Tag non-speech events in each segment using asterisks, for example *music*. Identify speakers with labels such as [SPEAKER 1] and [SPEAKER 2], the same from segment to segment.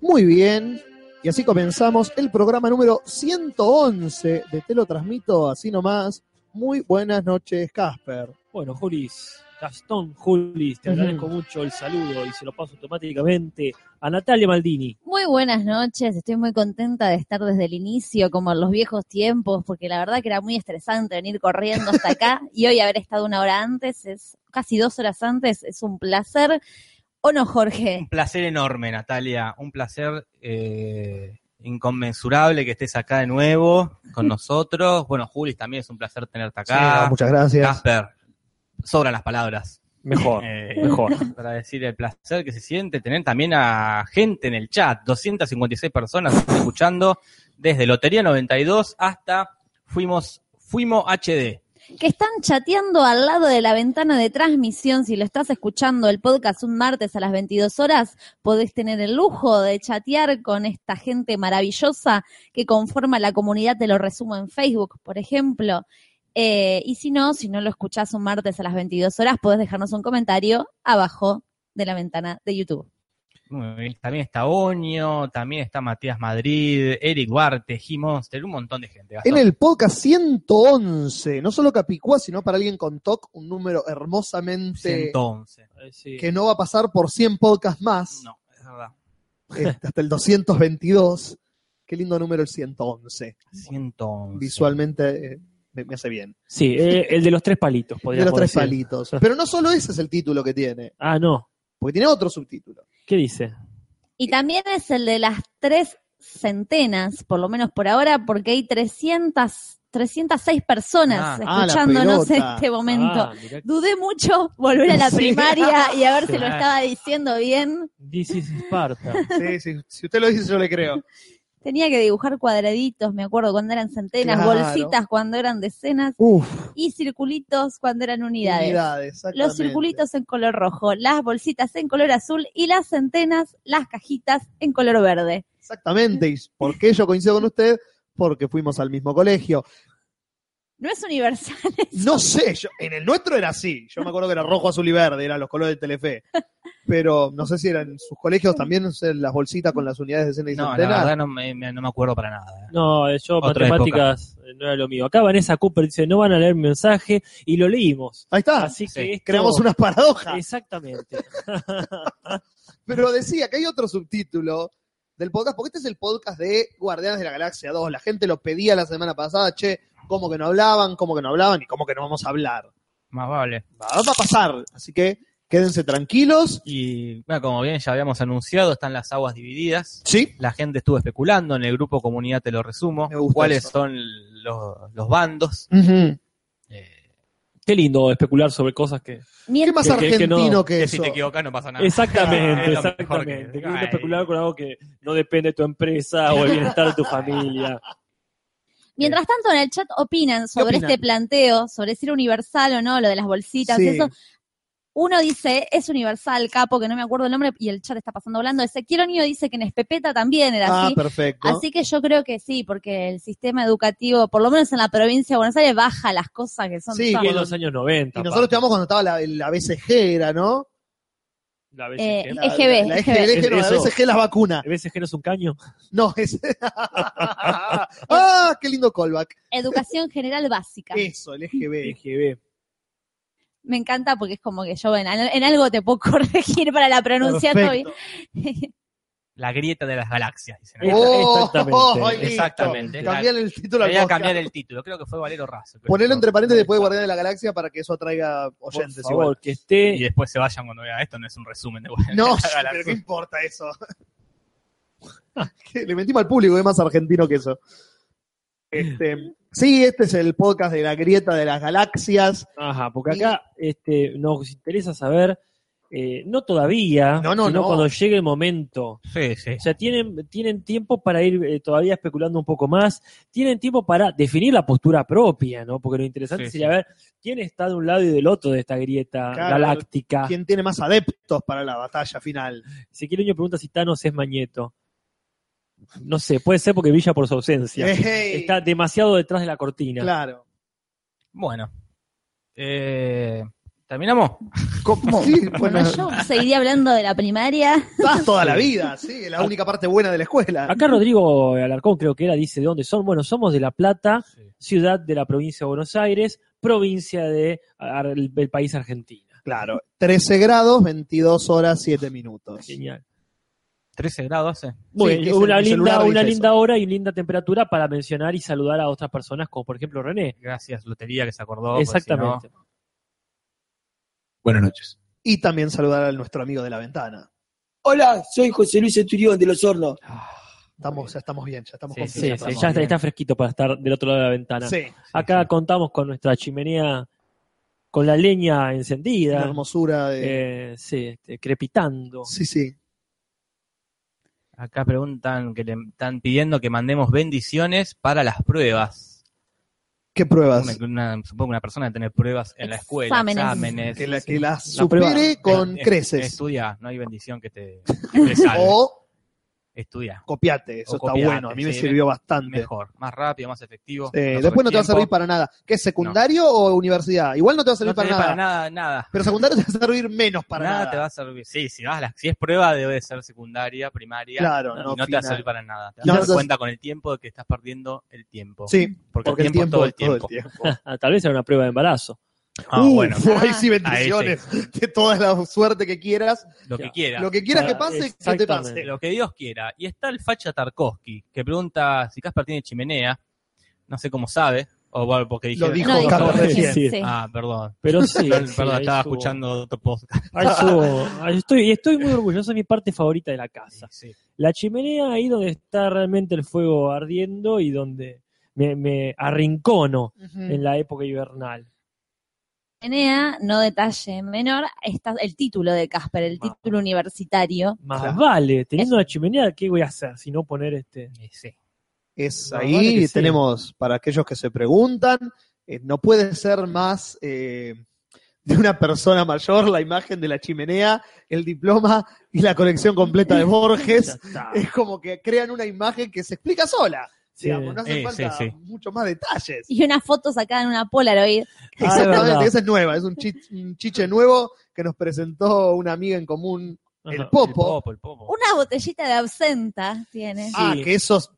[SPEAKER 1] Muy bien. Y así comenzamos el programa número 111 de Te lo transmito así nomás. Muy buenas noches, Casper.
[SPEAKER 2] Bueno, Julis, Gastón Julis, te
[SPEAKER 1] Ujú.
[SPEAKER 2] agradezco mucho el saludo y se lo paso automáticamente a Natalia Maldini.
[SPEAKER 3] Muy buenas noches, estoy muy contenta de estar desde el inicio, como en los viejos tiempos, porque la verdad que era muy estresante venir corriendo hasta acá y hoy haber estado una hora antes, es casi dos horas antes, es un placer. ¿O no, Jorge?
[SPEAKER 4] Un placer enorme, Natalia. Un placer eh, inconmensurable que estés acá de nuevo
[SPEAKER 1] *laughs*
[SPEAKER 4] con nosotros. Bueno, Juli, también es un placer tenerte acá.
[SPEAKER 1] Sí, muchas gracias.
[SPEAKER 4] Casper, sobran las palabras.
[SPEAKER 2] Mejor,
[SPEAKER 4] *laughs* eh,
[SPEAKER 2] mejor.
[SPEAKER 4] Para decir el placer que se siente tener también a gente en el chat. 256 personas escuchando desde Lotería 92 hasta Fuimos, Fuimos HD.
[SPEAKER 3] Que están chateando al lado de la ventana de transmisión, si lo estás escuchando el podcast un martes a las 22 horas, podés tener el lujo de chatear con esta gente maravillosa que conforma la comunidad, te lo resumo en Facebook, por ejemplo. Eh, y si no, si no lo escuchás un martes a las 22 horas, podés dejarnos un comentario abajo de la ventana de YouTube.
[SPEAKER 4] Muy bien. También está Oño, también está Matías Madrid, Eric Huarte, G-Monster, un montón de gente. Gastón.
[SPEAKER 1] En el podcast 111, no solo Capicúa, sino para alguien con TOC, un número hermosamente
[SPEAKER 4] 111.
[SPEAKER 2] *laughs* Eh, sí.
[SPEAKER 1] que no va a pasar por 100 podcasts más,
[SPEAKER 4] No, es verdad.
[SPEAKER 1] *laughs* eh, hasta el 222. Qué lindo número el 111.
[SPEAKER 4] 111.
[SPEAKER 1] Visualmente eh, me, me hace bien.
[SPEAKER 2] Sí, eh, el de los tres
[SPEAKER 1] De
[SPEAKER 2] palitos,
[SPEAKER 1] los
[SPEAKER 2] podríamos
[SPEAKER 1] tres
[SPEAKER 2] decir.
[SPEAKER 1] palitos. Pero no solo ese es el título que tiene,
[SPEAKER 2] Ah, no.
[SPEAKER 1] porque tiene otro subtítulo.
[SPEAKER 2] ¿Qué dice?
[SPEAKER 3] Y también es el de las tres centenas, por lo menos por ahora, porque hay 300, 306 personas
[SPEAKER 1] Ah, ah, la
[SPEAKER 3] escuchándonos en
[SPEAKER 1] pelota.
[SPEAKER 3] este momento.
[SPEAKER 2] Ah, mirá.
[SPEAKER 3] Dudé mucho volver a
[SPEAKER 1] *laughs*
[SPEAKER 3] la
[SPEAKER 1] Sí.
[SPEAKER 3] primaria y a ver si lo
[SPEAKER 4] Claro.
[SPEAKER 3] estaba diciendo bien.
[SPEAKER 2] This is Sparta.
[SPEAKER 1] Sí, sí, si usted lo dice, yo le creo.
[SPEAKER 3] Tenía que dibujar cuadraditos, me acuerdo, cuando eran centenas,
[SPEAKER 1] Claro.
[SPEAKER 3] bolsitas cuando eran decenas
[SPEAKER 1] Uf,
[SPEAKER 3] y circulitos cuando eran *laughs* unidades.
[SPEAKER 1] unidades,
[SPEAKER 3] Los
[SPEAKER 1] exactamente.
[SPEAKER 3] circulitos en color rojo, las bolsitas en color azul y las centenas, las cajitas en color verde.
[SPEAKER 1] Exactamente. ¿Y por qué yo coincido con usted? Porque fuimos al mismo
[SPEAKER 3] *laughs*
[SPEAKER 1] colegio.
[SPEAKER 3] No es universal.
[SPEAKER 1] No sé, yo- en el nuestro era así. Yo me acuerdo que era rojo, azul y verde, eran los colores de Telefe. Pero no sé si eran sus colegios también no sé, las bolsitas con las unidades de cena y
[SPEAKER 4] No, la
[SPEAKER 1] centena.
[SPEAKER 4] verdad no me, me- no me acuerdo para nada. eh.
[SPEAKER 2] No, eh, yo
[SPEAKER 4] Otra
[SPEAKER 2] matemáticas eh, no era lo mío. Acá Vanessa Cooper dice, no van a leer mi mensaje y lo leímos.
[SPEAKER 1] Ahí está.
[SPEAKER 2] Así
[SPEAKER 4] sí.
[SPEAKER 2] que esto-
[SPEAKER 1] Creamos unas paradojas.
[SPEAKER 2] Exactamente.
[SPEAKER 1] Pero decía que hay otro subtítulo del podcast, porque este es el podcast de Guardianes de la Galaxia 2. La gente lo pedía la semana pasada, che, cómo que no hablaban, cómo que no hablaban y cómo que no vamos a hablar.
[SPEAKER 4] Más vale.
[SPEAKER 1] Va, va a pasar, así que quédense tranquilos.
[SPEAKER 4] Y bueno, como bien ya habíamos anunciado, están las aguas divididas.
[SPEAKER 1] Sí,
[SPEAKER 4] La gente estuvo especulando en el grupo comunidad, te lo resumo,
[SPEAKER 1] Me gusta
[SPEAKER 4] cuáles
[SPEAKER 1] eso.
[SPEAKER 4] son los, los bandos. Eh,
[SPEAKER 2] Qué lindo especular sobre cosas que...
[SPEAKER 1] ¿qué más
[SPEAKER 2] Que- que- que no,
[SPEAKER 1] argentino que,
[SPEAKER 4] que
[SPEAKER 1] eso?
[SPEAKER 4] si te equivocas no pasa nada.
[SPEAKER 2] Exactamente,
[SPEAKER 4] Es lo mejor
[SPEAKER 2] exactamente.
[SPEAKER 4] que-
[SPEAKER 2] Qué lindo
[SPEAKER 4] Ay.
[SPEAKER 2] especular con algo que no depende de tu empresa o el bienestar de tu familia.
[SPEAKER 1] *laughs*
[SPEAKER 3] Mientras tanto, en el chat opinan sobre
[SPEAKER 1] Eh. opinan?
[SPEAKER 3] este planteo, sobre si era universal o no, lo de las bolsitas,
[SPEAKER 1] Sí.
[SPEAKER 3] eso. Uno dice, es universal, capo, que no me acuerdo el nombre, y el chat está pasando hablando. Ezequiel Oño dice que en Espepeta también era
[SPEAKER 1] Ah,
[SPEAKER 3] así.
[SPEAKER 1] perfecto.
[SPEAKER 3] Así que yo creo que sí, porque el sistema educativo, por lo menos en la provincia de Buenos Aires, baja las cosas que son.
[SPEAKER 1] Sí,
[SPEAKER 2] Y
[SPEAKER 3] tan-
[SPEAKER 2] en los años 90.
[SPEAKER 1] y nosotros
[SPEAKER 2] aparte.
[SPEAKER 1] estábamos cuando estaba la, la BCG, era, ¿no?
[SPEAKER 2] La
[SPEAKER 3] Eh,
[SPEAKER 2] BCG.
[SPEAKER 1] La,
[SPEAKER 3] EGB,
[SPEAKER 1] La, la
[SPEAKER 3] EGB.
[SPEAKER 1] EGB, no, la
[SPEAKER 2] Eso.
[SPEAKER 1] BCG las vacunas.
[SPEAKER 2] ¿El BCG no es un caño?
[SPEAKER 1] No, es... *laughs* ¡Ah, qué lindo callback!
[SPEAKER 3] Educación general básica.
[SPEAKER 1] Eso, el EGB.
[SPEAKER 2] BGB.
[SPEAKER 3] Me encanta porque es como que yo en, al- en algo te puedo *laughs* corregir para la pronuncia
[SPEAKER 1] Perfecto.
[SPEAKER 3] tuya.
[SPEAKER 4] La grieta de las galaxias, dicen.
[SPEAKER 2] Esta-
[SPEAKER 1] Oh,
[SPEAKER 2] exactamente,
[SPEAKER 1] ay, listo.
[SPEAKER 4] exactamente.
[SPEAKER 1] Cambiar el título al
[SPEAKER 4] Voy a
[SPEAKER 1] podcast.
[SPEAKER 4] cambiar el título, creo que fue Valero Razo.
[SPEAKER 1] Ponelo entre paréntesis después de
[SPEAKER 4] Guardián
[SPEAKER 1] Guardianes de la Galaxia para que eso atraiga
[SPEAKER 2] Por
[SPEAKER 1] oyentes
[SPEAKER 2] favor,
[SPEAKER 1] igual.
[SPEAKER 2] que
[SPEAKER 4] Y
[SPEAKER 2] esté...
[SPEAKER 4] después se vayan cuando vean esto, no es un resumen de
[SPEAKER 1] *laughs*
[SPEAKER 4] Guardianes
[SPEAKER 1] No,
[SPEAKER 4] de *laughs* la Galaxia.
[SPEAKER 1] pero ¿qué importa eso? Que *laughs* Le mentimos al público, es más argentino que eso. Este, sí, este es el podcast de la grieta de las galaxias.
[SPEAKER 2] Ajá, porque acá este, nos interesa saber, eh, no todavía,
[SPEAKER 1] No, no,
[SPEAKER 2] sino
[SPEAKER 1] no.
[SPEAKER 2] cuando llegue el momento.
[SPEAKER 4] Sí, sí.
[SPEAKER 2] O sea, tienen, tienen tiempo para ir eh, todavía especulando un poco más, tienen tiempo para definir la postura propia, ¿no? Porque lo interesante
[SPEAKER 4] Sí,
[SPEAKER 2] sería ver quién está de un lado y del otro de esta grieta
[SPEAKER 1] Claro,
[SPEAKER 2] galáctica.
[SPEAKER 1] ¿Quién tiene más adeptos para la batalla final?
[SPEAKER 2] Si quiere uno pregunta si Thanos es Mañeto. No sé, puede ser porque brilla por su ausencia.
[SPEAKER 1] Ey,
[SPEAKER 2] Está demasiado detrás de la cortina.
[SPEAKER 1] claro.
[SPEAKER 4] Bueno, eh, ¿Terminamos?
[SPEAKER 1] ¿Cómo? Sí, bueno,
[SPEAKER 3] Bueno,
[SPEAKER 1] *laughs*
[SPEAKER 3] yo seguiría hablando de la primaria.
[SPEAKER 1] estás toda la vida, sí, es la única parte buena de la escuela.
[SPEAKER 2] Acá Rodrigo Alarcón creo que era, dice de dónde son. Bueno, somos de La Plata, ciudad de la provincia de Buenos Aires, provincia de ar- el, el país Argentina.
[SPEAKER 1] Claro, 13 grados, 22 horas, 7 minutos.
[SPEAKER 2] Genial.
[SPEAKER 4] 13 grados hace.
[SPEAKER 2] Muy
[SPEAKER 1] Sí,
[SPEAKER 2] bien,
[SPEAKER 1] que es el-
[SPEAKER 2] una
[SPEAKER 1] el celular
[SPEAKER 2] linda,
[SPEAKER 1] dice
[SPEAKER 2] una
[SPEAKER 1] eso.
[SPEAKER 2] linda hora y linda temperatura para mencionar y saludar a otras personas, como por ejemplo René.
[SPEAKER 4] Gracias, Lotería, que se acordó. porque Oh, pues si no-
[SPEAKER 2] Exactamente.
[SPEAKER 5] Buenas noches.
[SPEAKER 1] Y también saludar a nuestro amigo de la ventana. Ah,
[SPEAKER 6] Hola, soy José Luis Esturión de Los Hornos.
[SPEAKER 1] Estamos, ya estamos bien, ya estamos
[SPEAKER 4] Sí,
[SPEAKER 1] con
[SPEAKER 2] Sí,
[SPEAKER 1] frío,
[SPEAKER 2] sí,
[SPEAKER 1] estamos
[SPEAKER 2] ya está,
[SPEAKER 1] bien.
[SPEAKER 2] está fresquito para estar del otro lado de la ventana.
[SPEAKER 1] Sí,
[SPEAKER 2] Acá contamos con nuestra chimenea con la leña
[SPEAKER 1] la
[SPEAKER 2] encendida,
[SPEAKER 1] hermosura de...
[SPEAKER 2] eh, sí, este, crepitando.
[SPEAKER 1] Sí, sí.
[SPEAKER 4] Acá preguntan que le están pidiendo que mandemos bendiciones para las pruebas.
[SPEAKER 1] ¿Qué pruebas?
[SPEAKER 4] Una- una- supongo que una persona debe tener pruebas en la escuela,
[SPEAKER 3] Exámenes.
[SPEAKER 4] exámenes.
[SPEAKER 1] que la, que la
[SPEAKER 2] La prueba.
[SPEAKER 1] supere con
[SPEAKER 4] Es-
[SPEAKER 1] creces.
[SPEAKER 4] Estudia, no hay bendición que
[SPEAKER 1] *laughs*
[SPEAKER 4] te, que te salve.
[SPEAKER 1] O
[SPEAKER 4] Estudia.
[SPEAKER 1] copiate, eso
[SPEAKER 4] O
[SPEAKER 1] está
[SPEAKER 4] copiate,
[SPEAKER 1] bueno, a mí me
[SPEAKER 4] sí,
[SPEAKER 1] sirvió bastante.
[SPEAKER 4] Mejor, más rápido, más efectivo.
[SPEAKER 1] Eh, después no te va a servir para nada. ¿Qué es secundario o universidad? Igual no te va a servir para, nada,
[SPEAKER 4] para nada. Nada,
[SPEAKER 1] Pero secundario te va a servir menos para nada.
[SPEAKER 4] nada te va a servir. Sí, si, vas a la- si es prueba, debe de ser secundaria, primaria.
[SPEAKER 1] Claro,
[SPEAKER 4] no,
[SPEAKER 1] no,
[SPEAKER 4] no te va a
[SPEAKER 1] final.
[SPEAKER 4] servir para nada. Te
[SPEAKER 1] No,
[SPEAKER 4] vas a
[SPEAKER 1] no te-
[SPEAKER 4] dar cuenta con el tiempo de que estás perdiendo el tiempo.
[SPEAKER 1] Sí,
[SPEAKER 4] porque,
[SPEAKER 1] porque
[SPEAKER 4] el tiempo es todo el
[SPEAKER 1] todo
[SPEAKER 4] tiempo.
[SPEAKER 1] el tiempo.
[SPEAKER 2] Ah, Tal vez era una prueba de embarazo.
[SPEAKER 4] *laughs* Ah,
[SPEAKER 1] Uh,
[SPEAKER 4] bueno,
[SPEAKER 1] fue *laughs* ahí sí
[SPEAKER 4] Ahí
[SPEAKER 1] bendiciones. De toda la suerte que quieras.
[SPEAKER 4] lo que quiera.
[SPEAKER 1] Lo que quieras que
[SPEAKER 2] Ah,
[SPEAKER 1] pase, que te
[SPEAKER 2] exactamente.
[SPEAKER 1] pase.
[SPEAKER 4] lo que Dios quiera. Y está el facha Tarkovsky, que pregunta si Casper tiene chimenea. No sé cómo sabe. O bueno, porque dije.
[SPEAKER 1] Lo dijo
[SPEAKER 3] No,
[SPEAKER 1] Carlos
[SPEAKER 3] disculpen,
[SPEAKER 1] recién.
[SPEAKER 2] Sí.
[SPEAKER 3] sí.
[SPEAKER 4] Ah, perdón.
[SPEAKER 2] Pero
[SPEAKER 1] *laughs*
[SPEAKER 2] sí,
[SPEAKER 4] Perdón,
[SPEAKER 2] sí,
[SPEAKER 4] perdón,
[SPEAKER 2] ahí
[SPEAKER 4] estaba
[SPEAKER 2] estuvo.
[SPEAKER 4] escuchando otro podcast.
[SPEAKER 2] Ahí estuvo.
[SPEAKER 1] *laughs*
[SPEAKER 2] Ahí estoy, y estoy muy orgulloso, es mi parte favorita de la casa.
[SPEAKER 4] Sí,
[SPEAKER 2] La chimenea ahí donde está realmente el fuego ardiendo y donde me, me arrincono
[SPEAKER 1] Mm.
[SPEAKER 2] en la época hibernal.
[SPEAKER 3] Enea, no detalle menor, está el título de Casper, el
[SPEAKER 2] Vamos.
[SPEAKER 3] título universitario.
[SPEAKER 2] Más
[SPEAKER 1] Claro.
[SPEAKER 2] vale, teniendo la chimenea, ¿qué voy a hacer si no poner este?
[SPEAKER 4] sí, sí.
[SPEAKER 1] Es
[SPEAKER 2] La
[SPEAKER 1] ahí,
[SPEAKER 2] verdad que sí.
[SPEAKER 1] tenemos, para aquellos que se preguntan, eh, no puede ser más eh, de una persona mayor la imagen de la chimenea, el diploma y la colección completa de
[SPEAKER 2] Ya *laughs*
[SPEAKER 1] Borges.
[SPEAKER 2] está.
[SPEAKER 1] Es como que crean una imagen que se explica sola.
[SPEAKER 2] Sí.
[SPEAKER 1] Digamos, no hace
[SPEAKER 4] Eh,
[SPEAKER 1] falta
[SPEAKER 4] sí, sí.
[SPEAKER 1] mucho más detalles.
[SPEAKER 3] Y una foto sacada en una Polaroid.
[SPEAKER 2] Ah, es
[SPEAKER 1] Exactamente,
[SPEAKER 2] verdad.
[SPEAKER 1] esa es nueva, es un, chi- un chiche nuevo que nos presentó una amiga en común, el
[SPEAKER 2] Ajá.
[SPEAKER 1] Popo.
[SPEAKER 4] el popo.
[SPEAKER 3] Una botellita de absenta tiene.
[SPEAKER 2] Sí.
[SPEAKER 1] Ah, que esos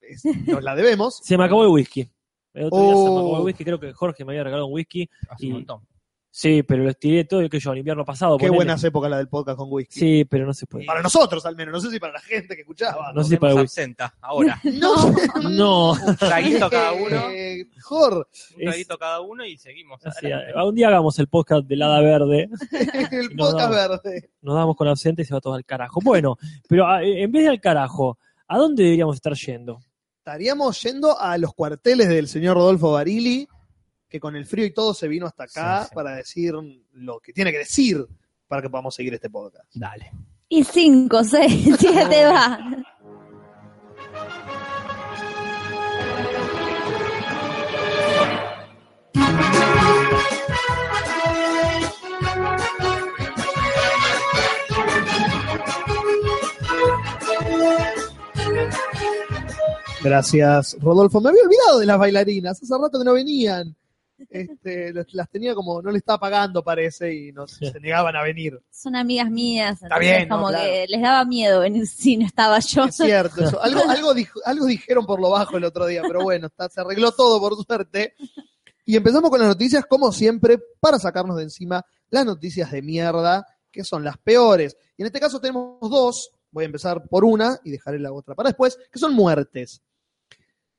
[SPEAKER 1] es- nos la debemos.
[SPEAKER 2] Se me acabó el whisky. El otro día se me
[SPEAKER 1] Oh.
[SPEAKER 2] acabó el whisky, creo que Jorge me había regalado un whisky.
[SPEAKER 4] Hace un montón.
[SPEAKER 2] Sí, pero lo estiré todo, que yo, al invierno pasado.
[SPEAKER 1] Qué
[SPEAKER 2] ponele.
[SPEAKER 1] buenas épocas la del podcast con whisky.
[SPEAKER 2] Sí, pero no se puede.
[SPEAKER 1] Para nosotros al menos, no sé si para la gente que escuchaba.
[SPEAKER 4] *laughs*
[SPEAKER 2] No sé si para
[SPEAKER 4] Comemos
[SPEAKER 2] el whisky.
[SPEAKER 4] absenta,
[SPEAKER 1] *laughs*
[SPEAKER 4] ahora.
[SPEAKER 1] No, *laughs*
[SPEAKER 2] *laughs* No.
[SPEAKER 4] Un traguito cada uno.
[SPEAKER 1] Eh, Jor,
[SPEAKER 4] Un traguito cada uno y seguimos.
[SPEAKER 2] Así,
[SPEAKER 4] adelante.
[SPEAKER 2] a- un día hagamos el podcast del Hada Verde.
[SPEAKER 1] *laughs* el
[SPEAKER 2] No,
[SPEAKER 1] podcast
[SPEAKER 2] no.
[SPEAKER 1] verde.
[SPEAKER 2] Nos damos con absente y se va todo al carajo. Bueno, pero a- eh, en vez de al carajo, ¿a dónde deberíamos estar yendo?
[SPEAKER 1] Estaríamos yendo a los cuarteles del señor Rodolfo Barili, que con el frío y todo se vino hasta acá
[SPEAKER 4] Sí, sí.
[SPEAKER 1] para decir lo que tiene que decir para que podamos seguir este podcast.
[SPEAKER 4] Dale.
[SPEAKER 3] Y cinco,
[SPEAKER 1] *laughs*
[SPEAKER 3] seis, siete va.
[SPEAKER 1] Gracias, Rodolfo. Me había olvidado de las bailarinas, hace rato que no venían. Este, *laughs* las las tenía como, no le estaba pagando parece, y nos,
[SPEAKER 2] Sí.
[SPEAKER 1] se negaban a venir.
[SPEAKER 3] Son amigas mías.
[SPEAKER 1] Está
[SPEAKER 3] entonces
[SPEAKER 1] bien, no,
[SPEAKER 3] como
[SPEAKER 1] claro.
[SPEAKER 3] que les daba miedo venir si no estaba yo.
[SPEAKER 1] Es cierto, eso. Algo, algo, dijo- algo dijeron por lo bajo el otro día, pero bueno, está- se arregló todo por suerte. Y empezamos con las noticias, como siempre, para sacarnos de encima las noticias de mierda, que son las peores. Y en este caso tenemos dos, voy a empezar por una y dejaré la otra para después, que son muertes.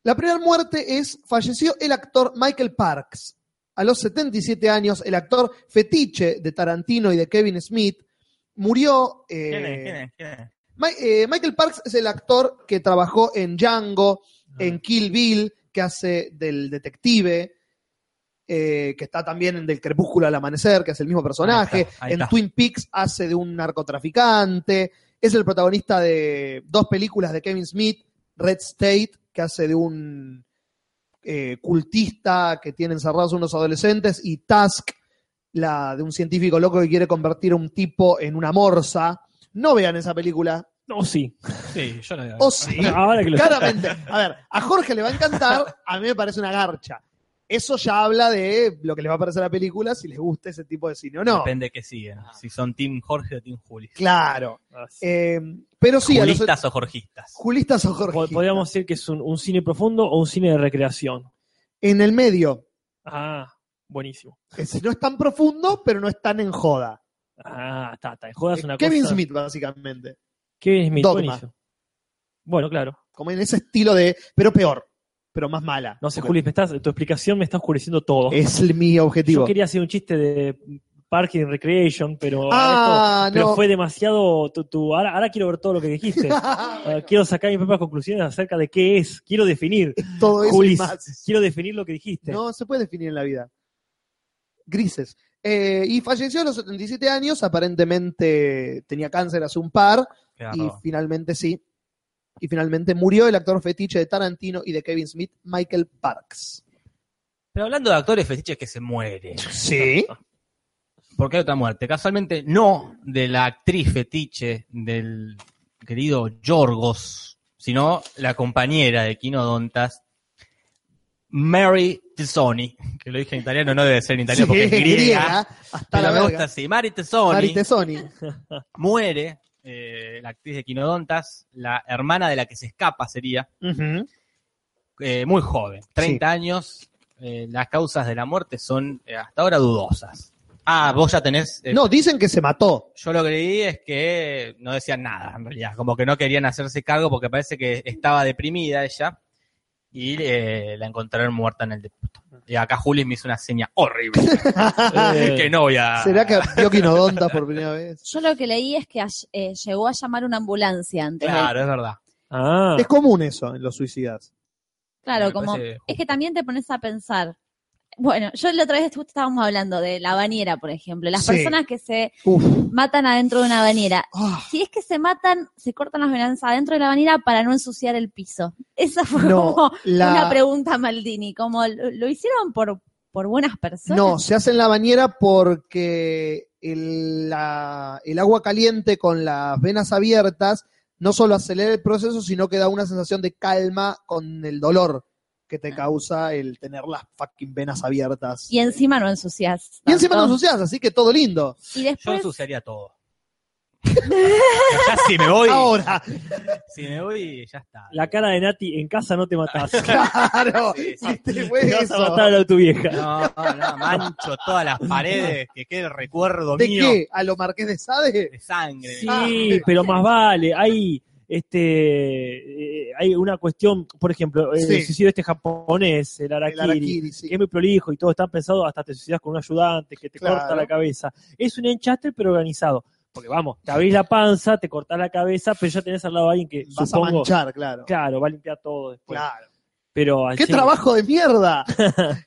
[SPEAKER 1] La primera muerte es, falleció el actor Michael Parks. A los 77 años, el actor fetiche de Tarantino y de Kevin Smith murió... eh,
[SPEAKER 4] ¿Quién es? ¿Quién es? ¿Quién es?
[SPEAKER 1] Ma- eh, Michael Parks es el actor que trabajó en Django, en Kill Bill, que hace del detective, eh, que está también en Del Crepúsculo al Amanecer, que es el mismo personaje.
[SPEAKER 4] Ahí está, ahí
[SPEAKER 1] en
[SPEAKER 4] está.
[SPEAKER 1] Twin Peaks hace de un narcotraficante. Es el protagonista de dos películas de Kevin Smith, Red State, que hace de un eh, cultista que tiene encerrados unos adolescentes, y Task, la de un científico loco que quiere convertir a un tipo en una morsa. No vean esa película.
[SPEAKER 2] No, sí.
[SPEAKER 4] Sí, yo lo
[SPEAKER 2] *laughs*
[SPEAKER 1] O sí.
[SPEAKER 2] Ahora que lo
[SPEAKER 1] Claramente. A ver, a Jorge le va a encantar, a mí me parece una garcha. Eso ya habla de lo que les va a parecer a la película, si les gusta ese tipo de cine o no.
[SPEAKER 4] Depende que siguen. Si son Team Jorge o Team Juli.
[SPEAKER 1] Claro. *laughs* Eh, pero sí, a los-
[SPEAKER 4] Julistas o jorgistas.
[SPEAKER 1] Julistas o
[SPEAKER 2] Po-
[SPEAKER 1] Jorge.
[SPEAKER 2] Podríamos decir que es un, un cine profundo o un cine de recreación.
[SPEAKER 1] En el medio.
[SPEAKER 2] Ah, buenísimo.
[SPEAKER 1] Es- no es tan profundo, pero no es tan en joda.
[SPEAKER 2] Ah, Tata, en jodas
[SPEAKER 1] Eh,
[SPEAKER 2] una
[SPEAKER 1] Kevin
[SPEAKER 2] cosa.
[SPEAKER 1] Smith, básicamente.
[SPEAKER 2] Kevin Smith,
[SPEAKER 1] Dogma.
[SPEAKER 2] buenísimo. Bueno, claro.
[SPEAKER 1] Como en ese estilo de. Pero peor. Pero más mala.
[SPEAKER 2] No sé,
[SPEAKER 1] Porque
[SPEAKER 2] Juli, me estás, tu explicación me está oscureciendo todo.
[SPEAKER 1] Es el- mi objetivo.
[SPEAKER 2] Yo quería hacer un chiste de Parking and Recreation, pero,
[SPEAKER 1] Ah,
[SPEAKER 2] esto- pero
[SPEAKER 1] no.
[SPEAKER 2] fue demasiado. tu- tu- ahora, ahora quiero ver todo lo que
[SPEAKER 1] *laughs*
[SPEAKER 2] dijiste. Ah, quiero sacar mis propias conclusiones acerca de qué es. Quiero definir.
[SPEAKER 1] Todo eso y
[SPEAKER 2] Juli,
[SPEAKER 1] más.
[SPEAKER 2] quiero definir lo que dijiste.
[SPEAKER 1] No se puede definir en la vida. Grises. Eh, y falleció a los 77 años. Aparentemente tenía cáncer hace un par. Y
[SPEAKER 4] Claro.
[SPEAKER 1] finalmente sí. Y finalmente murió el actor fetiche de Tarantino y de Kevin Smith, Michael Parks.
[SPEAKER 4] Pero hablando de actores fetiches que se mueren.
[SPEAKER 1] Sí.
[SPEAKER 4] Porque hay otra muerte. Casualmente no de la actriz fetiche del querido Yorgos, sino la compañera de Quinodontas, Mary Tesoni. Que lo dije en italiano, no debe ser en italiano porque es griega.
[SPEAKER 1] Hasta
[SPEAKER 4] Pero
[SPEAKER 1] la
[SPEAKER 4] me gusta
[SPEAKER 1] verga.
[SPEAKER 4] así. Mary Tesoni
[SPEAKER 1] Mari Tesoni.
[SPEAKER 4] muere, eh, la actriz de Quinodontas, la hermana de la que se escapa sería,
[SPEAKER 1] Ujú.
[SPEAKER 4] eh, muy joven, 30 años. eh, las causas de la muerte son eh, hasta ahora dudosas. Ah, vos ya tenés. eh,
[SPEAKER 1] No, dicen que se
[SPEAKER 4] *laughs*
[SPEAKER 1] mató.
[SPEAKER 4] Yo lo que leí es que no decían nada, en realidad, como que no querían hacerse cargo porque parece que estaba deprimida ella y eh, la encontraron muerta en el depósito. Y acá Juli me hizo una seña
[SPEAKER 1] *laughs*
[SPEAKER 4] horrible,
[SPEAKER 2] Eh,
[SPEAKER 4] que no voy a...
[SPEAKER 1] ¿Será que vio quinodontas por primera vez?
[SPEAKER 3] Yo lo que leí es que ay- eh, llegó a llamar una ambulancia antes. de-
[SPEAKER 4] Claro, es verdad.
[SPEAKER 2] Ah,
[SPEAKER 1] Es común eso en los suicidas.
[SPEAKER 3] Claro,
[SPEAKER 4] Me
[SPEAKER 3] como
[SPEAKER 4] parece
[SPEAKER 3] es que también te pones a pensar. Bueno, yo la otra vez justo estábamos hablando de la bañera, por ejemplo. Las
[SPEAKER 1] Sí.
[SPEAKER 3] personas que se
[SPEAKER 1] Uf.
[SPEAKER 3] matan adentro de una bañera.
[SPEAKER 1] Ah,
[SPEAKER 3] Si es que se matan, se cortan las venas adentro de la bañera para no ensuciar el piso. Esa fue
[SPEAKER 1] no, *laughs*
[SPEAKER 3] como
[SPEAKER 1] la-
[SPEAKER 3] una pregunta, Maldini. Como lo, lo hicieron por, por buenas personas.
[SPEAKER 1] no, se hace en la bañera porque el, la- el agua caliente con las venas abiertas no solo acelera el proceso, sino que da una sensación de calma con el dolor que te causa el tener las fucking venas abiertas.
[SPEAKER 3] Y encima no ensucias.
[SPEAKER 1] Y encima no
[SPEAKER 3] tanto.
[SPEAKER 1] ensucias, así que todo lindo.
[SPEAKER 3] Y
[SPEAKER 4] Yo
[SPEAKER 3] después,
[SPEAKER 4] ensuciaría todo. *laughs* ya si me voy,
[SPEAKER 1] Ahora,
[SPEAKER 4] si me voy, ya está.
[SPEAKER 2] la cara de Nati en casa no te
[SPEAKER 1] *laughs*
[SPEAKER 2] matás.
[SPEAKER 1] claro,
[SPEAKER 4] Sí, sí.
[SPEAKER 1] si te fue
[SPEAKER 2] Te vas
[SPEAKER 1] eso.
[SPEAKER 2] a matar a tu vieja.
[SPEAKER 4] No, no, mancho todas las paredes, que quede el recuerdo
[SPEAKER 1] ¿De
[SPEAKER 4] mío
[SPEAKER 1] qué? ¿A lo Marqués de Sade?
[SPEAKER 4] de sangre.
[SPEAKER 2] Sí, pero más vale. Hay este eh, hay una cuestión, por ejemplo, el
[SPEAKER 1] Sí.
[SPEAKER 2] suicidio este japonés, el
[SPEAKER 1] El
[SPEAKER 2] harakiri,
[SPEAKER 1] Araquiri, sí.
[SPEAKER 2] que es muy prolijo y todo está pensado, hasta te suicidas con un ayudante que te
[SPEAKER 1] Claro.
[SPEAKER 2] corta la cabeza. Es un enchastre pero organizado. Porque vamos, te abrís la panza, te cortás la cabeza, pero ya tenés al lado a alguien que
[SPEAKER 1] Vas a
[SPEAKER 2] supongo,
[SPEAKER 1] manchar, claro.
[SPEAKER 2] claro, va a limpiar todo después.
[SPEAKER 1] Claro.
[SPEAKER 2] Pero
[SPEAKER 1] ¡Qué
[SPEAKER 2] así-
[SPEAKER 1] trabajo de mierda!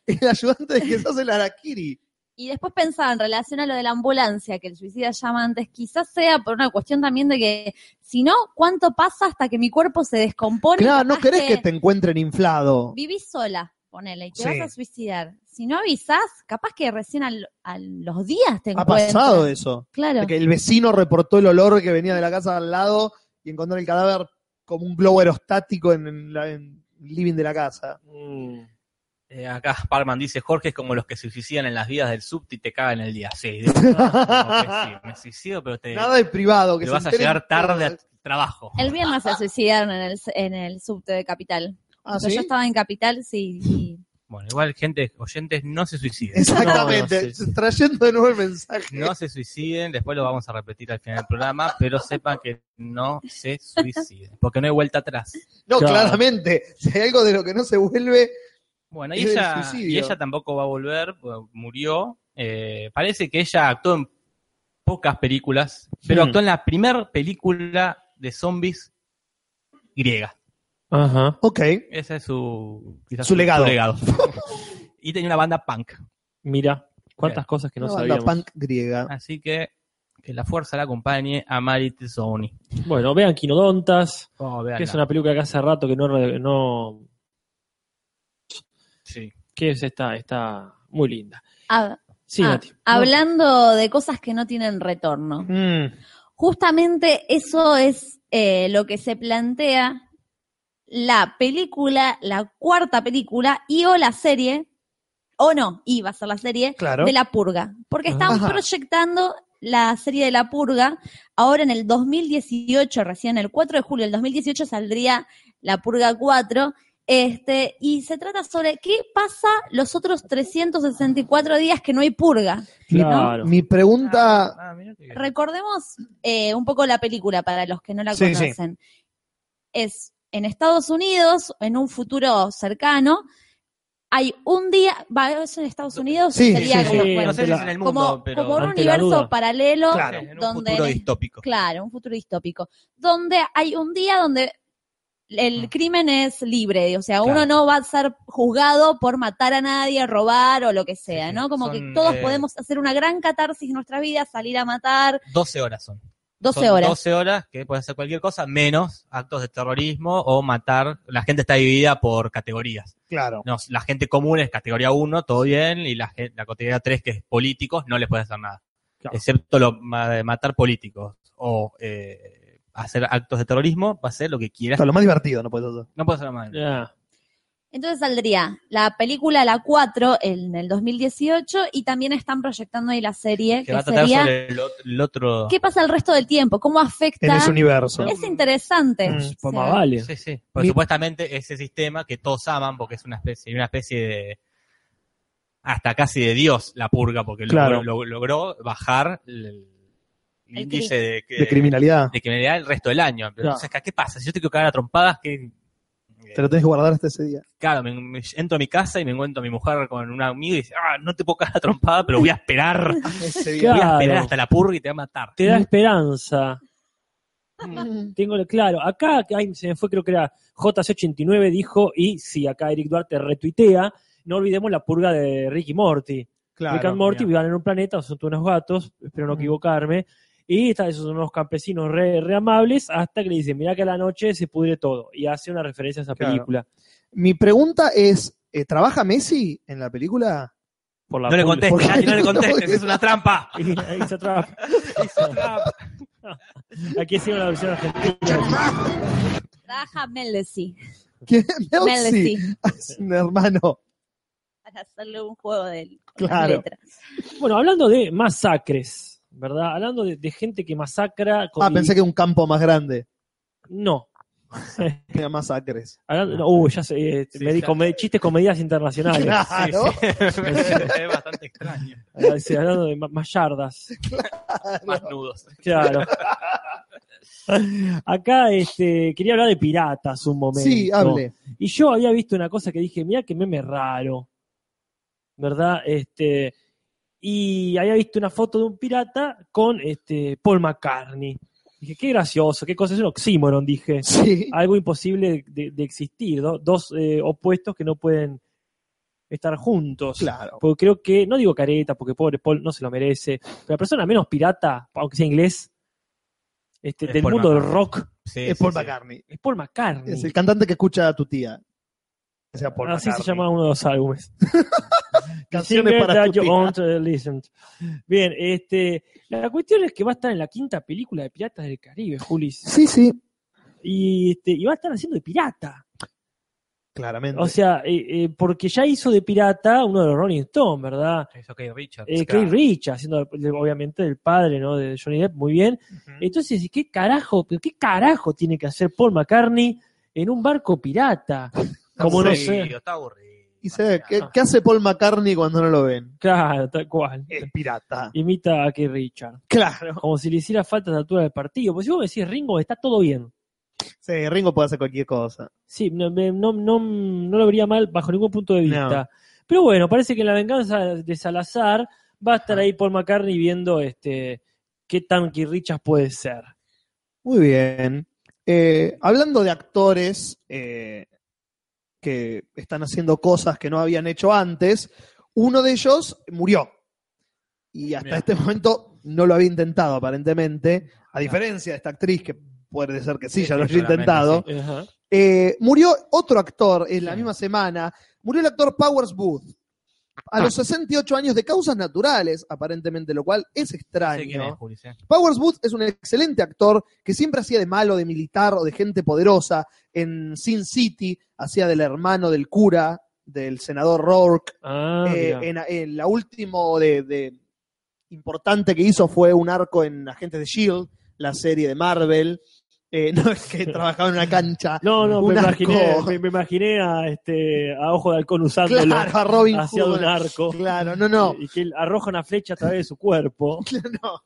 [SPEAKER 1] el ayudante de que se hace el Araquiri.
[SPEAKER 3] y después pensaba en relación a lo de la ambulancia, que el suicida llama antes, quizás sea por una cuestión también de que, si no, ¿cuánto pasa hasta que mi cuerpo se descompone?
[SPEAKER 1] Claro, no
[SPEAKER 3] Capaz
[SPEAKER 1] querés que te encuentren inflado.
[SPEAKER 3] Vivís sola, ponele, y te
[SPEAKER 1] Sí.
[SPEAKER 3] vas a suicidar. Si no avisás, capaz que recién al- a los días te
[SPEAKER 1] Ha
[SPEAKER 3] encuentras.
[SPEAKER 1] pasado eso.
[SPEAKER 3] Claro.
[SPEAKER 1] De que el vecino reportó el olor que venía de la casa de al lado y encontró el cadáver como un globo aerostático en, en la- en el living de la casa.
[SPEAKER 2] Mm.
[SPEAKER 4] Eh, acá Parman dice, Jorge es como los que se suicidan en las vías del subte y te cagan el día. Sí, de-
[SPEAKER 1] *laughs*
[SPEAKER 4] como que sí, me suicido, pero te,
[SPEAKER 1] Nada de privado. Que
[SPEAKER 4] te
[SPEAKER 1] se
[SPEAKER 4] vas a
[SPEAKER 1] enteren
[SPEAKER 4] llegar tarde
[SPEAKER 1] todos.
[SPEAKER 4] al trabajo.
[SPEAKER 3] El viernes se suicidaron en el, en el subte de Capital.
[SPEAKER 1] ¿Ah,
[SPEAKER 3] Pero
[SPEAKER 1] sí?
[SPEAKER 3] Yo estaba en Capital, sí. y-
[SPEAKER 4] Bueno, igual gente, oyentes, no se suiciden.
[SPEAKER 1] Exactamente.
[SPEAKER 4] No, no se-
[SPEAKER 1] Trayendo de nuevo el mensaje.
[SPEAKER 4] No se suiciden, después lo vamos a repetir al final del programa, pero sepan que no se suiciden, porque no hay vuelta atrás.
[SPEAKER 1] No,
[SPEAKER 2] Claro.
[SPEAKER 1] claramente. Si hay algo de lo que no se vuelve,
[SPEAKER 4] Bueno, y
[SPEAKER 1] Es del
[SPEAKER 4] ella, y
[SPEAKER 1] suicidio.
[SPEAKER 4] ella tampoco va a volver, bueno, murió. Eh, parece que ella actuó en pocas películas, pero
[SPEAKER 2] Hmm.
[SPEAKER 4] actuó en la primera película de zombies griega.
[SPEAKER 2] Ajá.
[SPEAKER 1] ok.
[SPEAKER 4] Ese es su, quizás
[SPEAKER 1] Su legado.
[SPEAKER 4] *laughs* y tenía una banda punk.
[SPEAKER 2] Mira, cuántas
[SPEAKER 4] Bien.
[SPEAKER 2] cosas que no
[SPEAKER 1] Una banda
[SPEAKER 2] sabíamos.
[SPEAKER 1] punk griega.
[SPEAKER 4] Así que que la fuerza la acompañe a Mari Tesoni.
[SPEAKER 2] Bueno, vean Quinodontas,
[SPEAKER 4] Oh, vean.
[SPEAKER 2] que es una película que hace rato que no, re- no
[SPEAKER 4] Sí.
[SPEAKER 2] que es esta, está muy linda.
[SPEAKER 3] Ah,
[SPEAKER 2] Sí,
[SPEAKER 3] ah,
[SPEAKER 2] Nati.
[SPEAKER 3] hablando de cosas que no tienen
[SPEAKER 4] Ah.
[SPEAKER 3] retorno.
[SPEAKER 1] Mm,
[SPEAKER 3] Justamente eso es eh, lo que se plantea la película, la cuarta película y o la serie o no, iba a ser la serie
[SPEAKER 1] Claro.
[SPEAKER 3] de La Purga,
[SPEAKER 1] Ah.
[SPEAKER 3] porque estamos
[SPEAKER 1] Ajá.
[SPEAKER 3] proyectando la serie de La Purga, ahora en el 2018, recién el 4 de julio del 2018 saldría La Purga 4, este, y se trata sobre qué pasa los otros 364 días que no hay purga.
[SPEAKER 2] Claro.
[SPEAKER 1] Mi pregunta.
[SPEAKER 4] Ah, mirá que-
[SPEAKER 3] Recordemos eh, un poco la película para los que no la
[SPEAKER 1] Sí, sí.
[SPEAKER 3] conocen. Es en Estados Unidos, en un futuro cercano, hay un día, va, es en Estados Unidos,
[SPEAKER 1] Sí,
[SPEAKER 3] sería
[SPEAKER 1] sí,
[SPEAKER 3] como,
[SPEAKER 2] sí.
[SPEAKER 3] bueno,
[SPEAKER 4] no sé si es en el mundo,
[SPEAKER 3] como,
[SPEAKER 4] pero
[SPEAKER 3] como un
[SPEAKER 2] ante la
[SPEAKER 3] universo
[SPEAKER 2] duda.
[SPEAKER 3] paralelo,
[SPEAKER 1] Claro.
[SPEAKER 4] en un
[SPEAKER 3] donde-
[SPEAKER 4] futuro distópico.
[SPEAKER 3] claro, un futuro distópico, donde hay un día donde el
[SPEAKER 4] Mm.
[SPEAKER 3] crimen es libre, o sea, uno
[SPEAKER 4] Claro.
[SPEAKER 3] no va a ser juzgado por matar a nadie, robar o lo que sea,
[SPEAKER 4] Sí, sí.
[SPEAKER 3] ¿no? Como que
[SPEAKER 4] Son,
[SPEAKER 3] todos
[SPEAKER 4] eh,
[SPEAKER 3] podemos hacer una gran catarsis en nuestra vida, salir a matar,
[SPEAKER 4] 12 horas son.
[SPEAKER 3] 12
[SPEAKER 4] Son
[SPEAKER 3] horas.
[SPEAKER 4] 12 horas que puede hacer cualquier cosa, menos actos de terrorismo o matar. La gente está dividida por categorías.
[SPEAKER 1] Claro.
[SPEAKER 4] No, la gente común es categoría 1, todo bien, y la, gen- la categoría 3, que es políticos, no les puede hacer nada.
[SPEAKER 2] Claro.
[SPEAKER 4] Excepto lo, ma- matar políticos o eh, hacer actos de terrorismo, hacer lo que quieras.
[SPEAKER 1] Esto es lo más divertido, no puedo hacer.
[SPEAKER 4] No puede hacer nada.
[SPEAKER 3] Eh,
[SPEAKER 2] Ah,
[SPEAKER 3] Entonces saldría la película La 4 en el 2018 y también están proyectando ahí la serie
[SPEAKER 4] Que va
[SPEAKER 3] que
[SPEAKER 4] a tratar
[SPEAKER 3] sería
[SPEAKER 4] sobre el, ot- el otro.
[SPEAKER 3] ¿Qué pasa el resto del tiempo? ¿Cómo
[SPEAKER 1] En
[SPEAKER 3] afecta?
[SPEAKER 1] ese universo.
[SPEAKER 3] Es interesante.
[SPEAKER 1] Mm.
[SPEAKER 3] O sea,
[SPEAKER 2] pues más vale.
[SPEAKER 4] Sí, sí. Porque
[SPEAKER 1] Mi-
[SPEAKER 4] supuestamente ese sistema que todos aman, porque es una especie, una especie de. hasta casi de Dios la purga, porque
[SPEAKER 1] Claro.
[SPEAKER 4] logró, lo- logró bajar el, el
[SPEAKER 3] El
[SPEAKER 4] índice de, que-
[SPEAKER 1] De criminalidad.
[SPEAKER 4] de criminalidad el resto del año. Pero,
[SPEAKER 2] Claro.
[SPEAKER 4] o sea, ¿qué- ¿qué pasa? Si yo te quiero cagar a trompadas, que.
[SPEAKER 1] Te lo tenés que guardar hasta ese
[SPEAKER 4] *laughs*
[SPEAKER 1] día.
[SPEAKER 4] Claro, me, me- entro a mi casa y me encuentro a mi mujer con un amigo y dice, ah, no te puedo cagar a trompada, pero voy a esperar.
[SPEAKER 1] Ese
[SPEAKER 4] Voy
[SPEAKER 2] Claro.
[SPEAKER 4] a esperar hasta la purga y te va a matar.
[SPEAKER 2] Te da esperanza.
[SPEAKER 1] Mm.
[SPEAKER 2] Tengo lo- claro, acá ay, se me fue, creo que era JC89 dijo, y sí, acá Eric Duarte retuitea, no olvidemos la purga de Ricky Morty. Rick and Morty vivían en un planeta, son todos unos gatos, espero no
[SPEAKER 1] Mm.
[SPEAKER 2] equivocarme, y están esos unos campesinos re, re amables hasta que le dicen, mirá que a la noche se pudre todo, y hace una referencia a esa
[SPEAKER 1] Claro.
[SPEAKER 2] película.
[SPEAKER 1] Mi pregunta es: ¿eh, ¿trabaja Messi en la película?
[SPEAKER 2] Por la
[SPEAKER 4] No le
[SPEAKER 1] ¿Por
[SPEAKER 2] pul-
[SPEAKER 4] contestes,
[SPEAKER 1] qué?
[SPEAKER 4] Nati, no le contestes,
[SPEAKER 1] No,
[SPEAKER 4] es una trampa.
[SPEAKER 2] *laughs* Y ahí se atrapa. *laughs* Aquí sigue una versión argentina.
[SPEAKER 3] Trabaja Melody
[SPEAKER 2] *laughs*
[SPEAKER 1] ¿Quién?
[SPEAKER 3] Melody
[SPEAKER 1] Messi. *laughs* Es un hermano.
[SPEAKER 3] para hacerle un juego de con las
[SPEAKER 1] Claro.
[SPEAKER 3] letras.
[SPEAKER 2] Bueno, hablando de masacres, ¿verdad? Hablando de, de gente que masacra. con-
[SPEAKER 1] Ah, pensé que un campo más grande.
[SPEAKER 2] No.
[SPEAKER 1] Era masacres.
[SPEAKER 2] Hablando- no, uh, ya sé, eh,
[SPEAKER 4] Sí,
[SPEAKER 2] medi-
[SPEAKER 4] ya.
[SPEAKER 2] con medi- chistes con medidas internacionales.
[SPEAKER 1] Claro.
[SPEAKER 4] Sí, sí. es bastante extraño.
[SPEAKER 2] Ah, sí, hablando de ma- mayardas.
[SPEAKER 4] Más nudos.
[SPEAKER 2] Claro. Acá este, quería hablar de piratas un momento.
[SPEAKER 1] Sí, hable.
[SPEAKER 2] Y yo había visto una cosa que dije, mira qué meme raro. ¿Verdad? Este, y había visto una foto de un pirata con este Paul McCartney. Dije, qué gracioso, qué cosa, es un oxímoron, dije.
[SPEAKER 1] Sí.
[SPEAKER 2] Algo imposible de, de existir, ¿no? Dos eh, opuestos que no pueden estar juntos.
[SPEAKER 1] Claro.
[SPEAKER 2] Porque creo que, no digo careta, porque pobre Paul no se lo merece, pero la persona menos pirata, aunque sea inglés, este,
[SPEAKER 4] Es
[SPEAKER 2] del
[SPEAKER 4] Paul
[SPEAKER 2] mundo del
[SPEAKER 4] McCartney.
[SPEAKER 2] rock,
[SPEAKER 4] Sí,
[SPEAKER 1] Es
[SPEAKER 4] sí, Mm.
[SPEAKER 1] Paul
[SPEAKER 4] sí.
[SPEAKER 1] McCartney.
[SPEAKER 2] es Paul McCartney.
[SPEAKER 1] Es el cantante que escucha a tu tía. O sea, Paul
[SPEAKER 2] Así Ah, se
[SPEAKER 1] McCartney.
[SPEAKER 2] llamaba uno de los álbumes.
[SPEAKER 1] Canciones
[SPEAKER 2] Singer
[SPEAKER 1] para
[SPEAKER 2] that
[SPEAKER 1] tu
[SPEAKER 2] you
[SPEAKER 1] tía.
[SPEAKER 2] want to listen to. Bien, este, la cuestión es que va a estar en la quinta película de Piratas del Caribe, Julis.
[SPEAKER 1] Sí, sí.
[SPEAKER 2] Y, este, y va a estar haciendo de pirata.
[SPEAKER 1] Claramente.
[SPEAKER 2] O sea, eh, eh, porque ya hizo de pirata uno de los Rolling Stones, ¿verdad?
[SPEAKER 4] Es ok, Richard.
[SPEAKER 2] Eh,
[SPEAKER 4] Claro.
[SPEAKER 2] Keith Richards, haciendo de- obviamente el padre ¿no? de Johnny Depp, muy bien. Entonces, ¿qué carajo, pero qué carajo tiene que hacer Paul McCartney en un barco pirata? Como no
[SPEAKER 4] Aburrido,
[SPEAKER 2] sé.
[SPEAKER 4] Está aburrido.
[SPEAKER 1] y se ve, ¿qué, qué hace Paul McCartney cuando no lo ven?
[SPEAKER 2] Claro, tal cual.
[SPEAKER 1] Es pirata.
[SPEAKER 2] Imita a Keith Richards.
[SPEAKER 1] Claro.
[SPEAKER 2] Como si le hiciera falta a la altura del partido. Porque si vos me decís Ringo, está todo bien.
[SPEAKER 1] Sí, Ringo puede hacer cualquier cosa.
[SPEAKER 2] Sí, no, me- no, no, no lo vería mal bajo ningún punto de vista.
[SPEAKER 1] No.
[SPEAKER 2] Pero bueno, parece que en la venganza de Salazar va a estar ahí Paul McCartney viendo este qué tan Keith Richards puede ser.
[SPEAKER 1] Muy bien. Eh, hablando de actores eh, que están haciendo cosas que no habían hecho antes, uno de ellos murió. Y hasta
[SPEAKER 4] Bien.
[SPEAKER 1] este momento no lo había intentado, aparentemente. A diferencia de esta actriz, que puede ser que sí,
[SPEAKER 4] Sí,
[SPEAKER 1] ya
[SPEAKER 4] sí,
[SPEAKER 1] lo haya
[SPEAKER 4] claramente,
[SPEAKER 1] intentado.
[SPEAKER 4] sí.
[SPEAKER 2] Ajá.
[SPEAKER 1] Eh, murió otro actor en la
[SPEAKER 4] Sí.
[SPEAKER 1] misma semana. Murió el actor Powers Booth.
[SPEAKER 4] Ah.
[SPEAKER 1] A los 68 años de causas naturales, aparentemente, lo cual es
[SPEAKER 4] No sé quién es,
[SPEAKER 1] extraño.
[SPEAKER 4] Juli, sí.
[SPEAKER 1] Powers Booth es un excelente actor que siempre hacía de malo, de militar o de gente poderosa. En Sin City hacía del hermano del cura del senador Rourke.
[SPEAKER 2] Ah,
[SPEAKER 1] Eh,
[SPEAKER 2] mirá.
[SPEAKER 1] en, en la último de, de- importante que hizo fue un arco en Agentes de Shield, E la serie de Marvel. Eh, *laughs* no es que
[SPEAKER 2] *laughs*
[SPEAKER 1] trabajaba en una cancha.
[SPEAKER 2] no, no,
[SPEAKER 1] un
[SPEAKER 2] me imaginé,
[SPEAKER 1] arco.
[SPEAKER 2] me, me imaginé a, este, a Ojo de Halcón usándolo
[SPEAKER 1] Claro, a Robin
[SPEAKER 2] *laughs* hacia
[SPEAKER 1] Hood.
[SPEAKER 2] un arco.
[SPEAKER 1] Claro, no, no,
[SPEAKER 2] Y que él arroja una flecha a través de
[SPEAKER 1] *laughs*
[SPEAKER 2] su cuerpo.
[SPEAKER 1] no.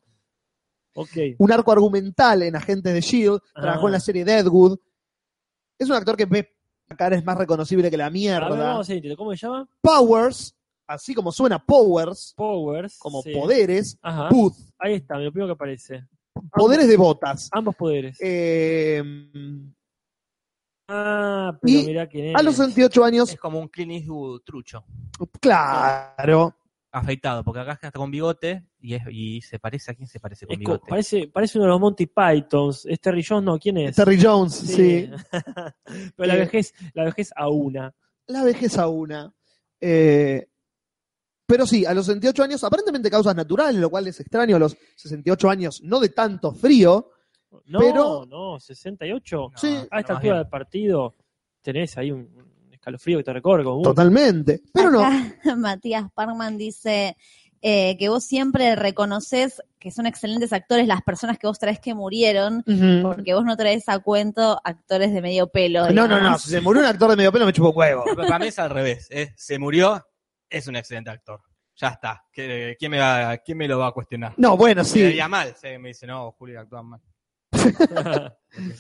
[SPEAKER 2] Ok.
[SPEAKER 1] Un arco argumental en Agentes de Shield.
[SPEAKER 2] Ah.
[SPEAKER 1] E Trabajó en la serie Deadwood. Es un actor que ve la cara es más reconocible que la
[SPEAKER 2] A ver,
[SPEAKER 1] mierda.
[SPEAKER 2] vamos a hacer intento. ¿Cómo se llama?
[SPEAKER 1] Powers, así como suena Powers,
[SPEAKER 2] Powers.
[SPEAKER 1] como
[SPEAKER 2] sí. Ah.
[SPEAKER 1] poderes,
[SPEAKER 2] Ajá.
[SPEAKER 1] Booth,
[SPEAKER 2] Ahí está, me lo primero que aparece.
[SPEAKER 1] poderes de botas.
[SPEAKER 2] Ambos poderes.
[SPEAKER 1] Eh,
[SPEAKER 2] ah, pero
[SPEAKER 1] y
[SPEAKER 2] mirá quién es.
[SPEAKER 1] a los 28 años
[SPEAKER 4] Es como un Clint Eastwood trucho,
[SPEAKER 1] Claro.
[SPEAKER 4] afeitado, porque acá está con bigote y, es, y se parece a quién se parece con
[SPEAKER 2] Es co-
[SPEAKER 4] bigote.
[SPEAKER 2] parece, parece uno de los Monty Pythons. ¿Es Terry Jones? No, ¿quién es?
[SPEAKER 1] Terry Jones, sí.
[SPEAKER 2] *laughs* Pero la
[SPEAKER 1] Eh.
[SPEAKER 2] vejez, la vejez a una.
[SPEAKER 1] La vejez a una. Eh, pero sí, a los 68 años, aparentemente causas naturales, lo cual es extraño a los 68 años, no de tanto frío.
[SPEAKER 2] No,
[SPEAKER 1] Pero-
[SPEAKER 2] no, 68.
[SPEAKER 4] No,
[SPEAKER 1] sí.
[SPEAKER 2] A esta
[SPEAKER 4] no, más
[SPEAKER 2] altura
[SPEAKER 4] bien.
[SPEAKER 2] del partido tenés ahí un un escalofrío que te recorre. como, uh,
[SPEAKER 1] Totalmente. Pero no.
[SPEAKER 3] Acá *laughs* Matías Parman dice eh, que vos siempre reconoces que son excelentes actores las personas que vos traes que murieron,
[SPEAKER 1] Ujú.
[SPEAKER 3] porque vos no traes a cuento actores de medio pelo.
[SPEAKER 1] No, no, no.
[SPEAKER 3] digamos.
[SPEAKER 1] Si se murió un actor de medio pelo, me chupo un huevo.
[SPEAKER 4] Pero Para mí es al revés. es, se murió, es un excelente actor. Ya está. ¿Qué- ¿Quién me, va- quién me lo va a cuestionar?
[SPEAKER 1] *laughs* No, bueno,
[SPEAKER 4] Se
[SPEAKER 1] sí.
[SPEAKER 4] veía mal. se- me dice, no, Julio actúa mal. Ya está,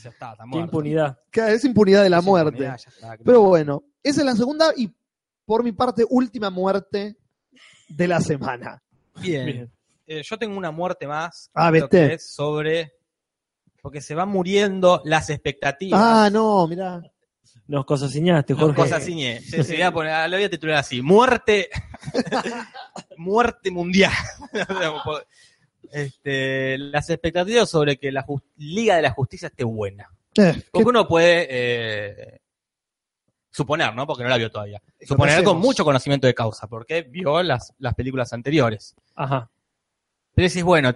[SPEAKER 4] está
[SPEAKER 2] *laughs* Qué
[SPEAKER 4] muerto.
[SPEAKER 2] impunidad.
[SPEAKER 1] Claro, Es impunidad de la
[SPEAKER 4] Es
[SPEAKER 1] muerte.
[SPEAKER 4] impunidad, ya está, que
[SPEAKER 1] Pero
[SPEAKER 4] no-
[SPEAKER 1] bueno, esa es la segunda y, por mi parte, última muerte de la semana.
[SPEAKER 4] Bien.
[SPEAKER 2] Bien.
[SPEAKER 4] Eh, yo tengo una muerte más.
[SPEAKER 1] Ah,
[SPEAKER 4] creo
[SPEAKER 1] vete.
[SPEAKER 4] que es sobre. Porque se van muriendo las expectativas.
[SPEAKER 1] Ah, no, mirá.
[SPEAKER 2] Nos cosasiñaste,
[SPEAKER 4] Con
[SPEAKER 2] Jorge.
[SPEAKER 4] cosas así, ¿eh? Se, se voy a poner- lo voy a titular así: Muerte. *laughs* muerte mundial. *laughs* este, las expectativas sobre que la jus- Liga de la Justicia esté buena.
[SPEAKER 1] Eh, qué
[SPEAKER 4] Porque uno puede eh, suponer, ¿no? Porque no la vio todavía. Suponer con
[SPEAKER 1] Conocemos.
[SPEAKER 4] mucho conocimiento de causa, porque vio las, las películas anteriores.
[SPEAKER 2] Ajá.
[SPEAKER 4] Pero decís, bueno,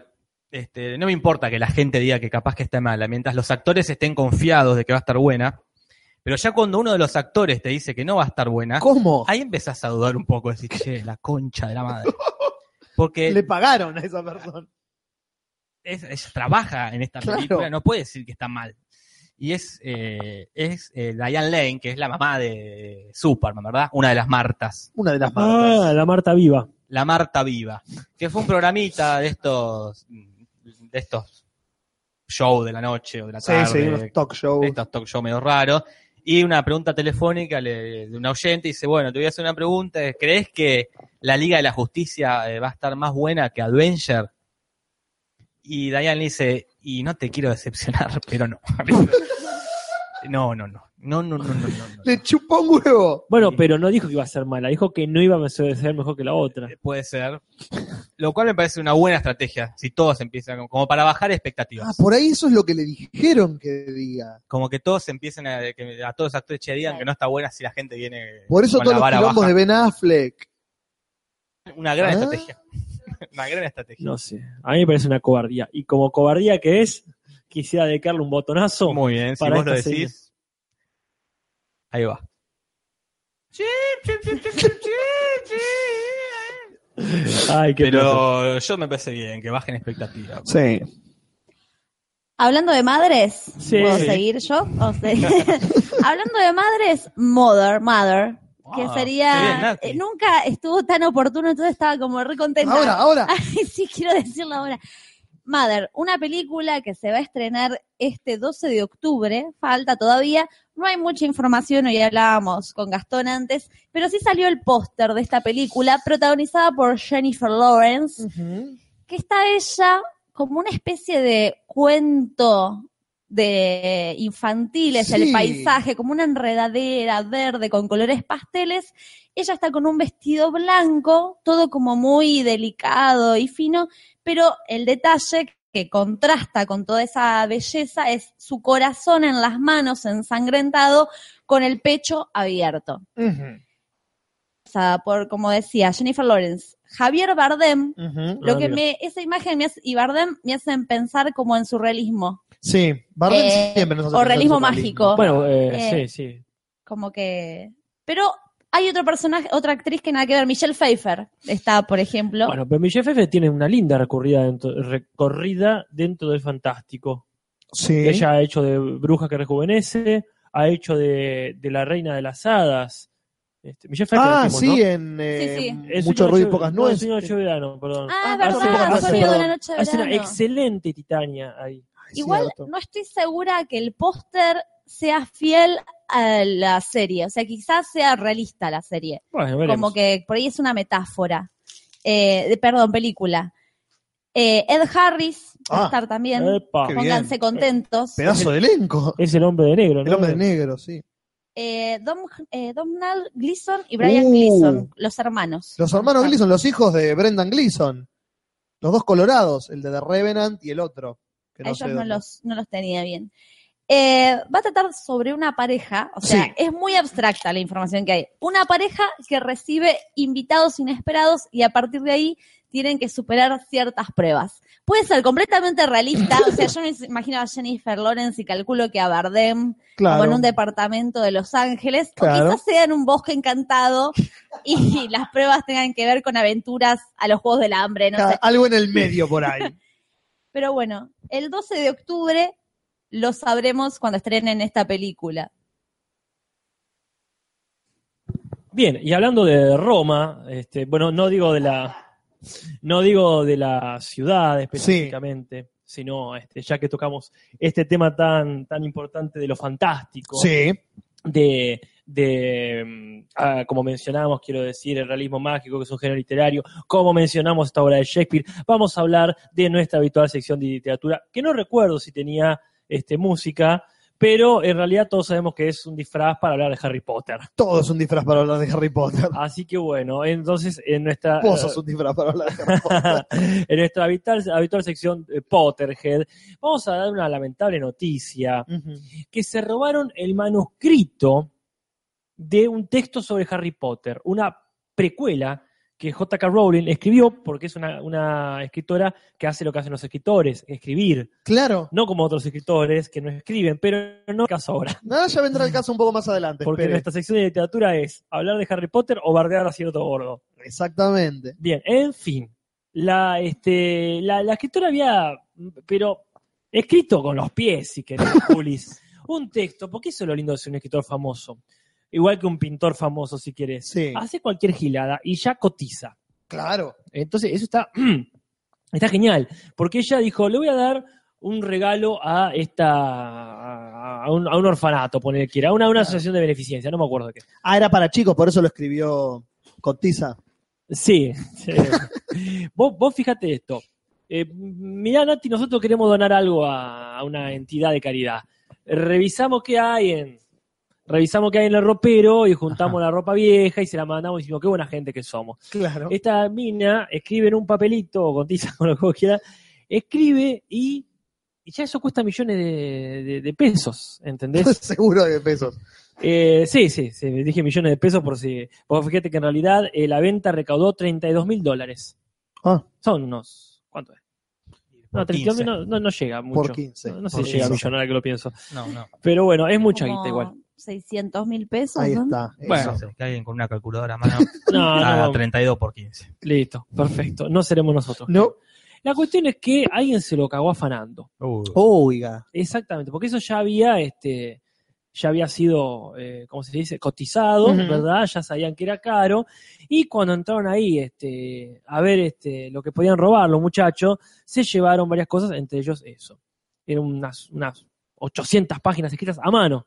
[SPEAKER 4] este, no me importa que la gente diga que capaz que está mala, mientras los actores estén confiados de que va a estar buena. Pero ya cuando uno de los actores te dice que no va a estar buena,
[SPEAKER 1] ¿Cómo?
[SPEAKER 4] ahí empezás a dudar un poco, decís, che, la concha de la madre.
[SPEAKER 1] *laughs*
[SPEAKER 4] Porque
[SPEAKER 1] Le pagaron a esa persona.
[SPEAKER 4] es, es- trabaja en esta
[SPEAKER 1] Claro.
[SPEAKER 4] película, no puede decir que está mal. Y es, eh, es eh, Diane Lane, que es la mamá de Superman, ¿verdad? Una de las Martas.
[SPEAKER 1] Una de las marcas.
[SPEAKER 2] Ah, la Marta viva.
[SPEAKER 4] La Marta Viva. Que fue un programita de estos, de estos show de la noche o de la
[SPEAKER 1] sí,
[SPEAKER 4] tarde.
[SPEAKER 1] sí, unos talk
[SPEAKER 4] de
[SPEAKER 1] shows.
[SPEAKER 4] estos talk show medio raros. Y una pregunta telefónica le- de un oyente dice, bueno, te voy a hacer una pregunta. ¿Crees que la Liga de la Justicia eh, va a estar más buena que Adventure? Y Diane le dice, y no te quiero decepcionar, pero no. No, no, no. No, no, no, no, no, no.
[SPEAKER 1] Le chupó un huevo.
[SPEAKER 2] Bueno,
[SPEAKER 4] Sí.
[SPEAKER 2] pero no dijo que iba a ser mala, dijo que no iba a ser mejor que la otra.
[SPEAKER 4] Eh, Puede ser. Lo cual me parece una buena estrategia, si todos empiezan, como- como para bajar expectativas.
[SPEAKER 1] Ah, por ahí eso es lo que le dijeron que diga.
[SPEAKER 4] Como que todos empiecen a, que a todos los actores che, digan que no está buena si la gente viene
[SPEAKER 1] Por eso
[SPEAKER 4] con
[SPEAKER 1] todos
[SPEAKER 4] la
[SPEAKER 1] los
[SPEAKER 4] vara
[SPEAKER 1] quilombos
[SPEAKER 4] baja.
[SPEAKER 1] de Ben *laughs* Affleck.
[SPEAKER 4] Una gran
[SPEAKER 1] Ah.
[SPEAKER 4] estrategia. *laughs* Una gran estrategia.
[SPEAKER 2] No sé. A mí me parece una cobardía. Y como cobardía que es, quisiera dedicarle un botonazo.
[SPEAKER 4] Muy bien, si
[SPEAKER 2] para
[SPEAKER 4] vos lo decís.
[SPEAKER 2] esta serie.
[SPEAKER 4] Ahí va.
[SPEAKER 2] Ay, qué placer.
[SPEAKER 4] Pero yo me parece bien que bajen expectativas.
[SPEAKER 1] Sí.
[SPEAKER 3] Hablando de madres,
[SPEAKER 2] Sí.
[SPEAKER 3] ¿puedo
[SPEAKER 2] Sí.
[SPEAKER 3] seguir yo? O sea, *laughs* Hablando de madres, Mother, Mother, que
[SPEAKER 4] Wow, qué bien,
[SPEAKER 3] sería...
[SPEAKER 4] Nati.
[SPEAKER 3] eh, nunca estuvo tan oportuno, entonces estaba como re contenta.
[SPEAKER 1] Ahora, ahora.
[SPEAKER 3] *laughs* Ay, sí, quiero decirlo ahora. Mother, una película que se va a estrenar este 12 de octubre, falta todavía, no hay mucha información, hoy hablábamos con Gastón antes, pero sí salió el póster de esta película protagonizada por Jennifer Lawrence, que está ella como una especie de cuento de infantiles,
[SPEAKER 1] Sí.
[SPEAKER 3] el paisaje, como una enredadera verde con colores pasteles. Ella está con un vestido blanco, todo como muy delicado y fino, pero el detalle que contrasta con toda esa belleza es su corazón en las manos ensangrentado con el pecho abierto. Pasada Por, como decía, Jennifer Lawrence, Javier Bardem, lo
[SPEAKER 2] Ah,
[SPEAKER 3] que
[SPEAKER 2] mira.
[SPEAKER 3] me, esa imagen me hace- y Bardem me hacen pensar como en surrealismo.
[SPEAKER 1] Sí, Bardem
[SPEAKER 3] Eh,
[SPEAKER 1] siempre nos hace
[SPEAKER 3] o
[SPEAKER 1] pensar en
[SPEAKER 3] realismo
[SPEAKER 1] surrealismo.
[SPEAKER 3] mágico.
[SPEAKER 2] Bueno, eh,
[SPEAKER 3] Eh.
[SPEAKER 2] sí, sí.
[SPEAKER 3] Como que. Pero Hay otro personaje, otra actriz que nada que ver, Michelle Pfeiffer está, por ejemplo.
[SPEAKER 2] Bueno, pero Michelle Pfeiffer tiene una linda recorrida dentro, recorrida dentro del fantástico.
[SPEAKER 1] Sí.
[SPEAKER 2] Ella ha hecho de bruja que rejuvenece, ha hecho de, de la reina de las hadas. Este, Michelle Pfeiffer
[SPEAKER 1] ah,
[SPEAKER 2] dijimos,
[SPEAKER 1] sí,
[SPEAKER 2] ¿no?
[SPEAKER 1] en eh,
[SPEAKER 3] Sí, sí.
[SPEAKER 2] El
[SPEAKER 1] Mucho
[SPEAKER 2] sueño
[SPEAKER 1] ruido
[SPEAKER 2] de-
[SPEAKER 1] y pocas
[SPEAKER 2] no, el
[SPEAKER 1] nueces.
[SPEAKER 2] sueño de Noche de Verano, perdón.
[SPEAKER 3] ah, es
[SPEAKER 1] hace poco
[SPEAKER 3] verdad,
[SPEAKER 1] pasó.
[SPEAKER 3] Sueño de una noche de
[SPEAKER 2] Hace una
[SPEAKER 3] verano.
[SPEAKER 2] excelente Titania ahí.
[SPEAKER 1] Ay,
[SPEAKER 3] Igual
[SPEAKER 1] cierto.
[SPEAKER 3] no estoy segura que el póster sea fiel a la serie, o sea, quizás sea realista la serie.
[SPEAKER 2] Bueno, veremos.
[SPEAKER 3] como que por ahí es una metáfora. Eh, de- perdón, película. Eh, Ed Harris va
[SPEAKER 1] Ah,
[SPEAKER 3] a estar también.
[SPEAKER 2] Epa,
[SPEAKER 1] qué bien.
[SPEAKER 3] Pónganse contentos.
[SPEAKER 1] Pedazo de elenco.
[SPEAKER 2] es el hombre de negro, ¿no?
[SPEAKER 1] El hombre de negro, sí.
[SPEAKER 3] Eh, Dom, eh, Domhnall Gleeson y Brian
[SPEAKER 1] Uh.
[SPEAKER 3] Gleeson, los hermanos.
[SPEAKER 1] Los hermanos Gleason, los hijos de Brendan Gleason. Los dos colorados, el de The Revenant y el otro. Que
[SPEAKER 3] A
[SPEAKER 1] no
[SPEAKER 3] ellos
[SPEAKER 1] sé
[SPEAKER 3] no
[SPEAKER 1] dónde.
[SPEAKER 3] los, no los tenía bien. Eh, va a tratar sobre una pareja, o sea,
[SPEAKER 1] Sí.
[SPEAKER 3] es muy abstracta la información que hay. Una pareja que recibe invitados inesperados y a partir de ahí tienen que superar ciertas pruebas. Puede ser completamente realista, o sea, yo me imagino a Jennifer Lawrence y calculo que a Bardem,
[SPEAKER 1] Claro.
[SPEAKER 3] como en un departamento de Los Ángeles,
[SPEAKER 1] Claro.
[SPEAKER 3] o quizás sea en un bosque encantado y *laughs* las pruebas tengan que ver con aventuras a los Juegos del Hambre, no sé.
[SPEAKER 1] Ca- Ah, Algo en el medio por
[SPEAKER 3] *laughs*
[SPEAKER 1] ahí.
[SPEAKER 3] Pero bueno, el 12 de octubre lo sabremos cuando estrenen esta película.
[SPEAKER 2] Bien, y hablando de Roma, este, bueno, no digo de la no digo de la ciudad específicamente, sino este, ya que tocamos este tema tan tan importante de lo fantástico,
[SPEAKER 1] sí.
[SPEAKER 2] de, de, mm, ah, como mencionamos, quiero decir, el realismo mágico, que es un género literario, como mencionamos esta obra de Shakespeare, vamos a hablar de nuestra habitual sección de literatura, que no recuerdo si tenía este, música, pero en realidad todos sabemos que es un disfraz para hablar de Harry Potter.
[SPEAKER 1] Todo es un disfraz para hablar de Harry
[SPEAKER 2] *laughs*
[SPEAKER 1] Potter.
[SPEAKER 2] Así que bueno, entonces en nuestra eh,
[SPEAKER 1] Vos sos un disfraz para hablar de Harry Potter.
[SPEAKER 2] en nuestra habitual, habitual sección eh, Potterhead, vamos a dar una lamentable noticia,
[SPEAKER 1] Ujú.
[SPEAKER 2] que se robaron el manuscrito de un texto sobre Harry Potter, una precuela que J.K. Rowling escribió porque es una, una escritora que hace lo que hacen los escritores, escribir,
[SPEAKER 1] claro.
[SPEAKER 2] no como otros escritores que no escriben, pero no caso ahora.
[SPEAKER 1] Nada, ya vendrá el caso un poco más adelante.
[SPEAKER 2] Porque
[SPEAKER 1] espere.
[SPEAKER 2] nuestra sección de literatura es hablar de Harry Potter o bardear a cierto gordo.
[SPEAKER 1] Exactamente.
[SPEAKER 2] Bien, en fin. La, este, la, la escritora había, pero escrito con los pies, si querés, Julis, un texto, porque eso es lo lindo de ser un escritor famoso. Igual que un pintor famoso, si querés.
[SPEAKER 1] Sí.
[SPEAKER 3] Ah,
[SPEAKER 2] Hace cualquier gilada y ya cotiza.
[SPEAKER 1] Claro.
[SPEAKER 2] Entonces, eso está, *clears throat* está genial, porque ella dijo, le voy a dar un regalo a esta a un, a un orfanato, poner que era, a una, a una asociación de beneficencia, no me acuerdo de qué.
[SPEAKER 1] Ah, era para chicos, por eso lo escribió Cotiza.
[SPEAKER 2] Sí. *laughs* sí. vos, vos fíjate esto. Eh, mirá, Nati, nosotros queremos donar algo a, a una entidad de caridad. Revisamos qué hay en. Revisamos qué hay en el ropero y juntamos la ropa vieja y se la mandamos y decimos qué buena gente que somos.
[SPEAKER 1] Claro. *laughs*
[SPEAKER 2] Esta mina escribe en un papelito, *laughs* o con tiza, con lo que vos quieras, escribe y, y ya eso cuesta millones de, de- de pesos,
[SPEAKER 1] *laughs*
[SPEAKER 2] ¿entendés?
[SPEAKER 1] Seguro de pesos.
[SPEAKER 2] Eh, sí, sí, sí, dije millones de pesos por si. Porque fíjate que en realidad eh, la venta recaudó 32 mil dólares.
[SPEAKER 1] Ah,
[SPEAKER 2] Son unos. ¿Cuánto es? No, 32
[SPEAKER 4] 15.
[SPEAKER 2] no, no, no llega mucho.
[SPEAKER 1] por 15.
[SPEAKER 2] No, no sé
[SPEAKER 1] Por
[SPEAKER 2] si llega a
[SPEAKER 1] 15.
[SPEAKER 2] millón ahora que lo pienso.
[SPEAKER 4] No, no.
[SPEAKER 2] Pero bueno, es mucha
[SPEAKER 3] Como
[SPEAKER 2] guita
[SPEAKER 3] *laughs*
[SPEAKER 2] igual.
[SPEAKER 3] 600 mil pesos.
[SPEAKER 1] Ahí
[SPEAKER 3] ¿no?
[SPEAKER 1] está.
[SPEAKER 4] Bueno, Ah,
[SPEAKER 1] Eso.
[SPEAKER 4] que alguien con una calculadora a mano
[SPEAKER 2] No,
[SPEAKER 4] haga
[SPEAKER 2] no,
[SPEAKER 4] 32 por 15.
[SPEAKER 2] listo, perfecto. No seremos nosotros.
[SPEAKER 1] No.
[SPEAKER 2] La cuestión es que alguien se lo cagó afanando.
[SPEAKER 4] Uh.
[SPEAKER 1] Oiga.
[SPEAKER 2] Exactamente, porque eso ya había, este, ya había sido, eh, ¿cómo se dice? Cotizado,
[SPEAKER 1] Ujú.
[SPEAKER 2] ¿verdad? Ya sabían que era caro. Y cuando entraron ahí, este, a ver, este, lo que podían robar los muchachos, se llevaron varias cosas, entre ellos eso. Eran unas, unas 800 páginas escritas a mano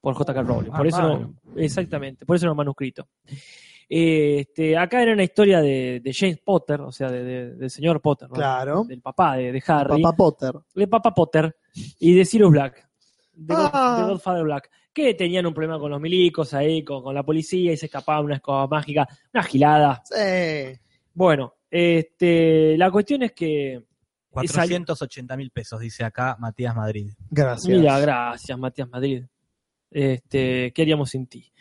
[SPEAKER 2] por J.K. Rowling.
[SPEAKER 4] a
[SPEAKER 2] Por eso, no- exactamente, por eso era un manuscrito. Eh, Este, acá era una historia de, de James Potter, o sea, de- de- del señor Potter, ¿no?
[SPEAKER 1] Claro.
[SPEAKER 2] del papá de, de Harry
[SPEAKER 1] Papá Potter.
[SPEAKER 2] de Papa Potter y de Cyrus Black, de, God-
[SPEAKER 1] Ah.
[SPEAKER 2] de Godfather Black, que tenían un problema con los milicos ahí, con, con la policía y se escapaban una escoba mágica, una gilada.
[SPEAKER 1] Sí.
[SPEAKER 2] Bueno, este, la cuestión es que.
[SPEAKER 4] 480 mil pesos, dice acá Matías Madrid.
[SPEAKER 1] Gracias.
[SPEAKER 2] Mira, gracias, Matías Madrid. este, ¿qué haríamos sin ti?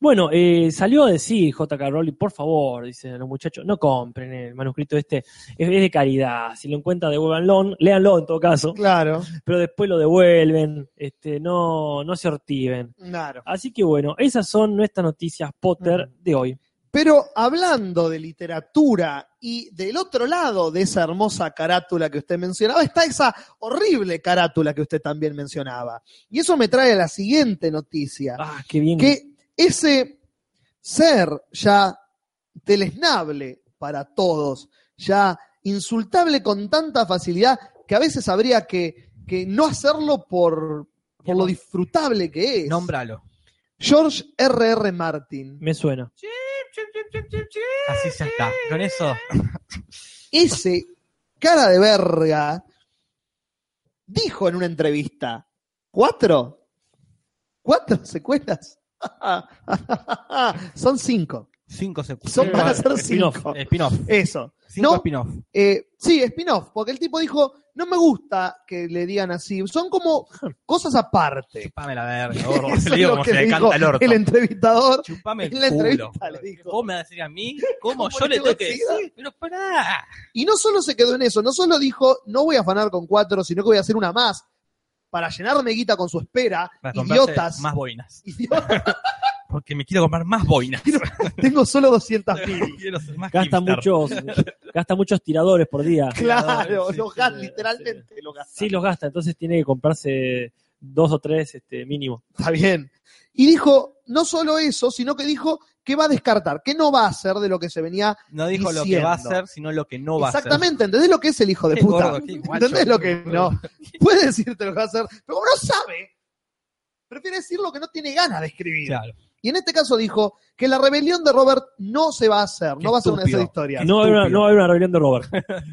[SPEAKER 2] Bueno, eh, salió a decir J.K. Rowling, por favor, dicen los muchachos, no compren el manuscrito este, es, es de caridad, si lo encuentran devuélvanlo, léanlo en todo caso,
[SPEAKER 1] Claro,
[SPEAKER 2] pero después lo devuelven, este, no, no se ortiven.
[SPEAKER 1] claro.
[SPEAKER 2] Así que bueno, esas son nuestras noticias Potter
[SPEAKER 4] Mm.
[SPEAKER 2] de hoy.
[SPEAKER 1] Pero hablando de literatura y del otro lado de esa hermosa carátula que usted mencionaba, está esa horrible carátula que usted también mencionaba. Y eso me trae a la siguiente noticia,
[SPEAKER 2] Ah, qué bien.
[SPEAKER 1] que ese ser ya deleznable para todos, ya insultable con tanta facilidad que a veces habría que, que no hacerlo por, por lo disfrutable que es.
[SPEAKER 4] Nómbralo.
[SPEAKER 1] George R.R. Martin.
[SPEAKER 2] Me suena.
[SPEAKER 4] Así ya está. Con eso.
[SPEAKER 1] ese cara de verga dijo en una entrevista, ¿cuatro? ¿Cuatro secuelas? *laughs* Son cinco.
[SPEAKER 4] Cinco secuencias.
[SPEAKER 1] Son para ser
[SPEAKER 2] spin-off.
[SPEAKER 1] cinco.
[SPEAKER 4] Spin-off. eh.
[SPEAKER 1] Eso.
[SPEAKER 4] Cinco
[SPEAKER 1] No.
[SPEAKER 4] spin-off.
[SPEAKER 1] Eh, sí, spin-off, porque el tipo dijo, no me gusta que le digan así. Son como cosas
[SPEAKER 4] *laughs*
[SPEAKER 1] aparte.
[SPEAKER 4] Chupame la verga,
[SPEAKER 1] *laughs*
[SPEAKER 4] gordo.
[SPEAKER 1] Eso es
[SPEAKER 4] Le digo
[SPEAKER 1] lo
[SPEAKER 4] como
[SPEAKER 1] que
[SPEAKER 4] se
[SPEAKER 1] le
[SPEAKER 4] le
[SPEAKER 1] dijo
[SPEAKER 4] canta el orto.
[SPEAKER 1] el entrevistador.
[SPEAKER 4] Chupame el
[SPEAKER 1] en la
[SPEAKER 4] culo.
[SPEAKER 1] entrevista le dijo.
[SPEAKER 4] ¿Vos me vas a decir a mí cómo,
[SPEAKER 1] ¿Cómo
[SPEAKER 4] yo
[SPEAKER 1] le
[SPEAKER 4] le tengo que
[SPEAKER 1] tengo que
[SPEAKER 4] decir? Pero pará.
[SPEAKER 1] Y no solo se quedó en eso, no solo dijo, no voy a afanar con cuatro, sino que voy a hacer una más para llenarme guita con su espera.
[SPEAKER 4] Para comprarse
[SPEAKER 1] Idiotas.
[SPEAKER 4] Más boinas.
[SPEAKER 1] Idiotas. *laughs*
[SPEAKER 4] Porque me quiero comprar más boinas. *laughs*
[SPEAKER 1] Quiero- Tengo solo 200 mil.
[SPEAKER 4] Quiero ser más
[SPEAKER 2] Gasta
[SPEAKER 4] hipster.
[SPEAKER 2] muchos,
[SPEAKER 4] *laughs*
[SPEAKER 2] gasta muchos tiradores por día.
[SPEAKER 1] Claro,
[SPEAKER 2] Sí,
[SPEAKER 1] los
[SPEAKER 2] sí,
[SPEAKER 1] gas-
[SPEAKER 2] sí.
[SPEAKER 1] literalmente los gas.
[SPEAKER 2] Sí, los gasta, entonces tiene que comprarse dos o tres este, mínimo.
[SPEAKER 1] Está bien. Y dijo, no solo eso, sino que dijo que va a descartar, que no va a hacer de lo que se venía.
[SPEAKER 4] No dijo lo que
[SPEAKER 1] Diciendo.
[SPEAKER 4] va a hacer, sino lo que no va a hacer.
[SPEAKER 1] Exactamente, ¿entendés lo que es el hijo de
[SPEAKER 4] Qué
[SPEAKER 1] puta?
[SPEAKER 4] gordo, qué guacho.
[SPEAKER 1] ¿Entendés lo que no? Puede decirte lo que va a hacer, pero como no sabe, prefiere decir lo que no tiene ganas de escribir.
[SPEAKER 4] Claro.
[SPEAKER 1] Y en este caso dijo que la rebelión de Robert no se va a hacer,
[SPEAKER 4] Qué
[SPEAKER 1] no va a ser una de esas
[SPEAKER 4] estúpido.
[SPEAKER 1] historias.
[SPEAKER 2] No va, a haber una,
[SPEAKER 4] estúpido.
[SPEAKER 2] no va a haber una rebelión de
[SPEAKER 4] *laughs*
[SPEAKER 2] Robert.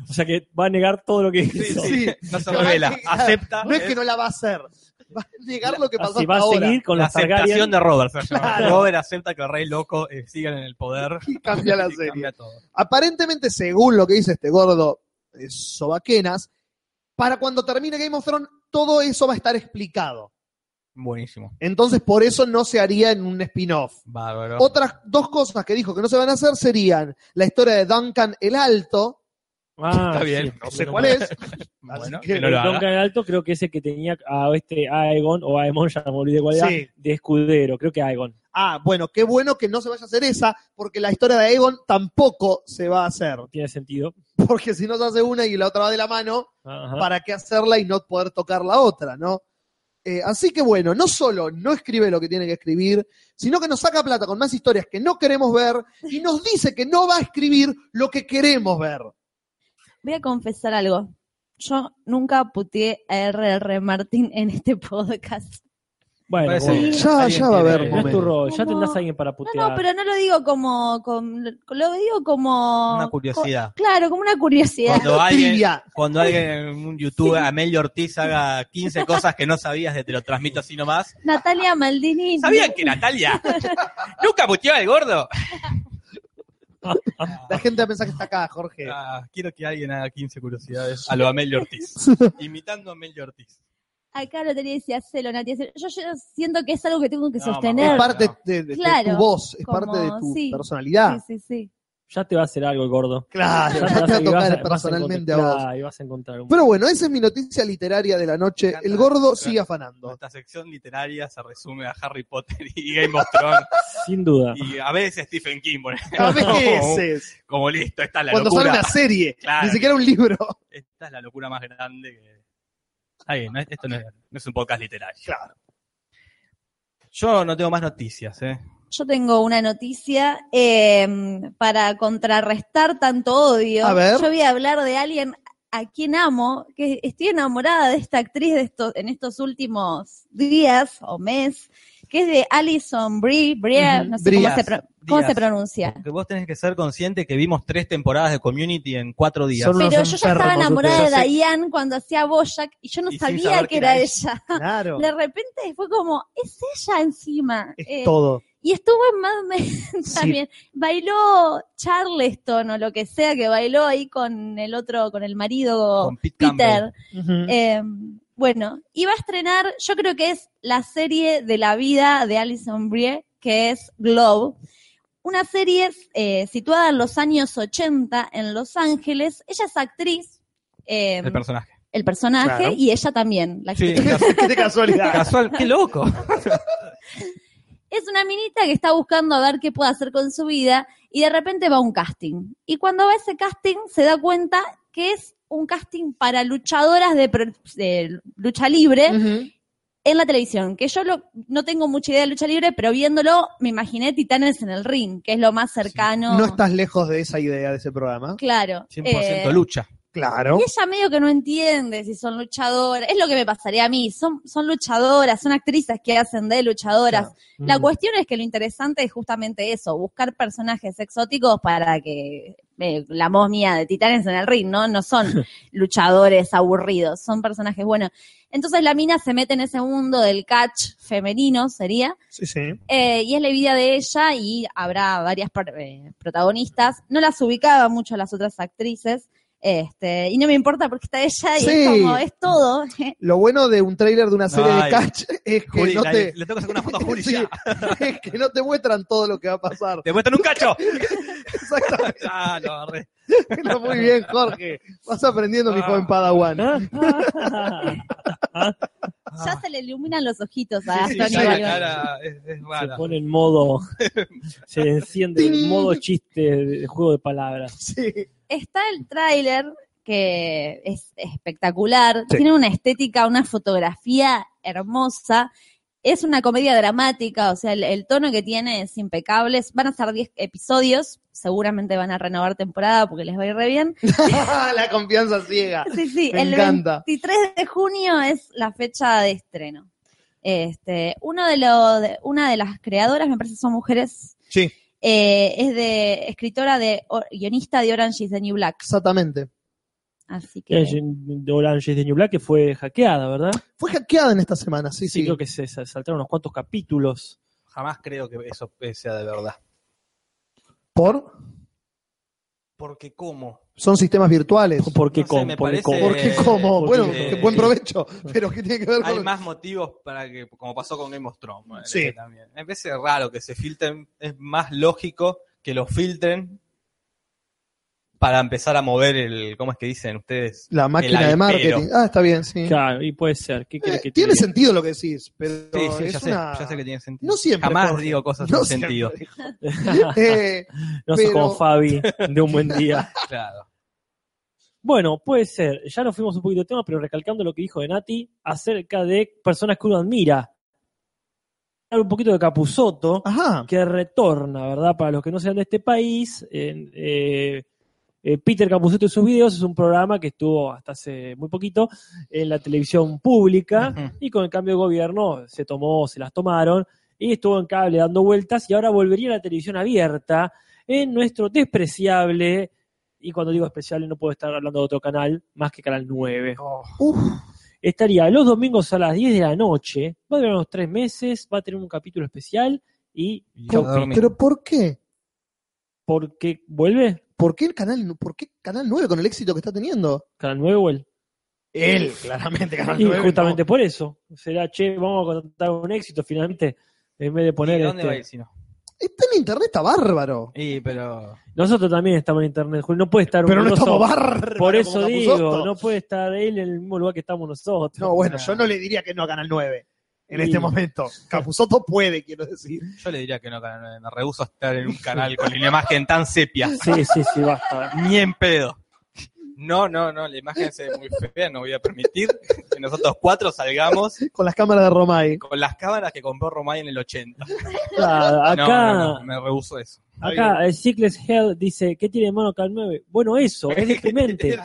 [SPEAKER 2] O sea que va a negar todo lo que hizo.
[SPEAKER 1] sí.
[SPEAKER 4] No se revela.
[SPEAKER 1] Claro,
[SPEAKER 4] Acepta.
[SPEAKER 1] No es que no la va a hacer, va a negar lo que pasó
[SPEAKER 2] Así
[SPEAKER 1] hasta
[SPEAKER 2] va a
[SPEAKER 1] ahora.
[SPEAKER 2] seguir con
[SPEAKER 4] la
[SPEAKER 2] los Targaryen.
[SPEAKER 4] aceptación de Robert. se llama.
[SPEAKER 1] *laughs* Claro.
[SPEAKER 4] *laughs* Robert acepta que el rey loco eh, sigan en el poder.
[SPEAKER 1] Y cambia la
[SPEAKER 4] *laughs* Y
[SPEAKER 1] serie.
[SPEAKER 4] cambia todo.
[SPEAKER 1] aparentemente, según lo que dice este gordo eh, Sobaquenas, para cuando termine Game of Thrones, todo eso va a estar explicado.
[SPEAKER 4] Buenísimo.
[SPEAKER 1] Entonces, por eso no se haría en un spin-off.
[SPEAKER 4] Bárbaro.
[SPEAKER 1] Otras dos cosas que dijo que no se van a hacer serían la historia de Duncan el Alto,
[SPEAKER 2] Ah,
[SPEAKER 4] Está bien,
[SPEAKER 2] sí.
[SPEAKER 1] no sé cuál es,
[SPEAKER 4] bueno,
[SPEAKER 1] así que
[SPEAKER 4] que no lo
[SPEAKER 2] Don
[SPEAKER 4] haga.
[SPEAKER 2] Can Alto creo que ese que tenía a este Aegon o Aemon, ya me olvidé cuál era,
[SPEAKER 1] Sí.
[SPEAKER 2] de escudero, creo que Aegon.
[SPEAKER 1] Ah, bueno, qué bueno que no se vaya a hacer esa, porque la historia de Aegon tampoco se va a hacer. *laughs*
[SPEAKER 2] No tiene sentido.
[SPEAKER 1] Porque si no se hace una y la otra va de la mano,
[SPEAKER 2] Ajá.
[SPEAKER 1] para qué hacerla y no poder tocar la otra, ¿no? Eh, así que bueno, no solo no escribe lo que tiene que escribir, sino que nos saca plata con más historias que no queremos ver y nos dice que no va a escribir lo que queremos ver.
[SPEAKER 3] Voy a confesar algo. Yo nunca puteé a R.R. Martin *laughs* en este podcast.
[SPEAKER 2] Bueno,
[SPEAKER 4] Parece
[SPEAKER 2] como-
[SPEAKER 4] que
[SPEAKER 1] Ya-
[SPEAKER 4] alguien
[SPEAKER 1] ya va a
[SPEAKER 4] tiene-
[SPEAKER 1] haber
[SPEAKER 2] no es tu rol, ya
[SPEAKER 3] Como-
[SPEAKER 2] tendrás a alguien para
[SPEAKER 3] No,
[SPEAKER 2] putear.
[SPEAKER 3] no, pero no lo digo como, con- lo digo como...
[SPEAKER 4] Una curiosidad.
[SPEAKER 3] co- claro, como una curiosidad.
[SPEAKER 4] Cuando alguien,
[SPEAKER 1] Trivia.
[SPEAKER 4] cuando alguien, un youtuber, Amelio Ortiz, haga 15 cosas que no sabías, de te lo transmito así nomás.
[SPEAKER 3] Natalia Maldini.
[SPEAKER 4] ¿Sabían que Natalia nunca puteaba
[SPEAKER 1] *laughs*
[SPEAKER 4] al gordo?
[SPEAKER 1] La gente va a pensar que está acá, Jorge.
[SPEAKER 4] Ah, quiero que alguien haga 15 curiosidades a lo Amelio Ortiz. Imitando a Amelio Ortiz.
[SPEAKER 3] Acá lo tenía decía Celo, Nati. hacelo. Yo, yo siento que es algo que tengo que
[SPEAKER 4] No,
[SPEAKER 1] Es
[SPEAKER 3] sostener.
[SPEAKER 4] mamá.
[SPEAKER 1] parte de, de- de
[SPEAKER 3] Claro,
[SPEAKER 1] tu voz, es
[SPEAKER 3] como-
[SPEAKER 1] parte de tu
[SPEAKER 3] sí.
[SPEAKER 1] personalidad.
[SPEAKER 3] Sí, sí, sí.
[SPEAKER 2] Ya te va a hacer algo el gordo.
[SPEAKER 1] Claro,
[SPEAKER 2] Ya
[SPEAKER 1] Ah, ya te va a
[SPEAKER 2] y vas
[SPEAKER 1] tocar
[SPEAKER 2] vas
[SPEAKER 1] personalmente a
[SPEAKER 2] encontrar-
[SPEAKER 1] vos.
[SPEAKER 2] y vas a encontrar un...
[SPEAKER 1] Pero bueno, esa es mi noticia literaria de la noche. El gordo sigue
[SPEAKER 4] *laughs*
[SPEAKER 1] afanando.
[SPEAKER 4] Nuestra sección literaria se resume a Harry Potter y Game of Thrones.
[SPEAKER 2] Sin duda.
[SPEAKER 4] y a veces Stephen King, por ejemplo.
[SPEAKER 1] A veces,
[SPEAKER 4] Como listo, esta es la
[SPEAKER 1] cuando sale
[SPEAKER 4] locura.
[SPEAKER 1] una serie,
[SPEAKER 4] Claro.
[SPEAKER 1] ni siquiera un libro.
[SPEAKER 4] Esta es la locura más grande que. Está bien, no es- esto no es, no es un podcast literario.
[SPEAKER 1] Claro.
[SPEAKER 4] Yo no tengo más noticias, ¿eh?
[SPEAKER 3] Yo tengo una noticia eh, para contrarrestar tanto odio.
[SPEAKER 1] A ver.
[SPEAKER 3] Yo voy a hablar de alguien a quien amo, que estoy enamorada de esta actriz de esto- en estos últimos días o mes, que es de Alison Brie, Brie,
[SPEAKER 1] Ujú.
[SPEAKER 3] no sé cómo,
[SPEAKER 1] Brías,
[SPEAKER 3] se, pro- cómo
[SPEAKER 4] Díaz.
[SPEAKER 3] se pronuncia.
[SPEAKER 4] Porque vos tenés que ser consciente que vimos tres temporadas de Community en cuatro días.
[SPEAKER 2] Son-
[SPEAKER 3] Pero
[SPEAKER 2] unos
[SPEAKER 3] yo ya estaba
[SPEAKER 2] enfermos
[SPEAKER 3] enamorada
[SPEAKER 2] ustedes.
[SPEAKER 3] de Diane cuando hacía Boyack y yo no
[SPEAKER 4] Y sin
[SPEAKER 3] sabía
[SPEAKER 4] saber
[SPEAKER 3] que
[SPEAKER 4] que era
[SPEAKER 3] era ella.
[SPEAKER 1] Claro.
[SPEAKER 3] De repente fue como, es ella encima. Eh,
[SPEAKER 1] Es todo.
[SPEAKER 3] Y estuvo en Mad Men *laughs*
[SPEAKER 1] Sí.
[SPEAKER 3] también. Bailó Charleston o lo que sea que bailó ahí con el otro, con el marido
[SPEAKER 4] Con Pete
[SPEAKER 3] Peter.
[SPEAKER 1] Ujú.
[SPEAKER 3] Eh, Bueno, iba a estrenar, yo creo que es la serie de la vida de Alison Brie, que es Globe. Una serie eh, situada en los años 80 en Los Ángeles. Ella es actriz, eh,
[SPEAKER 4] El
[SPEAKER 3] el,
[SPEAKER 4] personaje.
[SPEAKER 3] personaje,
[SPEAKER 1] Claro.
[SPEAKER 3] y ella también, la
[SPEAKER 4] Sí,
[SPEAKER 3] actriz.
[SPEAKER 1] *laughs*
[SPEAKER 3] *laughs*
[SPEAKER 1] Qué casualidad.
[SPEAKER 4] casual. ¡Qué loco!
[SPEAKER 3] Es una minita que está buscando a ver qué puede hacer con su vida y de repente va a un casting. Y cuando va a ese casting se da cuenta que es un casting para luchadoras de, pro- de lucha libre
[SPEAKER 1] Ujú.
[SPEAKER 3] en la televisión. Que yo lo- no tengo mucha idea de lucha libre, pero viéndolo me imaginé Titanes en el ring, que es lo más cercano.
[SPEAKER 1] No estás lejos de esa idea de ese programa.
[SPEAKER 3] Claro.
[SPEAKER 4] 100%
[SPEAKER 3] eh,
[SPEAKER 4] lucha.
[SPEAKER 1] Claro.
[SPEAKER 3] y ella medio que no entiende si son luchadoras. Es lo que me pasaría a mí. Son, son luchadoras, son actrices que hacen de luchadoras. *laughs*
[SPEAKER 4] Mm.
[SPEAKER 3] La
[SPEAKER 2] *laughs*
[SPEAKER 3] cuestión es que lo interesante es justamente eso, buscar personajes exóticos para que eh, la momia de titanes en el ring, ¿no? No
[SPEAKER 4] *laughs*
[SPEAKER 3] son luchadores aburridos, son personajes buenos. Entonces la mina se mete en ese mundo del catch femenino, sería,
[SPEAKER 1] Sí, sí.
[SPEAKER 3] eh, y es la vida de ella y habrá varias par- eh, protagonistas. No las ubicaba mucho a las otras actrices, este, y no me importa porque está ella y
[SPEAKER 1] Sí.
[SPEAKER 3] es como, es todo. *laughs*
[SPEAKER 1] Lo bueno de un tráiler de una serie de
[SPEAKER 4] Ay.
[SPEAKER 1] catch es que
[SPEAKER 4] Juli,
[SPEAKER 1] no
[SPEAKER 4] la-
[SPEAKER 1] te.
[SPEAKER 4] le tengo que sacar una foto a
[SPEAKER 1] *laughs*
[SPEAKER 4] Juli
[SPEAKER 1] Sí,
[SPEAKER 4] ya.
[SPEAKER 1] es que no te muestran todo lo que va a
[SPEAKER 4] *laughs*
[SPEAKER 1] pasar.
[SPEAKER 4] ¡Te muestran un cacho!
[SPEAKER 1] Exactamente.
[SPEAKER 4] ah, lo agarré.
[SPEAKER 1] No, muy bien, Jorge. Vas aprendiendo, mi
[SPEAKER 4] Ah.
[SPEAKER 1] joven Padawan.
[SPEAKER 2] ah,
[SPEAKER 3] ya se le iluminan los ojitos a
[SPEAKER 4] Ah. Sí,
[SPEAKER 3] Antonio.
[SPEAKER 4] ya la
[SPEAKER 3] Balboni.
[SPEAKER 4] cara es, es
[SPEAKER 2] se
[SPEAKER 4] rara.
[SPEAKER 2] pone en
[SPEAKER 4] *laughs*
[SPEAKER 2] modo, se enciende el
[SPEAKER 1] Ting.
[SPEAKER 2] modo chiste de de juego de palabras.
[SPEAKER 1] Sí. *laughs*
[SPEAKER 3] está el tráiler que es espectacular,
[SPEAKER 1] Sí.
[SPEAKER 3] tiene una estética, una fotografía hermosa, es una comedia dramática, o sea, el, el tono que tiene es impecable, van a ser 10 episodios, seguramente van a renovar temporada porque les va a ir re bien.
[SPEAKER 1] La confianza ciega.
[SPEAKER 3] Sí, sí,
[SPEAKER 1] Ah, Me
[SPEAKER 3] el
[SPEAKER 1] encanta.
[SPEAKER 3] 23 de junio es la fecha de estreno. Este, uno de lo, de- una de las creadoras, me parece, son mujeres.
[SPEAKER 1] Sí.
[SPEAKER 3] Eh, es de escritora de o- guionista de Orange is the New Black.
[SPEAKER 1] Exactamente.
[SPEAKER 3] Así que
[SPEAKER 2] Eh, de Orange is the New Black que fue hackeada, ¿verdad?
[SPEAKER 1] Fue hackeada en esta semana, sí, sí.
[SPEAKER 2] creo que se sa- saltaron unos cuantos capítulos.
[SPEAKER 4] Jamás creo que eso sea de verdad.
[SPEAKER 1] ¿Por?
[SPEAKER 4] Porque ¿cómo?
[SPEAKER 1] Son sistemas virtuales.
[SPEAKER 2] ¿Por qué
[SPEAKER 4] No sé,
[SPEAKER 2] con?
[SPEAKER 4] me
[SPEAKER 2] ¿Por qué
[SPEAKER 4] parece-
[SPEAKER 2] con?
[SPEAKER 1] ¿Por qué
[SPEAKER 4] Eh,
[SPEAKER 1] cómo?
[SPEAKER 2] porque-
[SPEAKER 1] bueno,
[SPEAKER 4] eh,
[SPEAKER 1] que buen provecho. Pero ¿qué tiene que ver
[SPEAKER 4] Hay
[SPEAKER 1] con...?
[SPEAKER 4] más motivos para que, como pasó con Game of Thrones. eh,
[SPEAKER 1] Sí.
[SPEAKER 4] También. Me parece raro que se filtren, es más lógico que lo filtren para empezar a mover el, ¿cómo es que dicen ustedes?
[SPEAKER 1] La máquina
[SPEAKER 4] el
[SPEAKER 1] de
[SPEAKER 4] avispero.
[SPEAKER 1] marketing. Ah, está bien, sí.
[SPEAKER 2] Claro, y puede ser. ¿Qué quiere
[SPEAKER 1] Eh,
[SPEAKER 2] que te
[SPEAKER 1] tiene
[SPEAKER 2] diga?
[SPEAKER 1] sentido lo que decís, pero
[SPEAKER 4] Sí, sí,
[SPEAKER 1] es
[SPEAKER 4] ya, sé,
[SPEAKER 1] una-
[SPEAKER 4] ya sé que tiene sentido.
[SPEAKER 1] No siempre.
[SPEAKER 4] Jamás
[SPEAKER 1] Jorge.
[SPEAKER 4] digo cosas
[SPEAKER 1] *laughs* No
[SPEAKER 4] sin
[SPEAKER 1] siempre,
[SPEAKER 4] sentido.
[SPEAKER 1] hijo. *laughs*
[SPEAKER 2] *laughs*
[SPEAKER 1] Eh,
[SPEAKER 2] no sé,
[SPEAKER 1] pero-
[SPEAKER 2] como Fabi, de un buen día.
[SPEAKER 4] Claro.
[SPEAKER 2] Bueno, puede ser. Ya nos fuimos un poquito de tema, pero recalcando lo que dijo de Nati acerca de personas que uno admira. Hablar un poquito de Capusoto,
[SPEAKER 1] ajá.
[SPEAKER 2] que retorna, ¿verdad? Para los que no sean de este país, en, eh, eh, Peter Capusoto y sus videos es un programa que estuvo hasta hace muy poquito en la televisión pública
[SPEAKER 4] Ujú.
[SPEAKER 2] y con el cambio de gobierno se tomó, se las tomaron y estuvo en cable dando vueltas y ahora volvería a la televisión abierta en nuestro despreciable, y cuando digo despreciable no puedo estar hablando de otro canal más que Canal 9.
[SPEAKER 1] Uf,
[SPEAKER 2] Estaría los domingos a las 10 de la noche, va a durar unos tres meses, va a tener un capítulo especial y...
[SPEAKER 4] Y
[SPEAKER 2] chau,
[SPEAKER 4] a dormir.
[SPEAKER 1] pero ¿por qué?
[SPEAKER 2] porque vuelve
[SPEAKER 1] ¿Por qué el canal, por qué canal 9 con el éxito que está teniendo?
[SPEAKER 2] Canal 9 vuelve.
[SPEAKER 1] Él, claramente, Canal
[SPEAKER 2] Y
[SPEAKER 1] 9.
[SPEAKER 2] justamente por eso. Será, che, vamos a contar un éxito finalmente. En vez de poner.
[SPEAKER 4] ¿Y dónde
[SPEAKER 2] este-
[SPEAKER 4] va a ir si no?
[SPEAKER 1] Está en internet, está bárbaro.
[SPEAKER 4] Y, pero...
[SPEAKER 2] Nosotros también estamos en internet, Julio. No puede estar
[SPEAKER 1] Pero no
[SPEAKER 2] uno
[SPEAKER 1] estamos
[SPEAKER 2] solo.
[SPEAKER 1] bárbaros.
[SPEAKER 2] Por
[SPEAKER 1] como
[SPEAKER 2] eso
[SPEAKER 1] Capuzoto.
[SPEAKER 2] digo, no puede estar él en el mismo lugar que estamos nosotros.
[SPEAKER 1] No, bueno,
[SPEAKER 4] No.
[SPEAKER 1] yo no le diría que no a Canal 9 en
[SPEAKER 2] Y-
[SPEAKER 1] este
[SPEAKER 4] *laughs*
[SPEAKER 1] momento. Capuzoto puede, quiero decir.
[SPEAKER 4] Yo le diría que no, Canal 9. Me rehuso a estar en un canal con la imagen tan sepia.
[SPEAKER 2] Sí, sí, sí, basta.
[SPEAKER 4] Ni en pedo. No, no, no, la imagen se ve muy fea, no voy a permitir que nosotros cuatro salgamos
[SPEAKER 1] Con las cámaras de Romay.
[SPEAKER 4] con las cámaras que compró Romay en el 80.
[SPEAKER 2] Ah,
[SPEAKER 4] *laughs* No,
[SPEAKER 2] acá,
[SPEAKER 4] no, no, me rehuso eso.
[SPEAKER 2] acá, el Cycles Hell dice: ¿Qué tiene de mano Canal 9? Bueno, eso,
[SPEAKER 4] *laughs*
[SPEAKER 2] es deprimente.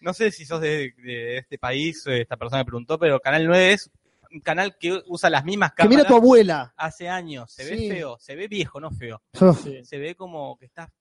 [SPEAKER 4] No sé si sos de, de este país, eh, esta persona me preguntó, pero Canal 9 es un canal que usa las mismas
[SPEAKER 1] Que mira
[SPEAKER 4] cámaras
[SPEAKER 1] a tu abuela.
[SPEAKER 4] hace años. Se ve
[SPEAKER 1] Sí.
[SPEAKER 4] feo, se ve viejo, no feo.
[SPEAKER 2] Sí.
[SPEAKER 4] Se ve como que está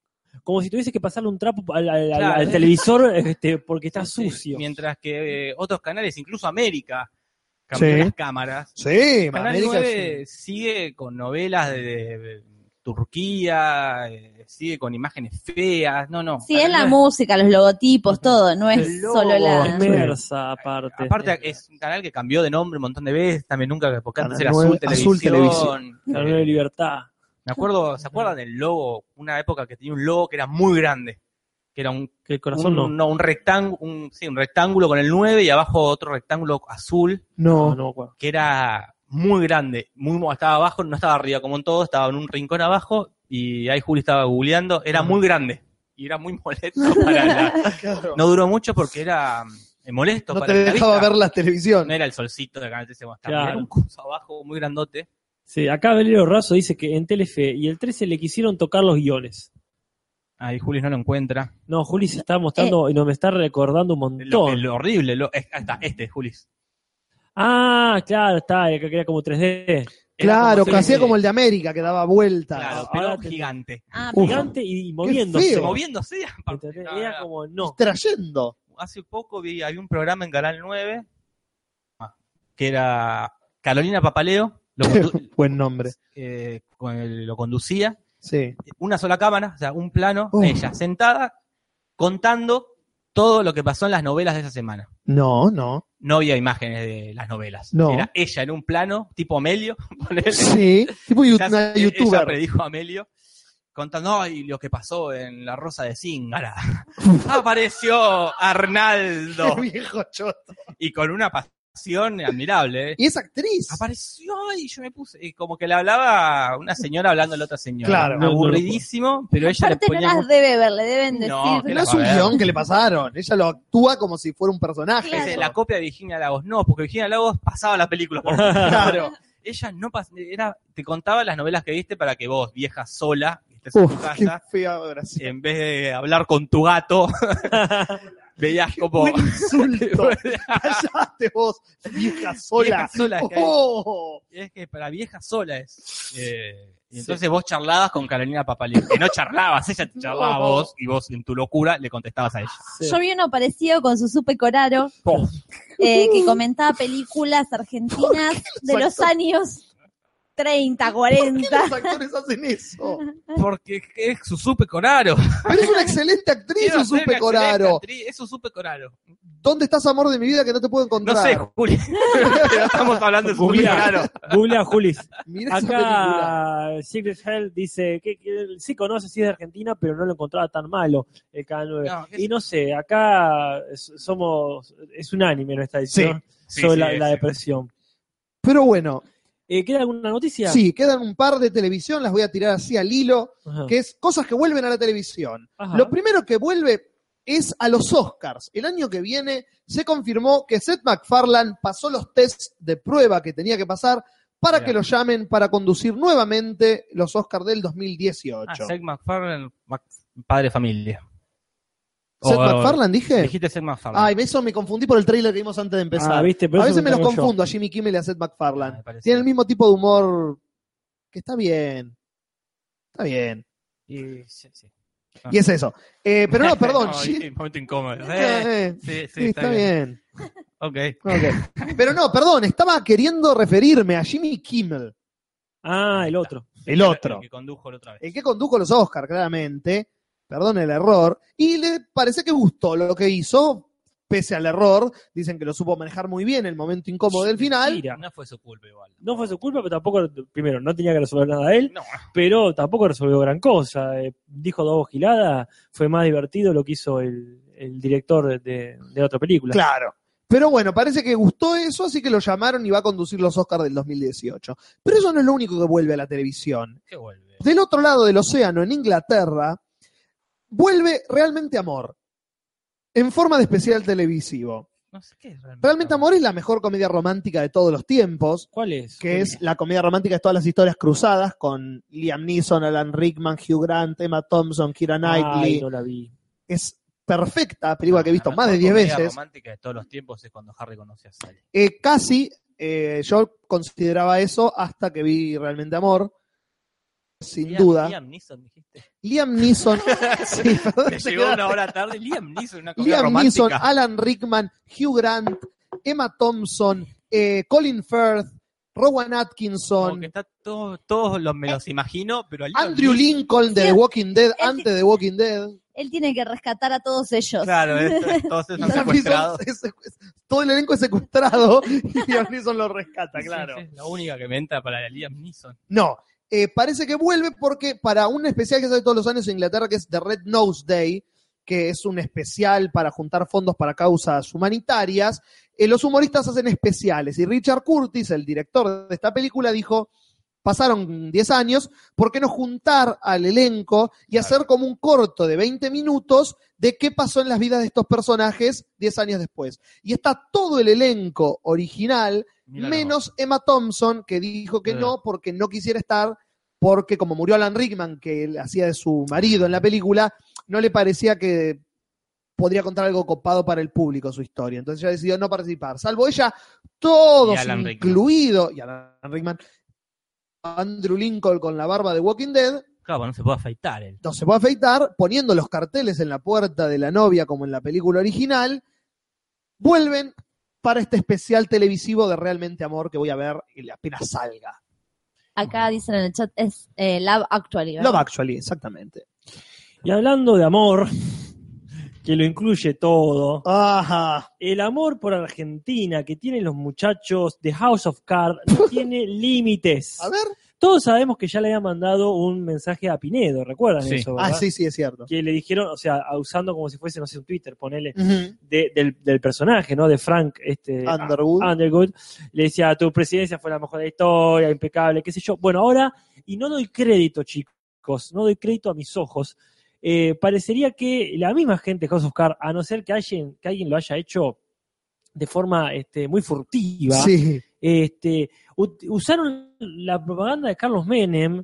[SPEAKER 2] Como si tuviese que pasarle un trapo al, al- al-
[SPEAKER 4] Claro.
[SPEAKER 2] al televisor este, porque está
[SPEAKER 4] Sí,
[SPEAKER 2] sucio.
[SPEAKER 4] Mientras que eh, otros canales, incluso América,
[SPEAKER 1] Sí.
[SPEAKER 4] cambió las cámaras.
[SPEAKER 1] Sí,
[SPEAKER 4] Canal
[SPEAKER 1] América,
[SPEAKER 4] 9 sigue con novelas de, de- de- Turquía, eh, sigue con imágenes feas, no, no.
[SPEAKER 3] Sí, es la
[SPEAKER 4] música.
[SPEAKER 3] música, los logotipos, todo, no es
[SPEAKER 4] El logo,
[SPEAKER 3] solo
[SPEAKER 2] Es
[SPEAKER 3] la...
[SPEAKER 4] me-
[SPEAKER 2] Mersa, aparte.
[SPEAKER 4] Aparte es un canal que cambió de nombre un montón de veces, también nunca, porque antes
[SPEAKER 1] Canal
[SPEAKER 4] era
[SPEAKER 1] nueve,
[SPEAKER 4] Azul
[SPEAKER 1] Azul
[SPEAKER 4] Televisión. eh,
[SPEAKER 2] La Unión de Libertad.
[SPEAKER 4] Me acuerdo, ¿se acuerdan del logo? Una época que tenía un logo que era muy grande, que era un,
[SPEAKER 2] Que el corazón
[SPEAKER 4] un- no, un rectángulo, un, sí, un rectángulo con el 9 y abajo otro rectángulo azul,
[SPEAKER 1] No,
[SPEAKER 2] no. No, no me acuerdo.
[SPEAKER 4] que era muy grande, muy mo- estaba abajo, no estaba arriba como en todo, estaba en un rincón abajo y ahí Juli estaba googleando, era
[SPEAKER 1] Ah.
[SPEAKER 4] muy grande y era muy
[SPEAKER 1] *laughs*
[SPEAKER 4] molesto para la-
[SPEAKER 1] claro.
[SPEAKER 4] no duró mucho porque era eh, molesto
[SPEAKER 1] No
[SPEAKER 4] para
[SPEAKER 1] te
[SPEAKER 4] la
[SPEAKER 1] dejaba
[SPEAKER 4] vista.
[SPEAKER 1] ver la televisión.
[SPEAKER 4] no era el solcito de Canal 13 como está,
[SPEAKER 2] Claro.
[SPEAKER 4] era un coso abajo muy grandote.
[SPEAKER 2] Sí, acá Belero Razo dice que en Telefe y el 13 le quisieron tocar los guiones.
[SPEAKER 4] Ahí Juli no lo encuentra.
[SPEAKER 2] No, Juli se está mostrando y nos me está recordando un
[SPEAKER 4] Lo,
[SPEAKER 2] montón.
[SPEAKER 4] el horrible, lo, es- ahí está, este, Juli.
[SPEAKER 2] Ah, claro, está, el que era como 3D.
[SPEAKER 4] Era
[SPEAKER 1] Claro,
[SPEAKER 4] como
[SPEAKER 1] que hacía
[SPEAKER 4] ese-
[SPEAKER 1] como el de América, que daba vueltas.
[SPEAKER 4] Claro,
[SPEAKER 2] Ahora
[SPEAKER 4] pero
[SPEAKER 2] te-
[SPEAKER 4] gigante.
[SPEAKER 3] Ah,
[SPEAKER 1] Uf.
[SPEAKER 2] Gigante y, y moviéndose.
[SPEAKER 1] feo.
[SPEAKER 4] Moviéndose. *laughs* aparte.
[SPEAKER 2] ¿Entendés?
[SPEAKER 4] No,
[SPEAKER 2] Era
[SPEAKER 4] no.
[SPEAKER 2] como, no.
[SPEAKER 1] Trayendo.
[SPEAKER 4] Hace poco vi, había un programa en Canal 9 ah, que era Carolina Papaleo,
[SPEAKER 1] *laughs*
[SPEAKER 4] lo, condu-
[SPEAKER 1] Buen nombre.
[SPEAKER 4] eh, con el- lo conducía. *laughs*
[SPEAKER 1] Sí.
[SPEAKER 4] Una sola cámara, o sea, un plano,
[SPEAKER 1] Uf.
[SPEAKER 4] ella sentada contando todo lo que pasó en las novelas de esa semana.
[SPEAKER 1] No, no.
[SPEAKER 4] No había imágenes de las novelas.
[SPEAKER 1] No.
[SPEAKER 4] Era ella en un plano, tipo Amelio, *laughs* ponele.
[SPEAKER 1] Sí. Tipo yu-
[SPEAKER 4] Ya
[SPEAKER 1] una
[SPEAKER 4] se- Ella
[SPEAKER 1] youtuber.
[SPEAKER 4] predijo a Amelio contando "Ay, lo que pasó en La Rosa de Zingara. Apareció Arnaldo
[SPEAKER 1] *laughs* Qué viejo choto.
[SPEAKER 4] y con una pasión admirable. ¿eh?
[SPEAKER 1] *laughs* Y es actriz.
[SPEAKER 4] Apareció y yo me puse, y como que le hablaba una señora hablando a la otra señora.
[SPEAKER 1] Claro. No,
[SPEAKER 4] aburridísimo, pero ella le
[SPEAKER 3] Aparte no
[SPEAKER 4] ponía.
[SPEAKER 3] las
[SPEAKER 4] mu-
[SPEAKER 3] debe ver, le deben decir.
[SPEAKER 4] No, que
[SPEAKER 1] No es un
[SPEAKER 4] A ver.
[SPEAKER 1] guión que le pasaron. Ella lo actúa como si fuera un personaje.
[SPEAKER 3] Claro.
[SPEAKER 4] Dice,
[SPEAKER 1] eso.
[SPEAKER 4] La copia de Virginia Lagos. No, porque Virginia Lagos pasaba las películas.
[SPEAKER 1] *laughs*
[SPEAKER 4] por- claro. Ella no pas- era, te contaba las novelas que viste para que vos, vieja sola, estés en tu
[SPEAKER 1] Uf, qué
[SPEAKER 4] casa,
[SPEAKER 1] fea gracia.
[SPEAKER 4] en vez de hablar con tu gato, *laughs* veías *laughs* como.
[SPEAKER 1] Buen insulto. Callate vos,
[SPEAKER 4] *laughs*
[SPEAKER 1] vieja sola.
[SPEAKER 4] Vieja sola que hay.
[SPEAKER 1] Oh.
[SPEAKER 4] es que para vieja sola es. Eh, y entonces vos charlabas con Carolina Papaleo, que no charlabas, ella te charlaba a
[SPEAKER 1] No.
[SPEAKER 4] vos y vos en tu locura le contestabas a ella.
[SPEAKER 2] Sí.
[SPEAKER 3] Yo vi uno parecido con Susupe Coraro,
[SPEAKER 4] Po.
[SPEAKER 3] eh, que comentaba películas argentinas de los
[SPEAKER 1] actores-
[SPEAKER 3] años 30,
[SPEAKER 1] ¿Por qué
[SPEAKER 3] 40.
[SPEAKER 1] los actores hacen eso?
[SPEAKER 4] Porque es Susupe Coraro.
[SPEAKER 1] Pero es una excelente actriz,
[SPEAKER 4] Quiero ser
[SPEAKER 1] Susupe
[SPEAKER 4] una
[SPEAKER 1] Coraro.
[SPEAKER 4] excelente actriz, Es Susupe Coraro.
[SPEAKER 1] ¿Dónde estás, amor de mi vida, que no te puedo
[SPEAKER 4] No
[SPEAKER 1] encontrar?
[SPEAKER 4] sé, Juli. *laughs* Pero estamos hablando de Susupe
[SPEAKER 2] Googleá.
[SPEAKER 4] Coraro.
[SPEAKER 2] *laughs* Googlea, Julis.
[SPEAKER 1] Mira esa película.
[SPEAKER 2] Acá Secret Hell dice que, que él sí conoce, sí es de Argentina, pero no lo encontraba tan malo el Canal 9.
[SPEAKER 4] No, ¿qué
[SPEAKER 2] y
[SPEAKER 4] es?
[SPEAKER 2] no sé, acá es- somos, es unánime nuestra edición
[SPEAKER 4] Sí,
[SPEAKER 2] sobre
[SPEAKER 4] sí,
[SPEAKER 2] la,
[SPEAKER 4] es,
[SPEAKER 2] la
[SPEAKER 4] sí.
[SPEAKER 2] depresión.
[SPEAKER 1] Pero bueno,
[SPEAKER 2] Eh, ¿Queda alguna noticia?
[SPEAKER 1] sí, quedan un par de televisión, las voy a tirar así al hilo,
[SPEAKER 2] Ajá.
[SPEAKER 1] que es cosas que vuelven a la televisión.
[SPEAKER 4] Ah,
[SPEAKER 2] Ajá.
[SPEAKER 1] Lo primero que vuelve es a los Oscars. El año que viene se confirmó que Seth MacFarlane pasó los tests de prueba que tenía que pasar para
[SPEAKER 4] Mirá.
[SPEAKER 1] que lo llamen para conducir nuevamente los Oscars del 2018.
[SPEAKER 4] Ah, Zac McFarlane, Mac- padre de familia.
[SPEAKER 1] ¿Seth
[SPEAKER 4] O-
[SPEAKER 1] MacFarlane dije?
[SPEAKER 4] Oh, Dijiste Zac McFarlane.
[SPEAKER 1] Ay, me- eso me confundí por el trailer que vimos antes de empezar.
[SPEAKER 2] Ah, ¿viste? Por
[SPEAKER 1] a
[SPEAKER 2] eso
[SPEAKER 1] veces me los
[SPEAKER 2] tengo yo.
[SPEAKER 1] confundo a Jimmy Kimmel y a Seth
[SPEAKER 4] Ah, me
[SPEAKER 1] MacFarlane.
[SPEAKER 4] parece.
[SPEAKER 1] Tienen el mismo tipo de humor que está bien. Está bien.
[SPEAKER 4] Y- sí, sí. Ah.
[SPEAKER 1] Y es eso. Eh, pero
[SPEAKER 4] *laughs*
[SPEAKER 1] no, perdón. Jim-
[SPEAKER 4] sí, momento incómodo. Eh,
[SPEAKER 1] Eh, eh, *laughs*
[SPEAKER 4] sí,
[SPEAKER 1] sí, está, bien.
[SPEAKER 4] Ok.
[SPEAKER 1] Ok. Pero no, perdón, estaba queriendo referirme a Jimmy Kimmel,
[SPEAKER 2] Ah, el otro.
[SPEAKER 1] el otro,
[SPEAKER 4] que condujo la otra vez.
[SPEAKER 1] el que condujo los Oscars, claramente. Perdón el error. Y le parece que gustó lo que hizo, pese al error. Dicen que lo supo manejar muy bien el momento incómodo del final.
[SPEAKER 2] Mentira.
[SPEAKER 4] No fue su culpa igual.
[SPEAKER 2] No fue su culpa, pero tampoco, primero, no tenía que resolver nada él,
[SPEAKER 4] No.
[SPEAKER 2] pero tampoco resolvió gran cosa. Eh, dijo dos giladas, fue más divertido lo que hizo el, el director de, de la otra película.
[SPEAKER 1] Claro. Pero bueno, parece que gustó eso, así que lo llamaron y va a conducir los Oscars del 2018. Pero eso no es lo único que vuelve a la televisión.
[SPEAKER 4] ¿Qué vuelve?
[SPEAKER 1] Del otro lado del océano, en Inglaterra, vuelve realmente amor. En forma de especial televisivo.
[SPEAKER 4] No sé qué es realmente.
[SPEAKER 1] Realmente amor es la mejor comedia romántica de todos los tiempos,
[SPEAKER 2] ¿Cuál es?
[SPEAKER 1] que es la comedia romántica de todas las historias cruzadas con Liam Neeson, Alan Rickman, Hugh Grant, Emma Thompson, Kira Knightley.
[SPEAKER 2] Ay, no la vi.
[SPEAKER 1] Es perfecta, película que he visto
[SPEAKER 4] La
[SPEAKER 1] más de
[SPEAKER 4] mejor
[SPEAKER 1] 10
[SPEAKER 4] comedia
[SPEAKER 1] veces.
[SPEAKER 4] romántica de todos los tiempos es cuando Harry conoce a Sally.
[SPEAKER 1] Eh, casi, eh, yo consideraba eso hasta que vi realmente amor. Sin
[SPEAKER 4] Liam-
[SPEAKER 1] duda.
[SPEAKER 4] Liam Neeson, dijiste.
[SPEAKER 1] Liam Neeson. sí, perdón,
[SPEAKER 4] Me
[SPEAKER 1] te
[SPEAKER 4] *laughs* llegó
[SPEAKER 1] quedaste.
[SPEAKER 4] una hora tarde. Liam Neeson, una comedia
[SPEAKER 1] Liam
[SPEAKER 4] romántica.
[SPEAKER 1] Neeson, Alan Rickman, Hugh Grant, Emma Thompson, eh, Colin Firth, Rowan
[SPEAKER 4] Como
[SPEAKER 1] Atkinson,
[SPEAKER 4] que está todo- todos los me los imagino, pero al
[SPEAKER 1] Andrew Lincoln de The
[SPEAKER 3] Sí.
[SPEAKER 1] Walking Dead,
[SPEAKER 3] que-
[SPEAKER 1] antes de The Walking Dead.
[SPEAKER 3] Él tiene que rescatar a todos
[SPEAKER 1] *laughs*
[SPEAKER 3] ellos.
[SPEAKER 4] Claro, es- todos
[SPEAKER 1] Y
[SPEAKER 4] esos son
[SPEAKER 1] Liam Neeson
[SPEAKER 4] secuestrados.
[SPEAKER 1] es secuest- todo el elenco es secuestrado *laughs* y Liam Neeson lo rescata, claro.
[SPEAKER 4] Es la única que me entra para Liam Neeson.
[SPEAKER 1] No, eh, parece que vuelve porque para un especial que sale todos los años en Inglaterra, que es The Red Nose Day, que es un especial para juntar fondos para causas humanitarias, eh, los humoristas hacen especiales. Y Richard Curtis, el director de esta película, dijo, pasaron 10 años, ¿por qué no juntar al elenco y hacer como un corto de 20 minutos de qué pasó en las vidas de estos personajes 10 años después? Y está todo el elenco original
[SPEAKER 4] Mira lo-
[SPEAKER 1] menos Emma Thompson, que dijo que
[SPEAKER 4] Ah.
[SPEAKER 1] no porque no quisiera estar, porque como murió Alan Rickman, que él hacía de su marido en la película, no le parecía que podría contar algo copado para el público su historia. Entonces ella decidió no participar. Salvo ella, todos
[SPEAKER 4] Y Alan Rickman.
[SPEAKER 1] incluido, y Alan Rickman, Andrew Lincoln con la barba de Walking Dead,
[SPEAKER 4] Claro, no se puede afeitar él.
[SPEAKER 1] no se puede afeitar, poniendo los carteles en la puerta de la novia como en la película original, vuelven para este especial televisivo de Realmente Amor que voy a ver y apenas salga.
[SPEAKER 3] Acá dicen en el chat, es eh, Love Actually. ¿verdad?
[SPEAKER 1] Love Actually, exactamente.
[SPEAKER 2] Y hablando de amor, *laughs* que lo incluye todo,
[SPEAKER 1] Ajá.
[SPEAKER 2] el amor por Argentina que tienen los muchachos de House of Cards
[SPEAKER 1] *laughs*
[SPEAKER 2] no tiene límites.
[SPEAKER 1] A ver.
[SPEAKER 2] Todos sabemos que ya le habían mandado un mensaje a Pinedo, ¿recuerdan
[SPEAKER 4] Sí.
[SPEAKER 2] eso?
[SPEAKER 1] Ah,
[SPEAKER 2] verdad?
[SPEAKER 1] sí, sí, es cierto.
[SPEAKER 2] Que le dijeron, o sea, usando como si fuese, no sé, un Twitter, ponele,
[SPEAKER 1] Ujú.
[SPEAKER 2] de- del, del personaje, ¿no? De Frank, este...
[SPEAKER 1] Underwood.
[SPEAKER 2] Underwood, le decía, tu presidencia fue la mejor de la historia, impecable, qué sé yo. Bueno, ahora, y no doy crédito, chicos, no doy crédito a mis ojos. eh, parecería que la misma gente de House of Cards, a no ser que alguien, que alguien lo haya hecho de forma este, muy furtiva,
[SPEAKER 1] Sí.
[SPEAKER 2] este, ut- usaron la propaganda de Carlos Menem,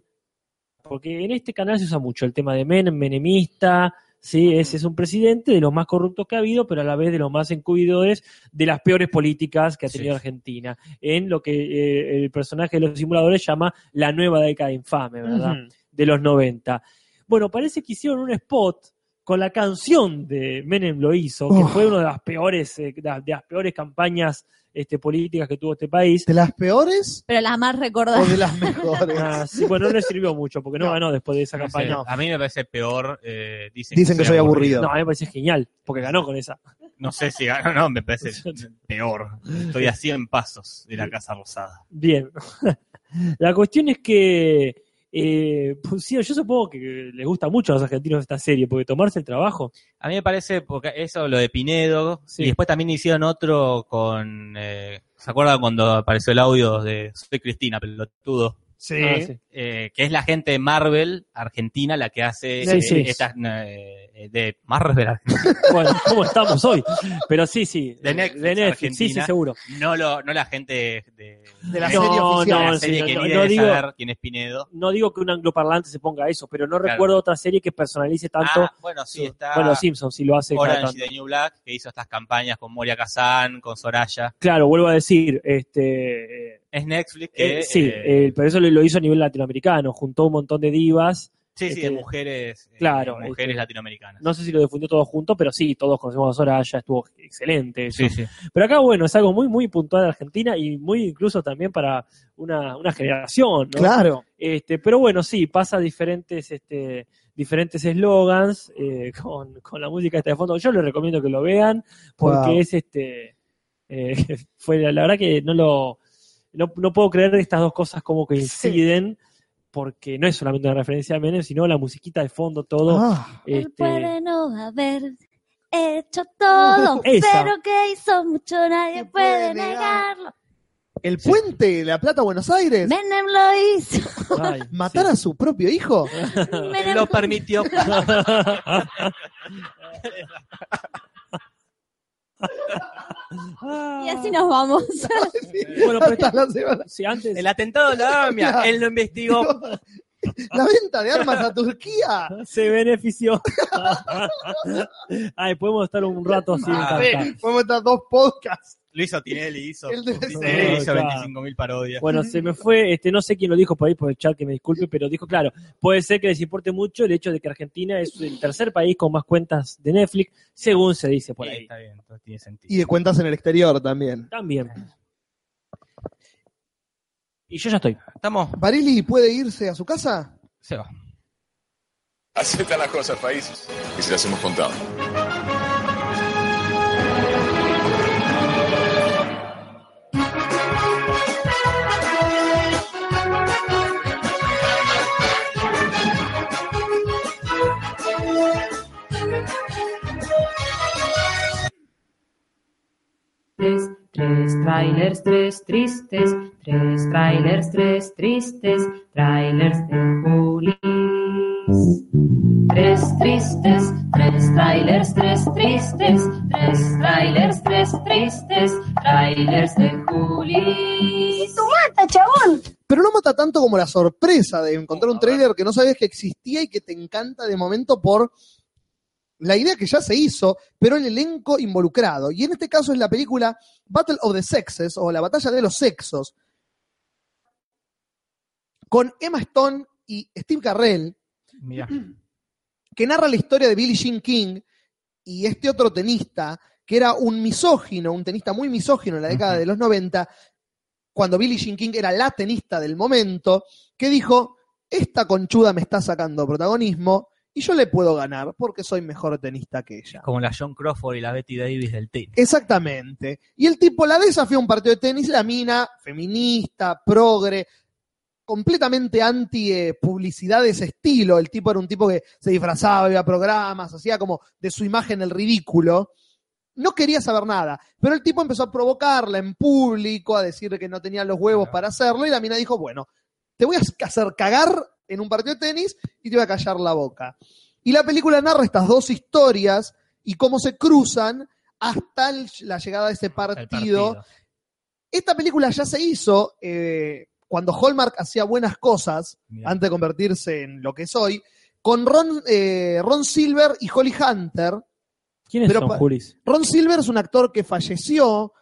[SPEAKER 2] porque en este canal se usa mucho el tema de Menem, menemista, ¿sí? ese es un presidente de los más corruptos que ha habido, pero a la vez de los más encubridores de las peores políticas que ha tenido
[SPEAKER 4] Sí.
[SPEAKER 2] Argentina, en lo que eh, el personaje de los simuladores llama la nueva década infame, ¿verdad?
[SPEAKER 1] Ujú.
[SPEAKER 2] de los 90. Bueno, parece que hicieron un spot con la canción de Menem lo hizo, que
[SPEAKER 4] Oh.
[SPEAKER 1] Uf.
[SPEAKER 2] fue una de las peores, eh, de de las peores campañas este, políticas que tuvo este país.
[SPEAKER 1] ¿De las peores
[SPEAKER 3] Pero las más
[SPEAKER 1] o
[SPEAKER 3] recordadas.
[SPEAKER 1] de
[SPEAKER 2] *laughs*
[SPEAKER 1] las mejores?
[SPEAKER 2] Ah, sí, bueno, no le sirvió mucho porque no,
[SPEAKER 1] No.
[SPEAKER 2] ganó después de esa
[SPEAKER 4] No sé,
[SPEAKER 2] campaña.
[SPEAKER 4] a mí me parece peor. eh, dicen,
[SPEAKER 1] Dicen que soy aburrido.
[SPEAKER 2] No, a mí me parece genial, porque ganó con esa.
[SPEAKER 4] No sé si gano o no, me *laughs* parece peor. Estoy a 100 pasos de la Casa Rosada.
[SPEAKER 2] Bien. *laughs* La cuestión es que eh, pusieron- yo supongo que les gusta mucho a los argentinos esta serie, porque tomarse el trabajo.
[SPEAKER 4] A mí me parece, porque eso, lo de Pinedo,
[SPEAKER 2] Sí.
[SPEAKER 4] y después también hicieron otro con... eh, ¿Se acuerdan cuando apareció el audio de Soy Cristina, pelotudo?
[SPEAKER 1] Sí.
[SPEAKER 2] Ah, sí.
[SPEAKER 4] Eh, que es la gente de Marvel Argentina la que hace
[SPEAKER 2] Sí,
[SPEAKER 4] eh,
[SPEAKER 2] sí.
[SPEAKER 4] estas... eh, de Marvel Argentina.
[SPEAKER 2] Bueno, ¿cómo estamos hoy? Pero sí, sí.
[SPEAKER 4] De Netflix,
[SPEAKER 2] sí, sí,
[SPEAKER 4] Argentina.
[SPEAKER 2] seguro.
[SPEAKER 4] No, lo, no la gente de,
[SPEAKER 1] De la
[SPEAKER 4] de-
[SPEAKER 2] No,
[SPEAKER 1] serie
[SPEAKER 4] de
[SPEAKER 1] oficial.
[SPEAKER 4] la
[SPEAKER 2] no,
[SPEAKER 4] serie
[SPEAKER 2] sí,
[SPEAKER 4] que
[SPEAKER 2] no,
[SPEAKER 4] mide
[SPEAKER 2] no
[SPEAKER 4] de
[SPEAKER 2] digo-
[SPEAKER 4] saber quién es Pinedo.
[SPEAKER 2] no digo que un angloparlante se ponga eso, pero no
[SPEAKER 4] Claro.
[SPEAKER 2] recuerdo otra serie que personalice tanto.
[SPEAKER 4] Ah, bueno, sí,
[SPEAKER 2] su-
[SPEAKER 4] está
[SPEAKER 2] Bueno, Simpson sí lo hace. cada
[SPEAKER 4] Orange
[SPEAKER 2] tanto.
[SPEAKER 4] de New Black, que hizo estas campañas con Moria Kazan, con Soraya.
[SPEAKER 2] Claro, vuelvo a decir, este, eh,
[SPEAKER 4] Es Netflix que...
[SPEAKER 2] eh, sí,
[SPEAKER 4] eh,
[SPEAKER 2] eh, pero eso lo lo hizo a nivel latinoamericano, juntó un montón de divas.
[SPEAKER 4] sí, sí,
[SPEAKER 2] este,
[SPEAKER 4] de mujeres, eh,
[SPEAKER 2] claro,
[SPEAKER 4] de mujeres
[SPEAKER 2] este,
[SPEAKER 4] latinoamericanas.
[SPEAKER 2] No sé si lo difundió todo junto, pero sí, todos conocemos a Soraya, estuvo excelente. eso.
[SPEAKER 4] sí, sí.
[SPEAKER 2] Pero acá, bueno, es algo muy, muy puntual de Argentina y muy incluso también para una, una generación, ¿no?
[SPEAKER 1] Claro.
[SPEAKER 2] Este, pero bueno, sí, pasa diferentes este, diferentes eslogans eh, *laughs* con, con la música esta de fondo. Yo les recomiendo que lo vean porque
[SPEAKER 1] Wow.
[SPEAKER 2] es este eh, *laughs* fue la, la verdad que no lo no, no puedo creer que estas dos cosas como coinciden porque no es solamente una referencia a Menem, sino la musiquita de fondo todo
[SPEAKER 1] Ah.
[SPEAKER 3] Él
[SPEAKER 2] este,
[SPEAKER 3] puede no haber hecho todo,
[SPEAKER 2] Esa.
[SPEAKER 3] pero que hizo mucho nadie
[SPEAKER 1] No
[SPEAKER 3] puede
[SPEAKER 1] puede
[SPEAKER 3] negarlo.
[SPEAKER 1] El puente de La Plata, Buenos Aires.
[SPEAKER 3] Menem lo hizo.
[SPEAKER 1] *laughs*
[SPEAKER 2] ay,
[SPEAKER 1] Matar a su propio hijo.
[SPEAKER 3] Menem
[SPEAKER 4] *laughs* Lo permitió.
[SPEAKER 2] sí.
[SPEAKER 3] Y así
[SPEAKER 1] *laughs*
[SPEAKER 3] nos vamos.
[SPEAKER 1] Sí.
[SPEAKER 2] Ah.
[SPEAKER 1] *laughs*
[SPEAKER 2] Bueno, pero
[SPEAKER 1] Hasta la semana.
[SPEAKER 2] Sí, antes
[SPEAKER 4] *laughs* El atentado de la
[SPEAKER 1] *laughs*
[SPEAKER 4] AMIA, él lo investigó.
[SPEAKER 1] La venta de armas a Turquía.
[SPEAKER 2] se benefició. *laughs* Ay, podemos estar un rato así. me
[SPEAKER 4] Ah,
[SPEAKER 2] encanta.
[SPEAKER 1] Sí, podemos estar dos podcasts.
[SPEAKER 4] Lo hizo Tinelli, hizo,
[SPEAKER 1] El de-
[SPEAKER 4] Tinelli
[SPEAKER 2] Sí,
[SPEAKER 4] hizo
[SPEAKER 2] claro.
[SPEAKER 4] 25.000 parodias.
[SPEAKER 2] Bueno, se me fue, este, no sé quién lo dijo por ahí por el chat, que me disculpe, pero dijo, claro, puede ser que les importe mucho el hecho de que Argentina es el tercer país con más cuentas de Netflix, según se dice por
[SPEAKER 4] Sí,
[SPEAKER 2] ahí.
[SPEAKER 4] Está bien, entonces tiene sentido.
[SPEAKER 1] Y de cuentas en el exterior también.
[SPEAKER 2] También. Y yo ya estoy.
[SPEAKER 4] ¿Estamos?
[SPEAKER 1] ¿Barili puede irse a su casa?
[SPEAKER 4] Se va.
[SPEAKER 5] Así están las cosas, países. Y se las hemos contado.
[SPEAKER 7] Tres, tres trailers, tres tristes, tres trailers, tres tristes, trailers de Julis. Tres tristes, tres trailers, tres tristes, tres trailers, tres tristes, trailers de Julis.
[SPEAKER 1] Pero no mata tanto como la sorpresa de encontrar un trailer que no sabías que existía y que te encanta de momento por la idea que ya se hizo, pero el elenco involucrado. Y en este caso es la película Battle of the Sexes o La Batalla de los Sexos, con Emma Stone y Steve Carrell,
[SPEAKER 4] Mirá.
[SPEAKER 1] *clears throat* que narra la historia de Billie Jean King y este otro tenista, que era un misógino, un tenista muy misógino en la década
[SPEAKER 4] Ujú.
[SPEAKER 1] de los 90, cuando Billie Jean King era la tenista del momento, que dijo, esta conchuda me está sacando protagonismo y yo le puedo ganar porque soy mejor tenista que ella.
[SPEAKER 4] Como la John Crawford y la Betty Davis del tenis.
[SPEAKER 1] Exactamente. Y el tipo la desafió a un partido de tenis, la mina, feminista, progre, completamente anti eh, publicidad de ese estilo. El tipo era un tipo que se disfrazaba, iba a programas, hacía como de su imagen el ridículo. No quería saber nada, pero el tipo empezó a provocarla en público, a decir que no tenía los huevos para hacerlo, y la mina dijo, bueno, te voy a hacer cagar en un partido de tenis y te voy a callar la boca. Y la película narra estas dos historias y cómo se cruzan hasta el- la llegada de ese
[SPEAKER 4] El
[SPEAKER 1] partido esta película ya se hizo eh, cuando Hallmark hacía buenas cosas,
[SPEAKER 4] Mirá.
[SPEAKER 1] antes de convertirse en lo que es hoy, con Ron, eh, Ron Silver y Holly Hunter.
[SPEAKER 2] ¿Quiénes
[SPEAKER 1] Pero
[SPEAKER 2] son,
[SPEAKER 1] pa-
[SPEAKER 2] Julis?
[SPEAKER 1] Ron Silver es un actor que falleció,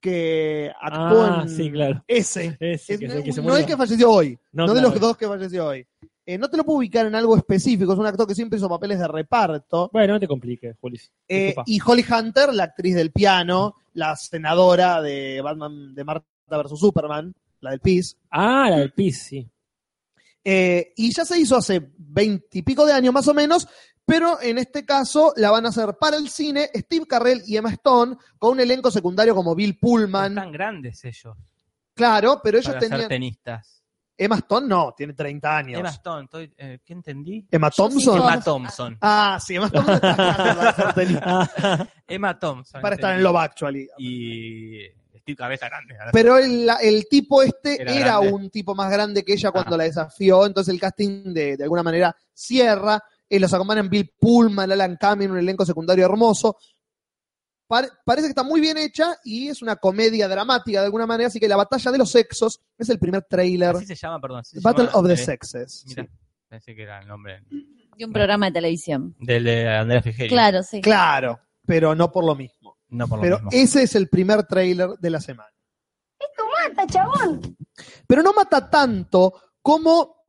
[SPEAKER 1] que actuó
[SPEAKER 2] Ah,
[SPEAKER 1] en
[SPEAKER 2] sí, claro.
[SPEAKER 1] ese.
[SPEAKER 2] Ese,
[SPEAKER 1] Es-
[SPEAKER 2] que es
[SPEAKER 1] no
[SPEAKER 2] el que se
[SPEAKER 1] no
[SPEAKER 2] murió.
[SPEAKER 1] el que falleció hoy, no,
[SPEAKER 2] No,
[SPEAKER 1] de
[SPEAKER 2] claro.
[SPEAKER 1] los dos que falleció hoy. Eh, no te lo puedo ubicar en algo específico, es un actor que siempre hizo papeles de reparto.
[SPEAKER 2] Bueno, no te compliques, Julis.
[SPEAKER 1] Eh,
[SPEAKER 2] Disculpa.
[SPEAKER 1] y Holly Hunter, la actriz del piano, la senadora de Batman, de Marta vs. Superman, la del PIS.
[SPEAKER 2] Ah, la del PIS, sí.
[SPEAKER 1] Eh, y ya se hizo hace veintipico de años más o menos, pero en este caso la van a hacer para el cine Steve Carrell y Emma Stone, con un elenco secundario como Bill
[SPEAKER 4] Son
[SPEAKER 1] Pullman,
[SPEAKER 4] tan grandes ellos
[SPEAKER 1] claro, pero ellos
[SPEAKER 4] para ser
[SPEAKER 1] tenían...
[SPEAKER 4] tenistas.
[SPEAKER 1] Emma Stone no, tiene 30 años. Emma,
[SPEAKER 4] Emma Stone, estoy- eh, ¿qué entendí?
[SPEAKER 1] Thompson.
[SPEAKER 3] Yo sí,
[SPEAKER 4] Emma
[SPEAKER 3] Thompson.
[SPEAKER 4] Thompson.
[SPEAKER 1] Ah, sí, *laughs* Emma Thompson está grande para ser tenista,
[SPEAKER 4] Emma Thompson.
[SPEAKER 1] para estar en
[SPEAKER 4] entendí.
[SPEAKER 1] Love Actually.
[SPEAKER 4] Y Steve Cabeza Grande. ahora
[SPEAKER 1] Pero el, la- el tipo este
[SPEAKER 4] Era
[SPEAKER 1] era,
[SPEAKER 4] grande.
[SPEAKER 1] un tipo más grande que ella cuando
[SPEAKER 4] Ah.
[SPEAKER 1] la desafió, entonces el casting de, de alguna manera cierra. Eh, los acompañan Bill Pullman, Alan Cumming, un elenco secundario hermoso. Par- parece que está muy bien hecha y es una comedia dramática de alguna manera, así que La Batalla de los Sexos es el primer trailer.
[SPEAKER 4] Así se llama, perdón. así se
[SPEAKER 1] Battle
[SPEAKER 4] llama,
[SPEAKER 1] of the
[SPEAKER 4] eh,
[SPEAKER 1] Sexes.
[SPEAKER 4] Mira,
[SPEAKER 1] Sí.
[SPEAKER 4] pensé que era el nombre
[SPEAKER 3] Y un programa de televisión.
[SPEAKER 4] del de Andrea Frigerio.
[SPEAKER 3] Claro, sí.
[SPEAKER 1] Claro, pero no por lo mismo.
[SPEAKER 4] No por lo
[SPEAKER 1] pero eh,
[SPEAKER 4] mismo.
[SPEAKER 1] ese es el primer trailer de la semana. pero no mata tanto como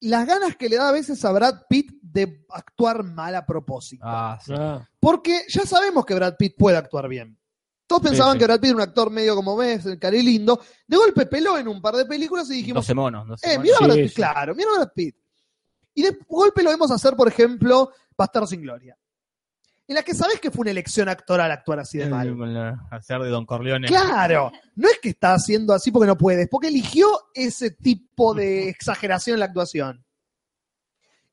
[SPEAKER 1] las ganas que le da a veces a Brad Pitt de actuar mal a propósito.
[SPEAKER 4] Ah, sí.
[SPEAKER 2] Ah,
[SPEAKER 1] Porque ya sabemos que Brad Pitt puede actuar bien. Todos pensaban
[SPEAKER 4] sí.
[SPEAKER 1] que Brad Pitt era un actor medio como ves, el cari lindo. De golpe peló en un par de películas y dijimos,
[SPEAKER 4] 12 monos. 12
[SPEAKER 1] eh,
[SPEAKER 4] monos.
[SPEAKER 1] mira a
[SPEAKER 2] Sí,
[SPEAKER 1] Brad Pitt,
[SPEAKER 2] sí.
[SPEAKER 1] claro, mira a Brad Pitt. Y de golpe lo vemos hacer, por ejemplo, Bastardo sin Gloria. En la que sabes que fue una elección actoral actuar así
[SPEAKER 4] Eh,
[SPEAKER 1] de mal.
[SPEAKER 4] Hacer de Don Corleone.
[SPEAKER 1] Claro, no es que está haciendo así porque no puedes, porque eligió ese tipo de exageración en la actuación.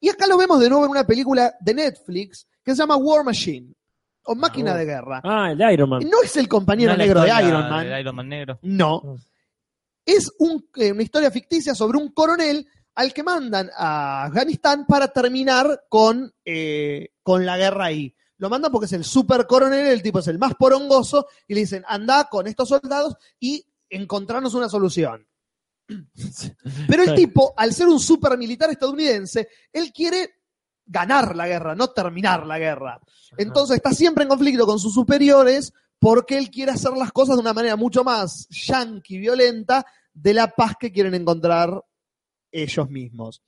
[SPEAKER 1] Y acá lo vemos de nuevo en una película de Netflix que se llama War Machine o Máquina
[SPEAKER 4] Ah,
[SPEAKER 1] de Guerra.
[SPEAKER 2] Ah, el de Iron Man.
[SPEAKER 1] No es el compañero
[SPEAKER 4] No la
[SPEAKER 1] negro de
[SPEAKER 4] historia
[SPEAKER 1] Iron Man,
[SPEAKER 4] del Iron Man negro.
[SPEAKER 1] no. Es un- eh, una historia ficticia sobre un coronel al que mandan a Afganistán para terminar con, eh, con la guerra ahí. Lo mandan porque es el super coronel, el tipo es el más porongoso, y le dicen, anda con estos soldados y encontrarnos una solución. Pero el
[SPEAKER 2] Sí.
[SPEAKER 1] tipo, al ser un super militar estadounidense, él quiere ganar la guerra, no terminar la guerra. Entonces está siempre en conflicto con sus superiores porque él quiere hacer las cosas de una manera mucho más yanqui, violenta, de la paz que quieren encontrar ellos mismos.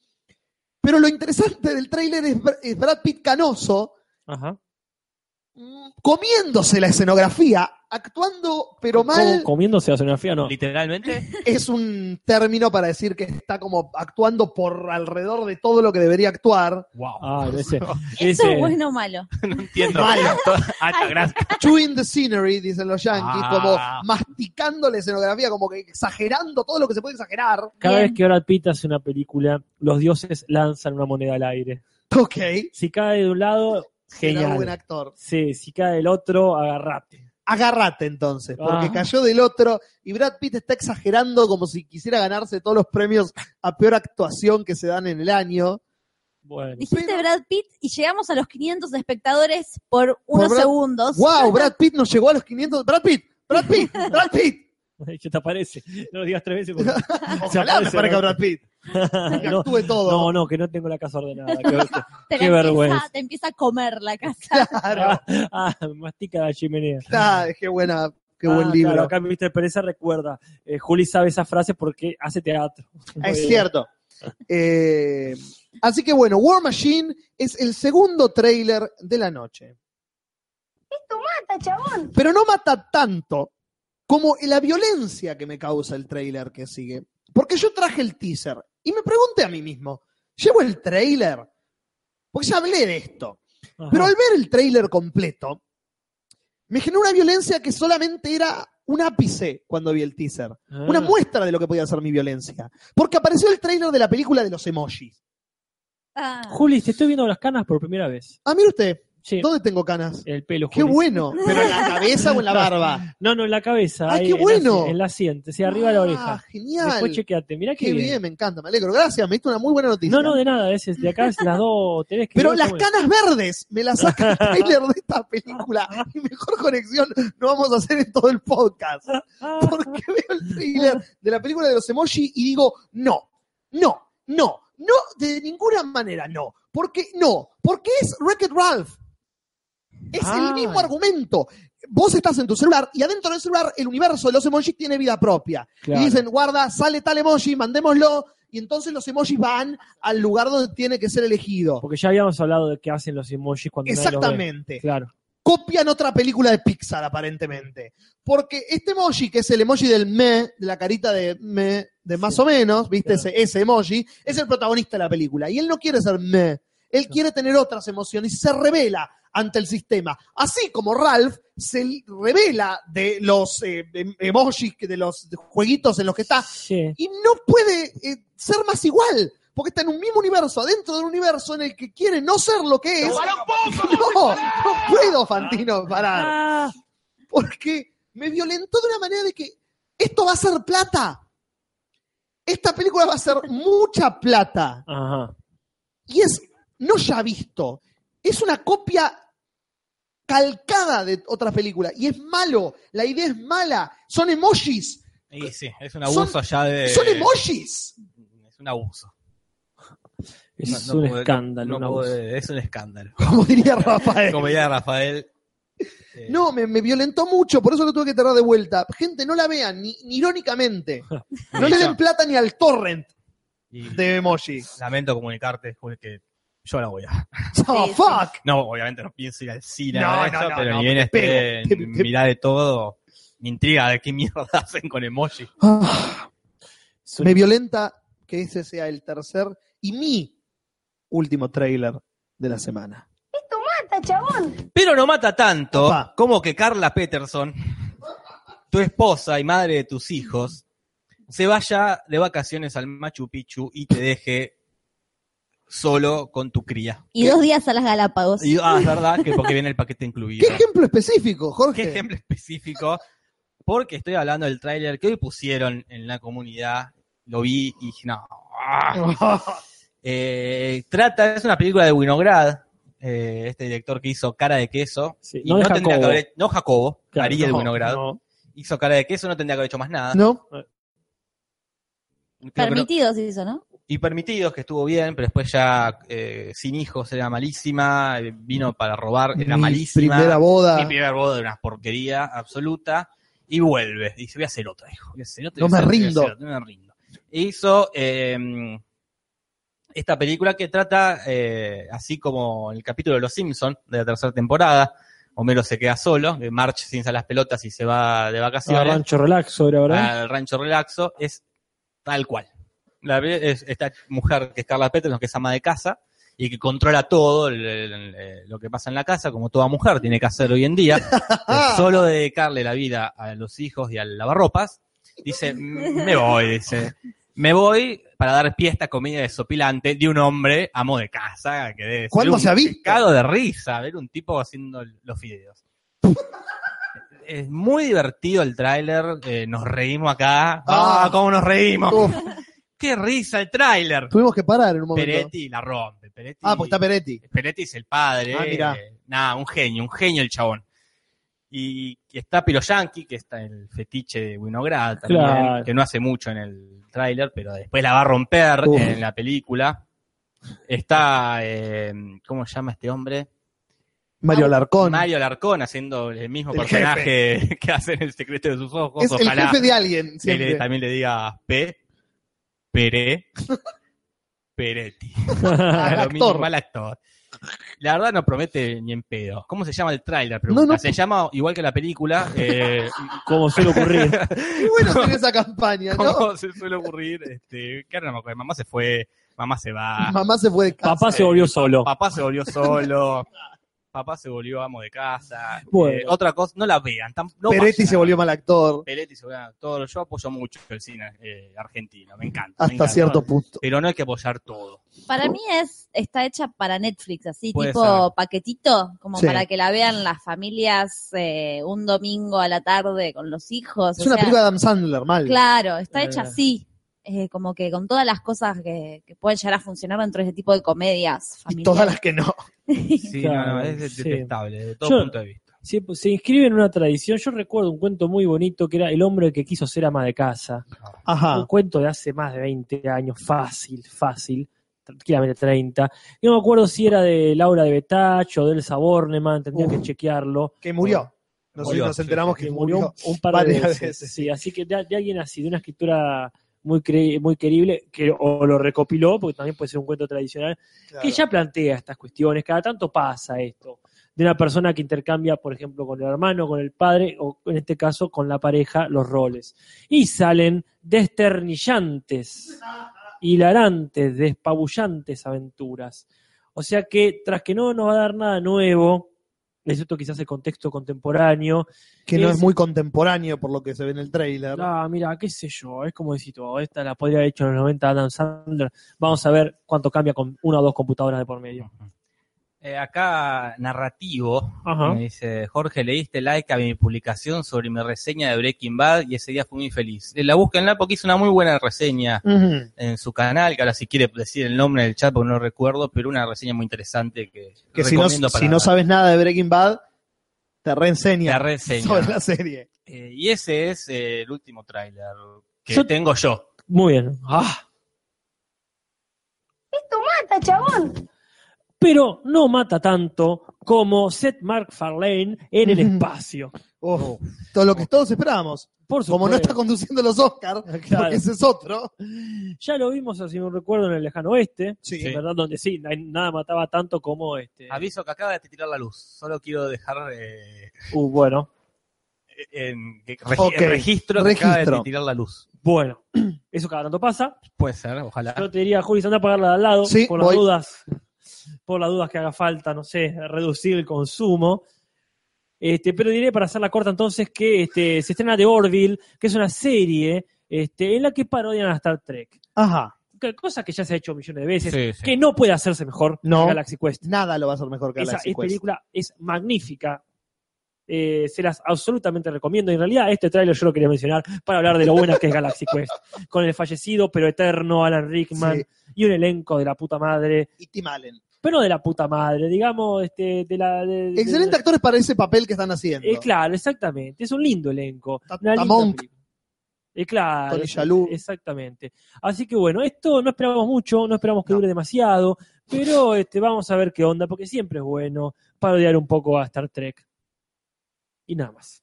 [SPEAKER 1] Pero lo interesante del tráiler es, Br- es Brad Pitt canoso,
[SPEAKER 2] Ajá.
[SPEAKER 1] mm, comiéndose la escenografía, actuando pero mal.
[SPEAKER 2] ¿Cómo comiéndose la escenografía? No.
[SPEAKER 4] Literalmente.
[SPEAKER 1] *laughs* Es un término para decir que está como actuando por alrededor de todo lo que debería actuar.
[SPEAKER 4] Wow.
[SPEAKER 2] Ah,
[SPEAKER 1] *laughs*
[SPEAKER 2] ese.
[SPEAKER 3] ¿Eso
[SPEAKER 2] ese-
[SPEAKER 3] es bueno o malo?
[SPEAKER 4] No entiendo. *laughs* ah,
[SPEAKER 1] Vale.
[SPEAKER 4] Alta gracia.
[SPEAKER 1] Chewing the scenery, dicen los yankees,
[SPEAKER 4] Ah.
[SPEAKER 1] como masticando la escenografía, como que exagerando todo lo que se puede exagerar.
[SPEAKER 2] Cada
[SPEAKER 3] Bien.
[SPEAKER 2] vez que Brad Pitt hace una película, los dioses lanzan una moneda al aire.
[SPEAKER 1] Ok.
[SPEAKER 2] Si cae de un lado,
[SPEAKER 1] Era buen
[SPEAKER 2] genial.
[SPEAKER 1] actor.
[SPEAKER 2] Sí, si cae del otro, agarrate.
[SPEAKER 1] Agárrate entonces, porque
[SPEAKER 2] Ah.
[SPEAKER 1] cayó del otro y Brad Pitt está exagerando como si quisiera ganarse todos los premios a peor actuación que se dan en el año.
[SPEAKER 2] Bueno. *laughs*
[SPEAKER 3] Dijiste
[SPEAKER 1] Pero-
[SPEAKER 3] Brad Pitt y llegamos a los 500 espectadores por unos
[SPEAKER 1] Brad-
[SPEAKER 3] segundos.
[SPEAKER 1] ¡Wow!
[SPEAKER 2] *laughs*
[SPEAKER 1] Brad Pitt nos llegó a los 500. ¡Brad Pitt! ¡Brad Pitt! ¡Brad
[SPEAKER 2] *laughs*
[SPEAKER 1] Pitt!
[SPEAKER 2] ¿Qué te aparece? No lo digas tres
[SPEAKER 1] *laughs*
[SPEAKER 2] veces. porque-
[SPEAKER 1] Ojalá me
[SPEAKER 2] aparece
[SPEAKER 1] parezca
[SPEAKER 2] Brad
[SPEAKER 1] Brad Pitt. Que
[SPEAKER 2] *laughs* no,
[SPEAKER 1] actúe todo.
[SPEAKER 2] no, no, que no tengo la casa ordenada. que-
[SPEAKER 3] Te la
[SPEAKER 2] qué
[SPEAKER 3] empieza-
[SPEAKER 2] vergüenza.
[SPEAKER 3] Te empieza a comer la casa.
[SPEAKER 1] *laughs* Claro.
[SPEAKER 2] ah, ah, mastica la chimenea.
[SPEAKER 1] Ah, qué buena, qué buen
[SPEAKER 2] Ah,
[SPEAKER 1] libro.
[SPEAKER 2] Claro, acá Mr. Pereza recuerda. eh, Juli sabe esa frase porque hace teatro.
[SPEAKER 1] Ah, Es cierto. Eh, así que bueno, War Machine es el segundo tráiler de la noche. Pero no mata tanto como la violencia que me causa el tráiler que sigue. Porque yo traje el teaser y me pregunté a mí mismo, ¿llevo el tráiler? Porque ya hablé de esto.
[SPEAKER 2] Ajá.
[SPEAKER 1] Pero al ver el tráiler completo, me generó una violencia que solamente era un ápice cuando vi el teaser
[SPEAKER 2] Ah,
[SPEAKER 1] una muestra de lo que podía ser mi violencia. Porque apareció el tráiler de la película de los emojis.
[SPEAKER 3] Ah,
[SPEAKER 2] Juli, te estoy viendo las canas por primera vez.
[SPEAKER 1] Ah, mire usted,
[SPEAKER 2] Sí,
[SPEAKER 1] ¿dónde tengo canas?
[SPEAKER 2] el pelo,
[SPEAKER 1] Qué
[SPEAKER 2] Juli.
[SPEAKER 1] bueno. ¿Pero en
[SPEAKER 2] *laughs*
[SPEAKER 1] la cabeza o en la barba?
[SPEAKER 2] No, no, en la cabeza.
[SPEAKER 1] Ay,
[SPEAKER 2] ahí,
[SPEAKER 1] qué
[SPEAKER 2] en la-
[SPEAKER 1] bueno.
[SPEAKER 2] En la siente, sí, arriba de la
[SPEAKER 1] Ah,
[SPEAKER 2] oreja. Después
[SPEAKER 1] Genial.
[SPEAKER 2] chequeate. Mirá qué,
[SPEAKER 1] Qué bien, me encanta, me alegro. Gracias, me diste una muy buena noticia.
[SPEAKER 2] No, no, de nada. Es, es de acá es las dos. Tenés que
[SPEAKER 1] Pero
[SPEAKER 2] ver
[SPEAKER 1] las
[SPEAKER 2] cómo es.
[SPEAKER 1] canas verdes me las saca
[SPEAKER 2] *laughs*
[SPEAKER 1] el tráiler de esta película. Y mejor conexión no vamos a hacer en todo el podcast.
[SPEAKER 2] Ah,
[SPEAKER 1] Porque veo el tráiler de la película de los emojis y digo, no, no, no, no, de ninguna manera no. Porque no, porque es Wreck-It Ralph. Es
[SPEAKER 2] Ah.
[SPEAKER 1] el mismo argumento. Vos estás en tu celular y adentro del celular el universo de los emojis tiene vida propia.
[SPEAKER 2] claro.
[SPEAKER 1] Y dicen, guarda, sale tal emoji, mandémoslo. Y entonces los emojis van al lugar donde tiene que ser elegido.
[SPEAKER 2] Porque ya habíamos hablado de qué hacen los emojis cuando nadie los ve.
[SPEAKER 1] Exactamente
[SPEAKER 2] Claro.
[SPEAKER 1] copian otra película de Pixar, aparentemente. Porque este emoji, que es el emoji del me, de la carita de me, de más o menos, ¿viste?
[SPEAKER 2] Claro.
[SPEAKER 1] Ese, ese emoji, es el protagonista de la película. Y él no quiere ser me. Él quiere tener otras emociones y se revela ante el sistema. Así como Ralph se revela de los eh, em- emojis, que- de los jueguitos en los que está,
[SPEAKER 2] Sí.
[SPEAKER 1] y no puede eh, ser más igual. Porque está en un mismo universo, adentro de un universo en el que quiere no ser lo que es. No, no puedo, Fantino, parar.
[SPEAKER 2] Ah,
[SPEAKER 1] Porque me violentó de una manera de que esto va a ser plata. Esta película va a ser mucha plata.
[SPEAKER 2] Ajá.
[SPEAKER 1] Y es, no ya visto, es una copia calcada de otra película. Y es malo, la idea es mala. Son emojis,
[SPEAKER 4] Y sí, es un abuso
[SPEAKER 1] Son-
[SPEAKER 4] ya de.
[SPEAKER 1] son emojis.
[SPEAKER 4] Es un abuso.
[SPEAKER 2] Es
[SPEAKER 4] No- no
[SPEAKER 2] un
[SPEAKER 4] puede-
[SPEAKER 2] escándalo.
[SPEAKER 4] no
[SPEAKER 2] un abuso.
[SPEAKER 4] puede- es un escándalo.
[SPEAKER 1] Como diría Rafael.
[SPEAKER 4] Como ya Rafael. eh,
[SPEAKER 1] No, me, me violentó mucho, por eso lo tuve que traer de vuelta. Gente, no la vean, ni, ni
[SPEAKER 4] *laughs*
[SPEAKER 1] irónicamente. No le den plata ni al torrent
[SPEAKER 4] eh, y
[SPEAKER 1] de emoji. *laughs*
[SPEAKER 4] Lamento comunicarte, Juli, que yo la voy a.
[SPEAKER 1] Oh,
[SPEAKER 3] sí.
[SPEAKER 1] fuck.
[SPEAKER 4] No, obviamente no pienso ir al cine,
[SPEAKER 1] No,
[SPEAKER 4] nada de
[SPEAKER 1] no,
[SPEAKER 4] eso,
[SPEAKER 1] no,
[SPEAKER 4] pero
[SPEAKER 1] no,
[SPEAKER 4] ni bien
[SPEAKER 1] te pego,
[SPEAKER 4] esté en
[SPEAKER 1] *laughs* te- te-
[SPEAKER 4] mirá de todo, me intriga de qué mierda *laughs* hacen con emoji.
[SPEAKER 1] Ah,
[SPEAKER 2] Es un-
[SPEAKER 1] me violenta que ese sea el tercer y mi último trailer de la semana.
[SPEAKER 4] Pero no mata tanto
[SPEAKER 1] Opa.
[SPEAKER 4] como que Carla Peterson, tu esposa y madre de tus hijos, se vaya de vacaciones al Machu Picchu y te deje solo con tu cría.
[SPEAKER 3] Y dos días a las Galápagos.
[SPEAKER 4] Y, ah, es verdad que porque viene el paquete incluido.
[SPEAKER 1] ¿Qué ejemplo específico, *laughs* Jorge?
[SPEAKER 4] qué ejemplo específico, porque estoy hablando del tráiler que hoy pusieron en la comunidad, lo vi y dije, no.
[SPEAKER 1] *laughs*
[SPEAKER 4] ah. Eh, trata, es una película de Winograd, eh, este director que hizo Cara de Queso.
[SPEAKER 2] Sí,
[SPEAKER 4] y
[SPEAKER 2] no
[SPEAKER 4] no,
[SPEAKER 2] de
[SPEAKER 4] tendría que
[SPEAKER 2] Jacobo.
[SPEAKER 4] haber- no Jacobo,
[SPEAKER 2] Claro,
[SPEAKER 4] Ariel
[SPEAKER 2] no,
[SPEAKER 4] Winograd,
[SPEAKER 2] no.
[SPEAKER 4] hizo Cara de Queso, no tendría que haber hecho más nada.
[SPEAKER 1] ¿No?
[SPEAKER 4] Creo que no-
[SPEAKER 3] Permitidos hizo, ¿no?
[SPEAKER 4] y Permitidos, que estuvo bien, pero después ya eh, Sin Hijos era malísima, eh, vino para robar, era
[SPEAKER 1] Mi
[SPEAKER 4] malísima.
[SPEAKER 1] Primera boda.
[SPEAKER 4] Mi primer boda de una porquería absoluta. Y vuelve. Dice, voy a hacer otra, hijo. Voy a hacer otra,
[SPEAKER 1] No
[SPEAKER 4] voy a
[SPEAKER 1] me
[SPEAKER 4] hacer otra, voy a
[SPEAKER 1] rindo.
[SPEAKER 4] hacer otra, no me rindo. E hizo eh, esta película que trata, eh, así como el capítulo de Los Simpsons de la tercera temporada, Homero se queda solo, eh, March cinza las pelotas y se va de
[SPEAKER 2] A
[SPEAKER 4] vacaciones
[SPEAKER 2] Rancho Relaxo era, ¿verdad?
[SPEAKER 4] al rancho relaxo, es tal cual. La, ve- es esta mujer que es Carla Peterson, que es ama de casa y que controla todo el- el- el- lo que pasa en la casa, como toda mujer tiene que hacer hoy
[SPEAKER 1] *laughs*
[SPEAKER 4] en día, es solo dedicarle la vida a los hijos y al lavarropas, dice, me voy, dice, me voy para dar pie a esta comida desopilante de un hombre amo de casa, que debe ser
[SPEAKER 1] ¿Cuándo
[SPEAKER 4] un
[SPEAKER 1] se ha visto?
[SPEAKER 4] cagado de risa ver un tipo haciendo los fideos. Es muy divertido el tráiler, eh, nos reímos acá.
[SPEAKER 1] Ah.
[SPEAKER 4] ¡Ah, cómo nos reímos!
[SPEAKER 1] Uf,
[SPEAKER 4] ¡Qué risa el tráiler!
[SPEAKER 1] tuvimos que parar en un momento.
[SPEAKER 4] Peretti la rompe. Peretti,
[SPEAKER 1] Ah, porque está Peretti.
[SPEAKER 4] Peretti es el padre.
[SPEAKER 1] Ah, mirá.
[SPEAKER 4] eh, nada, un genio, un genio el chabón. Y está Pilo Yankee, que está en el fetiche de Winograd también,
[SPEAKER 2] Claro.
[SPEAKER 4] que no hace mucho en el tráiler, pero después la va a romper
[SPEAKER 2] Uf.
[SPEAKER 4] en la película. Está, eh, ¿cómo se llama este hombre?
[SPEAKER 1] Mario Alarcón.
[SPEAKER 4] Ah, Mario Alarcón haciendo el mismo
[SPEAKER 1] El
[SPEAKER 4] personaje *laughs* que hace en El secreto de sus ojos.
[SPEAKER 1] es el
[SPEAKER 4] Ojalá
[SPEAKER 1] jefe de alguien.
[SPEAKER 4] que
[SPEAKER 1] siempre.
[SPEAKER 4] le- también le diga P,
[SPEAKER 1] *laughs*
[SPEAKER 4] Pere, Peretti.
[SPEAKER 1] Ah,
[SPEAKER 4] *laughs* Lo mismo,
[SPEAKER 1] *laughs* actor.
[SPEAKER 4] mal actor. La verdad no promete ni en pedo. ¿Cómo se llama el tráiler?
[SPEAKER 1] No, no.
[SPEAKER 4] Se llama igual que
[SPEAKER 1] *laughs*
[SPEAKER 4] la película, eh,
[SPEAKER 2] Como suele
[SPEAKER 4] *laughs*
[SPEAKER 2] ocurrir.
[SPEAKER 1] Qué bueno sería esa campaña, ¿no?
[SPEAKER 4] como se suele ocurrir, este, que ahora no me acuerdo, mamá se fue, mamá
[SPEAKER 1] *laughs*
[SPEAKER 4] se va,
[SPEAKER 1] Mamá se fue de casa.
[SPEAKER 2] Papá se volvió solo.
[SPEAKER 4] Papá se volvió solo. Papá se volvió amo de casa.
[SPEAKER 2] Bueno.
[SPEAKER 4] Eh, otra cosa, no la vean. tam- no
[SPEAKER 1] Peretti
[SPEAKER 4] vayan.
[SPEAKER 1] se volvió mal actor.
[SPEAKER 4] Peretti se volvió todo. Yo apoyo mucho el cine eh, argentino, me encanta. me
[SPEAKER 1] Hasta
[SPEAKER 4] encanta.
[SPEAKER 1] cierto punto.
[SPEAKER 4] Pero no hay que apoyar todo.
[SPEAKER 3] Para mí es está hecha para Netflix, así
[SPEAKER 4] Uh. Puede
[SPEAKER 3] tipo
[SPEAKER 4] ser.
[SPEAKER 3] paquetito, como
[SPEAKER 1] Sí.
[SPEAKER 3] para que la vean las familias eh, un domingo a la tarde con los hijos.
[SPEAKER 1] Es
[SPEAKER 3] o
[SPEAKER 1] una
[SPEAKER 3] sea,
[SPEAKER 1] película de Adam Sandler, mal.
[SPEAKER 3] Claro, está hecha
[SPEAKER 2] Eh.
[SPEAKER 3] así, eh, como que con todas las cosas que, que pueden llegar a funcionar dentro de ese tipo de comedias
[SPEAKER 1] Y
[SPEAKER 3] familiares.
[SPEAKER 1] todas las que no.
[SPEAKER 4] Sí,
[SPEAKER 2] Claro,
[SPEAKER 4] no, no, es
[SPEAKER 2] sí.
[SPEAKER 4] detestable, de todo
[SPEAKER 2] Yo-
[SPEAKER 4] punto de vista.
[SPEAKER 2] Se, se inscribe en una tradición. Yo recuerdo un cuento muy bonito que era El hombre que quiso ser ama de casa. Un
[SPEAKER 1] Ajá.
[SPEAKER 2] cuento de hace más de 20 años, fácil, fácil, tranquilamente 30. Yo no me acuerdo si era de Laura de Betacho, de Elsa Borneman, tendría
[SPEAKER 1] Uf.
[SPEAKER 2] que chequearlo.
[SPEAKER 1] Que murió. Nos,
[SPEAKER 4] Murió,
[SPEAKER 1] nos
[SPEAKER 4] sí,
[SPEAKER 1] enteramos
[SPEAKER 2] Que
[SPEAKER 1] que
[SPEAKER 2] murió un,
[SPEAKER 1] murió.
[SPEAKER 2] un par de
[SPEAKER 1] varias
[SPEAKER 2] veces.
[SPEAKER 1] veces.
[SPEAKER 2] sí. así que de, de alguien así, de una escritura muy, cre- muy querible, que o lo recopiló, porque también puede ser un cuento tradicional,
[SPEAKER 1] Claro.
[SPEAKER 2] que ya plantea estas cuestiones, cada tanto pasa esto, de una persona que intercambia, por ejemplo, con el hermano, con el padre, o en este caso con la pareja, los roles. Y salen desternillantes, hilarantes, despabullantes aventuras. O sea que, tras que no nos va a dar nada nuevo, excepto quizás el contexto contemporáneo,
[SPEAKER 1] Que no
[SPEAKER 2] es-
[SPEAKER 1] es muy contemporáneo por lo que se ve en el trailer.
[SPEAKER 2] ah, mira, qué sé yo, es como decir, oh, esta la podría haber hecho en los 90 Adam Sandler, vamos a ver cuánto cambia con una o dos computadoras de por medio.
[SPEAKER 4] Eh, acá, narrativo,
[SPEAKER 2] Ajá.
[SPEAKER 4] me dice, Jorge, le diste like a mi publicación sobre mi reseña de Breaking Bad y ese día fui muy feliz. Eh, La búsquenla porque hizo una muy buena reseña
[SPEAKER 1] Ujú.
[SPEAKER 4] en su canal, que ahora si quiere decir el nombre del chat porque no recuerdo, pero una reseña muy interesante que,
[SPEAKER 1] Que si no,
[SPEAKER 4] recomiendo para
[SPEAKER 1] si no sabes nada de Breaking Bad, te reenseña
[SPEAKER 4] la reseña.
[SPEAKER 1] sobre la serie.
[SPEAKER 4] Eh, y ese es eh, el último tráiler que
[SPEAKER 2] Yo-
[SPEAKER 4] tengo yo.
[SPEAKER 2] Muy bien. Ah,
[SPEAKER 8] ¡Mata, chabón!
[SPEAKER 2] pero no mata tanto como Seth MacFarlane en el
[SPEAKER 1] Ujú.
[SPEAKER 2] espacio.
[SPEAKER 1] Uf, Todo lo que todos esperábamos.
[SPEAKER 2] Por
[SPEAKER 1] Como no
[SPEAKER 2] supuesto.
[SPEAKER 1] está conduciendo los Oscars,
[SPEAKER 2] Claro.
[SPEAKER 1] porque ese es otro.
[SPEAKER 2] Ya lo vimos, si no recuerdo, en el lejano oeste,
[SPEAKER 1] Sí.
[SPEAKER 4] Sí.
[SPEAKER 2] ¿verdad? Donde sí, na- nada mataba tanto como
[SPEAKER 1] Eh,
[SPEAKER 2] este.
[SPEAKER 4] Aviso que acaba de tirar la luz, solo quiero dejar eh,
[SPEAKER 2] Uh, bueno,
[SPEAKER 4] en, que regi-
[SPEAKER 1] Ok,
[SPEAKER 4] el registro que acaba
[SPEAKER 1] registro.
[SPEAKER 4] de tirar la luz.
[SPEAKER 2] bueno. *clears throat* Eso cada tanto pasa.
[SPEAKER 4] Puede ser, ojalá.
[SPEAKER 2] Yo te diría, Juli, anda a pagarla de al lado
[SPEAKER 1] Sí,
[SPEAKER 2] por las
[SPEAKER 1] voy.
[SPEAKER 2] dudas. Por las dudas que haga falta, no sé, reducir el consumo. Este, pero diré para hacerla corta entonces que este, se estrena The Orville, que es una serie este, en la que parodian a Star Trek.
[SPEAKER 1] Ajá.
[SPEAKER 2] que- cosa que ya se ha hecho millones de
[SPEAKER 4] Sí,
[SPEAKER 2] veces,
[SPEAKER 4] sí.
[SPEAKER 2] que no puede hacerse mejor que
[SPEAKER 1] No.
[SPEAKER 2] Galaxy Quest.
[SPEAKER 1] Nada lo va a hacer mejor que
[SPEAKER 2] Esa
[SPEAKER 1] Galaxy
[SPEAKER 2] es-
[SPEAKER 1] Quest.
[SPEAKER 2] película es magnífica. Eh, se las absolutamente recomiendo. En realidad, este tráiler yo lo quería mencionar para hablar de lo buena que es Galaxy
[SPEAKER 1] *laughs*
[SPEAKER 2] Quest. Con el fallecido pero eterno Alan Rickman
[SPEAKER 1] Sí.
[SPEAKER 2] y un elenco de la puta madre.
[SPEAKER 1] Y Tim Allen.
[SPEAKER 2] Pero no de la puta madre, digamos, este, de la. de- de-
[SPEAKER 1] Excelentes actores para ese papel que están haciendo.
[SPEAKER 2] eh, claro, exactamente. Es un lindo elenco.
[SPEAKER 1] Ta-
[SPEAKER 2] Una linda
[SPEAKER 1] Monk.
[SPEAKER 2] película. Eh, claro.
[SPEAKER 1] Tony
[SPEAKER 2] ex-
[SPEAKER 1] Shalhoub.
[SPEAKER 2] Exactamente. Así que bueno, esto no esperamos mucho, no esperamos que dure demasiado, pero este, vamos a ver qué onda, porque siempre es bueno parodiar un poco a Star Trek. Y nada más.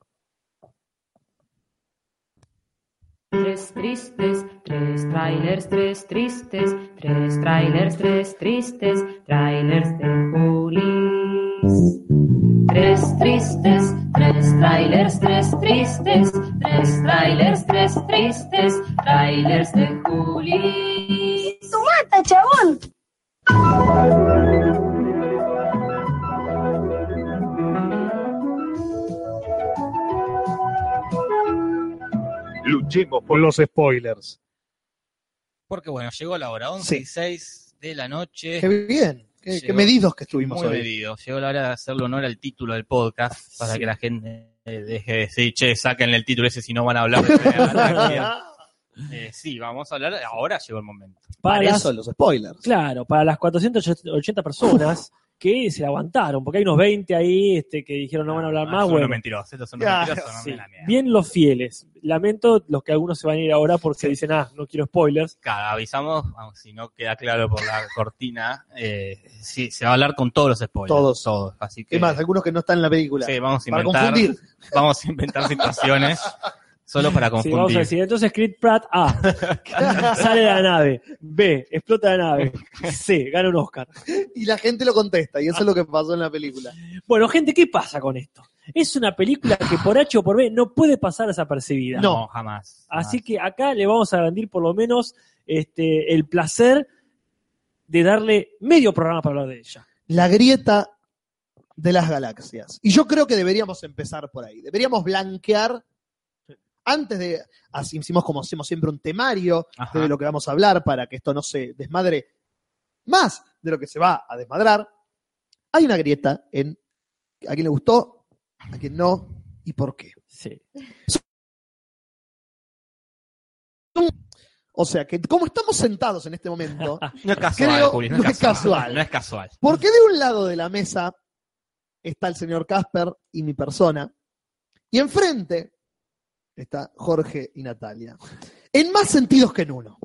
[SPEAKER 7] Tres tristes, tres trailers, tres tristes, tres trailers, tres tristes, trailers de Julis. Tres tristes, tres trailers, tres tristes, tres trailers, tres tristes, trailers de Juli.
[SPEAKER 8] ¡Mata, chabón!
[SPEAKER 9] Luchemos por los spoilers.
[SPEAKER 4] Porque bueno, llegó la hora, 11 y 6 de la noche.
[SPEAKER 1] Qué bien, qué,
[SPEAKER 4] Llegó.
[SPEAKER 1] qué medidos que estuvimos
[SPEAKER 4] Muy
[SPEAKER 1] hoy.
[SPEAKER 4] medido. Llegó la hora de hacerle honor al título del podcast para que la gente eh, deje de decir, che, sáquenle el título ese si no van a hablar. de
[SPEAKER 1] Ah,
[SPEAKER 4] Batman". Eh, sí, vamos a hablar. Ahora llegó el momento.
[SPEAKER 2] Para
[SPEAKER 1] Para
[SPEAKER 2] las-
[SPEAKER 1] eso los spoilers.
[SPEAKER 2] Claro, para las 480 personas que se la aguantaron, porque hay unos 20 ahí este, que dijeron no van a hablar
[SPEAKER 4] Ah,
[SPEAKER 2] más.
[SPEAKER 4] Son
[SPEAKER 2] Bueno,
[SPEAKER 4] unos mentirosos, estos son
[SPEAKER 1] Claro,
[SPEAKER 4] unos mentirosos, no
[SPEAKER 2] sí.
[SPEAKER 4] me la mierda.
[SPEAKER 2] Bien los fieles. Lamento los que algunos se van a ir ahora porque dicen, ah, no quiero spoilers.
[SPEAKER 4] Cada- avisamos, vamos, si no queda claro por la cortina, eh, sí, se va a hablar con todos los spoilers.
[SPEAKER 1] Todos.
[SPEAKER 4] Todos. Así que
[SPEAKER 1] Es más, algunos que no están en la película.
[SPEAKER 4] sí, vamos a
[SPEAKER 1] para
[SPEAKER 4] inventar,
[SPEAKER 1] confundir. *laughs*
[SPEAKER 4] *laughs* vamos a inventar situaciones solo para
[SPEAKER 2] Sí, vamos a
[SPEAKER 4] confundir.
[SPEAKER 2] decir, entonces Creed Pratt ah, A sale de la nave, B explota la nave, C gana un Oscar.
[SPEAKER 1] Y la gente lo contesta, y eso es lo que pasó en la película.
[SPEAKER 2] Bueno, gente, ¿qué pasa con esto? Es una película que por H o por B no puede pasar desapercibida.
[SPEAKER 4] no, jamás.
[SPEAKER 2] Así
[SPEAKER 4] jamás.
[SPEAKER 2] que acá le vamos a rendir por lo menos este, el placer de darle medio programa para hablar de ella.
[SPEAKER 1] La grieta de las galaxias. Y yo creo que deberíamos empezar por ahí. Deberíamos blanquear antes de. Así hicimos como hacemos siempre un temario
[SPEAKER 4] Ajá.
[SPEAKER 1] de lo que vamos a hablar para que esto no se desmadre más de lo que se va a desmadrar. Hay una grieta en a quién le gustó, a quién no y por qué.
[SPEAKER 2] Sí.
[SPEAKER 1] O sea que, como estamos sentados en este
[SPEAKER 4] *laughs*
[SPEAKER 1] momento,
[SPEAKER 4] No es casual,
[SPEAKER 1] Creo-
[SPEAKER 4] Juli, no,
[SPEAKER 1] no
[SPEAKER 4] es
[SPEAKER 1] es
[SPEAKER 4] casual.
[SPEAKER 1] casual.
[SPEAKER 4] No es casual.
[SPEAKER 1] Porque de un lado de la mesa está el señor Casper y mi persona, y enfrente está Jorge y Natalia. En más sentidos que en uno.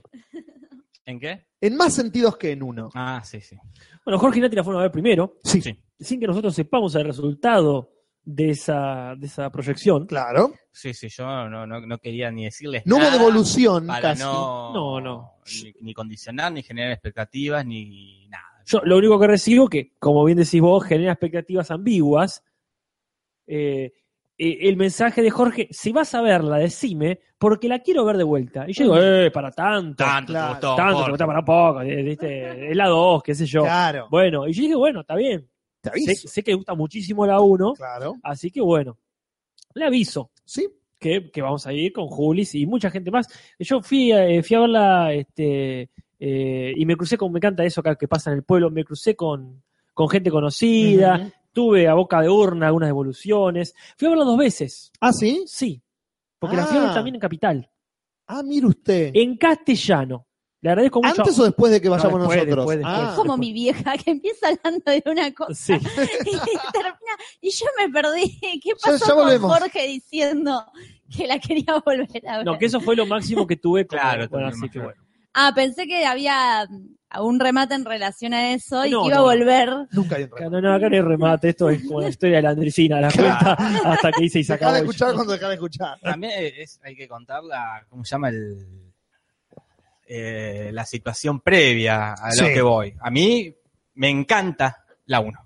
[SPEAKER 4] ¿En qué?
[SPEAKER 1] En más sentidos que en uno.
[SPEAKER 4] Ah, sí, sí.
[SPEAKER 2] Bueno, Jorge y Nati la fueron a ver primero,
[SPEAKER 1] Sí,
[SPEAKER 4] Sí.
[SPEAKER 2] sin que nosotros sepamos el resultado de esa, de esa proyección.
[SPEAKER 1] claro.
[SPEAKER 4] Sí, sí, yo no, no, no quería ni decirles
[SPEAKER 1] No hubo
[SPEAKER 4] nada
[SPEAKER 1] devolución
[SPEAKER 4] para
[SPEAKER 1] casi.
[SPEAKER 4] no,
[SPEAKER 2] No, no.
[SPEAKER 4] Ni, ni condicionar, ni generar expectativas, ni nada.
[SPEAKER 2] Yo lo único que recibo que, como bien decís vos, genera expectativas ambiguas. Eh, eh, el mensaje de Jorge, si vas a verla, decime, porque la quiero ver de vuelta. Y yo digo, eh, para tanto.
[SPEAKER 4] Tanto
[SPEAKER 1] Claro,
[SPEAKER 4] te gustó,
[SPEAKER 2] tanto,
[SPEAKER 4] Jorge.
[SPEAKER 2] te gusta para poco. eh, ¿viste? Es la 2, qué sé yo.
[SPEAKER 1] Claro.
[SPEAKER 2] Bueno, y yo dije, bueno, está bien.
[SPEAKER 1] Te
[SPEAKER 2] Sé,
[SPEAKER 1] aviso.
[SPEAKER 2] sé que le gusta muchísimo la 1,
[SPEAKER 1] Claro.
[SPEAKER 2] así que bueno, le aviso
[SPEAKER 1] Sí.
[SPEAKER 2] que, que vamos a ir con Julis y mucha gente más. Yo fui, a- eh, fui a verla este, eh, y me crucé con, me encanta eso acá que pasa en el pueblo, me crucé con, con gente conocida,
[SPEAKER 1] Ujú.
[SPEAKER 2] tuve a boca de urna algunas devoluciones. Fui a verla dos veces,
[SPEAKER 1] Ah, sí.
[SPEAKER 2] sí, porque la
[SPEAKER 1] Ah.
[SPEAKER 2] fui a ver también en Capital,
[SPEAKER 1] Ah, mire usted.
[SPEAKER 2] en castellano. Le agradezco mucho.
[SPEAKER 1] ¿Antes o después de que vayamos
[SPEAKER 2] después,
[SPEAKER 1] nosotros?
[SPEAKER 2] después, después.
[SPEAKER 3] Es
[SPEAKER 1] Ah,
[SPEAKER 3] como mi vieja que empieza hablando de una cosa
[SPEAKER 2] *laughs* Sí.
[SPEAKER 3] y termina. Y yo me perdí. *laughs* ¿Qué
[SPEAKER 1] Ya- ya
[SPEAKER 3] pasó con
[SPEAKER 1] volvemos.
[SPEAKER 3] Jorge diciendo que la quería volver a ver?
[SPEAKER 2] No, que eso fue lo máximo que tuve con
[SPEAKER 4] Claro,
[SPEAKER 2] bueno,
[SPEAKER 4] también
[SPEAKER 2] así
[SPEAKER 4] más
[SPEAKER 2] que
[SPEAKER 4] claro.
[SPEAKER 2] bueno.
[SPEAKER 3] Ah, pensé que había mm, un remate en relación a eso y
[SPEAKER 2] No,
[SPEAKER 3] que iba
[SPEAKER 2] no,
[SPEAKER 3] a
[SPEAKER 2] no.
[SPEAKER 3] volver.
[SPEAKER 1] nunca hay un
[SPEAKER 2] Acá
[SPEAKER 1] remate.
[SPEAKER 2] No, no, acá no hay remate, esto es como la historia de la Andresina, la
[SPEAKER 1] *laughs*
[SPEAKER 2] cuenta hasta que dice y
[SPEAKER 1] Se
[SPEAKER 2] se
[SPEAKER 1] acaba
[SPEAKER 2] acaba.
[SPEAKER 1] de escuchar cuando dejaba de escuchar.
[SPEAKER 4] También es, hay que contar la, ¿cómo se llama? El, eh, la situación previa a lo
[SPEAKER 1] Sí.
[SPEAKER 4] que voy. A mí me encanta la 1.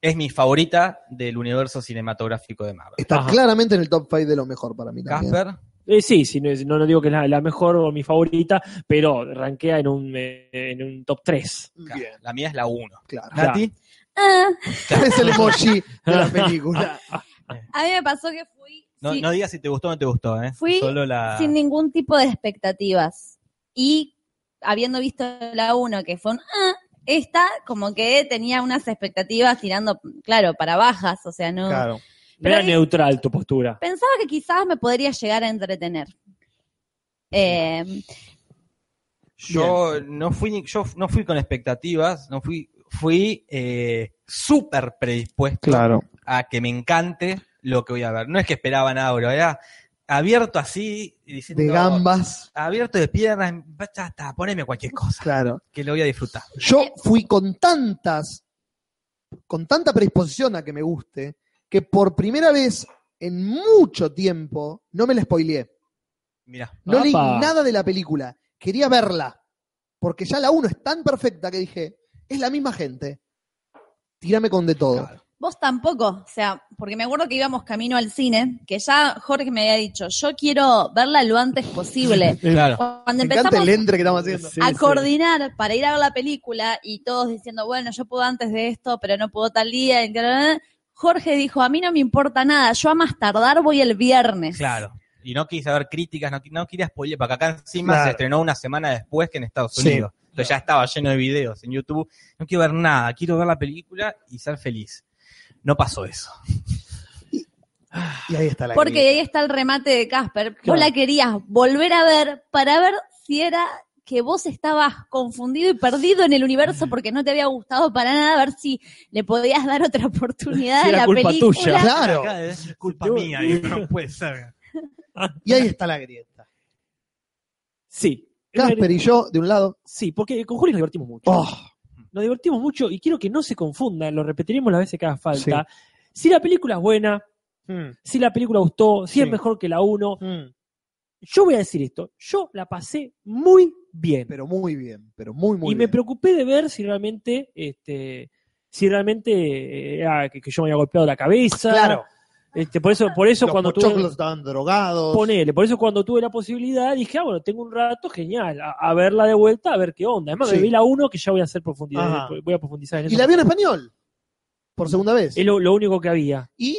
[SPEAKER 4] Es mi favorita del universo cinematográfico de Marvel.
[SPEAKER 1] Está
[SPEAKER 2] Ajá.
[SPEAKER 1] claramente en el top 5 de lo mejor para mí también.
[SPEAKER 4] Casper,
[SPEAKER 2] Eh, sí, sí, no, es- no, no digo que es la, la mejor o mi favorita, pero rankea en un, eh, en un top 3.
[SPEAKER 4] claro,
[SPEAKER 1] Bien,
[SPEAKER 4] la mía es la 1.
[SPEAKER 1] claro. *laughs*
[SPEAKER 4] Nati,
[SPEAKER 3] Ah,
[SPEAKER 1] es el emoji de la
[SPEAKER 2] *laughs*
[SPEAKER 1] película.
[SPEAKER 3] a mí me pasó que fui
[SPEAKER 4] no,
[SPEAKER 3] sin,
[SPEAKER 4] no digas si te gustó o no te gustó, ¿eh?
[SPEAKER 3] Fui
[SPEAKER 4] Solo la...
[SPEAKER 3] sin ningún tipo de expectativas. Y habiendo visto la 1, que fue un. ah, esta, como que tenía unas expectativas tirando, claro, para bajas, o sea, no.
[SPEAKER 1] Claro.
[SPEAKER 3] Pero
[SPEAKER 2] Era
[SPEAKER 3] ahí-
[SPEAKER 2] neutral tu postura.
[SPEAKER 3] pensaba que quizás me podría llegar a entretener. Eh,
[SPEAKER 4] Yo no fui ni- yo no fui con expectativas, no fui fui eh, súper predispuesto
[SPEAKER 1] Claro.
[SPEAKER 4] a que me encante lo que voy a ver. No es que esperaba nada, bro, era abierto así y diciendo
[SPEAKER 1] De gambas.
[SPEAKER 4] abierto de piernas, ya está, poneme cualquier cosa
[SPEAKER 1] Claro.
[SPEAKER 4] que lo voy a disfrutar.
[SPEAKER 1] Yo fui con tantas, con tanta predisposición a que me guste, que por primera vez en mucho tiempo no me la spoileé.
[SPEAKER 4] Mira,
[SPEAKER 1] No leí
[SPEAKER 2] Apa.
[SPEAKER 1] nada de la película. Quería verla. Porque ya la 1 es tan perfecta que dije, es la misma gente. Tírame con de todo.
[SPEAKER 4] Claro.
[SPEAKER 3] Vos tampoco, o sea, porque me acuerdo que íbamos camino al cine, que ya Jorge me había dicho, yo quiero verla lo antes posible.
[SPEAKER 4] Claro.
[SPEAKER 3] Cuando
[SPEAKER 1] Me encanta el
[SPEAKER 3] empezamos
[SPEAKER 1] entre que estamos haciendo.
[SPEAKER 2] Sí,
[SPEAKER 3] a
[SPEAKER 2] sí.
[SPEAKER 3] coordinar para ir a ver la película y todos diciendo, bueno, yo puedo antes de esto, pero no puedo tal día. y que- Jorge dijo, a mí no me importa nada, yo a más tardar voy el viernes.
[SPEAKER 4] Claro. Y no quise ver críticas, no, qui- no quería spoiler, porque acá encima
[SPEAKER 9] Claro.
[SPEAKER 4] se estrenó una semana después que en Estados
[SPEAKER 1] Sí.
[SPEAKER 4] Unidos. Entonces ya estaba lleno de videos en YouTube. No quiero ver nada, quiero ver la película y ser feliz. No pasó eso.
[SPEAKER 1] Y ahí está la
[SPEAKER 3] Porque
[SPEAKER 1] grita.
[SPEAKER 3] ahí está el remate de Casper. Vos
[SPEAKER 2] Claro.
[SPEAKER 3] la querías volver a ver para ver si era que vos estabas confundido y perdido en el universo porque no te había gustado para nada, a ver si le podías dar otra oportunidad
[SPEAKER 2] Si
[SPEAKER 3] a
[SPEAKER 2] era
[SPEAKER 3] la
[SPEAKER 2] culpa
[SPEAKER 3] película.
[SPEAKER 2] tuya.
[SPEAKER 1] Claro,
[SPEAKER 4] Acá es culpa
[SPEAKER 2] Yo-
[SPEAKER 4] mía, digo, no puede ser.
[SPEAKER 1] y ahí está la grieta.
[SPEAKER 2] Sí.
[SPEAKER 1] Casper y yo, de un lado.
[SPEAKER 2] Sí, porque con Juli nos divertimos mucho.
[SPEAKER 1] Oh,
[SPEAKER 2] Nos divertimos mucho y quiero que no se confundan, lo repetiremos las veces que haga falta. Si la película es buena,
[SPEAKER 1] Mm,
[SPEAKER 2] si la película gustó, si es
[SPEAKER 1] Sí.
[SPEAKER 2] mejor que la 1,
[SPEAKER 1] mm.
[SPEAKER 2] yo voy a decir esto, yo la pasé muy bien.
[SPEAKER 1] Pero muy bien, pero muy, muy
[SPEAKER 2] y me
[SPEAKER 1] bien.
[SPEAKER 2] preocupé de ver si realmente, este, si realmente eh, era que, que yo me había golpeado la cabeza.
[SPEAKER 1] Claro,
[SPEAKER 2] Este, por eso, por eso
[SPEAKER 1] los
[SPEAKER 2] cuando
[SPEAKER 1] pochoclos
[SPEAKER 2] tuve,
[SPEAKER 1] estaban drogados.
[SPEAKER 2] ponele, por eso cuando tuve la posibilidad dije, ah, bueno, tengo un rato, genial, a, a verla de vuelta, a ver qué onda. Además, me
[SPEAKER 1] Sí.
[SPEAKER 2] vi la 1 que ya voy a hacer profundidad,
[SPEAKER 1] Ajá.
[SPEAKER 2] voy a profundizar en
[SPEAKER 1] Y
[SPEAKER 2] eso.
[SPEAKER 1] la vi en español. Por segunda vez.
[SPEAKER 2] Es lo, lo único que había.
[SPEAKER 1] Y.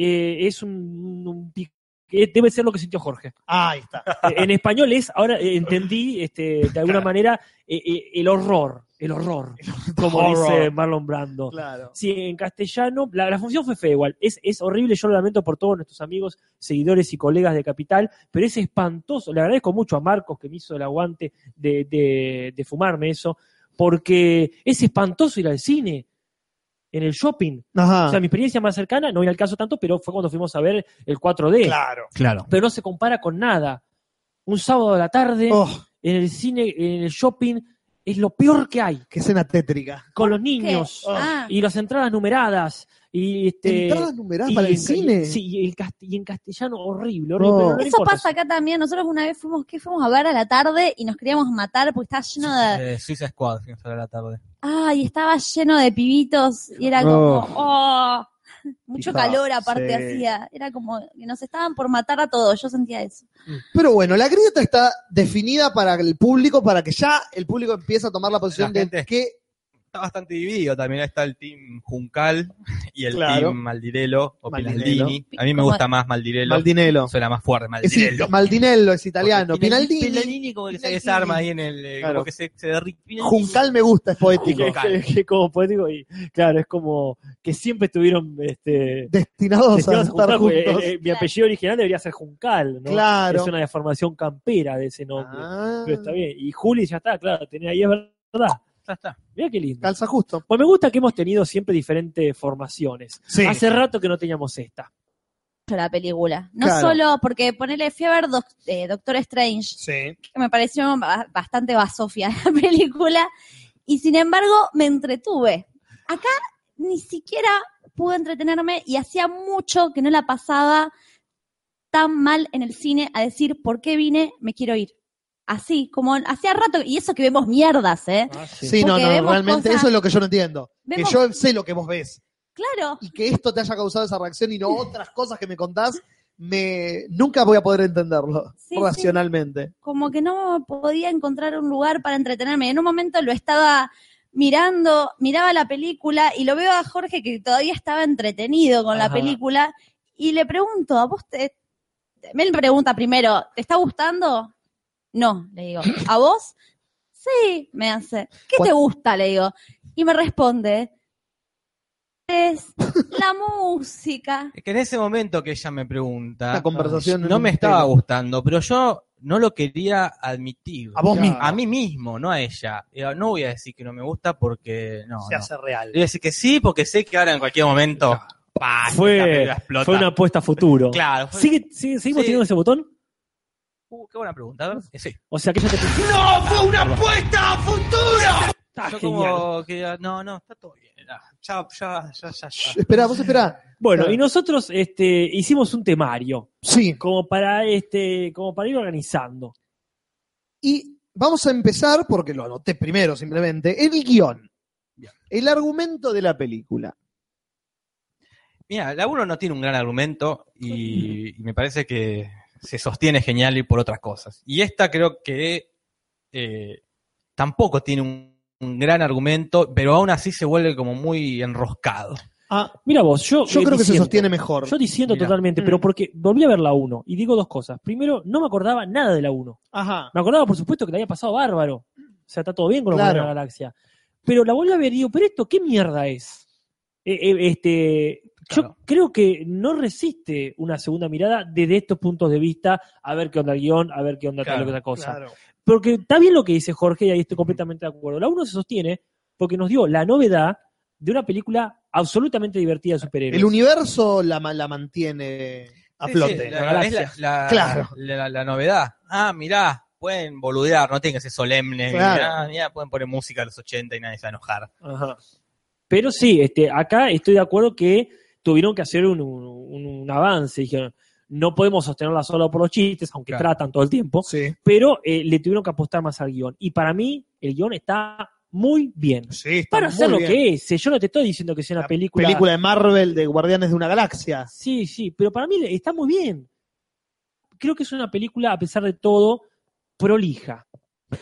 [SPEAKER 2] Eh, es un, un pic- eh, debe ser lo que sintió Jorge.
[SPEAKER 1] Ah, ahí está.
[SPEAKER 2] Eh, en español es, ahora eh, entendí este, de alguna manera eh, eh, el horror, el horror, como
[SPEAKER 1] Horror.
[SPEAKER 2] dice Marlon Brando.
[SPEAKER 1] Claro.
[SPEAKER 2] Sí, en castellano, la, la función fue fea igual. Es, es horrible, yo lo lamento por todos nuestros amigos, seguidores y colegas de Capital, pero es espantoso. Le agradezco mucho a Marcos que me hizo el aguante de, de- de fumarme eso, porque es espantoso ir al cine, en el shopping.
[SPEAKER 1] Ajá.
[SPEAKER 2] O sea, mi experiencia más cercana, no voy al caso tanto, pero fue cuando fuimos a ver el 4D.
[SPEAKER 1] claro.
[SPEAKER 4] Claro.
[SPEAKER 2] Pero no se compara con nada. Un sábado a la tarde,
[SPEAKER 1] Oh,
[SPEAKER 2] en el cine, en el shopping, es lo peor que hay.
[SPEAKER 1] qué escena tétrica.
[SPEAKER 2] Con los
[SPEAKER 3] ¿Qué?
[SPEAKER 2] niños
[SPEAKER 3] Ah,
[SPEAKER 2] y las entradas numeradas y este
[SPEAKER 1] Entradas numeradas
[SPEAKER 2] y
[SPEAKER 1] para el
[SPEAKER 2] en ca-
[SPEAKER 1] cine.
[SPEAKER 2] sí y, el cast- y en castellano horrible, horrible,
[SPEAKER 1] No.
[SPEAKER 2] pero no le
[SPEAKER 3] eso
[SPEAKER 2] importa
[SPEAKER 3] pasa acá también. Nosotros una vez fuimos, ¿qué fuimos a ver a la tarde? Y nos queríamos matar porque estaba lleno de.
[SPEAKER 4] Eh, Suiza Squad, que fue a la tarde.
[SPEAKER 3] Ay, estaba lleno de pibitos y era como. Oh. Mucho
[SPEAKER 1] Estaba-
[SPEAKER 3] calor aparte
[SPEAKER 1] sí.
[SPEAKER 3] hacía. Era como que nos estaban por matar a todos. Yo sentía eso.
[SPEAKER 1] Pero bueno, la grieta está definida para el público, para que ya el público empiece a tomar la posición
[SPEAKER 4] La
[SPEAKER 1] de
[SPEAKER 4] gente-
[SPEAKER 1] que
[SPEAKER 4] Está bastante dividido también. Está el team Juncal *laughs* y el
[SPEAKER 1] Claro.
[SPEAKER 4] team Maldirello o
[SPEAKER 1] Maldirello.
[SPEAKER 4] Pinaldini. A mí me gusta más Maldirello.
[SPEAKER 1] Maldinello.
[SPEAKER 4] Suena más fuerte,
[SPEAKER 1] Es
[SPEAKER 4] Maldirello.
[SPEAKER 1] Maldinello es italiano. Pinaldini.
[SPEAKER 4] Pinaldini como que se
[SPEAKER 1] Pinaldini.
[SPEAKER 4] desarma ahí en el. eh,
[SPEAKER 1] Claro.
[SPEAKER 4] Como que se, se derrite. Pinaldini.
[SPEAKER 1] Juncal me gusta, es *laughs* poético.
[SPEAKER 4] Juncal.
[SPEAKER 2] Que- que- que como poético y claro es como que siempre estuvieron este
[SPEAKER 1] Destinados, a
[SPEAKER 2] destinados a
[SPEAKER 1] estar
[SPEAKER 2] juntar, porque,
[SPEAKER 1] juntos.
[SPEAKER 2] eh, eh, mi apellido original debería ser Juncal ¿no?
[SPEAKER 1] claro.
[SPEAKER 2] es una deformación campera de ese nombre
[SPEAKER 1] Ah,
[SPEAKER 2] pero está bien y Juli ya está claro tenía ahí es verdad
[SPEAKER 4] Ya está.
[SPEAKER 2] mira qué lindo
[SPEAKER 1] calza justo.
[SPEAKER 2] Pues me gusta que hemos tenido siempre diferentes formaciones.
[SPEAKER 1] Sí.
[SPEAKER 2] Hace rato que no teníamos esta.
[SPEAKER 3] mucho la película. No
[SPEAKER 1] Claro.
[SPEAKER 3] solo porque ponerle fui a ver Doc- eh, Doctor Strange,
[SPEAKER 1] Sí.
[SPEAKER 3] que me pareció ba- bastante basofia *laughs* la película, y sin embargo me entretuve. Acá ni siquiera pude entretenerme y hacía mucho que no la pasaba tan mal en el cine a decir por qué vine, me quiero ir. Así, como hacía rato, y eso que vemos mierdas,
[SPEAKER 1] Ah.
[SPEAKER 3] ¿eh?
[SPEAKER 1] Sí, no,
[SPEAKER 3] Porque
[SPEAKER 1] no,
[SPEAKER 3] vemos
[SPEAKER 1] realmente
[SPEAKER 3] cosas-
[SPEAKER 1] eso es lo que yo no entiendo.
[SPEAKER 3] Vemos-
[SPEAKER 1] Que yo sé lo que vos ves.
[SPEAKER 3] Claro,
[SPEAKER 1] Y que esto te haya causado esa reacción y no otras cosas que me contás, me nunca voy a poder entenderlo
[SPEAKER 3] Sí, sí.
[SPEAKER 1] racionalmente.
[SPEAKER 3] como que no podía encontrar un lugar para entretenerme. En un momento lo estaba mirando, miraba la película y lo veo a Jorge que todavía estaba entretenido con la
[SPEAKER 2] Ajá.
[SPEAKER 3] película y le pregunto, ¿a vos te...? te- Él me pregunta primero, ¿te está gustando? No, le digo, ¿a vos? Sí, me hace. ¿Qué
[SPEAKER 1] Cu-
[SPEAKER 3] te gusta? Le digo. Y me responde, es la música.
[SPEAKER 4] Es que en ese momento que ella me pregunta,
[SPEAKER 1] Esta conversación
[SPEAKER 4] no me
[SPEAKER 1] en-
[SPEAKER 4] estaba gustando, pero yo no lo quería admitir.
[SPEAKER 1] A vos
[SPEAKER 2] Claro.
[SPEAKER 1] mismo.
[SPEAKER 4] A mí mismo, no a ella. Eh, No voy a decir que no me gusta porque no.
[SPEAKER 1] se
[SPEAKER 4] no.
[SPEAKER 1] hace real.
[SPEAKER 4] Voy a decir que sí porque sé que ahora en cualquier momento pa, esta
[SPEAKER 2] Fue,
[SPEAKER 4] película explota.
[SPEAKER 2] fue una apuesta a futuro.
[SPEAKER 4] Claro. fue-
[SPEAKER 2] ¿Sigue- sigue- ¿Seguimos
[SPEAKER 4] Sí.
[SPEAKER 2] teniendo ese botón?
[SPEAKER 4] Uh, qué buena pregunta. a ver. Eh, Sí.
[SPEAKER 2] O sea, que
[SPEAKER 4] *laughs*
[SPEAKER 2] ya te
[SPEAKER 4] ¡No! ¡Fue una apuesta a futuro!
[SPEAKER 2] Está
[SPEAKER 4] Ah, Yo
[SPEAKER 2] genial.
[SPEAKER 4] como que, no, no, está todo bien. ah, Ya, ya, ya, ya. ya.
[SPEAKER 1] Esperá, vos esperá.
[SPEAKER 2] Bueno,
[SPEAKER 1] Claro.
[SPEAKER 2] y nosotros este, hicimos un temario
[SPEAKER 1] Sí.
[SPEAKER 2] como para, este, como para ir organizando.
[SPEAKER 1] Y vamos a empezar, porque lo anoté primero simplemente, el guión.
[SPEAKER 4] Bien.
[SPEAKER 1] El argumento de la película.
[SPEAKER 4] Mira, la 1 no tiene un gran argumento y, y me parece que se sostiene genial y por otras cosas. Y esta creo que eh, tampoco tiene un, un gran argumento, pero aún así se vuelve como muy enroscado.
[SPEAKER 1] Ah,
[SPEAKER 2] Mira vos, yo.
[SPEAKER 1] yo
[SPEAKER 2] eh,
[SPEAKER 1] creo que se
[SPEAKER 2] disiento.
[SPEAKER 1] sostiene mejor.
[SPEAKER 2] Yo diciendo
[SPEAKER 4] Mirá.
[SPEAKER 2] totalmente,
[SPEAKER 1] Mm.
[SPEAKER 2] pero porque volví a ver la 1 y digo dos cosas. Primero, no me acordaba nada de la 1.
[SPEAKER 1] Ajá.
[SPEAKER 2] Me acordaba, por supuesto, que la había pasado bárbaro. O sea, está todo bien con los
[SPEAKER 1] Claro.
[SPEAKER 2] Guardianes de la Galaxia. Pero la volví a ver y digo, ¿pero esto qué mierda es? Eh, eh, este,
[SPEAKER 4] Claro.
[SPEAKER 2] Yo creo que no resiste una segunda mirada desde estos puntos de vista, a ver qué onda el guión, a ver qué onda
[SPEAKER 4] Claro,
[SPEAKER 2] tal otra cosa.
[SPEAKER 1] Claro.
[SPEAKER 2] Porque está bien lo que dice Jorge, y ahí estoy completamente de acuerdo. La 1 se sostiene porque nos dio la novedad de una película absolutamente divertida de superhéroes.
[SPEAKER 1] El universo la, ma- la mantiene a
[SPEAKER 4] Sí,
[SPEAKER 1] flote.
[SPEAKER 2] la
[SPEAKER 4] sí, la, es la-
[SPEAKER 2] galaxia.
[SPEAKER 4] la-
[SPEAKER 1] Claro.
[SPEAKER 4] la- la novedad. Ah, mirá, pueden boludear, no tienen que ser solemnes.
[SPEAKER 1] Claro.
[SPEAKER 4] Mirá, mirá, pueden poner música a los 80 y nadie se va a enojar.
[SPEAKER 2] Ajá. Pero sí, este, acá estoy de acuerdo que tuvieron que hacer un, un- un- un avance. Dijeron, no podemos sostenerla solo por los chistes, aunque
[SPEAKER 4] Claro.
[SPEAKER 2] tratan todo el tiempo,
[SPEAKER 1] Sí.
[SPEAKER 2] pero eh, le tuvieron que apostar más al guión. Y para mí, el guión está muy bien.
[SPEAKER 1] Sí, está
[SPEAKER 2] Para
[SPEAKER 1] muy
[SPEAKER 2] ser lo
[SPEAKER 1] bien.
[SPEAKER 2] que es, eh, yo no te estoy diciendo que sea una
[SPEAKER 1] La
[SPEAKER 2] película...
[SPEAKER 1] Película de Marvel de Guardianes de una Galaxia.
[SPEAKER 2] Sí, sí, pero para mí le- está muy bien. Creo que es una película, a pesar de todo, prolija.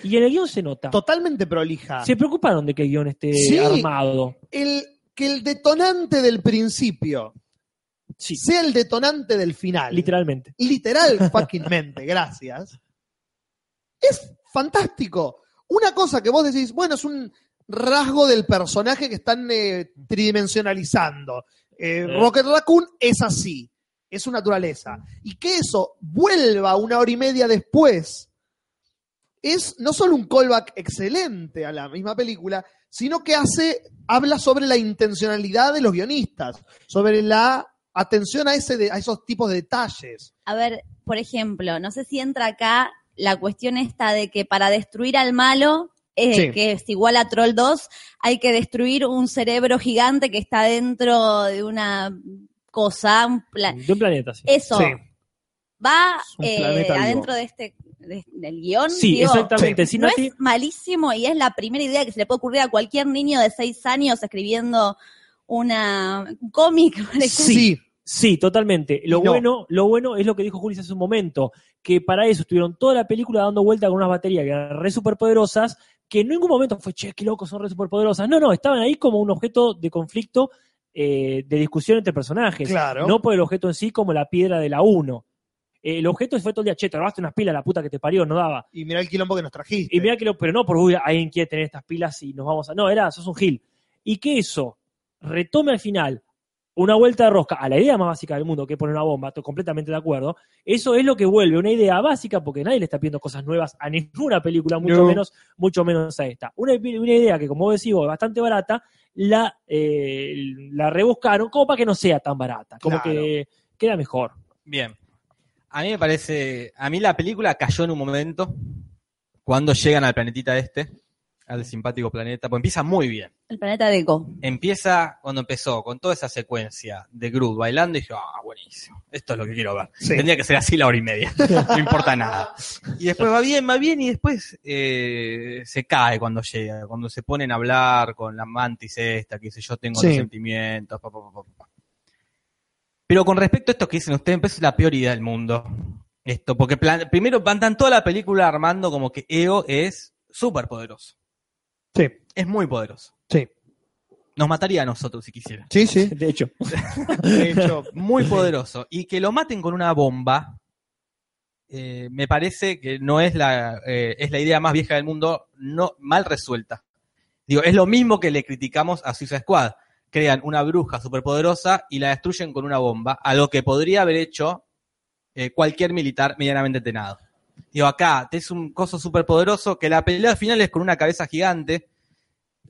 [SPEAKER 2] Y en el guión se nota.
[SPEAKER 1] Totalmente prolija.
[SPEAKER 2] Se preocuparon de que el guión esté
[SPEAKER 1] Sí.
[SPEAKER 2] armado.
[SPEAKER 1] El, que el detonante del principio
[SPEAKER 2] Sí,
[SPEAKER 1] sea el detonante del final.
[SPEAKER 2] literalmente.
[SPEAKER 1] Literal fucking mente, gracias. Es fantástico. Una cosa que vos decís, bueno, es un rasgo del personaje que están eh, tridimensionalizando. Eh,
[SPEAKER 2] Eh.
[SPEAKER 1] Rocket Raccoon es así, es su naturaleza. Y que eso vuelva una hora y media después es no solo un callback excelente a la misma película, sino que hace, habla sobre la intencionalidad de los guionistas, sobre la atención a, ese de- a esos tipos de detalles.
[SPEAKER 3] A ver, por ejemplo, no sé si entra acá la cuestión esta de que para destruir al malo, eh,
[SPEAKER 1] Sí.
[SPEAKER 3] que es igual a Troll 2, hay que destruir un cerebro gigante que está dentro de una cosa, un pla-
[SPEAKER 2] De un planeta, sí.
[SPEAKER 3] Eso
[SPEAKER 1] Sí.
[SPEAKER 3] va
[SPEAKER 1] Es un
[SPEAKER 3] eh,
[SPEAKER 1] planeta vivo.
[SPEAKER 3] adentro de este de- del guión.
[SPEAKER 2] Sí,
[SPEAKER 3] digo,
[SPEAKER 2] exactamente. Si
[SPEAKER 3] No
[SPEAKER 2] no
[SPEAKER 3] es malísimo y es la primera idea que se le puede ocurrir a cualquier niño de seis años escribiendo una un cómic. *laughs* por ejemplo.
[SPEAKER 1] Sí,
[SPEAKER 2] Sí, totalmente. Lo,
[SPEAKER 1] Y no.
[SPEAKER 2] bueno, lo bueno es lo que dijo Julis hace un momento, que para eso estuvieron toda la película dando vuelta con unas baterías que eran re superpoderosas, que en ningún momento fue, che, qué loco, son re superpoderosas. No, no, estaban ahí como un objeto de conflicto, eh, de discusión entre personajes.
[SPEAKER 1] claro.
[SPEAKER 2] No por el objeto en sí, como la piedra de la 1. Eh, el objeto fue todo el día, che, te robaste unas pilas, la puta que te parió, no daba.
[SPEAKER 1] Y mirá el quilombo que nos trajiste.
[SPEAKER 2] Y mira que lo, pero no por uy, alguien quiere tener estas pilas y nos vamos a. No, era, sos un gil. Y que eso retome al final una vuelta de rosca a la idea más básica del mundo, que es poner una bomba, estoy completamente de acuerdo. Eso es lo que vuelve una idea básica, porque nadie le está pidiendo cosas nuevas a ninguna película, mucho
[SPEAKER 1] No.
[SPEAKER 2] menos, mucho menos a esta. Una, una idea que, como vos decís, vos, es bastante barata, la, eh, la rebuscaron como para que no sea tan barata, como
[SPEAKER 1] Claro.
[SPEAKER 2] que queda mejor.
[SPEAKER 4] Bien. A mí me parece. A mí la película cayó en un momento cuando llegan al planetita este, al simpático planeta, pues empieza muy bien.
[SPEAKER 3] El planeta de Go.
[SPEAKER 4] Empieza cuando empezó, con toda esa secuencia de Groot bailando, y dije, ah, buenísimo, esto es lo que quiero ver.
[SPEAKER 1] Sí.
[SPEAKER 4] Tendría que ser así la hora
[SPEAKER 1] *laughs*
[SPEAKER 4] y media, no importa nada. Y después va bien, va bien, y después eh, se cae cuando llega, cuando se ponen a hablar con la mantis esta, que dice, yo tengo
[SPEAKER 1] Sí.
[SPEAKER 4] los sentimientos, pa, pa, pa, pa, pa. Pero con respecto a esto que dicen ustedes, pues, es la peor idea del mundo. Esto, porque plan- primero plantan toda la película armando como que Ego es súper poderoso.
[SPEAKER 1] Sí,
[SPEAKER 4] Es muy poderoso.
[SPEAKER 1] sí.
[SPEAKER 4] Nos mataría a nosotros si quisiera.
[SPEAKER 1] Sí, sí.
[SPEAKER 2] De hecho,
[SPEAKER 1] De hecho,
[SPEAKER 4] muy poderoso. Y que lo maten con una bomba, eh, me parece que no es la, eh, es la idea más vieja del mundo, no, mal resuelta. Digo, es lo mismo que le criticamos a Suicide Squad. Crean una bruja superpoderosa y la destruyen con una bomba, a lo que podría haber hecho eh, cualquier militar medianamente tenado. Digo, acá es un coso superpoderoso que la pelea al final es con una cabeza gigante,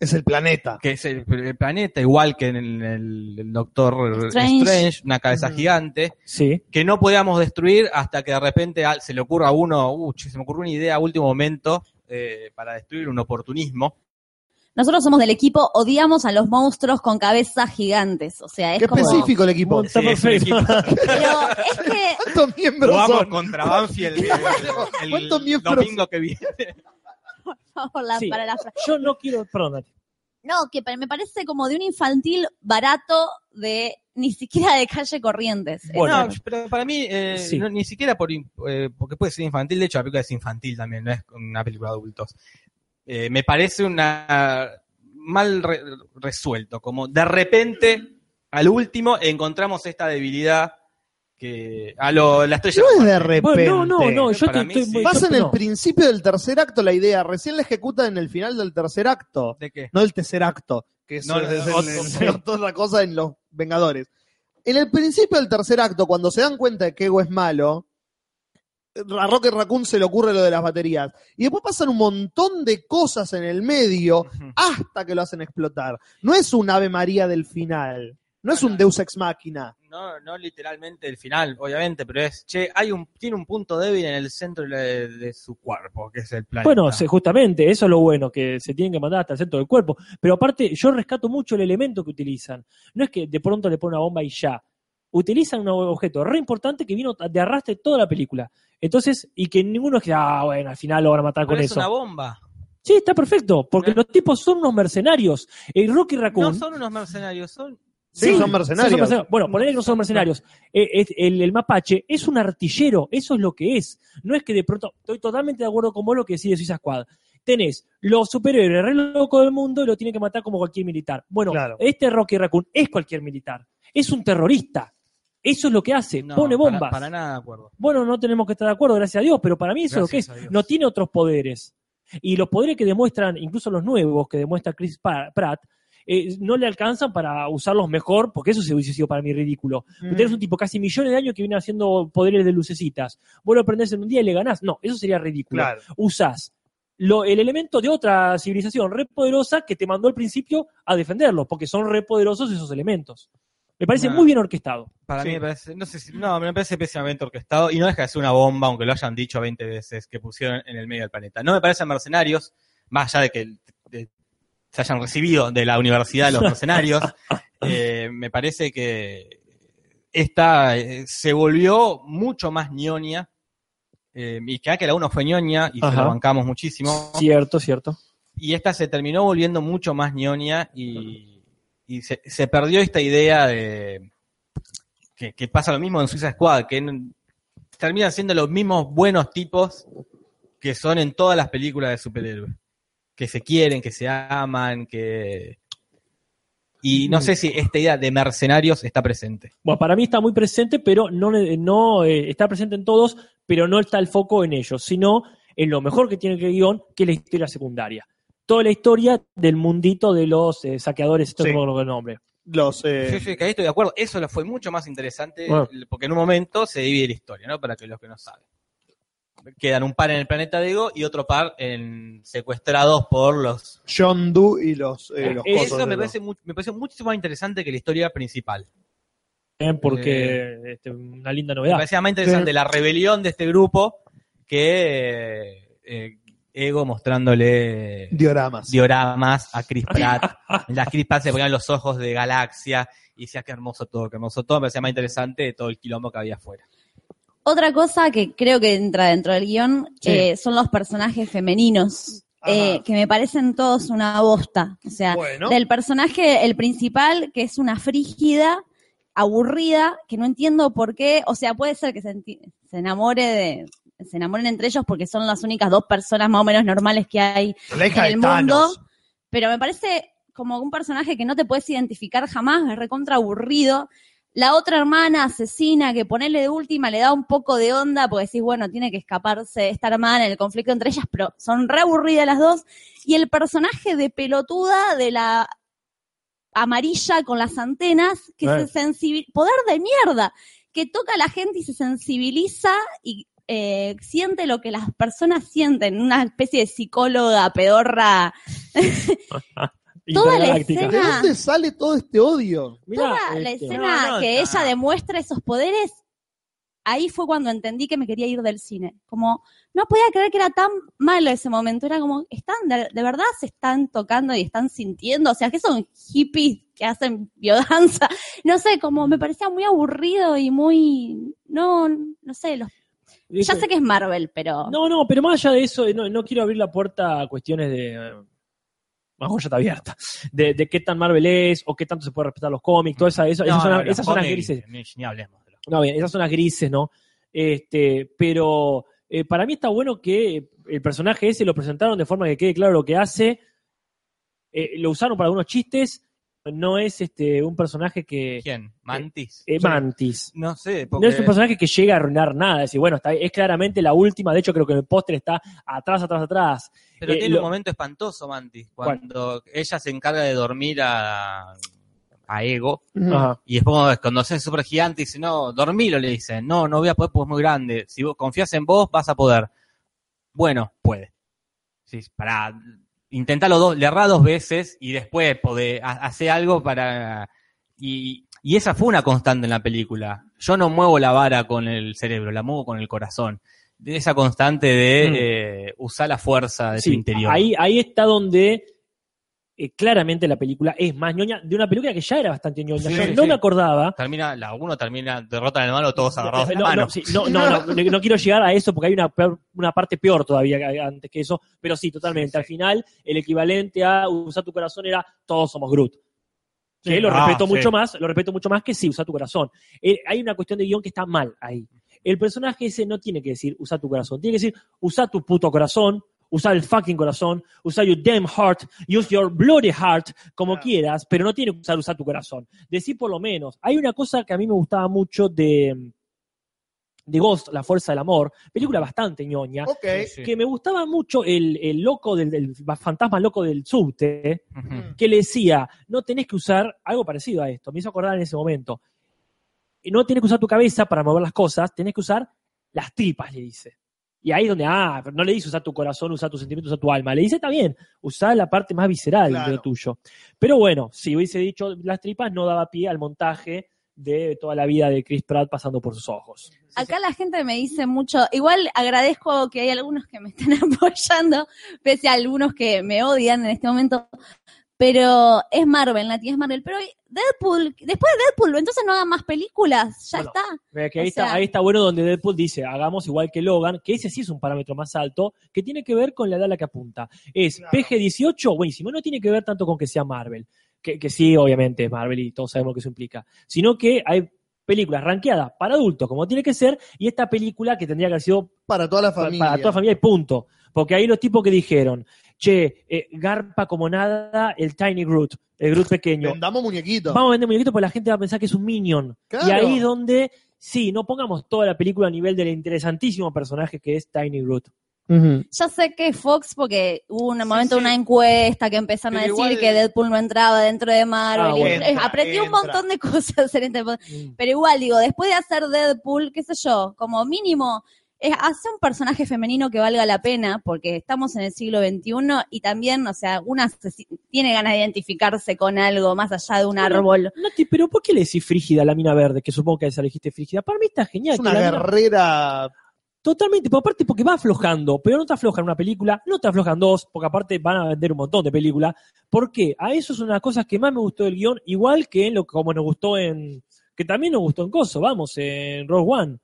[SPEAKER 1] es el planeta.
[SPEAKER 4] que es el, el planeta, igual que en el, el- el Doctor
[SPEAKER 3] Strange.
[SPEAKER 4] Strange. una cabeza
[SPEAKER 1] Ujú.
[SPEAKER 4] gigante
[SPEAKER 2] sí.
[SPEAKER 4] que no podíamos destruir hasta que de repente al- se le ocurra a uno, "Uh, che, se me ocurrió una idea a último momento eh, para destruir un oportunismo.
[SPEAKER 3] Nosotros somos del equipo, odiamos a los monstruos con cabezas gigantes. O sea, es
[SPEAKER 1] Qué
[SPEAKER 3] como.
[SPEAKER 1] específico el equipo.
[SPEAKER 2] Está
[SPEAKER 4] Sí, es
[SPEAKER 2] *laughs*
[SPEAKER 4] un
[SPEAKER 2] perfecto.
[SPEAKER 3] Pero es que *laughs*
[SPEAKER 1] ¿Cuántos miembros
[SPEAKER 4] Jugamos
[SPEAKER 1] son?
[SPEAKER 4] contra *laughs* Banfield eh, el,
[SPEAKER 1] *laughs*
[SPEAKER 4] el
[SPEAKER 1] ¿Cuántos miembros?
[SPEAKER 4] domingo que viene.
[SPEAKER 3] por favor, la-
[SPEAKER 2] Sí.
[SPEAKER 3] para la fra-
[SPEAKER 2] Yo no quiero, perdónate.
[SPEAKER 3] No, que pa- me parece como de un infantil barato de ni siquiera de calle Corrientes. Eh,
[SPEAKER 2] Bueno.
[SPEAKER 4] No, pero para mí, eh,
[SPEAKER 2] Sí.
[SPEAKER 4] no, ni siquiera por, in- eh, porque puede ser infantil, de hecho la película es infantil también, no es una película de adultos. Eh, me parece una mal re- resuelto, como de repente, al último, encontramos esta debilidad que a lo, la estrella...
[SPEAKER 1] No es de repente.
[SPEAKER 2] Bueno, no, no, no, yo
[SPEAKER 4] Para
[SPEAKER 2] estoy,
[SPEAKER 4] mí
[SPEAKER 2] estoy
[SPEAKER 4] sí.
[SPEAKER 2] muy-
[SPEAKER 1] Pasa en
[SPEAKER 2] yo-
[SPEAKER 1] el
[SPEAKER 2] no.
[SPEAKER 1] principio del tercer acto la idea, recién la ejecutan en el final del tercer acto,
[SPEAKER 4] ¿De qué?
[SPEAKER 1] no el tercer acto, que es,
[SPEAKER 4] No, no,
[SPEAKER 1] es
[SPEAKER 4] no,
[SPEAKER 1] el-
[SPEAKER 4] otro.
[SPEAKER 1] el- otra cosa en Los Vengadores. En el principio del tercer acto, cuando se dan cuenta de que Ego es malo, a Rocket Raccoon se le ocurre lo de las baterías. Y después pasan un montón de cosas en el medio
[SPEAKER 4] Ujú.
[SPEAKER 1] hasta que lo hacen explotar. No es un Ave María del final, no es un Deus Ex Máquina.
[SPEAKER 4] No, no literalmente el final, obviamente, pero es, che, hay un, tiene un punto débil en el centro de, de su cuerpo, que es el planeta.
[SPEAKER 2] Bueno, se- justamente, eso es lo bueno, que se tienen que mandar hasta el centro del cuerpo. Pero aparte, yo rescato mucho el elemento que utilizan. No es que de pronto le ponen una bomba y ya. Utilizan un objeto re importante que vino de arrastre toda la película. Entonces, y que ninguno es que, ah, bueno, al final lo van a matar
[SPEAKER 4] Pero
[SPEAKER 2] con
[SPEAKER 4] es
[SPEAKER 2] eso.
[SPEAKER 4] una bomba.
[SPEAKER 2] Sí, está perfecto, porque
[SPEAKER 4] Eh.
[SPEAKER 2] los tipos son unos mercenarios. El Rocky
[SPEAKER 4] No
[SPEAKER 2] Raccoon.
[SPEAKER 4] son unos mercenarios, son
[SPEAKER 1] Sí, son mercenarios.
[SPEAKER 2] Bueno, poner que no son mercenarios. Eh, es- el, el mapache es un artillero, eso es lo que es. No es que de pronto, estoy totalmente de acuerdo con vos lo que decís de Suiza Squad. Tenés los superhéroes re loco del mundo y lo tienen que matar como cualquier militar. Bueno,
[SPEAKER 1] Claro.
[SPEAKER 2] este Rocky Raccoon es cualquier militar, es un terrorista. Eso es lo que hace,
[SPEAKER 4] No,
[SPEAKER 2] pone
[SPEAKER 4] para-
[SPEAKER 2] bombas.
[SPEAKER 4] Para, nada de acuerdo.
[SPEAKER 2] Bueno, no tenemos que estar de acuerdo, gracias a Dios, pero para mí eso es
[SPEAKER 4] Gracias
[SPEAKER 2] lo
[SPEAKER 4] a
[SPEAKER 2] que es.
[SPEAKER 4] Dios.
[SPEAKER 2] No tiene otros poderes. Y los poderes que demuestran, incluso los nuevos que demuestra Chris Pa- Pratt, eh, no le alcanzan para usarlos mejor, porque eso se hubiese sido para mí ridículo. Tenés Mm. un tipo casi millones de años que viene haciendo poderes de lucecitas. Vos lo aprendés en un día y le ganás. No, eso sería ridículo.
[SPEAKER 1] Claro.
[SPEAKER 2] Usás lo- el elemento de otra civilización repoderosa que te mandó al principio a defenderlos, porque son repoderosos esos elementos. Me parece
[SPEAKER 4] Ah.
[SPEAKER 2] muy bien orquestado.
[SPEAKER 4] Para
[SPEAKER 1] Sí.
[SPEAKER 4] mí me parece, no sé si, no, me parece pésimamente orquestado y no deja de ser una bomba, aunque lo hayan dicho 20 veces, que pusieron en el medio del planeta. No me parecen mercenarios, más allá de que de- se hayan recibido de la universidad los mercenarios, eh, me parece que esta eh, se volvió mucho más ñoña, eh, y que que la uno fue ñoña y se
[SPEAKER 2] Ajá.
[SPEAKER 4] la bancamos muchísimo.
[SPEAKER 2] Cierto, cierto.
[SPEAKER 4] y esta se terminó volviendo mucho más ñoña y, y se, se perdió esta idea de que, que pasa lo mismo en Suiza Squad, que n- terminan siendo los mismos buenos tipos que son en todas las películas de superhéroes, que se quieren, que se aman, que... Y no sé si esta idea de mercenarios está presente.
[SPEAKER 2] Bueno, para mí está muy presente, pero no, ne- no eh, está presente en todos, pero no está el foco en ellos, sino en lo mejor que tiene el guión, que es la historia secundaria. Toda la historia del mundito de los eh, saqueadores, esto
[SPEAKER 1] Sí.
[SPEAKER 2] no me acuerdo el nombre.
[SPEAKER 1] Los, eh,
[SPEAKER 4] Sí, sí, que ahí estoy de acuerdo. Eso lo fue mucho más interesante
[SPEAKER 2] Bueno.
[SPEAKER 4] porque en un momento se divide la historia, ¿no? Para que los que no saben. Quedan un par en el planeta de Ego y otro par en secuestrados por los...
[SPEAKER 1] John Doe y los, eh, los
[SPEAKER 2] Eso
[SPEAKER 1] cosos
[SPEAKER 4] Eso
[SPEAKER 1] de
[SPEAKER 4] me
[SPEAKER 1] los-
[SPEAKER 4] parece, mu- me pareció mucho más interesante que la historia principal.
[SPEAKER 2] eh, Porque este, una linda
[SPEAKER 4] Me
[SPEAKER 2] novedad.
[SPEAKER 4] parecía más interesante la rebelión de este grupo que eh, eh, Ego mostrándole
[SPEAKER 1] dioramas.
[SPEAKER 4] dioramas a
[SPEAKER 2] *laughs*
[SPEAKER 4] Chris Pratt. Las Chris Pratt se ponían los ojos de galaxia y decía qué hermoso todo, qué hermoso todo. Me parecía más interesante de todo el quilombo que había afuera.
[SPEAKER 3] Otra cosa que creo que entra dentro del guión
[SPEAKER 2] Sí.
[SPEAKER 3] eh, son los personajes femeninos, eh, que me parecen todos una bosta. O sea,
[SPEAKER 1] Bueno.
[SPEAKER 3] del personaje, el principal, que es una frígida, aburrida, que no entiendo por qué, o sea, puede ser que se, enti- se enamore de... Se enamoren entre ellos porque son las únicas dos personas más o menos normales que hay
[SPEAKER 1] la hija
[SPEAKER 3] en el
[SPEAKER 1] de Thanos.
[SPEAKER 3] mundo, pero me parece como un personaje que no te puedes identificar jamás, es recontra aburrido. La otra hermana asesina que ponerle de última le da un poco de onda porque decís, bueno, tiene que escaparse esta hermana, el conflicto entre ellas, pero son re aburridas las dos. Y el personaje de pelotuda de la amarilla con las antenas, que
[SPEAKER 2] Eh.
[SPEAKER 3] se sensibiliza, poder de mierda, que toca a la gente y se sensibiliza y eh, siente lo que las personas sienten, una especie de psicóloga pedorra. toda la
[SPEAKER 2] Intergaláctica.
[SPEAKER 1] ¿De
[SPEAKER 3] escena-
[SPEAKER 1] dónde sale todo este odio?
[SPEAKER 2] Mirá,
[SPEAKER 3] Toda la
[SPEAKER 2] este,
[SPEAKER 3] escena
[SPEAKER 4] No, no,
[SPEAKER 3] que
[SPEAKER 4] está-
[SPEAKER 3] ella demuestra esos poderes, ahí fue cuando entendí que me quería ir del cine. Como, no podía creer que era tan malo ese momento. Era como, están, de, de verdad se están tocando y están sintiendo. O sea, que son hippies que hacen biodanza. *laughs* No sé, como me parecía muy aburrido y muy, no, no sé, los- ya sé que es Marvel, pero
[SPEAKER 2] No, no, pero más allá de eso, eh, no, no quiero abrir la puerta a cuestiones de eh, una está abierta, de, de qué tan Marvel es o qué tanto se puede respetar los cómics, todas esa, eso-
[SPEAKER 4] No,
[SPEAKER 2] esas
[SPEAKER 4] no,
[SPEAKER 2] zonas-
[SPEAKER 4] los
[SPEAKER 2] esas zonas
[SPEAKER 4] cómics,
[SPEAKER 2] grises.
[SPEAKER 4] Ni, ni hablemos de los
[SPEAKER 2] No, bien, esas zonas grises, ¿no? Este, pero eh, para mí está bueno que eh, el personaje ese lo presentaron de forma que quede claro lo que hace. Eh, lo usaron para algunos chistes. No es este un personaje que.
[SPEAKER 4] ¿Quién? ¿Mantis?
[SPEAKER 2] eh, Mantis.
[SPEAKER 4] No sé,
[SPEAKER 2] No
[SPEAKER 4] porque...
[SPEAKER 2] es un personaje que llega a arruinar nada. Es decir, bueno, está, es claramente la última. De hecho, creo que el póster está atrás, atrás, atrás.
[SPEAKER 4] Pero
[SPEAKER 2] eh,
[SPEAKER 4] tiene
[SPEAKER 2] lo-
[SPEAKER 4] un momento espantoso, Mantis,
[SPEAKER 2] ¿Cuál?
[SPEAKER 4] cuando ella se encarga de dormir a, a Ego,
[SPEAKER 2] Ajá.
[SPEAKER 4] y después cuando se hace súper gigante, dice, no, dormilo, le dicen, no, no voy a poder porque es muy grande, si vos confías en vos, vas a poder. Bueno, puede. Sí, para, intentalo dos, le errá dos veces y después podé, ha- hace algo para... Y, y esa fue una constante en la película. Yo no muevo la vara con el cerebro, la muevo con el corazón. De esa constante de
[SPEAKER 2] Mm.
[SPEAKER 4] eh, usar la fuerza de
[SPEAKER 2] Sí,
[SPEAKER 4] tu interior.
[SPEAKER 2] Ahí, ahí está donde eh, claramente la película es más ñoña de una película que ya era bastante ñoña.
[SPEAKER 4] Sí,
[SPEAKER 2] Yo
[SPEAKER 4] sí,
[SPEAKER 2] no
[SPEAKER 4] sí.
[SPEAKER 2] me acordaba.
[SPEAKER 4] Termina, la uno termina derrota en el malo,
[SPEAKER 2] *laughs*
[SPEAKER 4] todos
[SPEAKER 2] No,
[SPEAKER 4] agarrados de la
[SPEAKER 2] no,
[SPEAKER 4] mano.
[SPEAKER 2] no, sí, no, no, no, no quiero llegar a eso porque hay una, peor- una parte peor todavía que- antes que eso, pero sí, totalmente.
[SPEAKER 4] Sí, sí.
[SPEAKER 2] Al final, el equivalente a usar tu corazón era todos somos Groot. Que lo
[SPEAKER 4] Ah,
[SPEAKER 2] respeto
[SPEAKER 4] sí.
[SPEAKER 2] mucho más, lo respeto mucho más que sí, usa tu corazón. Eh, hay una cuestión de guión que está mal ahí. El personaje ese no tiene que decir usa tu corazón, tiene que decir usa tu puto corazón, usa el fucking corazón, usa your damn heart, use your bloody heart, como
[SPEAKER 1] Claro.
[SPEAKER 2] quieras, pero no tiene que usar usa tu corazón. Decir por lo menos. Hay una cosa que a mí me gustaba mucho de, de Ghost, La Fuerza del Amor, película bastante ñoña,
[SPEAKER 1] Ok.
[SPEAKER 4] Sí, sí.
[SPEAKER 2] que me gustaba mucho el, el loco, del, del fantasma loco del subte,
[SPEAKER 4] Ujú.
[SPEAKER 2] que le decía, no tenés que usar algo parecido a esto, me hizo acordar en ese momento. Y No tenés que usar tu cabeza para mover las cosas, tenés que usar las tripas, le dice. Y ahí es donde, ah, pero no le dice usar tu corazón, usar tu sentimiento, usar tu alma. Le dice, está bien, usar la parte más visceral de
[SPEAKER 1] Claro.
[SPEAKER 2] lo tuyo. Pero bueno, si hubiese dicho las tripas, no daba pie al montaje de toda la vida de Chris Pratt pasando por sus ojos.
[SPEAKER 3] Acá la gente me dice mucho, igual agradezco que hay algunos que me están *laughs* apoyando, pese a algunos que me odian en este momento, pero es Marvel, Nati, es Marvel. Pero Deadpool, después de Deadpool, entonces no hagan más películas, ya
[SPEAKER 2] Bueno,
[SPEAKER 3] está.
[SPEAKER 2] Mira que
[SPEAKER 3] O
[SPEAKER 2] ahí,
[SPEAKER 3] sea-
[SPEAKER 2] está, ahí está bueno donde Deadpool dice, hagamos igual que Logan, que ese sí es un parámetro más alto, que tiene que ver con la edad a la que apunta. Es
[SPEAKER 1] Claro.
[SPEAKER 2] PG-18, buenísimo, no tiene que ver tanto con que sea Marvel, que, que sí, obviamente es Marvel y todos sabemos lo que eso implica, sino que hay películas ranqueadas para adultos, como tiene que ser, y esta película que tendría que haber sido
[SPEAKER 1] Para toda la
[SPEAKER 2] pa-
[SPEAKER 1] familia.
[SPEAKER 2] para toda familia y punto. Porque ahí los tipos que dijeron, che, eh, garpa como nada el Tiny Groot, el Groot pequeño,
[SPEAKER 1] Vendamos muñequitos.
[SPEAKER 2] Vamos a vender muñequitos porque la gente va a pensar que es un minion.
[SPEAKER 1] Claro.
[SPEAKER 2] Y ahí es donde, sí, no pongamos toda la película a nivel del interesantísimo personaje que es Tiny Groot.
[SPEAKER 3] Ya sé que Fox, porque hubo un
[SPEAKER 4] Sí,
[SPEAKER 3] momento
[SPEAKER 4] sí.
[SPEAKER 3] una encuesta que empezaron
[SPEAKER 4] Pero
[SPEAKER 3] a decir
[SPEAKER 4] igual-
[SPEAKER 3] que Deadpool no entraba dentro de Marvel.
[SPEAKER 2] Ah,
[SPEAKER 3] y-
[SPEAKER 2] bueno.
[SPEAKER 3] eh, aprendí un
[SPEAKER 1] Entra,
[SPEAKER 3] montón de *laughs* cosas en este podcast.
[SPEAKER 2] Mm.
[SPEAKER 3] Pero igual, digo, después de hacer Deadpool, qué sé yo, como mínimo, es, hace un personaje femenino que valga la pena, porque estamos en el siglo XXI y también, o sea, una se si- tiene ganas de identificarse con algo más allá de un
[SPEAKER 2] Bueno,
[SPEAKER 3] árbol.
[SPEAKER 2] Nati, pero ¿por qué le decís frígida a la mina verde? Que supongo que esa le dijiste frígida. Para mí está genial.
[SPEAKER 1] es una
[SPEAKER 2] que la mina-
[SPEAKER 1] guerrera.
[SPEAKER 2] Totalmente, pero aparte porque va aflojando, pero no te afloja en una película, no te aflojan dos, porque aparte van a vender un montón de películas. ¿Por qué? A eso es una de las cosas que más me gustó del guión, igual que en lo como nos gustó en. que también nos gustó en Coso, vamos, en Rogue One.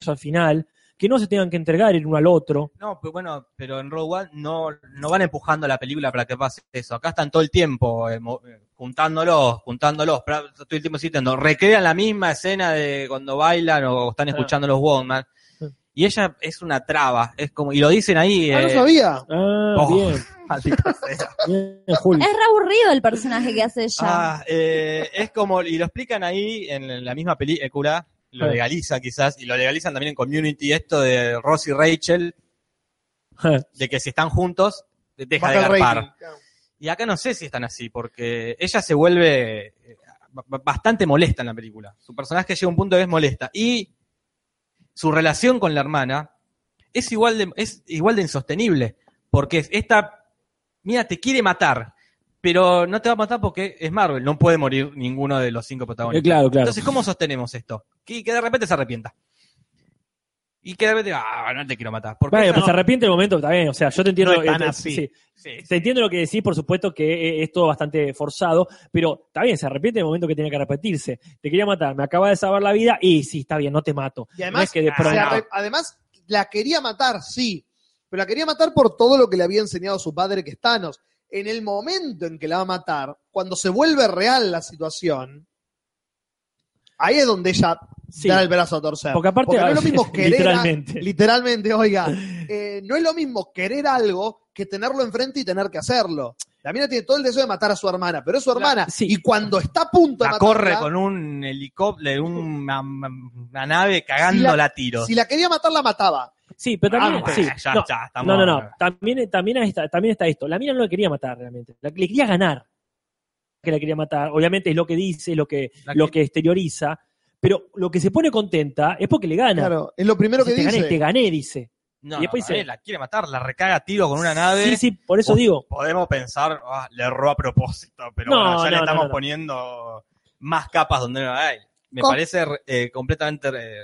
[SPEAKER 2] Eso al final, que no se tengan que entregar el uno al otro.
[SPEAKER 4] No, pero bueno, pero en Rogue One no, no van empujando la película para que pase eso. Acá están todo el tiempo eh, mo- eh, juntándolos, juntándolos, pra- todo el tiempo citando. Recrean la misma escena de cuando bailan o están escuchando los Walkman.
[SPEAKER 2] Sí.
[SPEAKER 4] Y ella es una traba, es como, y lo dicen ahí,
[SPEAKER 1] Ah, no
[SPEAKER 4] eh,
[SPEAKER 1] sabía.
[SPEAKER 2] Ah,
[SPEAKER 4] Oh.
[SPEAKER 2] bien,
[SPEAKER 4] *laughs* maldita
[SPEAKER 1] *laughs*
[SPEAKER 4] sea.
[SPEAKER 2] bien, Julio. *laughs*
[SPEAKER 3] Es re aburrido el personaje que hace ella.
[SPEAKER 4] Ah, eh, es como, y lo explican ahí en la misma película, lo
[SPEAKER 2] Sí.
[SPEAKER 4] legalizan quizás, y lo legalizan también en Community, esto de Ross y Rachel,
[SPEAKER 2] Eh,
[SPEAKER 4] de que si están juntos, deja
[SPEAKER 1] Baja el
[SPEAKER 4] de garpar.
[SPEAKER 1] rating.
[SPEAKER 4] Y acá no sé si están así, porque ella se vuelve eh, ba- bastante molesta en la película. Su personaje llega a un punto que es molesta. Y su relación con la hermana es igual de, es igual de insostenible. Porque esta, mira, te quiere matar, pero no te va a matar porque es Marvel. No puede morir ninguno de los cinco
[SPEAKER 2] Eh,
[SPEAKER 4] protagonistas.
[SPEAKER 2] claro, claro.
[SPEAKER 4] Entonces, ¿cómo sostenemos esto? Que, que de repente se arrepienta. Y que de repente, ah, no te quiero matar. Porque
[SPEAKER 2] Bueno,
[SPEAKER 4] esa
[SPEAKER 2] pues se
[SPEAKER 4] no-
[SPEAKER 2] arrepiente el momento, está bien, o sea, yo te entiendo.
[SPEAKER 4] No es tan
[SPEAKER 2] eh,
[SPEAKER 4] así.
[SPEAKER 2] sí.
[SPEAKER 4] Sí,
[SPEAKER 2] Se entiende lo que decís, por supuesto que eh, es todo bastante forzado, pero está bien, se arrepiente en el momento que tenía que arrepentirse. Te quería matar, me acaba de salvar la vida y sí, está bien, no te mato.
[SPEAKER 1] Y además,
[SPEAKER 2] No es que de
[SPEAKER 4] ah,
[SPEAKER 1] O sea,
[SPEAKER 2] pronto-
[SPEAKER 1] re- además, la quería matar, sí. Pero la quería matar por todo lo que le había enseñado su padre, que es Thanos. en el momento en que la va a matar, cuando se vuelve real la situación, ahí es donde ella
[SPEAKER 2] Sí.
[SPEAKER 1] da el brazo a torcer.
[SPEAKER 2] Porque aparte-
[SPEAKER 1] no es lo
[SPEAKER 2] *laughs*
[SPEAKER 1] mismo querer. a-
[SPEAKER 2] Literalmente.
[SPEAKER 1] literalmente,
[SPEAKER 2] *laughs*
[SPEAKER 1] oiga. eh, no es lo mismo querer algo que tenerlo enfrente y tener que hacerlo. La mina tiene todo el deseo de matar a su hermana, pero es su hermana.
[SPEAKER 2] sí.
[SPEAKER 1] Y cuando está a punto de
[SPEAKER 4] La
[SPEAKER 1] matarla,
[SPEAKER 4] corre con un helicóptero, una, una nave
[SPEAKER 1] Si
[SPEAKER 4] cagándola a tiros.
[SPEAKER 1] si la quería matar, la mataba.
[SPEAKER 2] Sí, pero también.
[SPEAKER 4] Ah,
[SPEAKER 2] sí,
[SPEAKER 4] ya,
[SPEAKER 2] no,
[SPEAKER 4] ya, estamos-
[SPEAKER 2] no, no, no. También, también, está, también está esto. La mina no le quería matar realmente. La- le quería ganar. Que la quería matar. Obviamente es lo que dice, es lo que,
[SPEAKER 4] La que-
[SPEAKER 2] lo que exterioriza. Pero lo que se pone contenta es porque le gana.
[SPEAKER 1] Claro, es lo primero que
[SPEAKER 2] Dice, te
[SPEAKER 1] dice.
[SPEAKER 2] gané, te gané, dice.
[SPEAKER 4] No,
[SPEAKER 2] Y después
[SPEAKER 4] no,
[SPEAKER 2] dice-
[SPEAKER 4] eh, la quiere matar, la recaga a tiro con una nave.
[SPEAKER 2] Sí, sí, por eso
[SPEAKER 4] Eh, Vos-
[SPEAKER 2] digo.
[SPEAKER 4] Podemos pensar, ah, le erró a propósito, pero
[SPEAKER 2] No,
[SPEAKER 4] bueno, ya
[SPEAKER 2] no,
[SPEAKER 4] le
[SPEAKER 2] no,
[SPEAKER 4] estamos
[SPEAKER 2] no.
[SPEAKER 4] poniendo más capas donde no hay. Me
[SPEAKER 3] Con-
[SPEAKER 4] parece eh, completamente eh,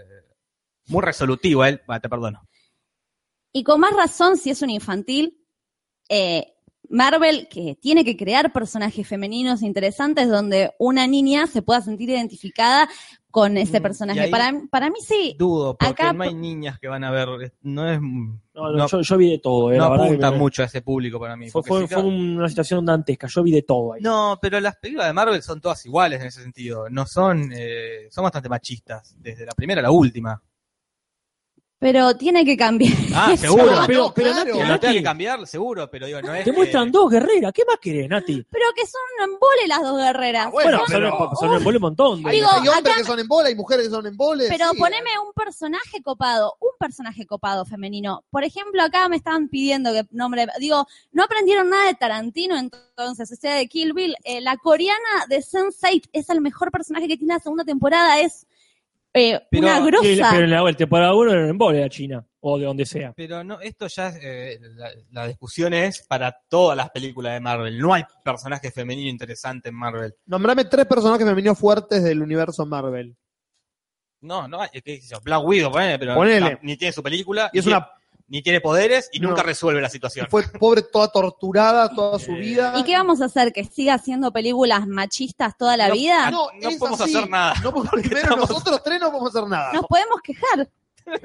[SPEAKER 4] muy resolutivo él. Va, te perdono.
[SPEAKER 3] Y con más razón, si es un infantil, eh, Marvel, que tiene que crear personajes femeninos interesantes donde una niña se pueda sentir identificada con ese
[SPEAKER 4] Mm,
[SPEAKER 3] personaje.
[SPEAKER 4] y ahí-
[SPEAKER 3] Para, para mí sí.
[SPEAKER 4] Dudo, porque
[SPEAKER 3] Acá-
[SPEAKER 4] no hay niñas que van a ver. No es. No,
[SPEAKER 2] No, no, yo, yo vi de todo. eh,
[SPEAKER 4] no
[SPEAKER 2] la verdad que
[SPEAKER 4] apunta
[SPEAKER 2] me-
[SPEAKER 4] mucho a ese público para mí.
[SPEAKER 2] Fue,
[SPEAKER 4] porque
[SPEAKER 2] fue-
[SPEAKER 4] si no-
[SPEAKER 2] fue una situación dantesca. Yo vi de todo ahí.
[SPEAKER 4] No, pero las películas de Marvel son todas iguales en ese sentido. No son. eh, son bastante machistas, desde la primera a la última.
[SPEAKER 3] Pero tiene que cambiar.
[SPEAKER 2] *laughs*
[SPEAKER 4] Ah,
[SPEAKER 3] eso.
[SPEAKER 4] seguro.
[SPEAKER 1] No,
[SPEAKER 2] pero- pero
[SPEAKER 1] claro.
[SPEAKER 4] Que
[SPEAKER 2] no
[SPEAKER 4] lo tenga
[SPEAKER 2] Nati.
[SPEAKER 4] que cambiar, seguro, pero digo, no es.
[SPEAKER 2] Te
[SPEAKER 4] que-
[SPEAKER 2] muestran dos guerreras. ¿Qué más querés, Nati?
[SPEAKER 3] Pero que son un embole las dos guerreras.
[SPEAKER 1] Ah, Eh, bueno,
[SPEAKER 2] Bueno,
[SPEAKER 1] pero-
[SPEAKER 2] son, son un montón. de-
[SPEAKER 1] Hay,
[SPEAKER 3] Digo,
[SPEAKER 1] hay hombres
[SPEAKER 3] acá-
[SPEAKER 1] que son en bola, hay mujeres que son en bola.
[SPEAKER 3] Pero
[SPEAKER 1] sí. eh.
[SPEAKER 3] poneme un personaje copado, un personaje copado femenino. Por ejemplo, acá me estaban pidiendo que nombre, digo, no aprendieron nada de Tarantino entonces, o sea, de Kill Bill. Eh, la coreana de Sense8 es el mejor personaje que tiene la segunda temporada, es eh,
[SPEAKER 4] Pero-
[SPEAKER 3] una grosa.
[SPEAKER 2] Y- pero en la vuelta, para uno en embole de China o de donde sea.
[SPEAKER 4] Pero no, esto ya es, eh, la, la discusión es para todas las películas de Marvel. No hay personaje femenino interesante en Marvel.
[SPEAKER 1] eh. Nombrame tres personajes femeninos fuertes del universo Marvel.
[SPEAKER 4] No, no hay, ¿qué dices? Black Widow, ponele, pero
[SPEAKER 1] Ponele.
[SPEAKER 4] ni tiene su película,
[SPEAKER 1] Y es
[SPEAKER 4] ni,
[SPEAKER 1] una.
[SPEAKER 4] ni tiene poderes y
[SPEAKER 1] No.
[SPEAKER 4] nunca resuelve la
[SPEAKER 2] *laughs*
[SPEAKER 4] situación.
[SPEAKER 1] Fue pobre, toda torturada toda su
[SPEAKER 4] Eh,
[SPEAKER 1] vida.
[SPEAKER 3] ¿Y qué vamos a hacer? ¿Que siga haciendo películas machistas toda la
[SPEAKER 4] No,
[SPEAKER 3] vida?
[SPEAKER 1] No,
[SPEAKER 4] No
[SPEAKER 1] es
[SPEAKER 4] podemos
[SPEAKER 1] así.
[SPEAKER 4] hacer nada.
[SPEAKER 1] No, porque primero nosotros tres no podemos hacer nada.
[SPEAKER 3] Nos podemos quejar.
[SPEAKER 1] *laughs*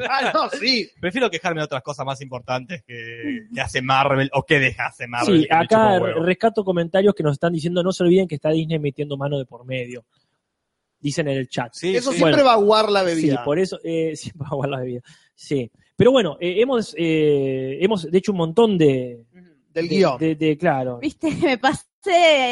[SPEAKER 1] Ah, no, sí.
[SPEAKER 4] Prefiero quejarme de otras cosas más importantes que, que hace Marvel o que deja hace Marvel.
[SPEAKER 2] Sí,
[SPEAKER 4] que me chupa
[SPEAKER 2] acá
[SPEAKER 4] un huevo.
[SPEAKER 2] rescato comentarios que nos están diciendo, no se olviden que está Disney metiendo mano de por medio. Dicen en el chat.
[SPEAKER 4] Sí,
[SPEAKER 1] Eso
[SPEAKER 4] sí.
[SPEAKER 1] siempre
[SPEAKER 2] Bueno.
[SPEAKER 1] va a aguar la
[SPEAKER 2] Sí,
[SPEAKER 1] bebida.
[SPEAKER 2] por eso, eh, *laughs* sí, para guardar la bebida. Sí. Pero bueno, eh, hemos, eh, hemos de hecho un montón de...
[SPEAKER 1] Del
[SPEAKER 2] de-
[SPEAKER 1] guión.
[SPEAKER 2] De, de- claro.
[SPEAKER 3] Viste, *laughs* me pasé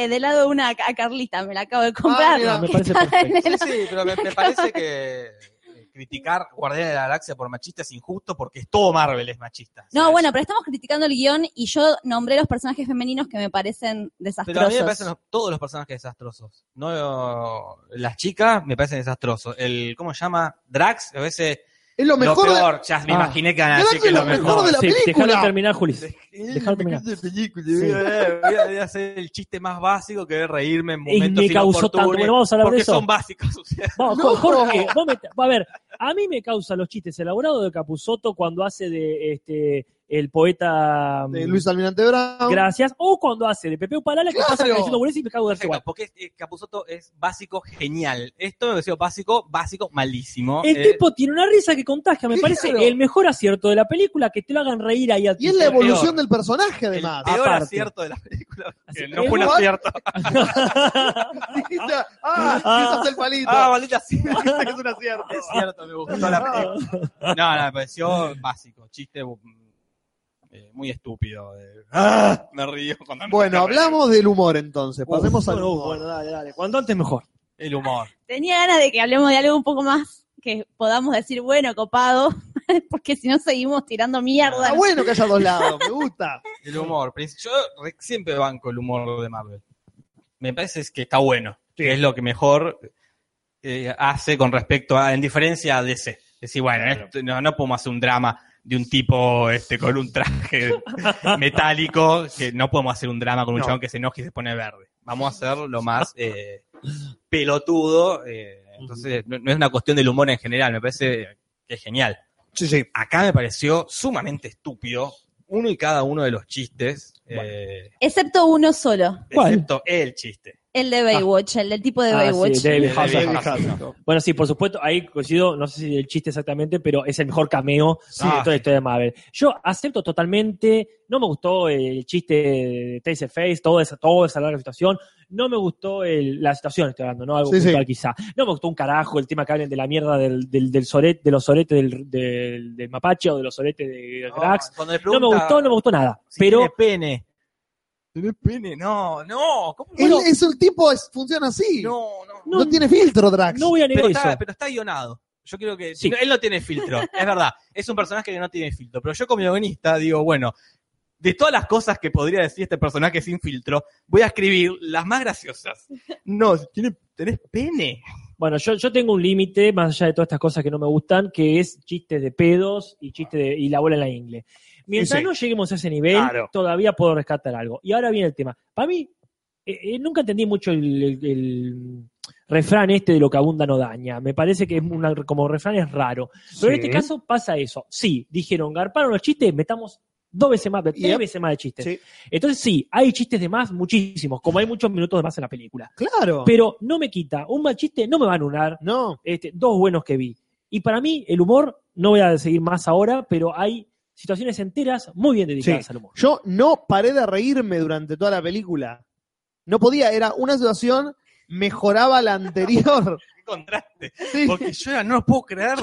[SPEAKER 3] de lado de una a Carlita, me la acabo de comprar.
[SPEAKER 1] Ah, mira,
[SPEAKER 2] me
[SPEAKER 3] que
[SPEAKER 2] parece
[SPEAKER 3] estaba en
[SPEAKER 2] perfecto.
[SPEAKER 4] Sí,
[SPEAKER 3] el-
[SPEAKER 4] sí, pero me, me parece que eh, criticar Guardianes de la Galaxia por machista es injusto porque es todo Marvel es machista.
[SPEAKER 3] No,
[SPEAKER 4] ¿sabes?
[SPEAKER 3] bueno, pero estamos criticando el guión y yo nombré los personajes femeninos que me parecen
[SPEAKER 4] Pero
[SPEAKER 3] desastrosos.
[SPEAKER 4] a mí me parecen los- todos los personajes desastrosos. No, las chicas me parecen desastrosos. El, ¿cómo se llama? Drax, a veces
[SPEAKER 1] es lo mejor
[SPEAKER 4] lo
[SPEAKER 1] de.
[SPEAKER 4] peor. Ya me
[SPEAKER 2] Ah.
[SPEAKER 4] imaginé que van a
[SPEAKER 1] Drax
[SPEAKER 4] decir que
[SPEAKER 1] es
[SPEAKER 4] es
[SPEAKER 1] lo
[SPEAKER 4] lo mejor.
[SPEAKER 1] mejor de la película.
[SPEAKER 2] dejalo terminar, Juli. Dejalo terminar.
[SPEAKER 4] Es de película, voy a- Voy, a, voy a hacer el chiste más básico que voy a reírme en
[SPEAKER 2] Y me
[SPEAKER 4] momentos
[SPEAKER 2] causó tanto.
[SPEAKER 4] inoportunos,
[SPEAKER 2] Bueno, vamos a hablar
[SPEAKER 4] porque
[SPEAKER 2] de eso.
[SPEAKER 4] son básicos. o sea.
[SPEAKER 2] Vamos,
[SPEAKER 1] No.
[SPEAKER 2] Jorge, vos me- a ver, a mí me causa los chistes elaborados de Capuzoto cuando hace de este el poeta mm,
[SPEAKER 1] de Luis Almirante Brown.
[SPEAKER 2] Gracias, o cuando hace de Pepe Upalala que pasa
[SPEAKER 1] Claro.
[SPEAKER 2] diciendo boludeces y me cago de risa igual.
[SPEAKER 4] Perfecto, porque eh, Capusotto es básico genial. Esto me pareció básico, básico malísimo.
[SPEAKER 2] El
[SPEAKER 4] Eh,
[SPEAKER 2] tipo tiene una risa que contagia, me
[SPEAKER 1] Claro.
[SPEAKER 2] parece el mejor acierto de la película, que te lo hagan reír ahí a ti.
[SPEAKER 1] Y es la
[SPEAKER 4] peor.
[SPEAKER 1] evolución del personaje,
[SPEAKER 4] el
[SPEAKER 1] además.
[SPEAKER 4] peor
[SPEAKER 2] Aparte.
[SPEAKER 4] acierto de la *laughs* película.
[SPEAKER 2] Así-
[SPEAKER 4] Eh, no fue un acierto.
[SPEAKER 1] *laughs* Dijiste, ah,
[SPEAKER 2] Ah.
[SPEAKER 1] quizás el palito.
[SPEAKER 4] Ah, maldita sea. *laughs*
[SPEAKER 1] es un acierto.
[SPEAKER 4] Es cierto, me gustó la película. No, no, me pareció básico, chiste mm, eh, muy estúpido. eh. ¡Ah! Me río cuando me-
[SPEAKER 1] Bueno,
[SPEAKER 4] me río.
[SPEAKER 1] hablamos del humor entonces. Pasemos
[SPEAKER 2] Uf,
[SPEAKER 1] al
[SPEAKER 2] bueno,
[SPEAKER 1] humor.
[SPEAKER 2] Bueno, dale, dale. Cuanto antes mejor.
[SPEAKER 4] El humor.
[SPEAKER 3] Tenía ganas de que hablemos de algo un poco más que podamos decir, bueno, copado, *laughs* porque si no seguimos tirando mierda.
[SPEAKER 1] Está Ah, bueno que haya dos lados, me gusta.
[SPEAKER 4] *laughs* El humor. Prince. Yo re- siempre banco el humor de Marvel. Me parece es que está bueno. que es lo que mejor eh, hace con respecto a, en diferencia a DC. Decir, bueno, esto- no, no podemos hacer un drama de un tipo este con un traje metálico, que no podemos hacer un drama con un
[SPEAKER 1] No.
[SPEAKER 4] chabón que se enoje y se pone verde. Vamos a hacer lo más eh, pelotudo. eh, entonces, no, no es una cuestión del humor en general, me parece que es genial.
[SPEAKER 1] Sí, sí.
[SPEAKER 4] Acá me pareció sumamente estúpido uno y cada uno de los chistes, eh,
[SPEAKER 3] Excepto uno solo.
[SPEAKER 2] ¿Cuál?
[SPEAKER 4] excepto el chiste.
[SPEAKER 3] El de Baywatch, el del tipo de
[SPEAKER 2] Ah, sí,
[SPEAKER 3] Baywatch.
[SPEAKER 2] David
[SPEAKER 4] David
[SPEAKER 2] Hasselhoff.
[SPEAKER 4] Hasselhoff.
[SPEAKER 2] Bueno, sí, por supuesto, ahí coincido, no sé si el chiste exactamente, pero es el mejor cameo
[SPEAKER 4] Sí.
[SPEAKER 2] de toda
[SPEAKER 4] Ah.
[SPEAKER 2] la historia de Marvel. Yo acepto totalmente, no me gustó el chiste de Taserface, toda esa, toda esa larga situación, no me gustó el- la situación, estoy hablando, ¿no? Algo
[SPEAKER 1] Sí, sí.
[SPEAKER 2] puntual quizá. No me gustó un carajo el tema que hablen de la mierda del, del, del soret- de los soretes del, del- del mapache o de los soretes de Drax.
[SPEAKER 4] Cuando le
[SPEAKER 2] No me
[SPEAKER 4] pregunta
[SPEAKER 2] gustó, no me gustó nada.
[SPEAKER 4] si
[SPEAKER 2] Pero
[SPEAKER 4] tiene pene. ¿Tiene pene? No, no. ¿Cómo
[SPEAKER 1] Él
[SPEAKER 4] no?
[SPEAKER 1] es un tipo, es- funciona así. No,
[SPEAKER 4] No, no.
[SPEAKER 2] no,
[SPEAKER 1] tiene filtro, Drax.
[SPEAKER 2] no voy a negar
[SPEAKER 4] Pero
[SPEAKER 2] eso.
[SPEAKER 4] está, pero está guionado. Yo creo que.
[SPEAKER 2] Sí.
[SPEAKER 4] no, Él no tiene filtro, es verdad. Es un personaje que no tiene filtro. Pero yo, como guionista, digo, bueno, de todas las cosas que podría decir este personaje sin filtro, voy a escribir las más graciosas. No, tiene, tenés pene.
[SPEAKER 2] Bueno, yo, yo tengo un límite, más allá de todas estas cosas que no me gustan, que es chistes de pedos y chistes de, y la bola en la ingle. Mientras
[SPEAKER 9] Y sí.
[SPEAKER 2] no lleguemos a ese nivel,
[SPEAKER 9] Claro.
[SPEAKER 2] todavía puedo rescatar algo. Y ahora viene el tema. Para mí, eh, eh, nunca entendí mucho el, el- el refrán este de lo que abunda no daña. Me parece que es una- como refrán es raro. Pero
[SPEAKER 9] Sí.
[SPEAKER 2] en este caso pasa eso. Sí, dijeron, garparon los chistes, metamos dos veces más, tres
[SPEAKER 1] Yep.
[SPEAKER 2] veces más de chistes.
[SPEAKER 1] Sí.
[SPEAKER 2] Entonces sí, hay chistes de más, muchísimos, como hay muchos minutos de más en la película.
[SPEAKER 1] Claro.
[SPEAKER 2] Pero no me quita, un mal chiste no me va a anular
[SPEAKER 1] no.
[SPEAKER 2] este, dos buenos que vi. Y para mí, el humor, no voy a seguir más ahora, pero hay situaciones enteras muy bien dedicadas
[SPEAKER 1] Sí.
[SPEAKER 2] al humor.
[SPEAKER 1] Yo no paré de reírme durante toda la película. No podía, era una situación, mejoraba la anterior. *laughs*
[SPEAKER 4] Qué contraste.
[SPEAKER 1] Sí.
[SPEAKER 4] Porque yo era- no lo puedo creer.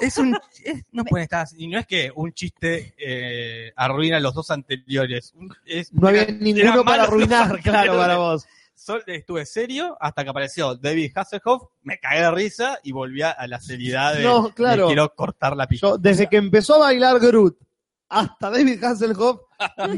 [SPEAKER 4] es un. es- no pueden estar así. Y no es que un chiste eh, arruina los dos anteriores. Un- es-
[SPEAKER 1] No había
[SPEAKER 4] era- eran
[SPEAKER 1] ninguno para
[SPEAKER 4] malos los *laughs*
[SPEAKER 1] arruinar, claro,
[SPEAKER 4] anteriores.
[SPEAKER 1] para vos.
[SPEAKER 4] Sol- estuve serio hasta que apareció David Hasselhoff, me cagué de risa y volví a, a la seriedad de,
[SPEAKER 1] No, claro.
[SPEAKER 4] de quiero cortar la pista.
[SPEAKER 1] Yo, desde que empezó a bailar Groot hasta David Hasselhoff,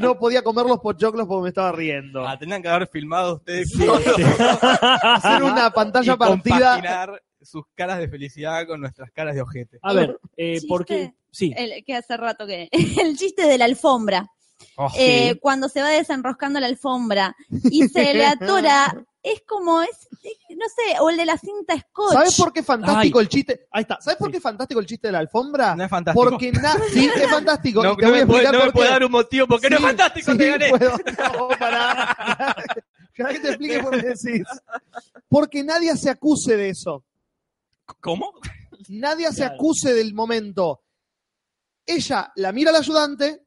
[SPEAKER 1] no podía comer los pochoclos porque me estaba riendo.
[SPEAKER 4] Tenían Ah, que haber filmado ustedes solos *laughs*
[SPEAKER 1] Hacer *laughs* una pantalla
[SPEAKER 4] y
[SPEAKER 1] partida.
[SPEAKER 4] compaginar sus caras de felicidad con nuestras caras de ojete.
[SPEAKER 2] A ver, *laughs* eh,
[SPEAKER 3] ¿Chiste? Eh,
[SPEAKER 2] porque... Sí.
[SPEAKER 3] El, que hace rato que... *laughs* El chiste de la alfombra.
[SPEAKER 1] Ah,
[SPEAKER 3] Eh, cuando se va desenroscando la alfombra y se le atora, es como, es, no sé, o el de la cinta scotch.
[SPEAKER 1] ¿Sabes por qué es fantástico el chiste? Ahí está. ¿Sabes por
[SPEAKER 2] Sí.
[SPEAKER 1] qué es fantástico el chiste de la alfombra?
[SPEAKER 4] no es fantástico.
[SPEAKER 1] Porque
[SPEAKER 4] *laughs*
[SPEAKER 1] nada. Sí, es fantástico.
[SPEAKER 4] no,
[SPEAKER 1] y te
[SPEAKER 4] no
[SPEAKER 1] voy a
[SPEAKER 4] me puede,
[SPEAKER 1] explicar
[SPEAKER 4] no me
[SPEAKER 1] por
[SPEAKER 4] puede
[SPEAKER 1] qué.
[SPEAKER 4] dar un motivo porque no es
[SPEAKER 1] Sí,
[SPEAKER 4] fantástico,
[SPEAKER 1] Sí,
[SPEAKER 4] te gané.
[SPEAKER 1] puedo. No, pará. Ya *laughs* que te explique por qué decís. Porque nadie se acuse de eso.
[SPEAKER 4] ¿Cómo?
[SPEAKER 1] Nadie se
[SPEAKER 2] Claro.
[SPEAKER 1] acuse del momento. Ella la mira al ayudante,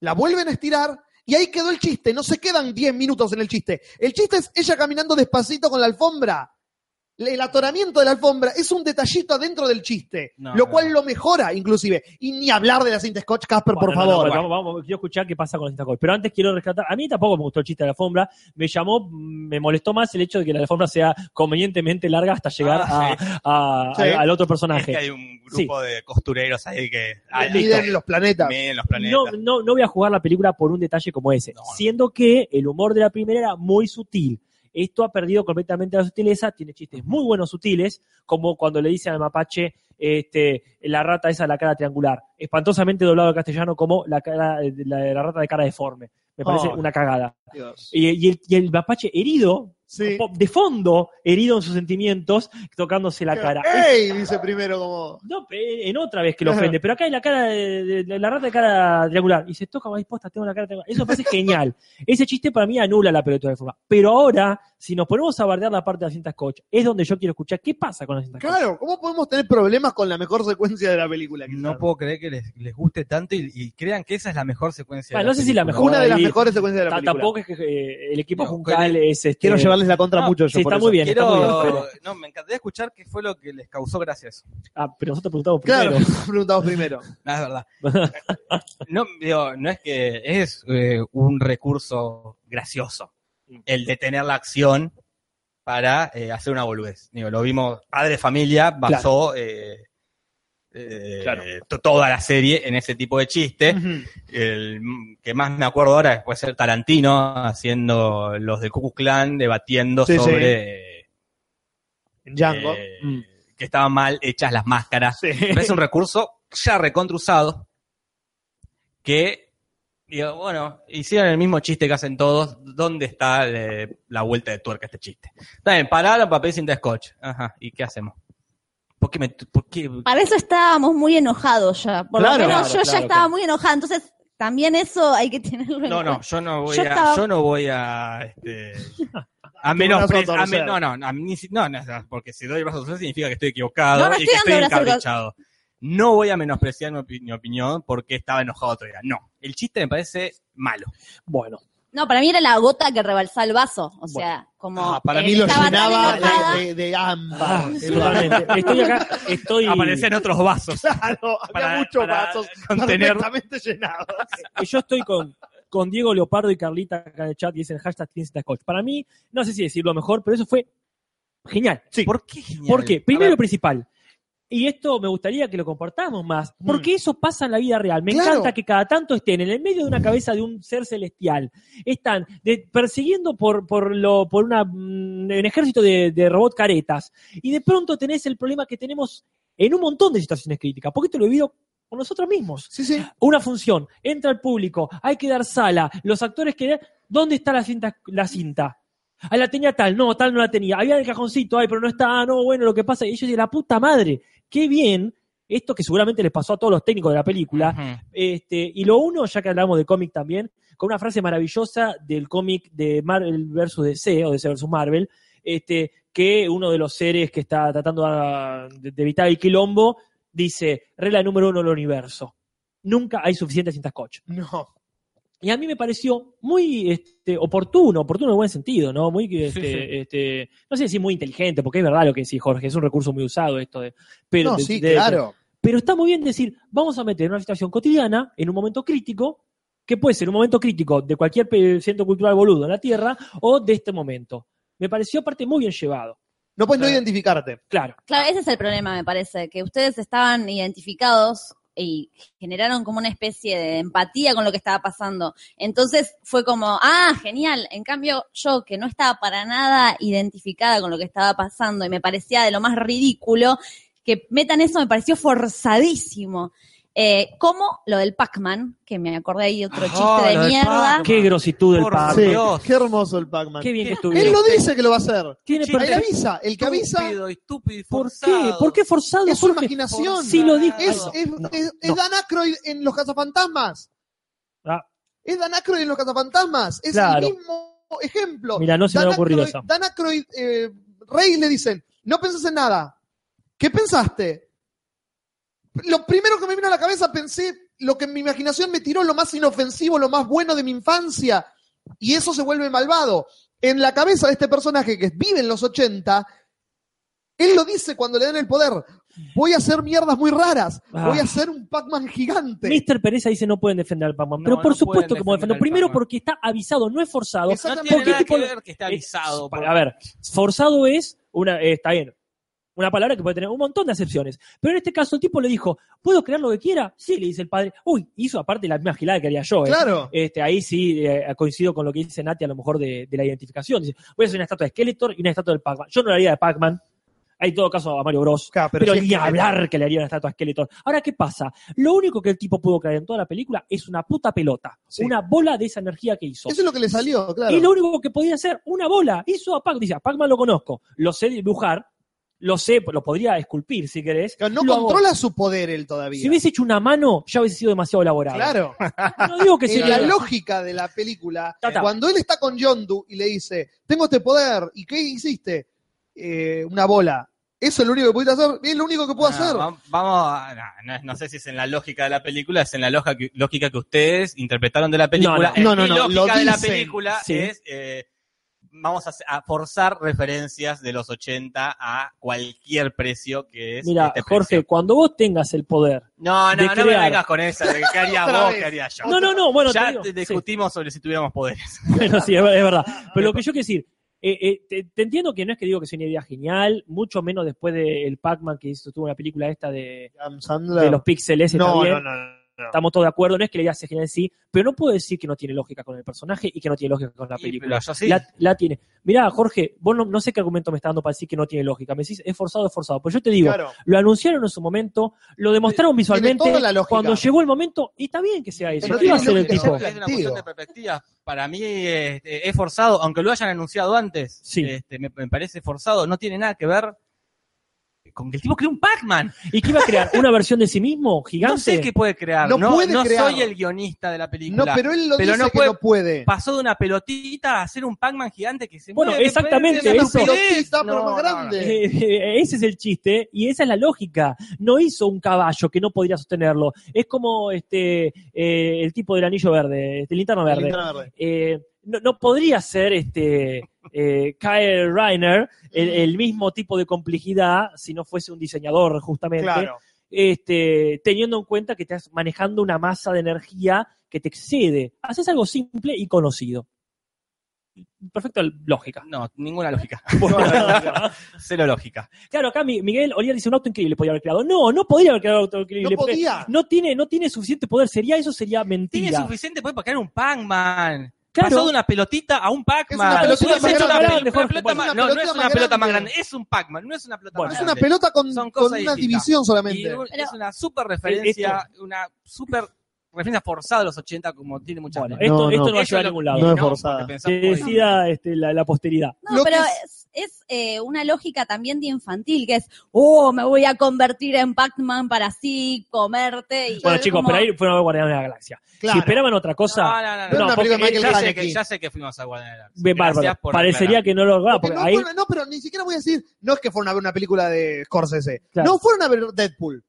[SPEAKER 1] la vuelven a estirar y ahí quedó el chiste. No se quedan 10 minutos en el chiste. El chiste es ella caminando despacito con la alfombra. El atoramiento de la alfombra es un detallito adentro del chiste,
[SPEAKER 4] No,
[SPEAKER 1] lo
[SPEAKER 4] no.
[SPEAKER 1] cual lo mejora inclusive. Y ni hablar de la cinta Scotch, Casper, por
[SPEAKER 2] Bueno, no, no,
[SPEAKER 1] favor.
[SPEAKER 2] bueno, vamos, vamos, quiero escuchar qué pasa con esta cosa. Pero antes quiero rescatar, a mí tampoco me gustó el chiste de la alfombra, me llamó, me molestó más el hecho de que la alfombra sea convenientemente larga hasta llegar
[SPEAKER 4] Ah,
[SPEAKER 2] a- a-
[SPEAKER 1] Sí.
[SPEAKER 2] al- al otro
[SPEAKER 4] Es
[SPEAKER 2] personaje.
[SPEAKER 4] que hay un grupo de costureros ahí que ah,
[SPEAKER 1] Miden los planetas.
[SPEAKER 4] miden los planetas.
[SPEAKER 2] No, no, no voy a jugar la película por un detalle como ese,
[SPEAKER 4] No.
[SPEAKER 2] siendo que el humor de la primera era muy sutil. Esto ha perdido completamente la sutileza, tiene chistes muy buenos sutiles, como cuando le dicen al mapache este, la rata esa de la cara triangular, espantosamente doblado al castellano como la, cara, la, la rata de cara deforme. Me parece
[SPEAKER 1] Oh.
[SPEAKER 2] una cagada.
[SPEAKER 1] Dios.
[SPEAKER 2] Y, y el, y el mapache herido,
[SPEAKER 1] Sí.
[SPEAKER 2] pop- de fondo, herido en sus sentimientos, tocándose la cara. Es-
[SPEAKER 1] ¡Ey! Dice primero como.
[SPEAKER 2] no, eh, en otra vez que lo ofende, pero acá hay la cara de, de- de- la rata de cara triangular. Y se toca, ay, posta, tengo la cara triangular. Eso me parece genial. Ese chiste para mí anula la pelota de forma. Pero ahora, si nos ponemos a bardear la parte de la cinta coach, es donde yo quiero escuchar qué pasa con la cinta scotch.
[SPEAKER 1] Claro, ¿cómo podemos tener problemas con la mejor secuencia de la película? quizás?
[SPEAKER 4] No puedo creer que les, les guste tanto y, y crean que esa es la mejor secuencia.
[SPEAKER 2] Bueno, Ah,
[SPEAKER 4] de
[SPEAKER 2] no sé si la
[SPEAKER 4] película.
[SPEAKER 2] mejor.
[SPEAKER 1] Una de las
[SPEAKER 2] Ahí-
[SPEAKER 1] mejores secuencias de la
[SPEAKER 2] Ta-
[SPEAKER 1] película.
[SPEAKER 2] Tampoco es que eh, el equipo
[SPEAKER 4] No,
[SPEAKER 2] juncal es este.
[SPEAKER 1] Quiero llevarles la contra
[SPEAKER 4] No,
[SPEAKER 1] mucho yo.
[SPEAKER 2] sí,
[SPEAKER 1] por
[SPEAKER 2] está
[SPEAKER 1] eso.
[SPEAKER 2] muy bien. está muy bien,
[SPEAKER 4] Quiero,
[SPEAKER 2] pero,
[SPEAKER 4] no, me encantaría escuchar qué fue lo que les causó gracia a eso.
[SPEAKER 2] ah, pero nosotros preguntamos primero.
[SPEAKER 1] Claro, *laughs* preguntamos primero.
[SPEAKER 4] No, es verdad.
[SPEAKER 1] *laughs*
[SPEAKER 4] no, digo, no es que es eh, un recurso gracioso el detener la acción para eh, hacer una boludez. Digo, lo vimos, Padre de Familia basó eh, eh, to- toda la serie en ese tipo de
[SPEAKER 1] Eh, Mm.
[SPEAKER 4] chiste. El mm, que más me acuerdo ahora puede ser Tarantino haciendo los de Ku Klux Klan debatiendo
[SPEAKER 1] Sí, sí.
[SPEAKER 4] sobre eh,
[SPEAKER 1] En Django.
[SPEAKER 4] eh,
[SPEAKER 2] Mm.
[SPEAKER 4] que estaban mal hechas las máscaras. Pero es un recurso ya recontra usado que, digo, bueno, hicieron el mismo chiste que hacen todos. ¿Dónde está eh, la vuelta de tuerca a este chiste? También pararon papel cinta scotch. Ajá, ¿y qué hacemos? ¿Por qué me.? ¿Por qué?
[SPEAKER 3] Para eso estábamos muy enojados ya. Por
[SPEAKER 1] Claro,
[SPEAKER 3] lo menos
[SPEAKER 2] claro,
[SPEAKER 3] yo ya
[SPEAKER 2] claro,
[SPEAKER 3] estaba
[SPEAKER 2] claro.
[SPEAKER 3] muy enojada. Entonces, También eso hay que tenerlo en
[SPEAKER 4] No, no,
[SPEAKER 3] cuenta.
[SPEAKER 4] yo no voy
[SPEAKER 3] Yo
[SPEAKER 4] a.
[SPEAKER 3] estaba-
[SPEAKER 4] Yo no voy a. Este, *laughs* a menos.
[SPEAKER 1] brazo a
[SPEAKER 4] a me-
[SPEAKER 1] torcer.
[SPEAKER 4] no, no, a mí ni si- no, no, no, porque si doy el brazo a torcer significa que estoy equivocado
[SPEAKER 3] No, no
[SPEAKER 4] y
[SPEAKER 3] estoy
[SPEAKER 4] que estoy
[SPEAKER 3] dando brazo a torcer.
[SPEAKER 4] encabrichado. No voy a menospreciar mi, opi- mi opinión porque estaba enojado otro día. No, el chiste me parece malo.
[SPEAKER 2] Bueno,
[SPEAKER 3] No, para mí era la gota que rebalsaba el vaso. O sea, como.
[SPEAKER 1] Ah, para
[SPEAKER 3] eh,
[SPEAKER 1] mí lo
[SPEAKER 3] estaba tan
[SPEAKER 1] llenaba
[SPEAKER 3] enojada.
[SPEAKER 1] de, de- de ámbar.
[SPEAKER 2] Ah,
[SPEAKER 1] el
[SPEAKER 2] absolutamente.
[SPEAKER 1] vaso.
[SPEAKER 2] estoy acá, estoy.
[SPEAKER 4] Aparecen otros
[SPEAKER 1] *laughs*
[SPEAKER 4] vasos.
[SPEAKER 1] Claro, había
[SPEAKER 4] Para-
[SPEAKER 1] muchos
[SPEAKER 4] para
[SPEAKER 1] vasos
[SPEAKER 4] contener-
[SPEAKER 1] perfectamente llenados.
[SPEAKER 2] que yo estoy con, con Diego Leopardo y Carlita acá en el chat y dicen hashtag Tinsita Scotch. Para mí, no sé si decirlo mejor, pero eso fue genial. Sí.
[SPEAKER 4] ¿Por qué? genial?
[SPEAKER 2] ¿Por qué?
[SPEAKER 4] A
[SPEAKER 2] Primero
[SPEAKER 4] ver,
[SPEAKER 2] lo principal. Y esto me gustaría que lo compartamos más,
[SPEAKER 4] Mm.
[SPEAKER 2] porque eso pasa en la vida real. Me
[SPEAKER 1] Claro.
[SPEAKER 2] encanta que cada tanto estén en el medio de una cabeza de un ser celestial. Están de- persiguiendo por, por, lo, por una, mm, un ejército de, de robot caretas. Y de pronto tenés el problema que tenemos en un montón de situaciones críticas, porque esto lo he vivido con nosotros mismos
[SPEAKER 1] Sí, sí.
[SPEAKER 2] una función, entra el público, hay que dar sala, los actores que... ¿Dónde está la cinta? La cinta? Ah, la tenía tal, no, tal no la tenía. Había en el cajoncito, ay, pero no está, ah, no, bueno, lo que pasa. Y ellos dicen, la puta madre, qué bien, esto que seguramente les pasó a todos los técnicos de la película.
[SPEAKER 4] ujú.
[SPEAKER 2] Este, y lo uno, ya que hablamos de cómic también, con una frase maravillosa del cómic de Marvel versus DC, o DC versus Marvel, este, que uno de los seres que está tratando ah, de de evitar el quilombo dice, regla número uno del universo, nunca hay suficiente cinta scotch.
[SPEAKER 1] No.
[SPEAKER 2] Y a mí me pareció muy este, oportuno, oportuno en el buen sentido, ¿no? Muy, este,
[SPEAKER 4] sí.
[SPEAKER 2] este, no sé si muy inteligente, porque es verdad lo que decís, Jorge, es un recurso muy usado esto de... Pero,
[SPEAKER 1] No,
[SPEAKER 2] de-
[SPEAKER 1] sí,
[SPEAKER 2] de- de-
[SPEAKER 1] claro.
[SPEAKER 2] pero está muy bien decir, vamos a meter en una situación cotidiana, en un momento crítico, que puede ser un momento crítico de cualquier pe- centro cultural boludo en la Tierra o de este momento. Me pareció aparte muy bien llevado,
[SPEAKER 1] No puedes no
[SPEAKER 2] Sí.
[SPEAKER 1] identificarte.
[SPEAKER 2] claro.
[SPEAKER 3] Claro, ese es el problema, me parece, que ustedes estaban identificados y generaron como una especie de empatía con lo que estaba pasando. Entonces fue como, ah, genial. En cambio, yo que no estaba para nada identificada con lo que estaba pasando y me parecía de lo más ridículo, que metan eso me pareció forzadísimo. Eh, como lo del Pac-Man, que me acordé ahí otro
[SPEAKER 4] Ah,
[SPEAKER 3] chiste de
[SPEAKER 4] lo del
[SPEAKER 3] mierda.
[SPEAKER 4] Pac-Man.
[SPEAKER 2] Qué grositud del
[SPEAKER 4] Por
[SPEAKER 2] par.
[SPEAKER 1] Sí,
[SPEAKER 4] Dios.
[SPEAKER 1] qué hermoso el Pac-Man.
[SPEAKER 2] Qué bien que
[SPEAKER 1] Él
[SPEAKER 2] estuvieron.
[SPEAKER 1] lo dice que lo va a hacer.
[SPEAKER 2] Tiene
[SPEAKER 4] Sí,
[SPEAKER 1] Él
[SPEAKER 2] perfecto-
[SPEAKER 1] avisa. El que avisa
[SPEAKER 4] Estúpido, estúpido y
[SPEAKER 2] ¿Por qué?
[SPEAKER 4] forzado.
[SPEAKER 2] ¿Por qué forzado?
[SPEAKER 1] es su
[SPEAKER 2] Jorge?
[SPEAKER 1] imaginación.
[SPEAKER 2] Sí lo dijo.
[SPEAKER 1] Es, es,
[SPEAKER 2] No,
[SPEAKER 1] es, es
[SPEAKER 2] no.
[SPEAKER 1] Dan Aykroyd en Los Cazafantasmas.
[SPEAKER 2] Ah.
[SPEAKER 1] Es Dan Aykroyd en Los Cazafantasmas. Es
[SPEAKER 2] Claro.
[SPEAKER 1] el mismo ejemplo.
[SPEAKER 2] Mira, no se me
[SPEAKER 1] Dan
[SPEAKER 2] había ocurrido
[SPEAKER 1] Aykroyd-
[SPEAKER 2] eso.
[SPEAKER 1] Dan Aykroyd, eh, Rey le dicen, no pensás en nada. ¿Qué pensaste? Lo primero que me vino a la cabeza pensé, lo que en mi imaginación me tiró, lo más inofensivo, lo más bueno de mi infancia. Y eso se vuelve malvado. En la cabeza de este personaje que vive en los 80, él lo dice cuando le dan el poder. Voy a hacer mierdas muy raras.
[SPEAKER 2] Ah.
[SPEAKER 1] Voy a hacer un Pac-Man gigante.
[SPEAKER 2] Mr. Pereza dice no pueden defender al Pac-Man.
[SPEAKER 4] No,
[SPEAKER 2] pero por
[SPEAKER 4] no
[SPEAKER 2] supuesto
[SPEAKER 4] pueden
[SPEAKER 2] que podemos defenderlo.
[SPEAKER 4] defender al
[SPEAKER 2] Primero
[SPEAKER 4] Pac-Man.
[SPEAKER 2] porque está avisado, no es forzado.
[SPEAKER 1] Exacto.
[SPEAKER 4] No
[SPEAKER 1] ¿Por
[SPEAKER 4] tiene
[SPEAKER 1] qué
[SPEAKER 4] nada
[SPEAKER 2] tipo-
[SPEAKER 4] que ver Eh, que está avisado. por-
[SPEAKER 2] A ver, forzado es una, eh, está bien, una palabra que puede tener un montón de acepciones. Pero en este caso el tipo le dijo, ¿puedo crear lo que quiera? Sí, le dice el padre. Uy, hizo aparte la misma gilada que haría yo. ¿eh?
[SPEAKER 1] Claro.
[SPEAKER 2] Este, ahí sí eh, coincido con lo que dice Nati a lo mejor de, de la identificación. Dice, voy a hacer una estatua de Skeletor y una estatua del Pac-Man. Yo no la haría de Pac-Man. Hay todo caso a Mario Bros.
[SPEAKER 1] Claro,
[SPEAKER 2] pero
[SPEAKER 1] si es
[SPEAKER 2] ni
[SPEAKER 1] que-
[SPEAKER 2] hablar que le haría una estatua a Skeletor. Ahora, ¿qué pasa? Lo único que el tipo pudo crear en toda la película es una puta pelota.
[SPEAKER 1] Sí.
[SPEAKER 2] Una bola de esa energía que hizo.
[SPEAKER 1] Eso es lo que le salió, claro.
[SPEAKER 2] Y lo único que podía hacer, una bola. Hizo a Pac, dice, a Pac-Man lo conozco, lo sé dibujar, lo sé, lo podría esculpir si querés.
[SPEAKER 1] Claro, no
[SPEAKER 2] lo hago.
[SPEAKER 1] controla su poder él todavía.
[SPEAKER 2] Si hubiese hecho una mano, ya hubiese sido demasiado elaborado.
[SPEAKER 1] Claro.
[SPEAKER 2] No
[SPEAKER 1] *laughs*
[SPEAKER 2] digo que
[SPEAKER 1] Eh,
[SPEAKER 2] sea
[SPEAKER 1] la lógica de la película,
[SPEAKER 2] Ta, ta.
[SPEAKER 1] cuando él está con Yondu y le dice, tengo este poder, ¿y qué hiciste? Eh, una bola. Eso es lo único que pudiste hacer, es lo único que puedo
[SPEAKER 4] Ah,
[SPEAKER 1] hacer.
[SPEAKER 4] va- Vamos a- nah, no, no sé si es en la lógica de la película, es en la loja que- lógica que ustedes interpretaron de la película.
[SPEAKER 2] No,
[SPEAKER 1] no,
[SPEAKER 4] Eh,
[SPEAKER 1] no,
[SPEAKER 4] mi
[SPEAKER 1] no,
[SPEAKER 4] lógica
[SPEAKER 1] lo
[SPEAKER 4] de la
[SPEAKER 1] dicen.
[SPEAKER 4] película
[SPEAKER 2] Sí.
[SPEAKER 4] es eh, vamos a, hacer- a forzar referencias de los 80 a cualquier precio que es
[SPEAKER 2] Mira,
[SPEAKER 4] este
[SPEAKER 2] Jorge,
[SPEAKER 4] precio.
[SPEAKER 2] cuando vos tengas el poder.
[SPEAKER 4] No,
[SPEAKER 2] de
[SPEAKER 4] no, no me
[SPEAKER 2] crear-
[SPEAKER 4] vengas con esa de qué harías
[SPEAKER 1] Otra
[SPEAKER 4] vos,
[SPEAKER 1] vez.
[SPEAKER 4] qué haría yo.
[SPEAKER 2] No, no, no, bueno, te
[SPEAKER 4] ya
[SPEAKER 2] digo,
[SPEAKER 4] te
[SPEAKER 2] sí.
[SPEAKER 4] discutimos sobre si tuviéramos poderes.
[SPEAKER 2] Bueno, sí, es ver- es verdad.
[SPEAKER 1] Ah,
[SPEAKER 2] Pero lo que yo quiero decir, eh, eh, te, te entiendo que no es que digo que sea una idea genial, mucho menos después del Pac-Man que hizo, tuvo una película esta de,
[SPEAKER 1] Adam Sandler.
[SPEAKER 2] de los píxeles. está
[SPEAKER 1] no,
[SPEAKER 2] bien.
[SPEAKER 1] no, no, no, no.
[SPEAKER 2] Estamos todos de acuerdo, no es que la idea sea genial en sí, pero no puedo decir que no tiene lógica con el personaje y que no tiene lógica con la
[SPEAKER 4] Sí,
[SPEAKER 2] película.
[SPEAKER 4] pero yo sí.
[SPEAKER 2] La, la tiene. Mirá, Jorge, vos no, no sé qué argumento me está dando para decir que no tiene lógica. Me decís, es forzado, es forzado. Pues yo te digo,
[SPEAKER 1] Claro.
[SPEAKER 2] lo anunciaron en su momento, lo demostraron visualmente
[SPEAKER 1] toda la lógica.
[SPEAKER 2] cuando llegó el momento, y está bien que sea eso.
[SPEAKER 1] Pero
[SPEAKER 2] ¿Qué iba a
[SPEAKER 1] tiene
[SPEAKER 2] hacer el
[SPEAKER 1] lógica,
[SPEAKER 2] tipo?
[SPEAKER 1] Jorge.
[SPEAKER 4] Es una cuestión de perspectiva. Para mí eh, eh, es forzado, aunque lo hayan anunciado antes.
[SPEAKER 2] Sí.
[SPEAKER 4] Este, me, me parece forzado. No tiene nada que ver con que el tipo creó un Pac-Man.
[SPEAKER 2] ¿Y qué iba a crear? ¿Una versión de sí mismo? ¿Gigante?
[SPEAKER 4] No sé qué puede crear.
[SPEAKER 1] No
[SPEAKER 4] No,
[SPEAKER 1] puede
[SPEAKER 4] no
[SPEAKER 1] crear.
[SPEAKER 4] soy el guionista de la
[SPEAKER 1] No,
[SPEAKER 4] película.
[SPEAKER 1] pero él lo
[SPEAKER 4] Pero
[SPEAKER 1] dice
[SPEAKER 4] no
[SPEAKER 1] que
[SPEAKER 4] puede-
[SPEAKER 1] no puede.
[SPEAKER 4] Pasó de una pelotita a hacer un Pac-Man gigante que se
[SPEAKER 2] Bueno,
[SPEAKER 4] mueve,
[SPEAKER 2] exactamente,
[SPEAKER 4] pero es una
[SPEAKER 2] eso.
[SPEAKER 4] estupidez.
[SPEAKER 1] Pelotita, pero
[SPEAKER 4] No,
[SPEAKER 1] más
[SPEAKER 4] no, no.
[SPEAKER 1] grande.
[SPEAKER 2] Eh, *laughs* Ese es el chiste y esa es la lógica. No hizo un caballo que no podría sostenerlo. Es como este eh, el tipo del anillo verde, este, el linterno verde.
[SPEAKER 1] Linterna verde.
[SPEAKER 2] Eh, no, no podría ser este eh, Kyle Reiner el, el mismo tipo de complejidad si no fuese un diseñador justamente.
[SPEAKER 1] Claro.
[SPEAKER 2] Este, teniendo en cuenta que estás manejando una masa de energía que te excede. Haces algo simple y conocido. Perfecta lógica.
[SPEAKER 4] No, ninguna lógica. *laughs*
[SPEAKER 2] Bueno.
[SPEAKER 4] Cero lógica.
[SPEAKER 2] Claro, acá Mi- Miguel Olier dice un auto increíble podría haber creado. No, no podría haber creado un auto
[SPEAKER 1] No
[SPEAKER 2] increíble. porque
[SPEAKER 1] podía.
[SPEAKER 2] no tiene, no tiene suficiente poder. Sería eso, sería
[SPEAKER 4] Tiene
[SPEAKER 2] mentira.
[SPEAKER 4] suficiente poder para crear un Pac-man.
[SPEAKER 2] Claro.
[SPEAKER 4] Pasó de una pelotita a un Pac-Man.
[SPEAKER 1] Es una pelotita
[SPEAKER 4] Puede ser
[SPEAKER 1] más
[SPEAKER 4] una
[SPEAKER 1] grande,
[SPEAKER 4] pel-
[SPEAKER 2] Jorge,
[SPEAKER 4] una pelota
[SPEAKER 2] bueno.
[SPEAKER 4] más-
[SPEAKER 1] Es
[SPEAKER 4] No,
[SPEAKER 1] una
[SPEAKER 4] no es
[SPEAKER 1] pelota
[SPEAKER 4] una
[SPEAKER 1] más
[SPEAKER 4] pelota más
[SPEAKER 1] grande.
[SPEAKER 4] grande. Es un Pac-Man, no es una pelota
[SPEAKER 2] Bueno,
[SPEAKER 4] más
[SPEAKER 1] Es
[SPEAKER 4] grande.
[SPEAKER 1] una pelota con,
[SPEAKER 4] Son
[SPEAKER 1] con
[SPEAKER 4] cosas
[SPEAKER 1] una
[SPEAKER 4] distintas.
[SPEAKER 1] división
[SPEAKER 4] Y
[SPEAKER 1] solamente.
[SPEAKER 4] un- es una super referencia, una super referencia forzada a los 80, como tiene mucha
[SPEAKER 2] Bueno,
[SPEAKER 4] gente.
[SPEAKER 2] esto
[SPEAKER 1] No,
[SPEAKER 2] esto no,
[SPEAKER 1] no.
[SPEAKER 2] va a
[SPEAKER 4] Eso
[SPEAKER 2] llevar a
[SPEAKER 4] lo-
[SPEAKER 2] ningún lado.
[SPEAKER 1] No es
[SPEAKER 4] y
[SPEAKER 1] forzada.
[SPEAKER 4] porque pensamos
[SPEAKER 2] Que
[SPEAKER 4] hoy-
[SPEAKER 2] decida este, la, la posteridad.
[SPEAKER 1] Lo
[SPEAKER 3] No, pero
[SPEAKER 1] que
[SPEAKER 3] es, es, eh, una lógica también de infantil, que es, oh, me voy a convertir en Pac-Man para así comerte. Y
[SPEAKER 2] Bueno,
[SPEAKER 3] es
[SPEAKER 2] chicos,
[SPEAKER 3] como-
[SPEAKER 2] pero ahí fueron a ver Guardianes de la Galaxia.
[SPEAKER 1] Claro.
[SPEAKER 2] Si esperaban otra cosa,
[SPEAKER 4] No, no, no,
[SPEAKER 1] Pero
[SPEAKER 4] no.
[SPEAKER 1] una película de
[SPEAKER 2] porque-
[SPEAKER 1] Michael
[SPEAKER 4] Eh, Ya sé,
[SPEAKER 1] Haneke.
[SPEAKER 4] que, ya sé que fuimos a Guardianes de la Galaxia.
[SPEAKER 2] bien bárbaro.
[SPEAKER 4] Gracias por
[SPEAKER 2] Parecería
[SPEAKER 4] aclarar.
[SPEAKER 2] que no lo haga,
[SPEAKER 1] Porque
[SPEAKER 2] Ah, porque
[SPEAKER 1] no,
[SPEAKER 2] ahí
[SPEAKER 1] fueron- no, pero ni siquiera voy a decir, no es que fueron a ver una película de Scorsese.
[SPEAKER 2] Claro.
[SPEAKER 1] No fueron a ver Deadpool.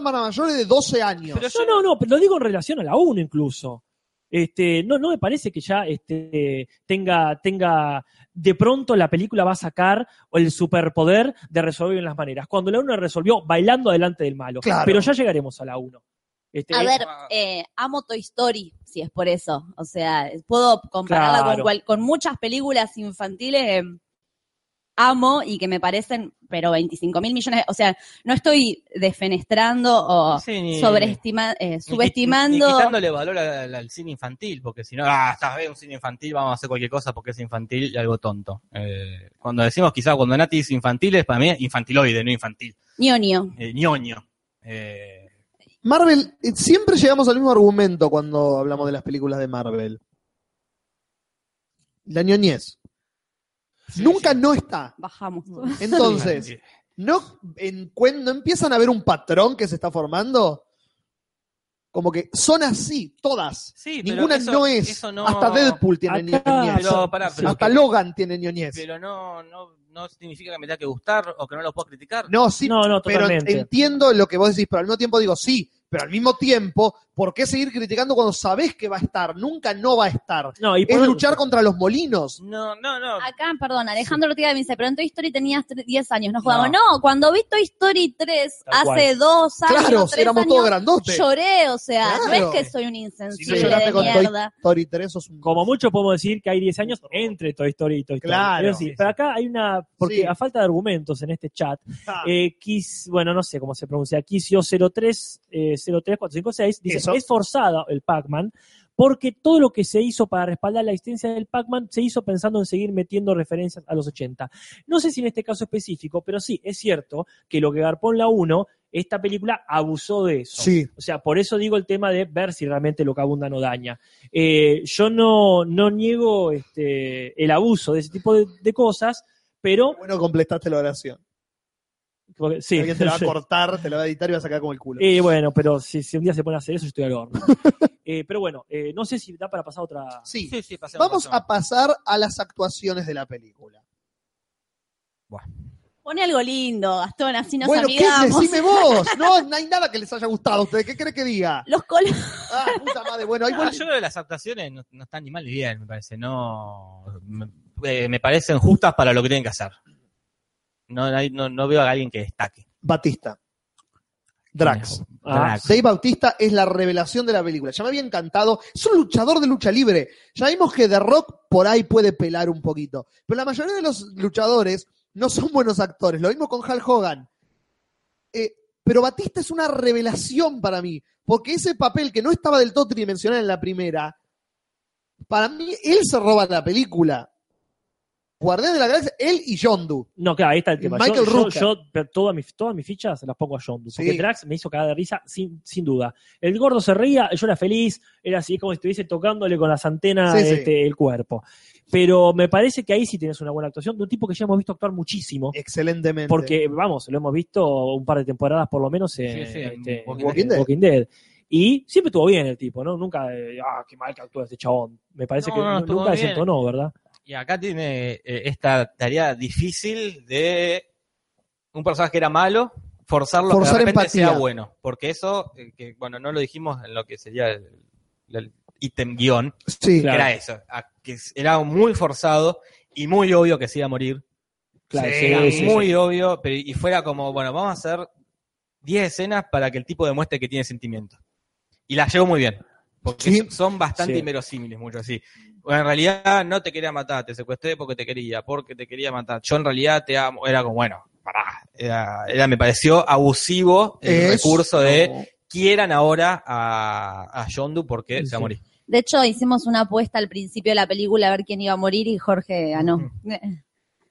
[SPEAKER 1] Van a mayores de 12 años.
[SPEAKER 4] Pero yo
[SPEAKER 2] No, no, no, pero lo digo en relación a la 1 incluso. Este, no, no me parece que ya este, tenga, tenga, de pronto la película va a sacar el superpoder de resolver bien las maneras. Cuando la 1 resolvió bailando delante del malo.
[SPEAKER 1] Claro.
[SPEAKER 2] Pero ya llegaremos a la 1. Este,
[SPEAKER 3] A
[SPEAKER 2] es-
[SPEAKER 3] ver, eh, amo Toy Story, si es por eso. O sea, puedo compararla
[SPEAKER 2] Claro.
[SPEAKER 3] con, cual- con muchas películas infantiles que amo y que me parecen, pero 25 mil millones. O sea, no estoy desfenestrando o
[SPEAKER 4] Ah. Sí, ni-
[SPEAKER 3] sobreestima- eh,
[SPEAKER 4] ni qui-
[SPEAKER 3] subestimando.
[SPEAKER 4] ni quitándole valor al, al cine infantil, porque si no, ah, estás bien, un cine infantil, vamos a hacer cualquier cosa porque es infantil y algo tonto. Eh, cuando decimos quizá cuando Nati dice infantil, es para mí infantiloide, no infantil.
[SPEAKER 3] Ñoño.
[SPEAKER 4] Eh, ñoño. Eh,
[SPEAKER 1] Marvel, eh, siempre llegamos al mismo argumento cuando hablamos de las películas de Marvel. La ñoñez. Nunca no está.
[SPEAKER 3] Bajamos.
[SPEAKER 1] Entonces, no, en, cuando empiezan a ver un patrón que se está formando, como que son así, todas.
[SPEAKER 4] Sí, pero
[SPEAKER 1] Ninguna
[SPEAKER 4] eso-
[SPEAKER 1] no es.
[SPEAKER 4] eso no-
[SPEAKER 1] Hasta Deadpool tiene
[SPEAKER 2] Acá-
[SPEAKER 1] ñoñez.
[SPEAKER 4] Pero, pará, pero
[SPEAKER 1] Hasta
[SPEAKER 4] que-
[SPEAKER 1] Logan tiene ñoñez.
[SPEAKER 4] pero no, no, no significa que me tenga que gustar o que no lo puedo criticar.
[SPEAKER 1] No, sí,
[SPEAKER 2] No, no,
[SPEAKER 1] pero
[SPEAKER 2] totalmente.
[SPEAKER 1] entiendo lo que vos decís, pero al mismo tiempo digo, sí, pero al mismo tiempo, ¿por qué seguir criticando cuando sabés que va a estar? Nunca no va a estar.
[SPEAKER 2] no, y
[SPEAKER 1] Es
[SPEAKER 2] por-
[SPEAKER 1] luchar contra los molinos.
[SPEAKER 4] No, no, no.
[SPEAKER 3] Acá, perdón, Alejandro Ortega me dice, pero en Toy Story tenías tre- 10 años, no jugamos.
[SPEAKER 4] No.
[SPEAKER 3] No, cuando vi Toy Story 3
[SPEAKER 2] Tal
[SPEAKER 3] hace dos años,
[SPEAKER 1] claro,
[SPEAKER 3] tres
[SPEAKER 1] si éramos
[SPEAKER 3] años,
[SPEAKER 1] todos grandotes.
[SPEAKER 3] lloré, o sea,
[SPEAKER 1] Claro.
[SPEAKER 3] no es que soy un
[SPEAKER 1] Si no
[SPEAKER 3] insensible
[SPEAKER 1] lloraste
[SPEAKER 3] de
[SPEAKER 1] con Toy
[SPEAKER 3] mierda.
[SPEAKER 1] Story 3, sos un...
[SPEAKER 2] como mucho podemos decir que hay 10 años entre Toy Story y Toy Story.
[SPEAKER 1] Claro.
[SPEAKER 2] Es decir, pero acá hay una, porque
[SPEAKER 1] Sí.
[SPEAKER 2] a falta de argumentos en este chat,
[SPEAKER 1] Ah.
[SPEAKER 2] eh, Kiss, bueno, no sé cómo se pronuncia, Kisio 03, eh, 03456, dice,
[SPEAKER 1] Eso.
[SPEAKER 2] es forzada el Pac-Man porque todo lo que se hizo para respaldar la existencia del Pac-Man se hizo pensando en seguir metiendo referencias a los 80. No sé si en este caso específico, pero sí, es cierto que lo que garpó en la 1, esta película abusó de eso.
[SPEAKER 1] Sí.
[SPEAKER 2] O sea, por eso digo el tema de ver si realmente lo que abunda no daña. Eh, yo no, no niego este, el abuso de ese tipo de, de cosas, pero...
[SPEAKER 1] Bueno, completaste la oración.
[SPEAKER 2] porque- sí.
[SPEAKER 1] Alguien te la va a cortar, te la va a editar y va a sacar como el culo.
[SPEAKER 2] Eh, bueno, pero si, si un día se pone a hacer eso, yo estoy al
[SPEAKER 1] *laughs*
[SPEAKER 2] horno. Eh, pero bueno, eh, no sé si da para pasar otra.
[SPEAKER 1] sí.
[SPEAKER 4] Sí, sí, pasemos,
[SPEAKER 1] Vamos
[SPEAKER 4] pasemos.
[SPEAKER 1] a pasar a las actuaciones de la película.
[SPEAKER 3] Pone algo lindo, Gastón, así nos
[SPEAKER 1] bueno, ¿qué?
[SPEAKER 3] amigamos.
[SPEAKER 1] Decime vos. No, no hay nada que les haya gustado a ustedes. ¿Qué crees que diga?
[SPEAKER 3] Los colores.
[SPEAKER 1] Ah, puta madre. Bueno, hay
[SPEAKER 4] Ah, yo creo que las actuaciones no, no están ni mal ni bien, me parece. No. Me, eh, me parecen justas para lo que tienen que hacer. No, hay- no, no veo a alguien que destaque.
[SPEAKER 1] Batista. Drax.
[SPEAKER 2] Ah,
[SPEAKER 4] Drax.
[SPEAKER 1] Dave Bautista es la revelación de la película. Ya me había encantado. Es un luchador de lucha libre. Ya vimos que The Rock por ahí puede pelar un poquito. Pero la mayoría de los luchadores no son buenos actores. Lo mismo con Hulk Hogan. Eh, pero Batista es una revelación para mí. Porque ese papel que no estaba del todo tridimensional en la primera, para mí él se roba la película. Guardianes de la Galaxia, él y Yondu.
[SPEAKER 2] No, claro, ahí está el tema. Yo-
[SPEAKER 1] Michael
[SPEAKER 2] yo,
[SPEAKER 1] Rooker.
[SPEAKER 2] yo, pero todas mis todas mis fichas se las pongo a Yondu.
[SPEAKER 1] Sí.
[SPEAKER 2] Porque Drax me hizo cagar de risa sin, sin duda. El gordo se reía, yo era feliz, era así como si estuviese tocándole con las antenas
[SPEAKER 1] Sí, sí.
[SPEAKER 2] este, el cuerpo. Pero me parece que ahí sí tienes una buena actuación de un tipo que ya hemos visto actuar muchísimo.
[SPEAKER 1] Excelentemente.
[SPEAKER 2] Porque, vamos, lo hemos visto un par de temporadas por lo menos en,
[SPEAKER 4] Sí, sí, en
[SPEAKER 2] este,
[SPEAKER 4] Walking
[SPEAKER 1] Walking Dead. Dead.
[SPEAKER 2] Walking Dead. Y siempre estuvo bien el tipo, ¿no? Nunca, eh, ah, qué mal que actúa este chabón. Me parece
[SPEAKER 4] No,
[SPEAKER 2] que
[SPEAKER 4] no,
[SPEAKER 2] nu-
[SPEAKER 4] estuvo
[SPEAKER 2] nunca
[SPEAKER 4] bien.
[SPEAKER 2] desentonó, ¿verdad?
[SPEAKER 4] Y acá tiene eh, esta tarea difícil de un personaje que era malo, forzarlo a
[SPEAKER 1] Forzar
[SPEAKER 4] que de repente
[SPEAKER 1] empatía.
[SPEAKER 4] sea bueno. Porque eso, eh, que bueno, no lo dijimos en lo que sería el, el ítem guión,
[SPEAKER 1] Sí.
[SPEAKER 2] Claro.
[SPEAKER 4] era eso. a- que s- era muy forzado y muy obvio que se iba a morir.
[SPEAKER 2] Claro,
[SPEAKER 1] Sí,
[SPEAKER 4] Era
[SPEAKER 2] sí, sí,
[SPEAKER 4] muy
[SPEAKER 2] sí.
[SPEAKER 4] obvio, pero y fuera como, bueno, vamos a hacer 10 escenas para que el tipo demuestre que tiene sentimientos. Y las llevo muy bien. Porque
[SPEAKER 1] Sí.
[SPEAKER 4] son bastante
[SPEAKER 2] Sí.
[SPEAKER 4] inverosímiles, mucho así. Bueno, en realidad no te quería matar, te secuestré porque te quería, porque te quería matar. Yo en realidad te amo. Era como, bueno, pará. Era, era- me pareció abusivo el
[SPEAKER 1] Es-
[SPEAKER 4] recurso de quieran ahora a, a Yondu porque
[SPEAKER 2] Sí,
[SPEAKER 4] se va a
[SPEAKER 2] sí.
[SPEAKER 4] morir.
[SPEAKER 3] De hecho, hicimos una apuesta al principio de la película a ver quién iba a morir y Jorge ganó. Eh,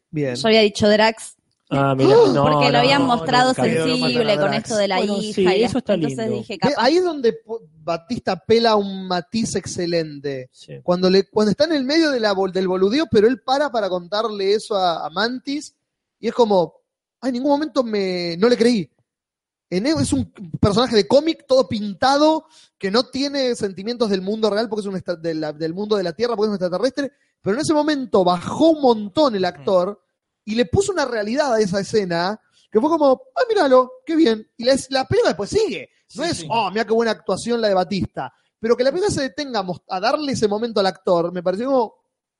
[SPEAKER 1] Bien.
[SPEAKER 3] Yo había dicho Drax
[SPEAKER 2] Ah,
[SPEAKER 4] *gasps*
[SPEAKER 2] mira, no,
[SPEAKER 3] porque
[SPEAKER 2] no,
[SPEAKER 3] lo habían
[SPEAKER 2] no,
[SPEAKER 3] mostrado
[SPEAKER 2] nunca.
[SPEAKER 1] Pero no matan
[SPEAKER 3] sensible
[SPEAKER 1] a
[SPEAKER 3] con
[SPEAKER 1] Drax.
[SPEAKER 3] esto de la
[SPEAKER 2] Bueno,
[SPEAKER 3] hija.
[SPEAKER 2] sí,
[SPEAKER 3] y
[SPEAKER 2] eso está
[SPEAKER 3] entonces
[SPEAKER 2] lindo.
[SPEAKER 3] dije,
[SPEAKER 1] Ve,
[SPEAKER 3] capaz.
[SPEAKER 1] Eh, Ahí es donde po- Batista pela un matiz excelente.
[SPEAKER 2] Sí.
[SPEAKER 1] Cuando, le, cuando está en el medio de la, bol- del boludeo, pero él para para contarle eso a, a Mantis y es como, "Ay, en ningún momento me, no le creí. En él es un personaje de cómic todo pintado que no tiene sentimientos del mundo real porque es un extra- de la- del mundo de la Tierra porque es un extraterrestre, pero en ese momento bajó un montón el actor y le puso una realidad a esa escena que fue como, ah, míralo, qué bien. Y la, es- la película después sigue. No
[SPEAKER 4] Sí,
[SPEAKER 1] es,
[SPEAKER 4] sí.
[SPEAKER 1] oh, mira qué buena actuación la de Batista. Pero que la película se detenga a mos- a darle ese momento al actor me pareció como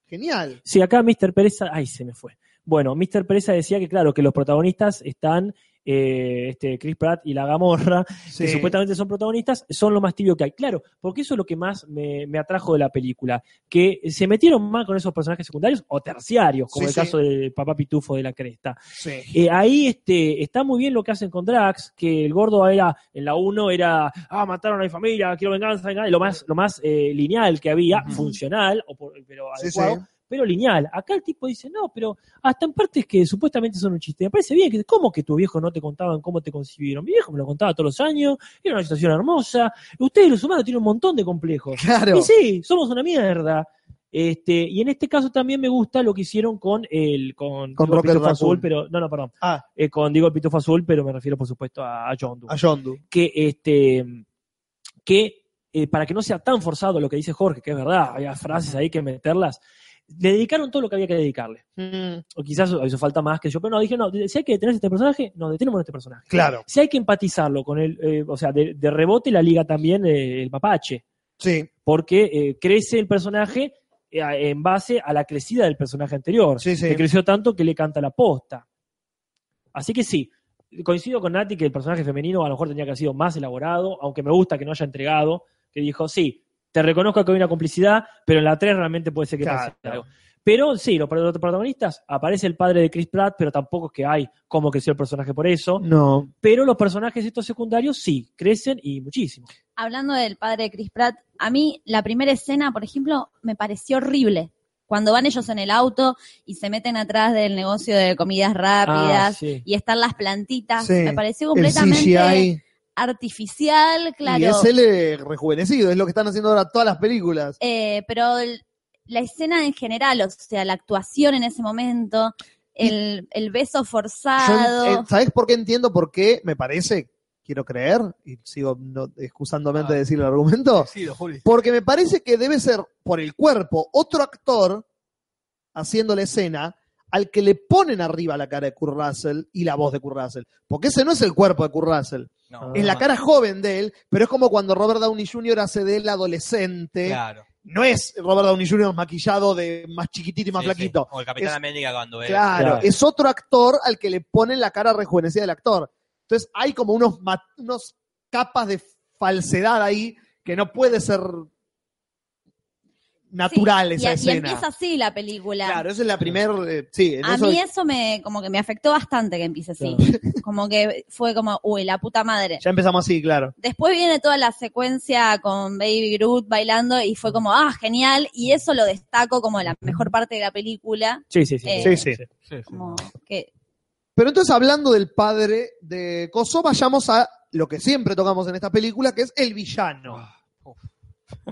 [SPEAKER 1] genial.
[SPEAKER 2] Sí, acá Mr. Pereza, ay, se me fue. Bueno, Mr. Pereza decía que, claro, que los protagonistas están eh, este, Chris Pratt y la Gamorra, que supuestamente son protagonistas, son lo más tibio que hay. Claro, porque eso es lo que más me, me atrajo de la película, que se metieron mal con esos personajes secundarios o terciarios,
[SPEAKER 1] Sí,
[SPEAKER 2] como el
[SPEAKER 1] sí.
[SPEAKER 2] caso del papá pitufo de la cresta.
[SPEAKER 1] Sí.
[SPEAKER 2] Eh, ahí este, está muy bien lo que hacen con Drax, que el gordo era, en la 1 era, ah, mataron a mi familia, quiero venganza, venganza", y lo más, lo más eh, lineal que había,
[SPEAKER 1] Ujú.
[SPEAKER 2] funcional, o por- pero
[SPEAKER 1] Sí,
[SPEAKER 2] adecuado,
[SPEAKER 1] sí.
[SPEAKER 2] pero lineal. Acá el tipo dice, no, pero hasta en partes que supuestamente son un chiste. Me parece bien, que ¿cómo que tu viejo no te contaban cómo te concibieron? Mi viejo me lo contaba todos los años, era una situación hermosa. Ustedes los humanos tienen un montón de complejos.
[SPEAKER 1] Claro.
[SPEAKER 2] Y sí, somos una mierda. Este, y en este caso también me gusta lo que hicieron con el con,
[SPEAKER 1] Con
[SPEAKER 2] digo
[SPEAKER 1] Rocket
[SPEAKER 2] Pitufo
[SPEAKER 1] Azul.
[SPEAKER 2] pero no, no, perdón.
[SPEAKER 1] Ah.
[SPEAKER 2] Eh, con digo el Pitufo Azul, pero me refiero por supuesto a, a John Doe
[SPEAKER 1] A Yondu.
[SPEAKER 2] que este que eh, para que no sea tan forzado lo que dice Jorge, que es verdad, había frases ahí que meterlas, le dedicaron todo lo que había que dedicarle.
[SPEAKER 1] Mm.
[SPEAKER 2] O quizás hizo falta más que yo, pero no, dije, no, si hay que detener a este personaje, nos detenemos a este personaje.
[SPEAKER 1] Claro.
[SPEAKER 2] Si hay que empatizarlo con él, eh, o sea, de, de rebote la liga también eh, el mapache,
[SPEAKER 1] Sí,
[SPEAKER 2] porque eh, crece el personaje eh, a- en base a la crecida del personaje anterior
[SPEAKER 1] sí, sí.
[SPEAKER 2] que creció tanto que le canta la posta. Así que sí, coincido con Nati que el personaje femenino a lo mejor tenía que haber sido más elaborado, aunque me gusta que no haya entregado, que dijo, sí, te reconozco que hay una complicidad, pero en la 3 realmente puede ser que
[SPEAKER 1] Claro.
[SPEAKER 2] pase algo. Pero sí, los pro- protagonistas, aparece el padre de Chris Pratt, pero tampoco es que hay cómo creció el personaje por eso.
[SPEAKER 1] No.
[SPEAKER 2] Pero los personajes estos secundarios sí, crecen y muchísimo.
[SPEAKER 3] Hablando del padre de Chris Pratt, a mí la primera escena, por ejemplo, me pareció horrible. Cuando van ellos en el auto y se meten atrás del negocio de comidas rápidas
[SPEAKER 2] Ah, sí.
[SPEAKER 3] y están las plantitas,
[SPEAKER 1] Sí.
[SPEAKER 3] me pareció
[SPEAKER 1] El
[SPEAKER 3] completamente
[SPEAKER 1] CGI.
[SPEAKER 3] artificial,
[SPEAKER 1] Y
[SPEAKER 3] claro.
[SPEAKER 1] es él eh, rejuvenecido, es lo que están haciendo ahora todas las películas.
[SPEAKER 3] Eh, pero el- la escena en general, o sea, la actuación en ese momento, el, el
[SPEAKER 1] eh,
[SPEAKER 3] beso forzado.
[SPEAKER 1] Yo, eh, ¿Sabes por qué entiendo por qué? Me parece, quiero creer, y sigo no- excusándome antes de decir el argumento, porque me parece que debe ser por el cuerpo otro actor haciendo la escena al que le ponen arriba la cara de Kurt Russell y la voz de Kurt Russell. Porque ese no es el cuerpo de Kurt Russell,
[SPEAKER 4] No,
[SPEAKER 1] es la cara joven de él, pero es como cuando Robert Downey Jr. hace de él adolescente.
[SPEAKER 4] Claro.
[SPEAKER 1] no es Robert Downey Jr. maquillado de más chiquitito y más
[SPEAKER 4] Sí, sí.
[SPEAKER 1] flaquito.
[SPEAKER 4] O el Capitán
[SPEAKER 1] Es-
[SPEAKER 4] América cuando es.
[SPEAKER 1] Claro,
[SPEAKER 2] Claro.
[SPEAKER 1] es otro actor al que le ponen la cara rejuvenecida del actor. Entonces hay como unos, ma- unos capas de falsedad ahí que no puede ser natural
[SPEAKER 3] Sí,
[SPEAKER 1] esa
[SPEAKER 3] y, y
[SPEAKER 1] escena.
[SPEAKER 3] empieza así la película.
[SPEAKER 1] Claro, esa es la primera. sí, en
[SPEAKER 3] a
[SPEAKER 1] eso-
[SPEAKER 3] mí eso me como que me afectó bastante que empiece así. *laughs* Como que fue como, uy, la puta madre.
[SPEAKER 1] ya empezamos así, claro.
[SPEAKER 3] Después viene toda la secuencia con Baby Groot bailando y fue como, ah, genial. Y eso lo destaco como la mejor parte de la película.
[SPEAKER 2] Sí, sí, sí.
[SPEAKER 3] Eh,
[SPEAKER 1] Sí, sí.
[SPEAKER 3] Como que,
[SPEAKER 1] Pero entonces, hablando del padre de Coso, vayamos a lo que siempre tocamos en esta película, que es el villano.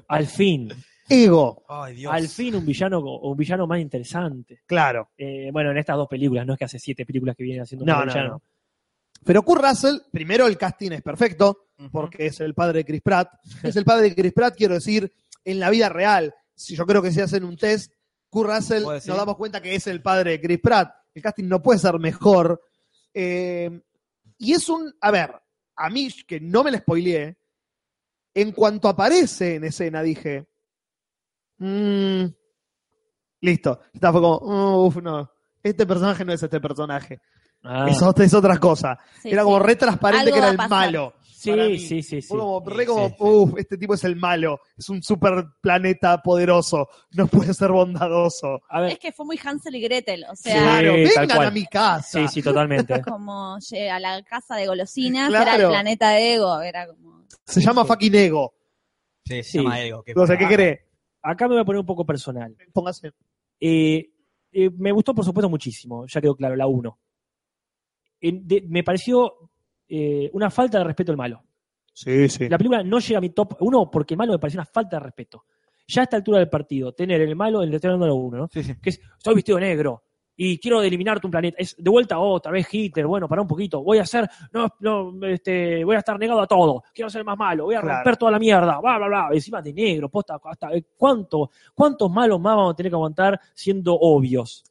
[SPEAKER 2] Al fin,
[SPEAKER 1] Ego,
[SPEAKER 8] Ay, Dios.
[SPEAKER 2] al fin un villano, un villano más interesante.
[SPEAKER 1] claro.
[SPEAKER 2] Eh, bueno, en estas dos películas, no es que hace siete películas que vienen haciendo
[SPEAKER 1] No,
[SPEAKER 2] un
[SPEAKER 1] no,
[SPEAKER 2] villano.
[SPEAKER 1] no. Pero Kurt Russell, primero el casting es perfecto, porque es el padre de Chris Pratt. Es el padre de Chris Pratt, quiero decir, en la vida real. Si yo creo que si hacen un test, Kurt Russell
[SPEAKER 8] ¿Puede
[SPEAKER 1] nos
[SPEAKER 8] ser?
[SPEAKER 1] damos cuenta que es el padre de Chris Pratt. El casting no puede ser mejor. Eh, y es un, a ver, a mí que no me la spoileé, en cuanto aparece en escena dije, "Mm, listo. Estaba como, uff, no. Este personaje no es este personaje.
[SPEAKER 2] Ah,
[SPEAKER 1] Es, otra, es otra cosa.
[SPEAKER 3] sí,
[SPEAKER 1] era
[SPEAKER 3] sí.
[SPEAKER 1] como re transparente
[SPEAKER 3] Algo
[SPEAKER 1] que
[SPEAKER 3] va
[SPEAKER 1] era
[SPEAKER 3] a
[SPEAKER 1] el
[SPEAKER 3] pasar.
[SPEAKER 1] malo. para mí.
[SPEAKER 2] sí, sí, sí, sí.
[SPEAKER 1] Fue como, re
[SPEAKER 4] Sí,
[SPEAKER 1] como,
[SPEAKER 4] sí, sí.
[SPEAKER 1] uff, este tipo es el malo. Es un super planeta poderoso. No puede ser bondadoso.
[SPEAKER 2] A ver,
[SPEAKER 3] Es que fue muy Hansel y Gretel, o sea,
[SPEAKER 1] Claro,
[SPEAKER 2] tal
[SPEAKER 1] vengan
[SPEAKER 2] cual.
[SPEAKER 1] a mi casa.
[SPEAKER 2] sí, sí,
[SPEAKER 1] *laughs*
[SPEAKER 2] totalmente.
[SPEAKER 3] como ye- a la casa de golosinas,
[SPEAKER 1] Claro.
[SPEAKER 3] era el planeta de ego, era como...
[SPEAKER 1] Se llama fucking ego.
[SPEAKER 4] Sí,
[SPEAKER 2] Sí.
[SPEAKER 4] se llama Ego. que-
[SPEAKER 1] No sé, ¿qué cree?
[SPEAKER 2] Acá me voy a poner un poco personal.
[SPEAKER 1] Póngase.
[SPEAKER 2] Eh, eh, me gustó, por supuesto, muchísimo. Ya quedó claro, la 1. me pareció eh, una falta de respeto al malo.
[SPEAKER 1] Sí, sí.
[SPEAKER 2] La película no llega a mi top 1 porque el malo me pareció una falta de respeto. Ya a esta altura del partido, tener el malo, el estoy hablando de la 1, ¿no?
[SPEAKER 4] Sí, sí.
[SPEAKER 2] Que es, estoy vestido de negro y quiero eliminarte un planeta. Es de vuelta otra vez Hitler, bueno, para un poquito. Voy a ser, no, no, este, voy a estar negado a todo. Quiero ser más malo, voy a
[SPEAKER 1] Claro.
[SPEAKER 2] romper toda la mierda, bla, bla, bla. Encima de negro, posta, hasta, eh, ¿cuánto, ¿cuántos malos más vamos a tener que aguantar siendo obvios?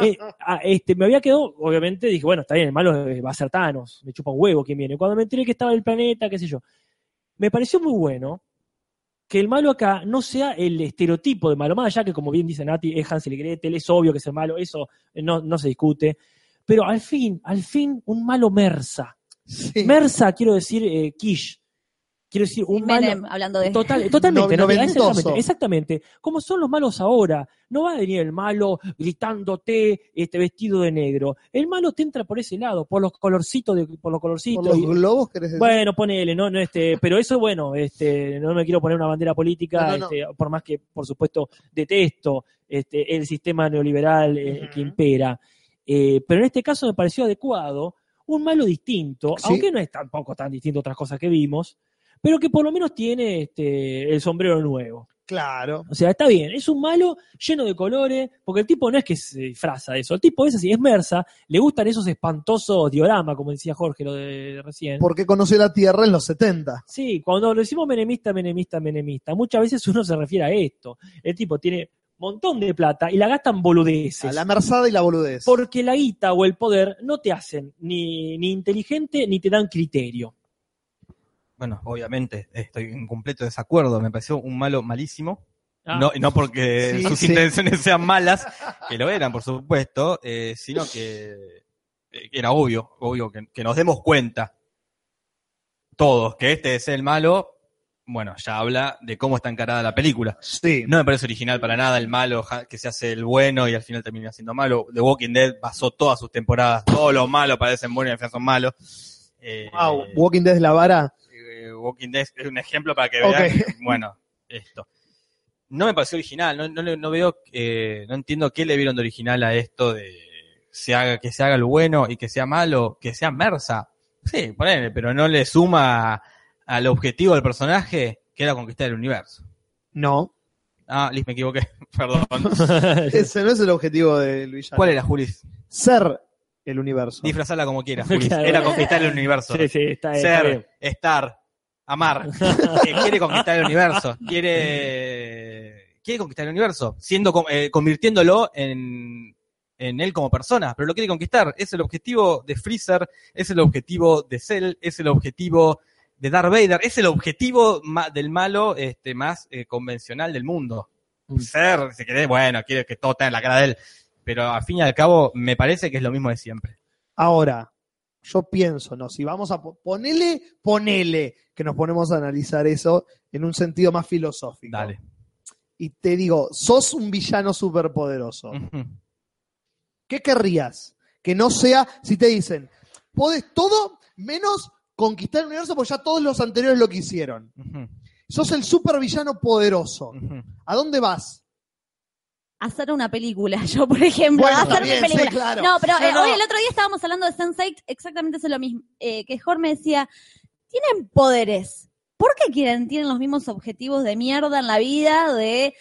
[SPEAKER 2] Eh, ah, este, me había quedado, obviamente, dije, bueno, está bien, el malo eh, va a ser Thanos, me chupa un huevo quien viene. Cuando me enteré que estaba en el planeta, qué sé yo. Me pareció muy bueno que el malo acá no sea el estereotipo de malo, más allá que, como bien dice Nati, es Hansel y Gretel, es obvio que es el malo, eso eh, no, no se discute. Pero al fin, al fin, un malo Mersa.
[SPEAKER 1] Sí.
[SPEAKER 2] Mersa, quiero decir, eh, Kish. Quiero decir, un malo.
[SPEAKER 3] Menem, hablando
[SPEAKER 2] *laughs*
[SPEAKER 3] de...
[SPEAKER 2] Total, totalmente,
[SPEAKER 1] No-
[SPEAKER 2] Nati,
[SPEAKER 1] noventoso.
[SPEAKER 2] exactamente, exactamente. Como son los malos ahora, no va a venir el malo gritándote este vestido de negro. El malo te entra por ese lado, por los colorcitos, de, por los colorcitos.
[SPEAKER 1] Por los
[SPEAKER 2] y-
[SPEAKER 1] globos, ¿querés decir?
[SPEAKER 2] bueno, ponele, no, no, este, pero eso bueno, este, no me quiero poner una bandera política,
[SPEAKER 1] No, no, no.
[SPEAKER 2] este, por más que, por supuesto, detesto este, el sistema neoliberal eh,
[SPEAKER 1] Ujú.
[SPEAKER 2] que impera. Eh, pero en este caso me pareció adecuado un malo distinto,
[SPEAKER 1] Sí.
[SPEAKER 2] aunque no es tampoco tan distinto a otras cosas que vimos, pero que por lo menos tiene este, el sombrero nuevo.
[SPEAKER 1] Claro.
[SPEAKER 2] O sea, está bien, es un malo lleno de colores, porque el tipo no es que se disfraza de eso, el tipo es así, es Mersa, le gustan esos espantosos dioramas, como decía Jorge lo de recién.
[SPEAKER 1] Porque conoció la Tierra en los 70.
[SPEAKER 2] Sí, cuando lo decimos menemista, menemista, menemista, muchas veces uno se refiere a esto. El tipo tiene montón de plata y la gastan
[SPEAKER 1] A
[SPEAKER 2] boludeces.
[SPEAKER 1] la merzada y la boludez.
[SPEAKER 2] Porque la guita o el poder no te hacen ni, ni inteligente ni te dan criterio.
[SPEAKER 4] Bueno, obviamente estoy en completo desacuerdo. Me pareció un malo malísimo.
[SPEAKER 2] Ah,
[SPEAKER 4] No, no porque
[SPEAKER 1] Sí,
[SPEAKER 4] sus
[SPEAKER 1] sí.
[SPEAKER 4] intenciones sean malas, que lo eran, por supuesto, eh, sino que eh, era obvio, obvio que, que nos demos cuenta todos que este es el malo. Bueno, ya habla de cómo está encarada la película.
[SPEAKER 1] Sí.
[SPEAKER 4] No me parece original para nada el malo ja- que se hace el bueno y al final termina siendo malo. The Walking Dead basó todas sus temporadas. Todos los malos parecen buenos y al final son malos. Eh,
[SPEAKER 1] Wow. Walking Dead es la vara.
[SPEAKER 4] eh, Walking Dead es un ejemplo para que
[SPEAKER 1] Ok.
[SPEAKER 4] vean, bueno, esto. No me pareció original, no, no, le- no veo, eh, no entiendo qué le vieron de original a esto de se haga, que se haga lo bueno y que sea malo, que sea Mersa. Sí, ponele, pero no le suma al objetivo del personaje que era conquistar el universo.
[SPEAKER 1] *laughs* No.
[SPEAKER 4] Ah, Liz, me equivoqué, *laughs* perdón.
[SPEAKER 1] Ese no es el objetivo del villano.
[SPEAKER 4] ¿Cuál era, Julis?
[SPEAKER 1] Ser el universo.
[SPEAKER 4] Disfrazala como quieras, Julis.
[SPEAKER 2] Claro.
[SPEAKER 4] Era conquistar el universo.
[SPEAKER 2] sí, sí, está, está bien.
[SPEAKER 4] ser, estar, amar. Eh, quiere conquistar el universo. Quiere, quiere conquistar el universo, siendo co- eh, convirtiéndolo en, en él como persona, pero lo quiere conquistar. Es el objetivo de Freezer, es el objetivo de Cell, es el objetivo de Darth Vader, es el objetivo ma- del malo este, más eh, convencional del mundo.
[SPEAKER 2] Mm.
[SPEAKER 4] Ser, si querés, bueno, quiere que todo esté en la cara de él. Pero al fin y al cabo, me parece que es lo mismo de siempre.
[SPEAKER 1] Ahora, yo pienso, ¿no? Si vamos a po- ponele, ponele, que nos ponemos a analizar eso en un sentido más filosófico.
[SPEAKER 4] Dale.
[SPEAKER 1] y te digo, sos un villano superpoderoso.
[SPEAKER 4] Ujú.
[SPEAKER 1] ¿Qué querrías? Que no sea, si te dicen, podés todo menos conquistar el universo porque ya todos los anteriores lo que hicieron.
[SPEAKER 4] Ujú.
[SPEAKER 1] Sos el supervillano poderoso.
[SPEAKER 4] Ujú.
[SPEAKER 1] ¿A dónde vas?
[SPEAKER 3] hacer una película, *laughs* yo por ejemplo,
[SPEAKER 1] Bueno,
[SPEAKER 3] hacer
[SPEAKER 1] también,
[SPEAKER 3] una película.
[SPEAKER 1] sí, claro.
[SPEAKER 3] No, pero eh,
[SPEAKER 1] No, no.
[SPEAKER 3] hoy el otro día estábamos hablando de Sensei, exactamente eso es lo mismo, eh, que Jorge me decía, tienen poderes. ¿Por qué quieren, tienen los mismos objetivos de mierda en la vida de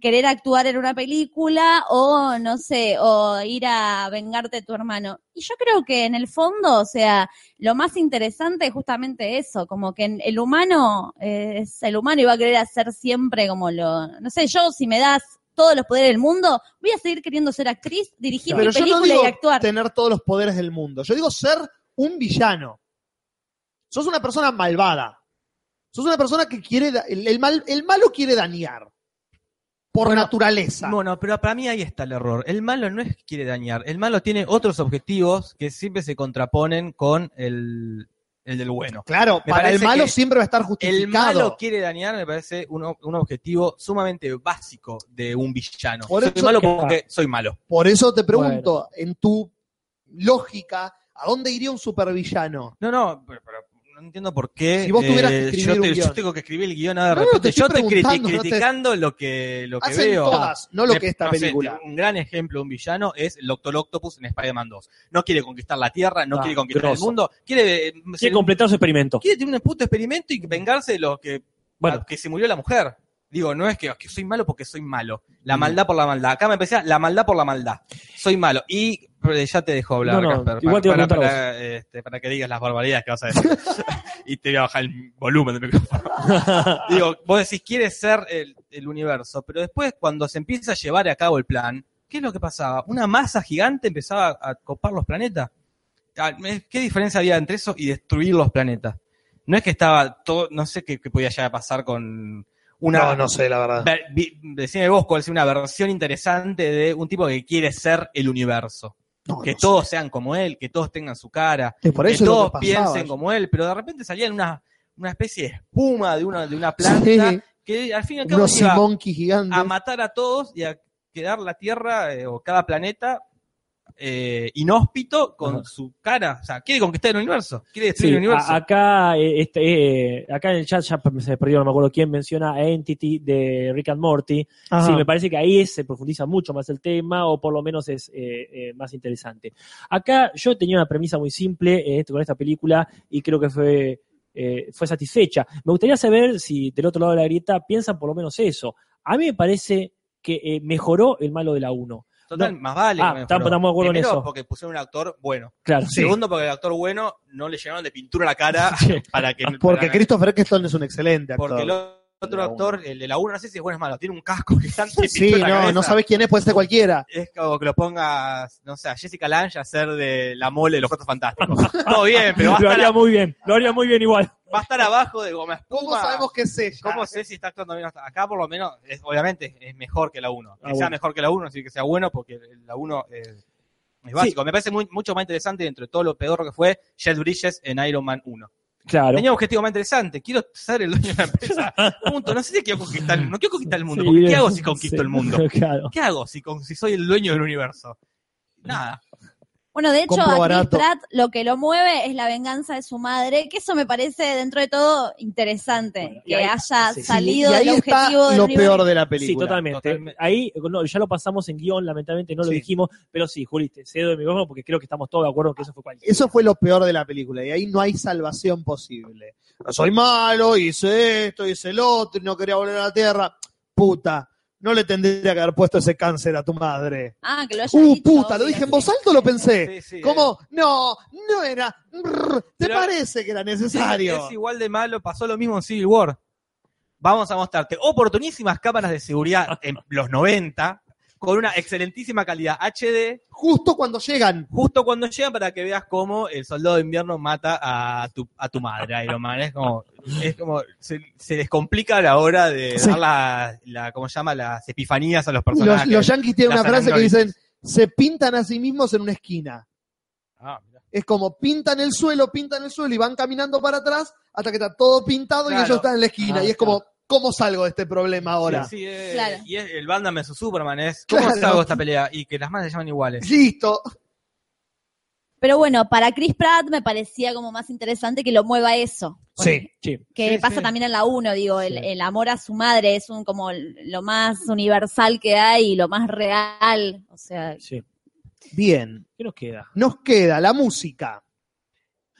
[SPEAKER 3] querer actuar en una película o no sé, o ir a vengarte de tu hermano? Y yo creo que en el fondo, o sea, lo más interesante es justamente eso, como que en- el humano eh, es el humano y va a querer hacer siempre como lo, no sé, yo si me das todos los poderes del mundo, voy a seguir queriendo ser actriz, dirigir
[SPEAKER 1] Pero
[SPEAKER 3] mi
[SPEAKER 1] yo no
[SPEAKER 3] película
[SPEAKER 1] digo
[SPEAKER 3] y actuar.
[SPEAKER 1] tener todos los poderes del mundo. Yo digo ser un villano. Sos una persona malvada. Sos una persona que quiere. da- El, el mal, el malo quiere dañar. Por
[SPEAKER 4] Bueno,
[SPEAKER 1] naturaleza.
[SPEAKER 4] Bueno, pero para mí ahí está el error. El malo no es que quiere dañar, el malo tiene otros objetivos que siempre se contraponen con el, el del bueno.
[SPEAKER 1] claro,
[SPEAKER 4] me
[SPEAKER 1] para el
[SPEAKER 4] parece
[SPEAKER 1] malo
[SPEAKER 4] que
[SPEAKER 1] siempre va a estar
[SPEAKER 4] El
[SPEAKER 1] justificado.
[SPEAKER 4] malo quiere dañar me parece un, o- un objetivo sumamente básico de un villano.
[SPEAKER 1] Por
[SPEAKER 4] soy
[SPEAKER 1] eso-
[SPEAKER 4] malo porque soy malo.
[SPEAKER 1] Por eso te pregunto, en tu lógica, ¿a dónde iría un supervillano?
[SPEAKER 4] No, no, pero, pero no entiendo por qué. eh,
[SPEAKER 1] Si vos tuvieras que escribir
[SPEAKER 4] yo, te-
[SPEAKER 1] un guión.
[SPEAKER 4] yo tengo que escribir el guión
[SPEAKER 1] No,
[SPEAKER 4] ahora de
[SPEAKER 1] no, te
[SPEAKER 4] repente.
[SPEAKER 1] estoy
[SPEAKER 4] yo estoy criti-
[SPEAKER 1] preguntando, no te-
[SPEAKER 4] criticando lo que, lo que
[SPEAKER 1] Hacen
[SPEAKER 4] veo.
[SPEAKER 1] todas, no lo
[SPEAKER 4] Me-
[SPEAKER 1] que esta
[SPEAKER 4] no sé,
[SPEAKER 1] película.
[SPEAKER 4] un gran ejemplo de un villano es el Doctor Octopus en Spider-Man 2. No quiere conquistar la Tierra, no
[SPEAKER 2] Ah,
[SPEAKER 4] quiere conquistar
[SPEAKER 2] grosso.
[SPEAKER 4] el mundo, quiere, eh,
[SPEAKER 2] Quiere
[SPEAKER 4] ser-
[SPEAKER 2] completar su experimento.
[SPEAKER 4] quiere tener un puto experimento y vengarse de los que,
[SPEAKER 2] Bueno,
[SPEAKER 4] a- que se murió la mujer. Digo, no es que, que soy malo porque soy malo.
[SPEAKER 2] Mm.
[SPEAKER 4] La maldad por la maldad. Acá me empecé la maldad por la maldad. Soy malo. Y pero ya te dejo
[SPEAKER 2] No,
[SPEAKER 4] hablar,
[SPEAKER 2] no,
[SPEAKER 4] Casper,
[SPEAKER 2] igual te iba a
[SPEAKER 4] para,
[SPEAKER 2] preguntar
[SPEAKER 4] para, este, para que digas las barbaridades que vas
[SPEAKER 2] *laughs*
[SPEAKER 4] a decir. *laughs* y te voy a bajar el volumen del micrófono. Digo, vos decís, quieres ser el, el universo, pero después cuando se empieza a llevar a cabo el plan, ¿qué es lo que pasaba? Una masa gigante empezaba a copar los planetas. Ah, me- ¿Qué diferencia había entre eso y destruir los planetas? No es que estaba todo, no sé qué, qué podía llegar a pasar con una...
[SPEAKER 1] sé, la verdad.
[SPEAKER 4] ver- vi- Decime vos cuál es una versión interesante de un tipo que quiere ser el universo. Que todos sean como él, que todos tengan su cara,
[SPEAKER 1] por
[SPEAKER 4] que
[SPEAKER 1] eso es lo
[SPEAKER 4] todos
[SPEAKER 1] que pasaba.
[SPEAKER 4] piensen como él, pero de repente salía en una, una especie de espuma de una, de una planta
[SPEAKER 1] Sí,
[SPEAKER 4] que al fin y al cabo
[SPEAKER 1] unos
[SPEAKER 4] iba
[SPEAKER 1] monkey gigantes.
[SPEAKER 4] a matar a todos y a quedar la Tierra eh, o cada planeta eh, inhóspito con
[SPEAKER 2] Ajá.
[SPEAKER 4] su cara. O sea, quiere conquistar el universo, quiere
[SPEAKER 2] Sí,
[SPEAKER 4] destruir el universo.
[SPEAKER 2] a- acá, eh, este, eh, acá en el chat ya se perdió, no me acuerdo quién menciona a Entity de Rick and Morty. Sí, me parece que ahí se profundiza mucho más el tema o por lo menos es eh, eh, más interesante. Acá yo tenía una premisa muy simple eh, con esta película y creo que fue, eh, fue satisfecha. Me gustaría saber si del otro lado de la grieta piensan por lo menos eso. A mí me parece que eh, mejoró el malo de la 1.
[SPEAKER 4] Total,
[SPEAKER 2] no.
[SPEAKER 4] más vale.
[SPEAKER 2] Ah,
[SPEAKER 4] que mejoró.
[SPEAKER 2] tampoco estamos de acuerdo en
[SPEAKER 4] Primero,
[SPEAKER 2] eso.
[SPEAKER 4] porque pusieron un actor bueno.
[SPEAKER 2] Claro,
[SPEAKER 4] Segundo, porque el actor bueno no le llenaron de pintura la cara
[SPEAKER 2] *laughs* Sí. Ah,
[SPEAKER 4] para que.
[SPEAKER 1] Porque
[SPEAKER 4] para-
[SPEAKER 1] Christopher Eccleston es un excelente actor.
[SPEAKER 4] porque el otro
[SPEAKER 1] La
[SPEAKER 4] actor, el de la 1, no sé si es bueno o es malo, tiene un casco *laughs* que está
[SPEAKER 1] Sí, no, no sabes quién es, puede ser cualquiera.
[SPEAKER 4] es como que lo pongas, no sé, a Jessica Lange a hacer de la mole de los Cuatro Fantásticos. *laughs* Todo bien, pero va
[SPEAKER 2] *laughs*
[SPEAKER 4] a,
[SPEAKER 2] lo
[SPEAKER 4] estar,
[SPEAKER 2] haría muy bien, lo haría muy bien igual.
[SPEAKER 4] va a estar abajo de goma espuma.
[SPEAKER 1] ¿Cómo sabemos que es ella?
[SPEAKER 4] ¿Cómo sé si está actuando bien? hasta- Acá, por lo menos, es, obviamente, es mejor que la 1. Que
[SPEAKER 2] Ah,
[SPEAKER 4] sea
[SPEAKER 2] bueno.
[SPEAKER 4] mejor que la 1, así que sea bueno, porque la 1 es, es básico. Me parece muy- mucho más interesante, dentro de todo lo peor que fue, Jet Bridges en Iron Man 1.
[SPEAKER 2] Claro.
[SPEAKER 4] Tenía un objetivo más interesante. Quiero ser el dueño de
[SPEAKER 2] *laughs*
[SPEAKER 4] la empresa. Punto. No sé si quiero conquistar, no quiero conquistar el mundo.
[SPEAKER 2] Sí,
[SPEAKER 4] porque ¿Qué
[SPEAKER 2] bien. *laughs*
[SPEAKER 4] hago si conquisto
[SPEAKER 2] Sí,
[SPEAKER 4] el mundo?
[SPEAKER 2] Claro.
[SPEAKER 4] ¿Qué hago si, con- si soy el dueño del universo? Nada.
[SPEAKER 3] Bueno, de hecho,
[SPEAKER 1] Compro
[SPEAKER 3] a Chris
[SPEAKER 1] barato.
[SPEAKER 3] Pratt lo que lo mueve es la venganza de su madre, que eso me parece dentro de todo interesante,
[SPEAKER 2] Bueno, y
[SPEAKER 3] que
[SPEAKER 2] ahí-
[SPEAKER 3] haya
[SPEAKER 2] sí.
[SPEAKER 3] salido
[SPEAKER 1] y ahí
[SPEAKER 3] del
[SPEAKER 1] está
[SPEAKER 3] objetivo del
[SPEAKER 1] lo
[SPEAKER 3] universo.
[SPEAKER 1] peor de la película.
[SPEAKER 2] Sí, totalmente.
[SPEAKER 4] Totalmente.
[SPEAKER 2] Ahí no, ya lo pasamos en guión, lamentablemente no lo
[SPEAKER 1] Sí.
[SPEAKER 2] dijimos, pero sí, Juli, te cedo el micrófono porque creo que estamos todos de acuerdo que eso fue cualquier.
[SPEAKER 1] Eso fue lo peor de la película y ahí no hay salvación posible. No soy malo, hice esto, hice el otro, y no quería volver a la Tierra. Puta, no le tendría que haber puesto ese cáncer a tu madre.
[SPEAKER 3] Ah, que lo haya
[SPEAKER 1] Uh,
[SPEAKER 3] dicho,
[SPEAKER 1] puta, lo
[SPEAKER 3] obvio.
[SPEAKER 1] dije en voz alta o lo pensé.
[SPEAKER 2] Eh,
[SPEAKER 4] Sí, sí,
[SPEAKER 1] ¿Cómo? No, no era. Brr, ¿Te
[SPEAKER 4] Pero-
[SPEAKER 1] parece que era necesario?
[SPEAKER 4] *laughs* Es igual de malo, pasó lo mismo en Civil War. Vamos a mostrarte oportunísimas cámaras de seguridad
[SPEAKER 1] *laughs*
[SPEAKER 4] en los 90 con una excelentísima calidad HD,
[SPEAKER 1] Justo cuando llegan.
[SPEAKER 4] justo cuando llegan para que veas cómo el soldado de invierno mata a tu, a tu madre, Iron Man. Es como, es como se, se les complica a la hora de
[SPEAKER 1] Sí.
[SPEAKER 4] dar la, la- ¿cómo se llama? las epifanías a los
[SPEAKER 1] Los,
[SPEAKER 4] personajes.
[SPEAKER 1] los yankees tienen
[SPEAKER 4] las
[SPEAKER 1] una frase que
[SPEAKER 4] arandolis.
[SPEAKER 1] dicen: se pintan a sí mismos en una esquina.
[SPEAKER 4] Ah, mirá.
[SPEAKER 1] Es como pintan el suelo, pintan el suelo y van caminando para atrás hasta que está todo pintado y
[SPEAKER 4] Claro.
[SPEAKER 1] ellos están en la esquina.
[SPEAKER 2] Ah,
[SPEAKER 1] y es como, ¿Cómo salgo de este problema ahora?
[SPEAKER 4] Sí, así es.
[SPEAKER 3] Claro.
[SPEAKER 4] Y es- el Bandame su Superman es. ¿Cómo
[SPEAKER 1] Claro.
[SPEAKER 4] salgo de esta pelea? Y que las manos se llaman iguales.
[SPEAKER 1] Listo.
[SPEAKER 3] Pero bueno, para Chris Pratt me parecía como más interesante que lo mueva eso.
[SPEAKER 1] Sí.
[SPEAKER 2] Sí.
[SPEAKER 3] Que
[SPEAKER 4] Sí,
[SPEAKER 3] pasa
[SPEAKER 4] sí.
[SPEAKER 3] también en la 1, digo, el,
[SPEAKER 2] Sí.
[SPEAKER 3] el amor a su madre es un como lo más universal que hay y lo más real. O sea,
[SPEAKER 2] sí.
[SPEAKER 1] Bien.
[SPEAKER 2] ¿Qué nos queda?
[SPEAKER 1] Nos queda la música.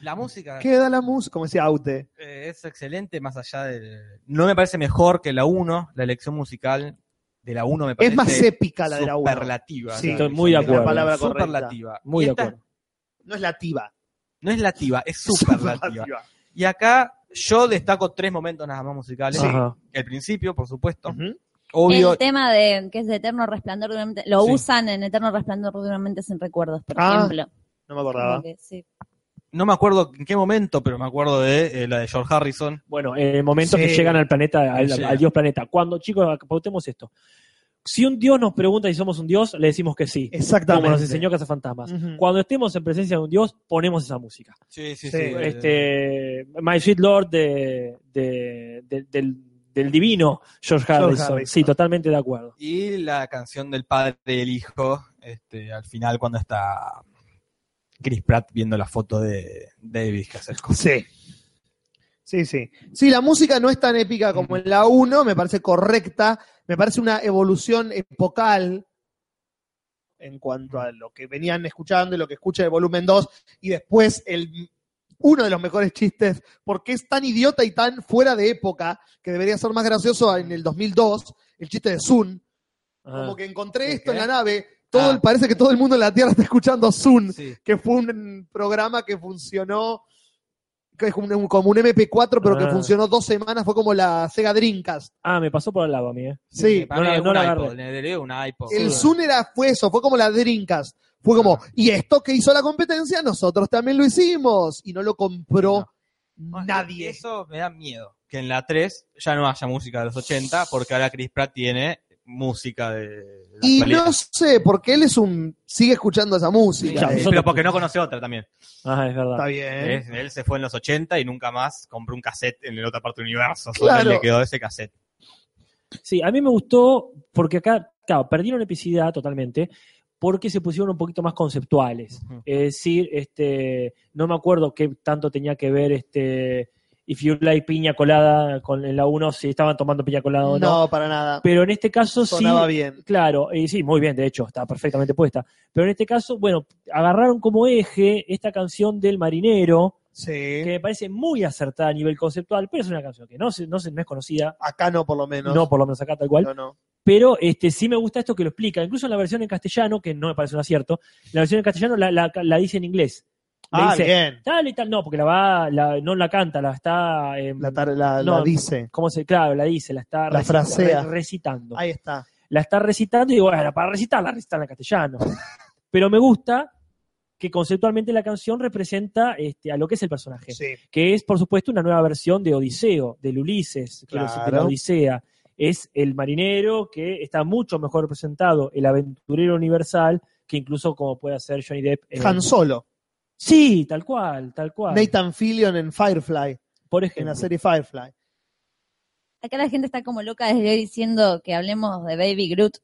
[SPEAKER 4] La música
[SPEAKER 1] Queda la música, como decía Aute.
[SPEAKER 4] eh, es excelente más allá del. No me parece mejor que la 1, la elección musical de la 1 me parece.
[SPEAKER 1] Es más épica la de la 1.
[SPEAKER 4] este Superlativa.
[SPEAKER 1] Sí,
[SPEAKER 2] estoy muy de acuerdo.
[SPEAKER 1] La palabra correcta.
[SPEAKER 4] Superlativa.
[SPEAKER 2] Muy
[SPEAKER 4] Y
[SPEAKER 2] de
[SPEAKER 4] esta
[SPEAKER 2] acuerdo.
[SPEAKER 1] No es lativa.
[SPEAKER 4] No es lativa,
[SPEAKER 1] *laughs*
[SPEAKER 4] es superlativa.
[SPEAKER 1] Superlativa.
[SPEAKER 4] Y acá yo destaco tres momentos nada más musicales.
[SPEAKER 2] Ajá.
[SPEAKER 4] El principio, por supuesto.
[SPEAKER 1] Ujú.
[SPEAKER 4] Obvio.
[SPEAKER 3] el tema de que es de Eterno Resplandor de una mente- lo
[SPEAKER 4] Sí.
[SPEAKER 3] usan en Eterno Resplandor de una mente sin recuerdos, por
[SPEAKER 1] Ah,
[SPEAKER 3] ejemplo.
[SPEAKER 1] No me
[SPEAKER 3] Como
[SPEAKER 1] acordaba.
[SPEAKER 3] que sí.
[SPEAKER 4] No me acuerdo en qué momento, pero me acuerdo de eh, la de George Harrison.
[SPEAKER 2] Bueno, en el momento
[SPEAKER 1] Sí.
[SPEAKER 2] que llegan al planeta, al,
[SPEAKER 4] Sí.
[SPEAKER 2] al dios planeta. Cuando, chicos, pautemos esto. Si un dios nos pregunta si somos un dios, le decimos que sí.
[SPEAKER 1] Exactamente.
[SPEAKER 2] Como nos enseñó Cazafantasmas.
[SPEAKER 1] Ujú.
[SPEAKER 2] Cuando estemos en presencia de un dios, ponemos esa música.
[SPEAKER 4] Sí,
[SPEAKER 1] Sí, sí.
[SPEAKER 2] este, My Sweet Lord de, de- de- del, del divino George
[SPEAKER 1] George
[SPEAKER 2] Harrison.
[SPEAKER 1] Harrison.
[SPEAKER 2] Sí, totalmente de acuerdo.
[SPEAKER 4] Y la canción del padre y el hijo, este, al final cuando está Chris Pratt viendo la foto de Davis Hasselhoff.
[SPEAKER 1] Sí. Sí, sí. Sí, la música no es tan épica como en la 1, me parece correcta, me parece una evolución epocal en cuanto a lo que venían escuchando y lo que escucha el volumen 2 y después el uno de los mejores chistes, porque es tan idiota y tan fuera de época que debería ser más gracioso en el 2002, el chiste de Zoom,
[SPEAKER 2] Ah,
[SPEAKER 1] como que encontré esto
[SPEAKER 4] ¿Qué?
[SPEAKER 1] en la nave, todo
[SPEAKER 4] Ah.
[SPEAKER 1] el- parece que todo el mundo en la Tierra está escuchando Zoom
[SPEAKER 4] Sí.
[SPEAKER 1] que fue un programa que funcionó, que es como un, como un MP4, pero que
[SPEAKER 2] Ah.
[SPEAKER 1] funcionó dos semanas, fue como la Sega Dreamcast.
[SPEAKER 2] ah, me pasó por el lado a mí, ¿eh?
[SPEAKER 1] Sí,
[SPEAKER 4] Para
[SPEAKER 2] no
[SPEAKER 4] mí
[SPEAKER 2] la-
[SPEAKER 4] es
[SPEAKER 2] no
[SPEAKER 4] un
[SPEAKER 2] la
[SPEAKER 4] iPod,
[SPEAKER 2] agarré.
[SPEAKER 4] le debería un iPod.
[SPEAKER 1] el
[SPEAKER 4] Sí.
[SPEAKER 1] Zoom era, fue eso, fue como la Dreamcast. Fue
[SPEAKER 2] Ah.
[SPEAKER 1] como, y esto que hizo la competencia, nosotros también lo hicimos. Y no lo compró
[SPEAKER 4] No,
[SPEAKER 1] nadie.
[SPEAKER 4] Eso me da miedo. Que en la 3 ya no haya música de los 80, porque ahora Chris Pratt tiene música de la
[SPEAKER 1] Y
[SPEAKER 4] actualidad.
[SPEAKER 1] no sé, porque él es un. sigue escuchando esa música.
[SPEAKER 2] Claro,
[SPEAKER 1] Eh,
[SPEAKER 2] nosotros-
[SPEAKER 4] pero porque no conoce otra también.
[SPEAKER 2] Ah, es verdad.
[SPEAKER 1] Está bien.
[SPEAKER 4] Es- Él se fue en los 80 y nunca más compró un cassette en la otra parte del universo. Solo
[SPEAKER 1] Claro.
[SPEAKER 4] él le quedó ese cassette.
[SPEAKER 2] Sí, a mí me gustó porque acá, claro, perdieron epicidad totalmente porque se pusieron un poquito más conceptuales.
[SPEAKER 4] Ujú.
[SPEAKER 2] Es decir, este, no me acuerdo qué tanto tenía que ver este If You Like Piña Colada con en la 1, si estaban tomando piña colada o no.
[SPEAKER 1] No, para nada.
[SPEAKER 2] Pero en este caso
[SPEAKER 1] Sonaba
[SPEAKER 2] sí,
[SPEAKER 1] bien.
[SPEAKER 2] Claro, y sí, muy bien, de hecho, está perfectamente puesta. Pero en este caso, bueno, agarraron como eje esta canción del marinero,
[SPEAKER 1] Sí.
[SPEAKER 2] que me parece muy acertada a nivel conceptual, pero es una canción que no, se- no, se- no es conocida,
[SPEAKER 1] Acá no, por lo menos.
[SPEAKER 2] no por lo menos acá tal cual,
[SPEAKER 1] no, no.
[SPEAKER 2] pero este, sí me gusta esto que lo explica, incluso en la versión en castellano, que no me parece un acierto, la versión en castellano la, la- la dice en inglés. Le
[SPEAKER 1] Ah,
[SPEAKER 2] dice,
[SPEAKER 1] bien.
[SPEAKER 2] tal y tal, no, porque la va, la- no la canta, la está... em,
[SPEAKER 1] La, tar- la-
[SPEAKER 2] No.
[SPEAKER 1] la dice.
[SPEAKER 2] ¿Cómo se? Claro, la dice, la está
[SPEAKER 1] La
[SPEAKER 2] reci-
[SPEAKER 1] frasea.
[SPEAKER 2] re- recitando
[SPEAKER 1] Ahí está.
[SPEAKER 2] la está recitando y digo, bueno, para recitarla, recitarla
[SPEAKER 1] *laughs*
[SPEAKER 2] en castellano. Pero me gusta que conceptualmente la canción representa este, a lo que es el personaje,
[SPEAKER 1] Sí.
[SPEAKER 2] que es, por supuesto, una nueva versión de Odiseo, del Ulises, quiero decir, de la
[SPEAKER 1] Claro.
[SPEAKER 2] Odisea. Es el marinero que está mucho mejor representado, el aventurero universal, que incluso como puede hacer Johnny Depp. en-
[SPEAKER 1] Han Solo.
[SPEAKER 2] Sí, tal cual, tal cual.
[SPEAKER 1] Nathan Fillion en Firefly,
[SPEAKER 2] por
[SPEAKER 1] en
[SPEAKER 2] ejemplo.
[SPEAKER 1] la serie Firefly.
[SPEAKER 3] Acá la gente está como loca desde hoy diciendo que hablemos de Baby Groot.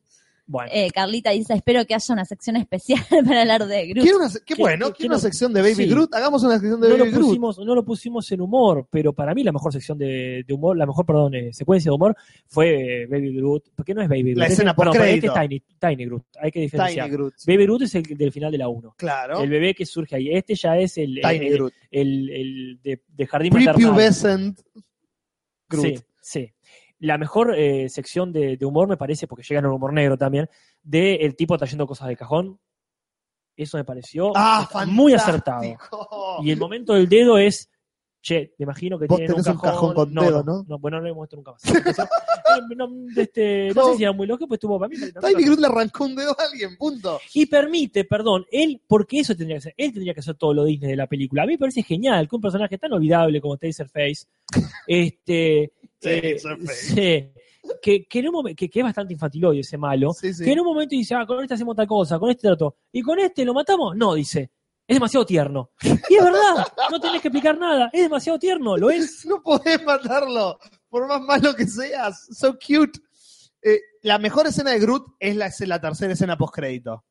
[SPEAKER 2] Bueno,
[SPEAKER 3] Eh, Carlita dice, espero que haya una sección especial *laughs* para hablar de Groot.
[SPEAKER 1] Quiero una, se- qué
[SPEAKER 2] ¿Qué-
[SPEAKER 1] bueno,
[SPEAKER 2] qué-
[SPEAKER 1] quiero
[SPEAKER 2] qué
[SPEAKER 1] una
[SPEAKER 2] no-
[SPEAKER 1] sección de Baby
[SPEAKER 2] sí.
[SPEAKER 1] Groot. Hagamos una sección de
[SPEAKER 2] no,
[SPEAKER 1] Baby
[SPEAKER 2] lo
[SPEAKER 1] Groot.
[SPEAKER 2] pusimos, no lo pusimos en humor, pero para mí la mejor sección de, de humor, la mejor, perdón, eh, secuencia de humor fue eh, Baby Groot. Porque no es Baby Groot.
[SPEAKER 1] La
[SPEAKER 2] Este-
[SPEAKER 1] escena
[SPEAKER 2] perdón, pero este
[SPEAKER 1] postcrédito.
[SPEAKER 2] es Tiny, Tiny Groot. Hay que diferenciar.
[SPEAKER 1] Tiny Groot.
[SPEAKER 2] Baby Groot es el del final de la 1.
[SPEAKER 1] Claro.
[SPEAKER 2] El bebé que surge ahí. Este ya es el,
[SPEAKER 1] Tiny
[SPEAKER 2] el,
[SPEAKER 1] Groot.
[SPEAKER 2] el- el de, de jardín maternal.
[SPEAKER 1] Prepubescent Groot.
[SPEAKER 2] Sí, sí. La mejor eh, sección de, de humor, me parece, porque llega en el humor negro también, de el tipo trayendo cosas de cajón. Eso me pareció
[SPEAKER 1] Ah, fantástico.
[SPEAKER 2] muy acertado. Y el momento del dedo es, che, me imagino que
[SPEAKER 1] Vos
[SPEAKER 2] tienen
[SPEAKER 1] tenés un cajón con dedo, ¿no?
[SPEAKER 2] bueno, no lo hemos visto nunca más. *laughs* Entonces, eh, no, este, no sé
[SPEAKER 1] No.
[SPEAKER 2] si era muy lógico, pues estuvo para mí. pero
[SPEAKER 1] Tiny
[SPEAKER 2] no.
[SPEAKER 1] Groot le arrancó un dedo a alguien, punto.
[SPEAKER 2] Y permite, perdón, él, porque eso tendría que ser, él tendría que hacer todo lo Disney de la película. A mí me parece genial que un personaje tan olvidable
[SPEAKER 1] *laughs*
[SPEAKER 2] como Taserface, este, eh,
[SPEAKER 1] Taserface.
[SPEAKER 2] sí, que, que, en un momen- que, que es bastante infantiloide ese malo,
[SPEAKER 1] Sí, sí.
[SPEAKER 2] que en un momento dice, ah, con este hacemos tal cosa, con este trato, y con este lo matamos, no, dice, es demasiado tierno.
[SPEAKER 1] *laughs*
[SPEAKER 2] Y es verdad, no tenés que explicar nada, es demasiado tierno, lo es.
[SPEAKER 1] No podés matarlo. por más malo que seas, so cute. Eh, la mejor escena de Groot es la, es la tercera escena postcrédito,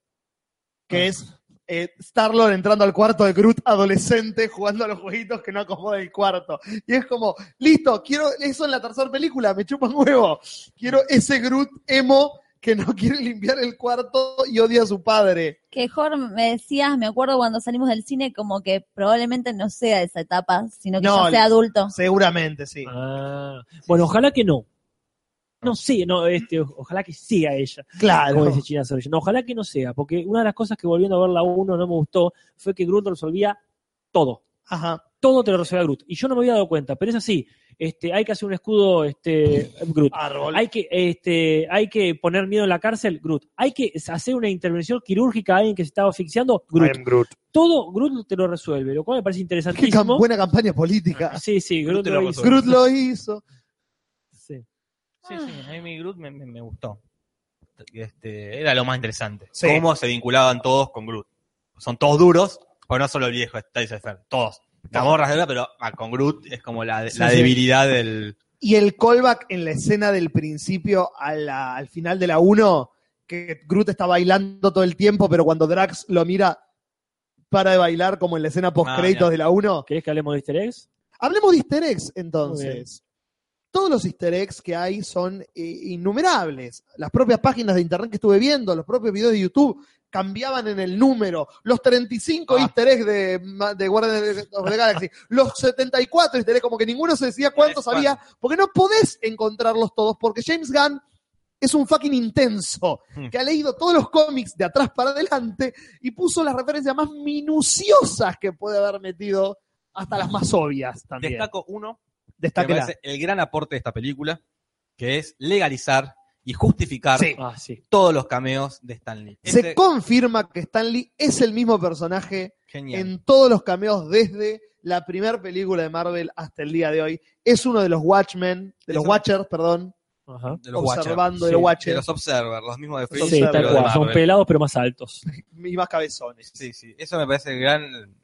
[SPEAKER 1] que es eh, Star-Lord entrando al cuarto de Groot adolescente jugando a los jueguitos que no acomoda el cuarto. Y es como, listo, quiero eso en la tercera película, me chupa un huevo. Quiero ese Groot emo que no *laughs* quiere limpiar el cuarto y odia a su padre.
[SPEAKER 3] Que Jorge me decías, me acuerdo cuando salimos del cine, como que probablemente no sea esa etapa, sino que
[SPEAKER 1] No,
[SPEAKER 3] ya sea adulto.
[SPEAKER 1] Seguramente, sí.
[SPEAKER 2] Ah, bueno, ojalá que no. No sé, no, este, o- ojalá que sea ella. Como
[SPEAKER 1] Claro.
[SPEAKER 2] dice China Zorrilla. No, ojalá que no sea, porque una de las cosas que volviendo a ver la 1 no me gustó fue que Groot resolvía todo.
[SPEAKER 1] Ajá.
[SPEAKER 2] Todo te lo resolvía Groot. Y yo no me había dado cuenta, pero es así. Este, hay que hacer un escudo este, Groot.
[SPEAKER 1] Árbol.
[SPEAKER 2] Hay que, este, hay que poner miedo en la cárcel, Groot. Hay que hacer una intervención quirúrgica a alguien que se estaba asfixiando, Groot.
[SPEAKER 9] I'm Groot.
[SPEAKER 2] Todo Groot te lo resuelve, lo cual me parece
[SPEAKER 1] Qué cam-
[SPEAKER 2] interesantísimo.
[SPEAKER 1] buena campaña política.
[SPEAKER 2] Sí, sí, Groot,
[SPEAKER 4] Groot te
[SPEAKER 2] lo
[SPEAKER 4] lo
[SPEAKER 2] hizo.
[SPEAKER 1] Groot lo hizo.
[SPEAKER 2] Sí.
[SPEAKER 4] Sí, sí, a mí mi Groot me, me- me gustó. Este, era lo más interesante.
[SPEAKER 1] Sí.
[SPEAKER 4] Cómo se vinculaban todos con Groot. Son todos duros, o no solo el viejo Stacyfer, todos. La morra es dura, pero ah, con Groot es como la, la
[SPEAKER 1] sí.
[SPEAKER 4] debilidad del...
[SPEAKER 1] Y el callback en la escena del principio a la- al final de la 1, que Groot está bailando todo el tiempo, pero cuando Drax lo mira, para de bailar como en la escena post-créditos
[SPEAKER 4] Ah,
[SPEAKER 1] de la 1.
[SPEAKER 2] ¿Querés que hablemos de Easter eggs?
[SPEAKER 1] Hablemos de easter eggs
[SPEAKER 2] Muy bien.
[SPEAKER 1] entonces. Todos los easter eggs que hay son eh, innumerables. Las propias páginas de internet que estuve viendo, los propios videos de YouTube cambiaban en el número. Los 35
[SPEAKER 4] Ah.
[SPEAKER 1] easter eggs de, ma- de Guardians of the Galaxy. los 74 easter eggs, como que ninguno se decía cuántos
[SPEAKER 4] ¿Cuánto?
[SPEAKER 1] había, porque no podés encontrarlos todos, porque James Gunn es un fucking intenso,
[SPEAKER 4] Hmm.
[SPEAKER 1] que ha leído todos los cómics de atrás para adelante y puso las referencias más minuciosas que puede haber metido hasta las más obvias también.
[SPEAKER 4] Destaco uno que me
[SPEAKER 1] Destáquela.
[SPEAKER 4] parece el gran aporte de esta película, que es legalizar y justificar
[SPEAKER 1] Sí.
[SPEAKER 2] Ah, sí.
[SPEAKER 4] todos los cameos de Stan Lee.
[SPEAKER 1] Se
[SPEAKER 4] Este-
[SPEAKER 1] confirma que Stan Lee es el mismo personaje
[SPEAKER 4] genial.
[SPEAKER 1] en todos los cameos desde la primera película de Marvel hasta el día de hoy. Es uno de los Watchmen, de los
[SPEAKER 4] Eso.
[SPEAKER 1] Watchers, perdón,
[SPEAKER 2] Ajá.
[SPEAKER 4] de los Watchers.
[SPEAKER 1] observando de
[SPEAKER 2] Sí,
[SPEAKER 1] los
[SPEAKER 4] De
[SPEAKER 1] Watchers
[SPEAKER 4] los Observer, los mismos de
[SPEAKER 1] Los
[SPEAKER 4] Freeze,
[SPEAKER 2] Sí,
[SPEAKER 1] observer.
[SPEAKER 4] pero
[SPEAKER 2] tal
[SPEAKER 4] de
[SPEAKER 2] cual. Son
[SPEAKER 4] Marvel.
[SPEAKER 2] pelados pero más altos.
[SPEAKER 1] y más cabezones.
[SPEAKER 4] Sí, sí, eso me parece el gran.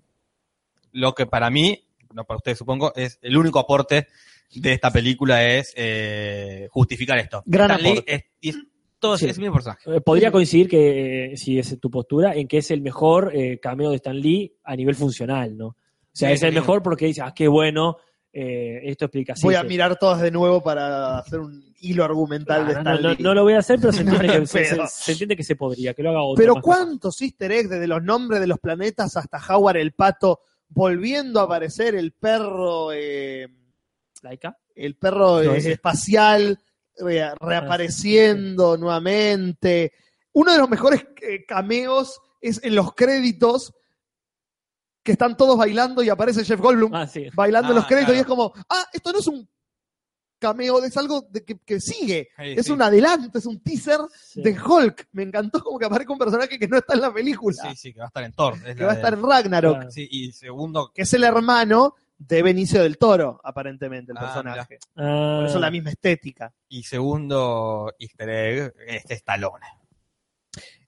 [SPEAKER 4] Lo que para mí, no para ustedes supongo, es el único aporte de esta película es eh, justificar esto.
[SPEAKER 1] Gran
[SPEAKER 4] Stan Lee
[SPEAKER 1] aporte.
[SPEAKER 4] es, y es todo
[SPEAKER 2] Sí.
[SPEAKER 4] es el mismo personaje.
[SPEAKER 2] Eh, Podría coincidir que, eh, si es tu postura, en que es el mejor eh, cameo de Stan Lee a nivel funcional, ¿no? O sea,
[SPEAKER 4] Sí,
[SPEAKER 2] es el
[SPEAKER 4] sí.
[SPEAKER 2] mejor porque dice, ah, qué bueno, eh, esto explica así.
[SPEAKER 1] Voy a
[SPEAKER 2] sí.
[SPEAKER 1] mirar todas de nuevo para hacer un hilo
[SPEAKER 2] Ah,
[SPEAKER 1] argumental de
[SPEAKER 2] no,
[SPEAKER 1] Stan
[SPEAKER 2] no,
[SPEAKER 1] Lee.
[SPEAKER 2] no lo voy a hacer, pero se entiende,
[SPEAKER 1] *laughs*
[SPEAKER 2] que,
[SPEAKER 1] No,
[SPEAKER 2] se,
[SPEAKER 1] pero-
[SPEAKER 2] se- se entiende que se podría, que lo haga otro.
[SPEAKER 1] Pero
[SPEAKER 2] más
[SPEAKER 1] cuántos easter eggs, desde los nombres de los planetas hasta Howard el Pato, volviendo a aparecer el perro, eh,
[SPEAKER 2] capaz. Laika.
[SPEAKER 1] el perro
[SPEAKER 2] No,
[SPEAKER 1] eh,
[SPEAKER 2] ese.
[SPEAKER 1] espacial re- reapareciendo nuevamente. Uno de los mejores eh, cameos es en los créditos que están todos bailando y aparece Jeff Goldblum
[SPEAKER 2] Ah, sí.
[SPEAKER 1] bailando en los
[SPEAKER 4] Ah,
[SPEAKER 1] créditos
[SPEAKER 4] claro.
[SPEAKER 1] y es como, ah, esto no es un cameo, es algo de que, que sigue.
[SPEAKER 4] Ahí,
[SPEAKER 1] es
[SPEAKER 4] sí.
[SPEAKER 1] un adelanto, es un teaser
[SPEAKER 2] Sí.
[SPEAKER 1] de Hulk. Me encantó como que aparezca un personaje que no está en la película,
[SPEAKER 4] Sí, sí, que va a estar en Thor. es
[SPEAKER 1] que
[SPEAKER 4] la
[SPEAKER 1] va a
[SPEAKER 4] de-
[SPEAKER 1] estar en Ragnarok,
[SPEAKER 2] Claro.
[SPEAKER 4] Sí, y segundo,
[SPEAKER 1] que es el hermano de Benicio del Toro, aparentemente, el
[SPEAKER 4] Ah,
[SPEAKER 1] personaje.
[SPEAKER 2] Ah,
[SPEAKER 1] Por eso la misma estética.
[SPEAKER 4] y segundo easter egg, este Stallone.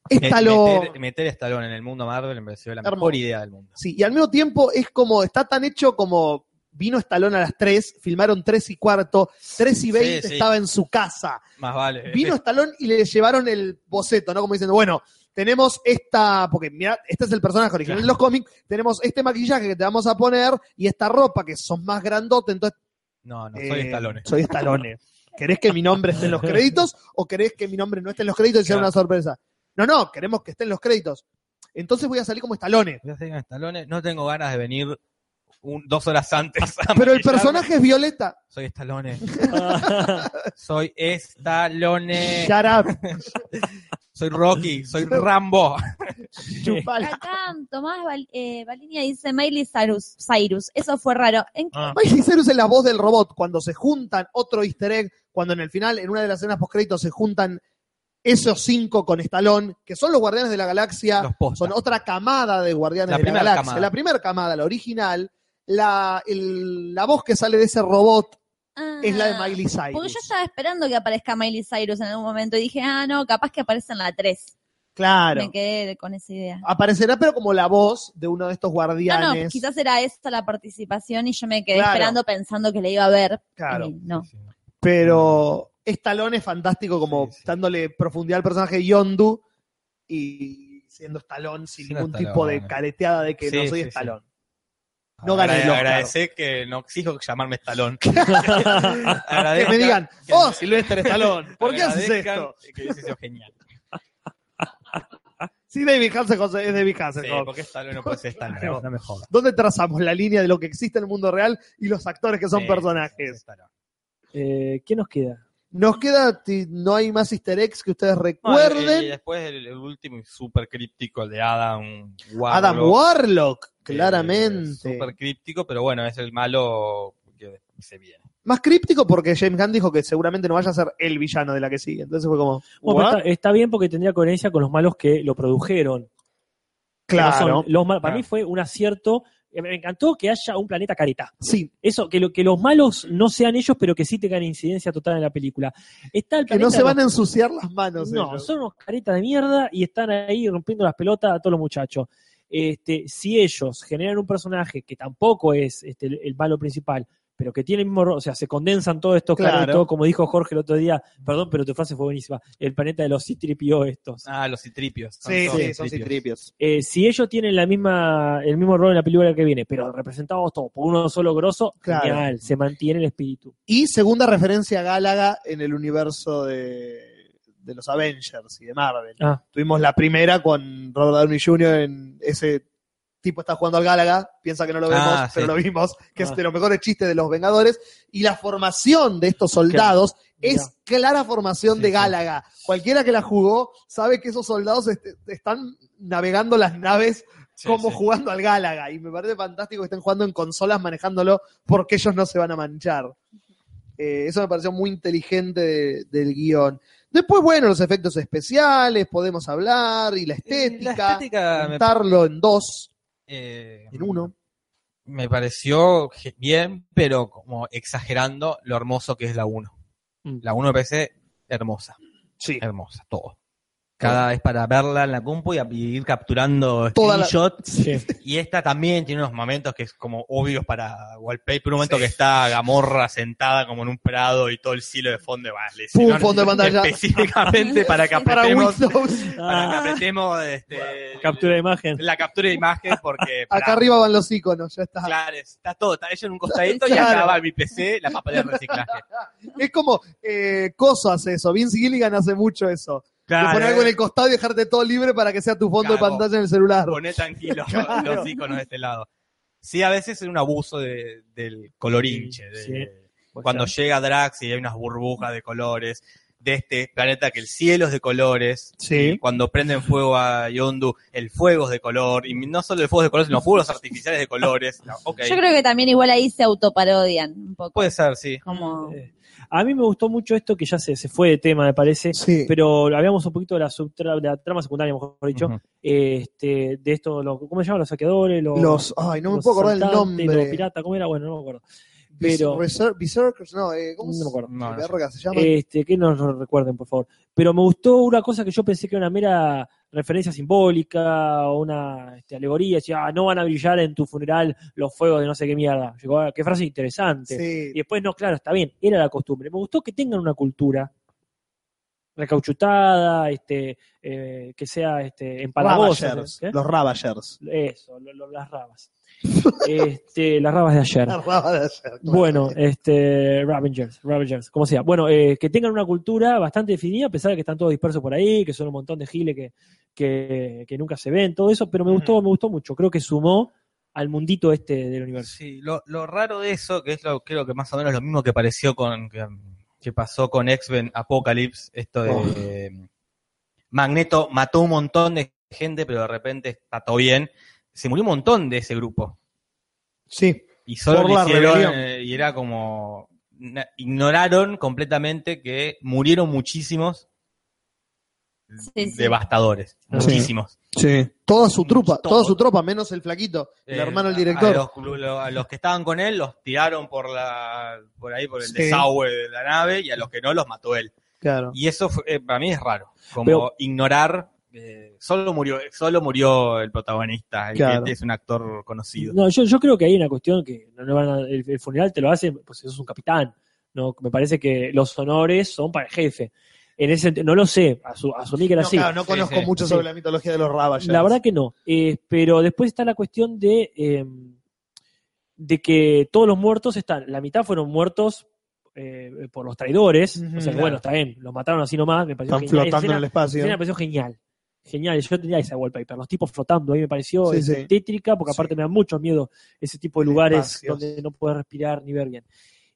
[SPEAKER 4] Eh,
[SPEAKER 1] Estalo.
[SPEAKER 4] Meter, meter a Stallone en el mundo Marvel me pareció la
[SPEAKER 1] Hermoso.
[SPEAKER 4] mejor idea del mundo.
[SPEAKER 1] Sí, y al mismo tiempo es como, está tan hecho como vino Estalón a las 3, filmaron 3 y cuarto, 3 y 20
[SPEAKER 4] sí.
[SPEAKER 1] estaba en su casa.
[SPEAKER 4] Más vale.
[SPEAKER 1] Vino Estalón y le llevaron el boceto, ¿no? Como diciendo, bueno, tenemos esta, porque mira, este es el personaje original
[SPEAKER 4] Claro.
[SPEAKER 1] de los cómics, tenemos este maquillaje que te vamos a poner y esta ropa que son más grandote, entonces
[SPEAKER 4] No, no,
[SPEAKER 1] Eh,
[SPEAKER 4] soy Stallone.
[SPEAKER 1] Soy Stallone. ¿Querés que mi nombre esté en los créditos o querés que mi nombre no esté en los créditos y sea
[SPEAKER 4] Claro.
[SPEAKER 1] una sorpresa? No, no, queremos que esté en los créditos. Entonces voy a salir como Stallone.
[SPEAKER 4] Voy a seguir con Stallone, no tengo ganas de venir un- dos horas antes.
[SPEAKER 1] *laughs*
[SPEAKER 4] a
[SPEAKER 1] Pero el
[SPEAKER 4] Ah, maquillarme.
[SPEAKER 1] personaje es Violeta.
[SPEAKER 4] Soy Stallone. *laughs*
[SPEAKER 2] ah,
[SPEAKER 4] Soy Stallone.
[SPEAKER 1] Shut
[SPEAKER 4] *laughs*
[SPEAKER 1] up,
[SPEAKER 4] Soy Rocky. Soy Rambo.
[SPEAKER 1] chupala.
[SPEAKER 3] Acá Tomás Val- eh, Valinia dice Miley Cyrus, Cyrus. Eso fue raro. ¿En
[SPEAKER 4] Ah,
[SPEAKER 1] Miley Cyrus es la voz del robot. Cuando se juntan, otro easter egg, cuando en el final, en una de las escenas postcréditos, se juntan esos cinco con Stallone, que son los Guardianes de la Galaxia.
[SPEAKER 4] los postas.
[SPEAKER 1] son otra camada de Guardianes
[SPEAKER 4] La
[SPEAKER 1] de la
[SPEAKER 4] primera
[SPEAKER 1] Galaxia.
[SPEAKER 4] camada.
[SPEAKER 1] La primera camada, la original, la, el- la voz que sale de ese robot
[SPEAKER 3] Ah,
[SPEAKER 1] es la de Miley Cyrus.
[SPEAKER 3] Porque yo estaba esperando que aparezca Miley Cyrus en algún momento y dije, ah, no, capaz que aparece en la 3.
[SPEAKER 1] Claro. Ah,
[SPEAKER 3] Me quedé con esa idea.
[SPEAKER 1] Aparecerá, pero como la voz de uno de estos
[SPEAKER 3] No,
[SPEAKER 1] guardianes.
[SPEAKER 3] no, quizás era esta la participación y yo me quedé
[SPEAKER 1] Claro.
[SPEAKER 3] esperando pensando que la iba a ver.
[SPEAKER 1] Claro.
[SPEAKER 3] Y no.
[SPEAKER 4] Sí, sí.
[SPEAKER 1] Pero Stallone es fantástico como dándole profundidad al personaje de Yondu y siendo Stallone sin
[SPEAKER 4] Siendo
[SPEAKER 1] ningún
[SPEAKER 4] Stallone.
[SPEAKER 1] tipo de careteada de que
[SPEAKER 4] Sí,
[SPEAKER 1] no soy
[SPEAKER 4] sí, sí.
[SPEAKER 1] Stallone. No gané el
[SPEAKER 4] Agrade-
[SPEAKER 1] Oscar.
[SPEAKER 4] Agradecer que no exijo llamarme Estalón.
[SPEAKER 1] Que
[SPEAKER 4] *laughs*
[SPEAKER 1] me digan, oh, Silvestre Stallone, ¿por qué haces
[SPEAKER 4] Agradezcan
[SPEAKER 1] esto?
[SPEAKER 4] Que hubiese sido genial.
[SPEAKER 1] Sí, David Hasselhoff es David
[SPEAKER 4] Sí,
[SPEAKER 1] Hasselhoff.
[SPEAKER 4] porque Stallone *laughs* no puede ser Stallone.
[SPEAKER 1] Claro.
[SPEAKER 4] No me jodas.
[SPEAKER 1] ¿Dónde trazamos la línea de lo que existe en el mundo real y los actores que son
[SPEAKER 4] Sí, sí, sí,
[SPEAKER 1] personajes?
[SPEAKER 4] Stallone.
[SPEAKER 2] Eh, ¿Qué nos queda?
[SPEAKER 1] Nos queda, ti- no hay más easter eggs que ustedes
[SPEAKER 4] No,
[SPEAKER 1] recuerden.
[SPEAKER 4] y- y después el, el último y súper críptico, el de Adam Warlock.
[SPEAKER 1] Adam Warlock, claramente.
[SPEAKER 4] Súper críptico, pero bueno, es el malo que se viene.
[SPEAKER 1] Más críptico porque James Gunn dijo que seguramente no vaya a ser el villano de la que sigue. Entonces fue como,
[SPEAKER 2] Bueno,
[SPEAKER 1] ¿what?
[SPEAKER 2] pero está, está bien porque tendría coherencia con los malos que lo produjeron. Que no son
[SPEAKER 1] claro.
[SPEAKER 2] los mal- Para
[SPEAKER 4] Claro.
[SPEAKER 2] mí fue un acierto. Eh, Me encantó que haya un planeta careta.
[SPEAKER 1] Sí,
[SPEAKER 2] Eso, que, lo, que los malos no sean ellos, pero que sí tengan incidencia total en la película. Está el
[SPEAKER 1] que no
[SPEAKER 2] planeta
[SPEAKER 1] se
[SPEAKER 2] de
[SPEAKER 1] van a
[SPEAKER 2] los-
[SPEAKER 1] ensuciar las manos.
[SPEAKER 2] No,
[SPEAKER 1] ellos.
[SPEAKER 2] son unos caretas de mierda y están ahí rompiendo las pelotas a todos los muchachos. Este, si ellos generan un personaje que tampoco es este, el, el malo principal, pero que tiene el mismo rol, o sea, se condensan todos estos
[SPEAKER 1] Claro.
[SPEAKER 2] caretos, como dijo Jorge el otro día, perdón, pero tu frase fue buenísima, el planeta de los citripió estos.
[SPEAKER 4] Ah, los citripios. Son
[SPEAKER 1] Sí,
[SPEAKER 4] todos
[SPEAKER 1] sí, son citripios.
[SPEAKER 2] Eh, si ellos tienen la misma, el mismo rol en la película que viene, pero representados todos por uno solo grosso,
[SPEAKER 1] Claro.
[SPEAKER 2] genial, se mantiene el espíritu.
[SPEAKER 1] Y segunda referencia a Gálaga en el universo de, de los Avengers y de Marvel.
[SPEAKER 2] Ah.
[SPEAKER 1] Tuvimos la primera con Robert Downey Jr. en ese tipo está jugando al Gálaga, piensa que no lo vemos,
[SPEAKER 4] Ah, sí.
[SPEAKER 1] pero lo vimos, que
[SPEAKER 2] Ah.
[SPEAKER 1] es de los mejores chistes de los Vengadores. Y la formación de estos soldados
[SPEAKER 2] Mirá.
[SPEAKER 1] es clara formación
[SPEAKER 4] Sí,
[SPEAKER 1] de
[SPEAKER 4] sí.
[SPEAKER 1] Gálaga. Cualquiera que la jugó sabe que esos soldados est- están navegando las naves
[SPEAKER 4] Sí,
[SPEAKER 1] como
[SPEAKER 4] sí.
[SPEAKER 1] jugando al Gálaga. Y me parece fantástico que estén jugando en consolas manejándolo porque ellos no se van a manchar. Eh, eso me pareció muy inteligente de- del guión. Después, bueno, los efectos especiales, podemos hablar, y la
[SPEAKER 4] Y La
[SPEAKER 1] estética,
[SPEAKER 4] estética me,
[SPEAKER 1] juntarlo en dos,
[SPEAKER 4] eh,
[SPEAKER 1] en uno.
[SPEAKER 4] me pareció ge- bien, pero como exagerando lo hermoso que es la 1.
[SPEAKER 2] Mm.
[SPEAKER 4] La 1 me parece hermosa.
[SPEAKER 1] Sí.
[SPEAKER 4] hermosa, todo. Cada vez para verla en la compu y, a- y ir capturando
[SPEAKER 1] Toda la-
[SPEAKER 4] screenshots.
[SPEAKER 2] *laughs* Sí.
[SPEAKER 4] Y esta también tiene unos momentos que es como obvios para wallpaper. Un momento que está Gamorra sentada como en un prado y todo el cielo de fondo. y, bah, le
[SPEAKER 1] Pum,
[SPEAKER 4] hicieron
[SPEAKER 1] fondo de pantalla.
[SPEAKER 4] Específicamente para que
[SPEAKER 1] *laughs* Para
[SPEAKER 4] apretemos,
[SPEAKER 1] Windows,
[SPEAKER 4] para que
[SPEAKER 2] Ah,
[SPEAKER 4] apretemos, este,
[SPEAKER 2] captura de imagen.
[SPEAKER 4] la captura de imagen porque...
[SPEAKER 1] *laughs* acá
[SPEAKER 4] para-
[SPEAKER 1] arriba van los iconos, ya está.
[SPEAKER 4] Claro, está todo, está ella en un costadito y acá
[SPEAKER 1] Claro.
[SPEAKER 4] va mi PC, la papa de reciclaje.
[SPEAKER 1] Es como eh, Coso hace eso, Vince Gilligan hace mucho eso. De
[SPEAKER 4] Claro,
[SPEAKER 1] poner algo en el costado y dejarte todo libre para que sea tu fondo de
[SPEAKER 4] Claro.
[SPEAKER 1] pantalla en el celular.
[SPEAKER 4] poné tranquilo
[SPEAKER 1] *laughs* Claro.
[SPEAKER 4] los iconos de este lado. Sí, a veces es un abuso de- del colorinche. de-
[SPEAKER 2] Sí.
[SPEAKER 4] Pues Cuando llega Drax y hay unas burbujas de colores de este planeta que el cielo es de colores.
[SPEAKER 1] Sí.
[SPEAKER 4] Y Cuando prenden fuego a Yondu, el fuego es de color. Y no solo el fuego es de color, sino fuegos artificiales de colores. No, ok.
[SPEAKER 3] Yo creo que también igual ahí se autoparodian un poco.
[SPEAKER 4] Puede ser, sí.
[SPEAKER 3] como...
[SPEAKER 2] Eh, A mí me gustó mucho esto que ya se, se fue de tema, me parece,
[SPEAKER 1] Sí.
[SPEAKER 2] pero hablamos un poquito de la, subtra- de la trama secundaria, mejor dicho,
[SPEAKER 4] Ujú.
[SPEAKER 2] este, de esto, lo- ¿cómo se llaman? Los saqueadores, los,
[SPEAKER 1] Los, ay, no me
[SPEAKER 2] los
[SPEAKER 1] puedo acordar el
[SPEAKER 2] asaltantes,
[SPEAKER 1] nombre.
[SPEAKER 2] Los piratas, ¿cómo era? Bueno, no me acuerdo. Pero-
[SPEAKER 1] Berser- Berserkers, no, eh, ¿cómo
[SPEAKER 2] No me acuerdo.
[SPEAKER 4] No, no
[SPEAKER 1] se,
[SPEAKER 4] sé.
[SPEAKER 1] verga se llama?
[SPEAKER 2] Este, que nos lo recuerden, por favor. Pero me gustó una cosa que yo pensé que era una mera referencia simbólica o una este, alegoría, decía, ah, no van a brillar en tu funeral los fuegos de no sé qué mierda. Llegó, ah, qué frase interesante.
[SPEAKER 1] Sí.
[SPEAKER 2] Y después, no, claro, está bien, era la costumbre. Me gustó que tengan una cultura recauchutada, este, eh, que sea este, empalagosa.
[SPEAKER 1] Ravagers,
[SPEAKER 2] ¿eh?
[SPEAKER 1] los Ravagers.
[SPEAKER 2] Eso, lo- lo- las rabas. *laughs* este, las rabas de ayer.
[SPEAKER 1] Las Ravagers, claro.
[SPEAKER 2] Bueno, este, Ravengers, Ravengers, como sea. Bueno, eh, que tengan una cultura bastante definida, a pesar de que están todos dispersos por ahí, que son un montón de giles que, que, que nunca se ven, todo eso, pero me gustó, me gustó mucho. Creo que sumó al mundito este del universo.
[SPEAKER 4] Sí, lo, lo raro de eso, que es lo, creo que más o menos lo mismo que pareció con que, que pasó con X-Men Apocalypse, esto de eh, Magneto mató un montón de gente, pero de repente está todo bien. Se murió un montón de ese grupo.
[SPEAKER 1] Sí,
[SPEAKER 4] Y solo
[SPEAKER 1] Por
[SPEAKER 4] lo
[SPEAKER 1] la
[SPEAKER 4] hicieron,
[SPEAKER 1] rebelión.
[SPEAKER 4] eh, y era como na- ignoraron completamente que murieron muchísimos
[SPEAKER 3] sí.
[SPEAKER 4] devastadores. Muchísimos.
[SPEAKER 1] sí. Toda
[SPEAKER 2] Mm,
[SPEAKER 1] su trupa,
[SPEAKER 4] Todo.
[SPEAKER 1] toda su tropa, menos el flaquito, el
[SPEAKER 4] Eh,
[SPEAKER 1] hermano del
[SPEAKER 4] A
[SPEAKER 1] director.
[SPEAKER 4] los, lo- a los que estaban con él los tiraron por la por ahí por el
[SPEAKER 1] Sí.
[SPEAKER 4] desagüe de la nave y a los que no los mató él.
[SPEAKER 1] Claro.
[SPEAKER 4] Y eso fue- eh, para mí es raro, como
[SPEAKER 2] Pero-
[SPEAKER 4] ignorar eh, solo murió solo murió el protagonista, el que
[SPEAKER 1] Claro.
[SPEAKER 4] es un actor conocido.
[SPEAKER 2] No, yo, yo creo que hay una cuestión que no, no van a- el, el funeral te lo hacen, pues sos un capitán. No, me parece que los honores son para el jefe. En ese sentido, no lo sé, asu- asumí que era
[SPEAKER 1] no,
[SPEAKER 2] así.
[SPEAKER 1] claro, no
[SPEAKER 4] Sí,
[SPEAKER 1] conozco
[SPEAKER 4] sí,
[SPEAKER 1] mucho
[SPEAKER 2] sí.
[SPEAKER 1] sobre la mitología de los Ravagers.
[SPEAKER 2] La verdad que no. Eh, pero después está la cuestión de, eh, de que todos los muertos están. La mitad fueron muertos eh, por los traidores.
[SPEAKER 1] Ujú,
[SPEAKER 2] o sea, que,
[SPEAKER 1] claro.
[SPEAKER 2] bueno, está bien, los mataron así nomás. Me pareció
[SPEAKER 1] Están
[SPEAKER 2] genial. Esa
[SPEAKER 1] flotando en el
[SPEAKER 2] escena-
[SPEAKER 1] espacio.
[SPEAKER 2] esa escena me pareció genial. Genial, yo tenía esa wallpaper, los tipos flotando, ahí me pareció
[SPEAKER 1] Sí,
[SPEAKER 2] eh,
[SPEAKER 1] sí.
[SPEAKER 2] tétrica, porque aparte
[SPEAKER 1] Sí.
[SPEAKER 2] me da mucho miedo ese tipo de
[SPEAKER 1] El
[SPEAKER 2] lugares
[SPEAKER 1] espacio.
[SPEAKER 2] donde no puedes respirar ni ver bien.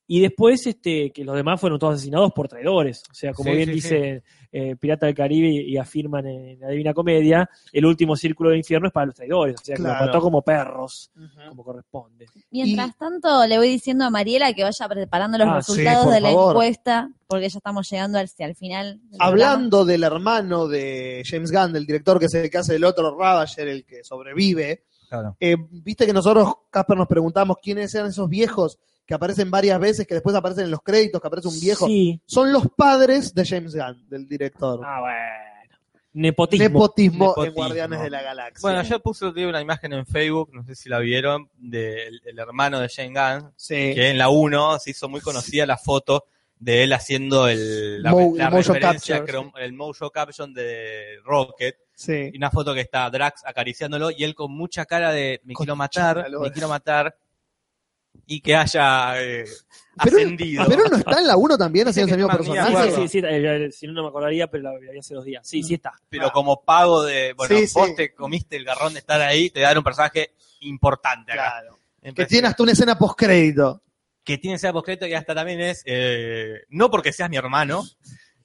[SPEAKER 2] Y después, este, que los demás fueron todos asesinados por traidores. O sea, como
[SPEAKER 4] Sí,
[SPEAKER 2] bien
[SPEAKER 4] sí,
[SPEAKER 2] dice eh, Pirata del Caribe y, y afirman en la Divina Comedia, el último círculo del infierno es para los traidores. O sea, que
[SPEAKER 1] Claro.
[SPEAKER 2] los mató como perros,
[SPEAKER 1] Ujú.
[SPEAKER 2] como corresponde.
[SPEAKER 3] Mientras tanto, le voy diciendo a Mariela que vaya preparando los
[SPEAKER 2] Ah, sí,
[SPEAKER 3] resultados
[SPEAKER 1] por
[SPEAKER 3] de la
[SPEAKER 1] favor.
[SPEAKER 3] encuesta, porque ya estamos llegando al, al final. del
[SPEAKER 1] Hablando del hermano de James Gunn, del director que se que hace el otro Ravager, el que sobrevive,
[SPEAKER 4] Claro.
[SPEAKER 1] eh, viste que nosotros, Casper, nos preguntamos quiénes eran esos viejos que aparecen varias veces, que después aparecen en los créditos, que aparece un viejo.
[SPEAKER 2] Sí.
[SPEAKER 1] Son los padres de James Gunn, del director.
[SPEAKER 2] Ah, bueno. Nepotismo.
[SPEAKER 1] Nepotismo, en
[SPEAKER 4] Nepotismo.
[SPEAKER 1] Guardianes de la Galaxia.
[SPEAKER 4] Bueno, yo puse otro día una imagen en Facebook, no sé si la vieron, del el hermano de Shane Gunn,
[SPEAKER 1] sí.
[SPEAKER 4] que en la 1 se hizo muy conocida la foto de él haciendo el, la,
[SPEAKER 1] Mo-
[SPEAKER 4] la
[SPEAKER 1] el motion
[SPEAKER 4] referencia,
[SPEAKER 1] capture,
[SPEAKER 4] crom- el motion caption de Rocket,
[SPEAKER 1] sí.
[SPEAKER 4] y *laughs* una foto que está Drax acariciándolo y él con mucha cara de me quiero matar,
[SPEAKER 1] Conchalo.
[SPEAKER 4] me quiero matar, y que haya eh,
[SPEAKER 1] Ah, Pero-
[SPEAKER 4] ascendido.
[SPEAKER 1] Pero no está en la 1 también haciendo ese
[SPEAKER 4] Dice que
[SPEAKER 1] mismo
[SPEAKER 4] es
[SPEAKER 2] Ah,
[SPEAKER 4] más
[SPEAKER 1] personaje.
[SPEAKER 2] sí, sí, sí, eh, eh, si no, no me acordaría, pero la vi hace dos días. Sí, sí está.
[SPEAKER 4] pero como pago de, bueno,
[SPEAKER 1] Sí, sí.
[SPEAKER 4] vos te comiste el garrón de estar ahí, te dar un personaje importante acá.
[SPEAKER 1] Claro.
[SPEAKER 4] Me
[SPEAKER 1] Que
[SPEAKER 4] parece
[SPEAKER 1] tiene hasta una escena postcrédito.
[SPEAKER 4] que tiene sea concreto y hasta también es, eh, no porque seas mi hermano,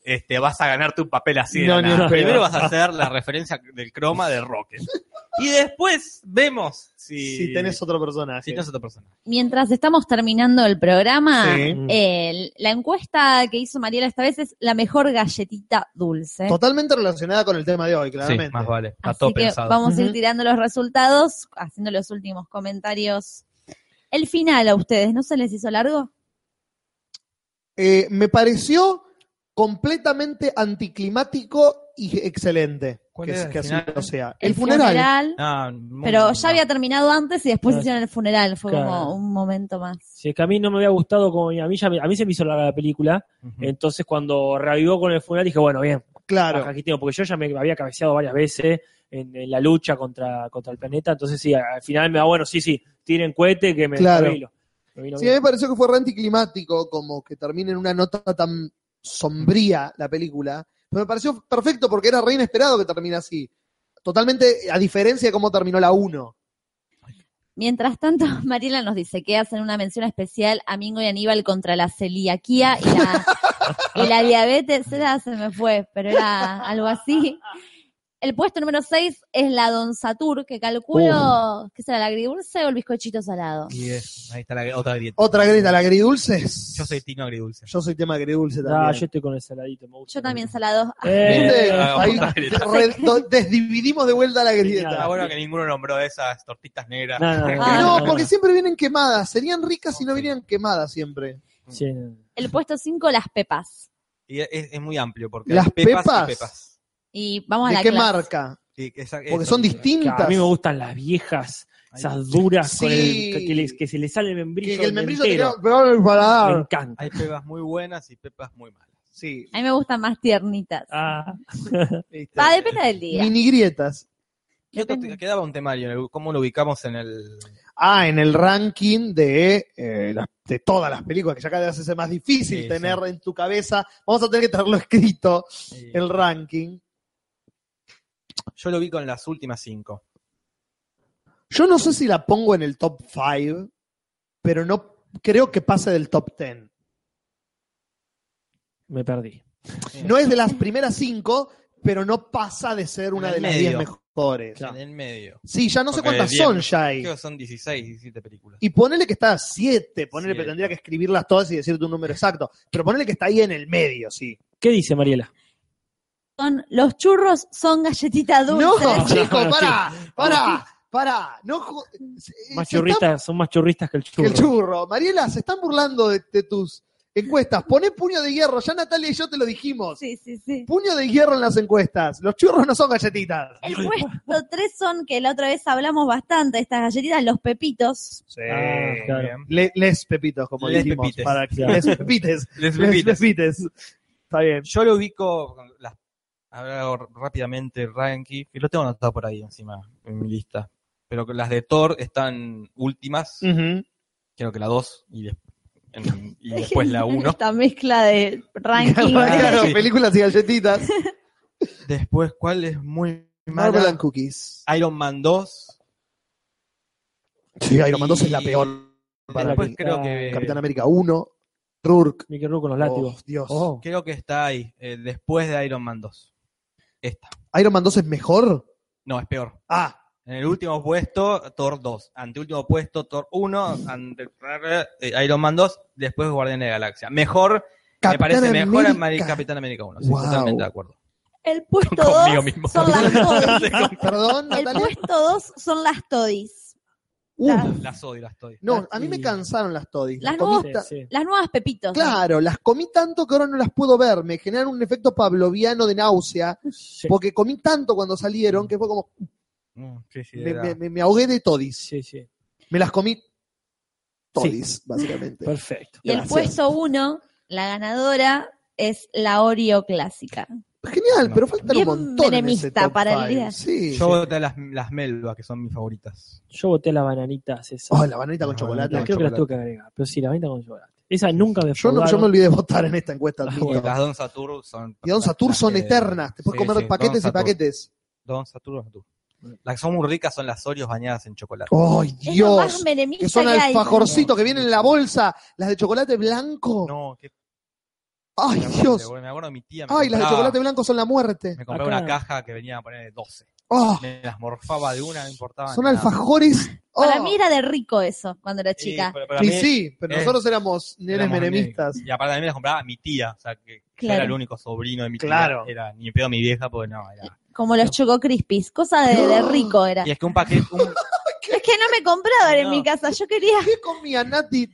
[SPEAKER 4] este, vas a ganarte un papel así. de
[SPEAKER 1] No,
[SPEAKER 4] la
[SPEAKER 1] ni
[SPEAKER 4] nada.
[SPEAKER 1] en pedo.
[SPEAKER 4] Primero vas a hacer la referencia del croma de Rocket. Y después vemos si,
[SPEAKER 1] Si tenés otro personaje.
[SPEAKER 4] si tenés otro personaje.
[SPEAKER 3] Mientras estamos terminando el programa,
[SPEAKER 1] Sí.
[SPEAKER 2] Mm.
[SPEAKER 3] el- la encuesta que hizo Mariela esta vez es la mejor galletita dulce.
[SPEAKER 1] Totalmente relacionada con el tema de hoy,
[SPEAKER 4] Sí,
[SPEAKER 1] claramente.
[SPEAKER 4] más vale. Está
[SPEAKER 3] Así
[SPEAKER 4] todo
[SPEAKER 3] que
[SPEAKER 4] pensado.
[SPEAKER 3] vamos a ir
[SPEAKER 1] Ujú.
[SPEAKER 3] tirando los resultados, haciendo los últimos comentarios. El final a ustedes, ¿no se les hizo largo?
[SPEAKER 1] Eh, me pareció completamente anticlimático y excelente.
[SPEAKER 4] ¿Cuál
[SPEAKER 1] Que,
[SPEAKER 4] era el
[SPEAKER 1] que así
[SPEAKER 4] final?
[SPEAKER 1] lo sea. El, funeral.
[SPEAKER 4] Ah, muy-
[SPEAKER 3] Pero ya había terminado antes y después
[SPEAKER 2] Claro.
[SPEAKER 3] hicieron el funeral, fue
[SPEAKER 2] Claro.
[SPEAKER 3] como un momento más.
[SPEAKER 2] Sí, que a mí no me había gustado, como a mí, ya me- a mí se me hizo larga la película.
[SPEAKER 4] Ujú.
[SPEAKER 2] Entonces, cuando reavivó con el funeral, dije, bueno, bien,
[SPEAKER 1] Claro.
[SPEAKER 2] baja Quintino, porque yo ya me había cabeceado varias veces en, en la lucha contra, contra el planeta. Entonces, sí, al final me da, bueno, sí, sí, tiren cohete que me
[SPEAKER 1] Claro.
[SPEAKER 2] me vino. Me vino
[SPEAKER 1] Sí, a mí me
[SPEAKER 2] bien.
[SPEAKER 1] pareció que fue re anticlimático, como que termine en una nota tan sombría la película. Pero me pareció perfecto porque era re inesperado que termine así. Totalmente a diferencia de cómo terminó la 1.
[SPEAKER 3] Mientras tanto, *laughs* Mariela nos dice que hacen una mención especial a Mingo y Aníbal contra la celiaquía
[SPEAKER 1] *laughs*
[SPEAKER 3] y la, y la diabetes. Era, se me fue, pero era algo así. El puesto número 6 es la Don Satur, que calculo que será el agridulce o el bizcochito salado.
[SPEAKER 4] Y es- ahí está la otra grieta.
[SPEAKER 1] Otra grieta, la agridulce. es-
[SPEAKER 4] Yo soy Tino Agridulce.
[SPEAKER 1] Yo soy tema agridulce
[SPEAKER 2] Ah,
[SPEAKER 1] también.
[SPEAKER 2] yo estoy con el saladito, me gusta.
[SPEAKER 3] Yo también salado. Ah,
[SPEAKER 2] Eh,
[SPEAKER 1] ¿Viste?
[SPEAKER 4] Ah,
[SPEAKER 1] Ahí
[SPEAKER 4] otra grieta.
[SPEAKER 1] re- do- desdividimos de vuelta la
[SPEAKER 4] Ah,
[SPEAKER 1] grieta.
[SPEAKER 4] bueno que ninguno nombró esas tortitas negras.
[SPEAKER 2] No,
[SPEAKER 4] *laughs*
[SPEAKER 2] no, no,
[SPEAKER 3] Ah,
[SPEAKER 1] No,
[SPEAKER 3] no.
[SPEAKER 1] porque siempre vienen quemadas. Serían ricas si no vinieran quemadas siempre.
[SPEAKER 2] sí.
[SPEAKER 3] El puesto 5, las pepas.
[SPEAKER 4] Y es, es muy amplio porque
[SPEAKER 1] ¿Las
[SPEAKER 4] hay pepas,
[SPEAKER 1] pepas?
[SPEAKER 4] y pepas.
[SPEAKER 3] Y vamos a
[SPEAKER 1] ¿De
[SPEAKER 3] la
[SPEAKER 1] qué
[SPEAKER 3] clase.
[SPEAKER 1] marca?
[SPEAKER 4] Sí, esa-
[SPEAKER 1] Porque
[SPEAKER 4] eso.
[SPEAKER 1] son distintas.
[SPEAKER 2] A mí me gustan las viejas, esas duras, con
[SPEAKER 1] Sí.
[SPEAKER 2] el, que, que les- que se le sale el membrillo.
[SPEAKER 1] Que, que el membrillo te
[SPEAKER 2] entero.
[SPEAKER 1] queda peor en el paladar.
[SPEAKER 2] Me encanta.
[SPEAKER 4] Hay pepas muy buenas y pepas muy malas.
[SPEAKER 1] Sí,
[SPEAKER 3] A mí me gustan más tiernitas.
[SPEAKER 2] Ah,
[SPEAKER 1] viste.
[SPEAKER 3] Va, depende del día.
[SPEAKER 1] Mini grietas.
[SPEAKER 4] ¿Qué otro te- quedaba un temario? ¿Cómo lo ubicamos en el...?
[SPEAKER 1] Ah, en el ranking de, eh, las- de todas las películas, que ya cada vez es más difícil
[SPEAKER 4] Sí,
[SPEAKER 1] tener en tu cabeza. Vamos a tener que tenerlo escrito, el ranking.
[SPEAKER 4] Yo lo ubico en las últimas cinco.
[SPEAKER 1] Yo no sé si la pongo en el top 5, pero no creo que pase del top 10.
[SPEAKER 2] me perdí.
[SPEAKER 1] No es de las primeras 5, pero no pasa de ser una
[SPEAKER 4] En
[SPEAKER 1] de
[SPEAKER 4] el
[SPEAKER 1] las 10
[SPEAKER 4] medio.
[SPEAKER 1] mejores.
[SPEAKER 4] En el medio.
[SPEAKER 1] Sí, ya no sé
[SPEAKER 4] Porque
[SPEAKER 1] cuántas
[SPEAKER 4] de diez,
[SPEAKER 1] son ya hay.
[SPEAKER 4] Creo que son 16, 17 películas.
[SPEAKER 1] Y ponele que está a 7, ponele, pero
[SPEAKER 4] Siete.
[SPEAKER 1] tendría que escribirlas todas y decirte un número exacto. Pero ponele que está ahí en el medio, sí.
[SPEAKER 2] ¿Qué dice Mariela?
[SPEAKER 3] Son- los churros son galletitas dulces. *laughs*
[SPEAKER 1] No, *laughs* chicos,
[SPEAKER 2] no,
[SPEAKER 1] pará, pará, pará. No, ju- se-
[SPEAKER 2] Más
[SPEAKER 1] se está-
[SPEAKER 2] churristas, son más churristas que el
[SPEAKER 1] que
[SPEAKER 2] churro.
[SPEAKER 1] el churro. Mariela, se están burlando de, de tus Encuestas, poné puño de hierro, ya Natalia y yo te lo dijimos.
[SPEAKER 3] Sí, sí, sí.
[SPEAKER 1] Puño de hierro en las encuestas. Los churros no son
[SPEAKER 4] *laughs*
[SPEAKER 1] galletitas.
[SPEAKER 3] El puesto 3 son, que la otra vez hablamos bastante, estas galletitas, los pepitos.
[SPEAKER 1] Sí.
[SPEAKER 2] Ah, claro.
[SPEAKER 1] Le- les pepitos, como
[SPEAKER 4] Les
[SPEAKER 1] dijimos.
[SPEAKER 4] pepites.
[SPEAKER 1] Para que, les pepites.
[SPEAKER 4] Les
[SPEAKER 1] les
[SPEAKER 4] pepites.
[SPEAKER 1] pepites. Está bien.
[SPEAKER 4] Yo lo ubico, las, hago rápidamente el ranking, que lo tengo anotado por ahí encima, en mi lista. Pero que las de Thor están últimas, creo que la 2 y, des- en- y después
[SPEAKER 3] *laughs*
[SPEAKER 4] la 1.
[SPEAKER 3] Esta mezcla de ranking.
[SPEAKER 1] Claro,
[SPEAKER 4] sí.
[SPEAKER 1] películas y galletitas.
[SPEAKER 4] *laughs* Después, ¿cuál es muy
[SPEAKER 1] Marvel and
[SPEAKER 4] mala?
[SPEAKER 1] Cookies.
[SPEAKER 4] Iron Man 2.
[SPEAKER 1] Sí, Iron Man 2 es la
[SPEAKER 4] y-
[SPEAKER 1] peor. para
[SPEAKER 4] después
[SPEAKER 1] mí. Ah,
[SPEAKER 4] creo que...
[SPEAKER 1] Capitán América 1. Rourke.
[SPEAKER 2] Me quedo con los
[SPEAKER 1] Oh,
[SPEAKER 2] látigos.
[SPEAKER 1] Dios.
[SPEAKER 2] Oh.
[SPEAKER 4] Creo que está ahí, eh, después de Iron Man 2. Esta.
[SPEAKER 1] ¿Iron Man 2 es mejor?
[SPEAKER 4] No, es peor.
[SPEAKER 1] Ah,
[SPEAKER 4] En el último puesto, Thor 2. Anteúltimo puesto, Thor 1. Ante, eh, Iron Man 2. Después Guardianes de la Galaxia. Mejor, me
[SPEAKER 1] Capitán
[SPEAKER 4] parece mejor
[SPEAKER 1] América.
[SPEAKER 4] Ameri- Capitán América 1. Sí,
[SPEAKER 1] Wow.
[SPEAKER 4] totalmente de acuerdo.
[SPEAKER 3] *laughs* El puesto
[SPEAKER 4] Conmigo
[SPEAKER 3] 2
[SPEAKER 4] mismo.
[SPEAKER 3] son
[SPEAKER 4] *laughs*
[SPEAKER 3] las todis.
[SPEAKER 1] Perdón,
[SPEAKER 3] El
[SPEAKER 1] Natalia.
[SPEAKER 3] puesto 2 son las todis.
[SPEAKER 1] Uh,
[SPEAKER 4] Las odio, las odio.
[SPEAKER 1] no, a mí me cansaron las todis.
[SPEAKER 3] Las
[SPEAKER 1] comí
[SPEAKER 3] nuevas-
[SPEAKER 1] ta-
[SPEAKER 2] Sí, sí.
[SPEAKER 3] Las nuevas pepitos.
[SPEAKER 1] Claro, las comí tanto que ahora no las puedo ver. Me generan un efecto pavloviano de náusea.
[SPEAKER 2] Sí,
[SPEAKER 1] Porque comí tanto cuando salieron que fue como.
[SPEAKER 4] Mm, sí, sí,
[SPEAKER 1] Me,
[SPEAKER 4] era-
[SPEAKER 1] me- me- me ahogué de todis.
[SPEAKER 2] sí, sí.
[SPEAKER 1] Me las comí todis, básicamente.
[SPEAKER 2] Perfecto.
[SPEAKER 3] Y el
[SPEAKER 1] Gracias.
[SPEAKER 3] puesto 1, la ganadora, es la Oreo clásica.
[SPEAKER 1] Genial, pero faltan
[SPEAKER 3] Bien
[SPEAKER 1] un montón. En ese
[SPEAKER 3] menemista
[SPEAKER 1] top
[SPEAKER 3] para el
[SPEAKER 1] five.
[SPEAKER 3] día.
[SPEAKER 1] Sí.
[SPEAKER 4] Yo voté a las, las Melba, que son mis favoritas.
[SPEAKER 2] Yo voté la bananita César.
[SPEAKER 1] Oh, la bananita con
[SPEAKER 4] La
[SPEAKER 1] chocolate.
[SPEAKER 2] creo
[SPEAKER 4] bananita
[SPEAKER 2] que
[SPEAKER 4] chocolate.
[SPEAKER 2] las tuve que agregar, pero sí, la bananita con chocolate. Esa nunca me
[SPEAKER 1] Yo, no, yo
[SPEAKER 2] probaron.
[SPEAKER 1] me olvidé de votar en esta encuesta.
[SPEAKER 2] Ah,
[SPEAKER 1] admito.
[SPEAKER 4] Y las Don Satur son.
[SPEAKER 1] Y Don Satur
[SPEAKER 4] las
[SPEAKER 1] son
[SPEAKER 4] que-
[SPEAKER 1] eternas. Te puedes
[SPEAKER 4] sí,
[SPEAKER 1] comer
[SPEAKER 4] sí,
[SPEAKER 1] paquetes
[SPEAKER 4] Don
[SPEAKER 1] y
[SPEAKER 4] Satur.
[SPEAKER 1] paquetes.
[SPEAKER 4] Don Satur, Don Satur. Las que son muy ricas son las Oreos bañadas en chocolate.
[SPEAKER 1] ¡Ay,
[SPEAKER 3] Es lo más
[SPEAKER 1] Dios!
[SPEAKER 3] menemista
[SPEAKER 1] Que son
[SPEAKER 3] que hay.
[SPEAKER 1] alfajorcitos que vienen en la bolsa. Las de chocolate blanco.
[SPEAKER 4] No, qué
[SPEAKER 1] ¡Ay,
[SPEAKER 4] Me
[SPEAKER 1] Dios!
[SPEAKER 4] acuerdo, Me acuerdo de mi tía. Me
[SPEAKER 1] ¡Ay, las de
[SPEAKER 4] compraba-
[SPEAKER 1] chocolate blanco son la muerte!
[SPEAKER 4] Me compraba
[SPEAKER 2] Acá.
[SPEAKER 4] una caja que venía a poner de 12.
[SPEAKER 1] ¡Oh!
[SPEAKER 4] Me las morfaba de una, no importaba.
[SPEAKER 1] Son
[SPEAKER 4] nada.
[SPEAKER 1] alfajores. ¡Oh!
[SPEAKER 3] Para mí era de rico eso, cuando era
[SPEAKER 4] Sí,
[SPEAKER 3] chica.
[SPEAKER 4] pero para
[SPEAKER 1] Y
[SPEAKER 4] mí
[SPEAKER 1] sí, pero
[SPEAKER 4] eh,
[SPEAKER 1] nosotros éramos nenes
[SPEAKER 4] éramos
[SPEAKER 1] menemistas.
[SPEAKER 4] negros. Y aparte también las compraba mi tía, o sea, que yo
[SPEAKER 3] Claro.
[SPEAKER 4] era el único sobrino de mi tía.
[SPEAKER 1] Claro.
[SPEAKER 4] Era ni pedo mi vieja, porque no, era.
[SPEAKER 3] Como los Choco Crispies, cosa de, de rico era.
[SPEAKER 4] Y es que un paquete. un-
[SPEAKER 3] Es que no me compraban en
[SPEAKER 4] No.
[SPEAKER 3] mi casa, yo quería
[SPEAKER 1] ¿Qué comía Nati?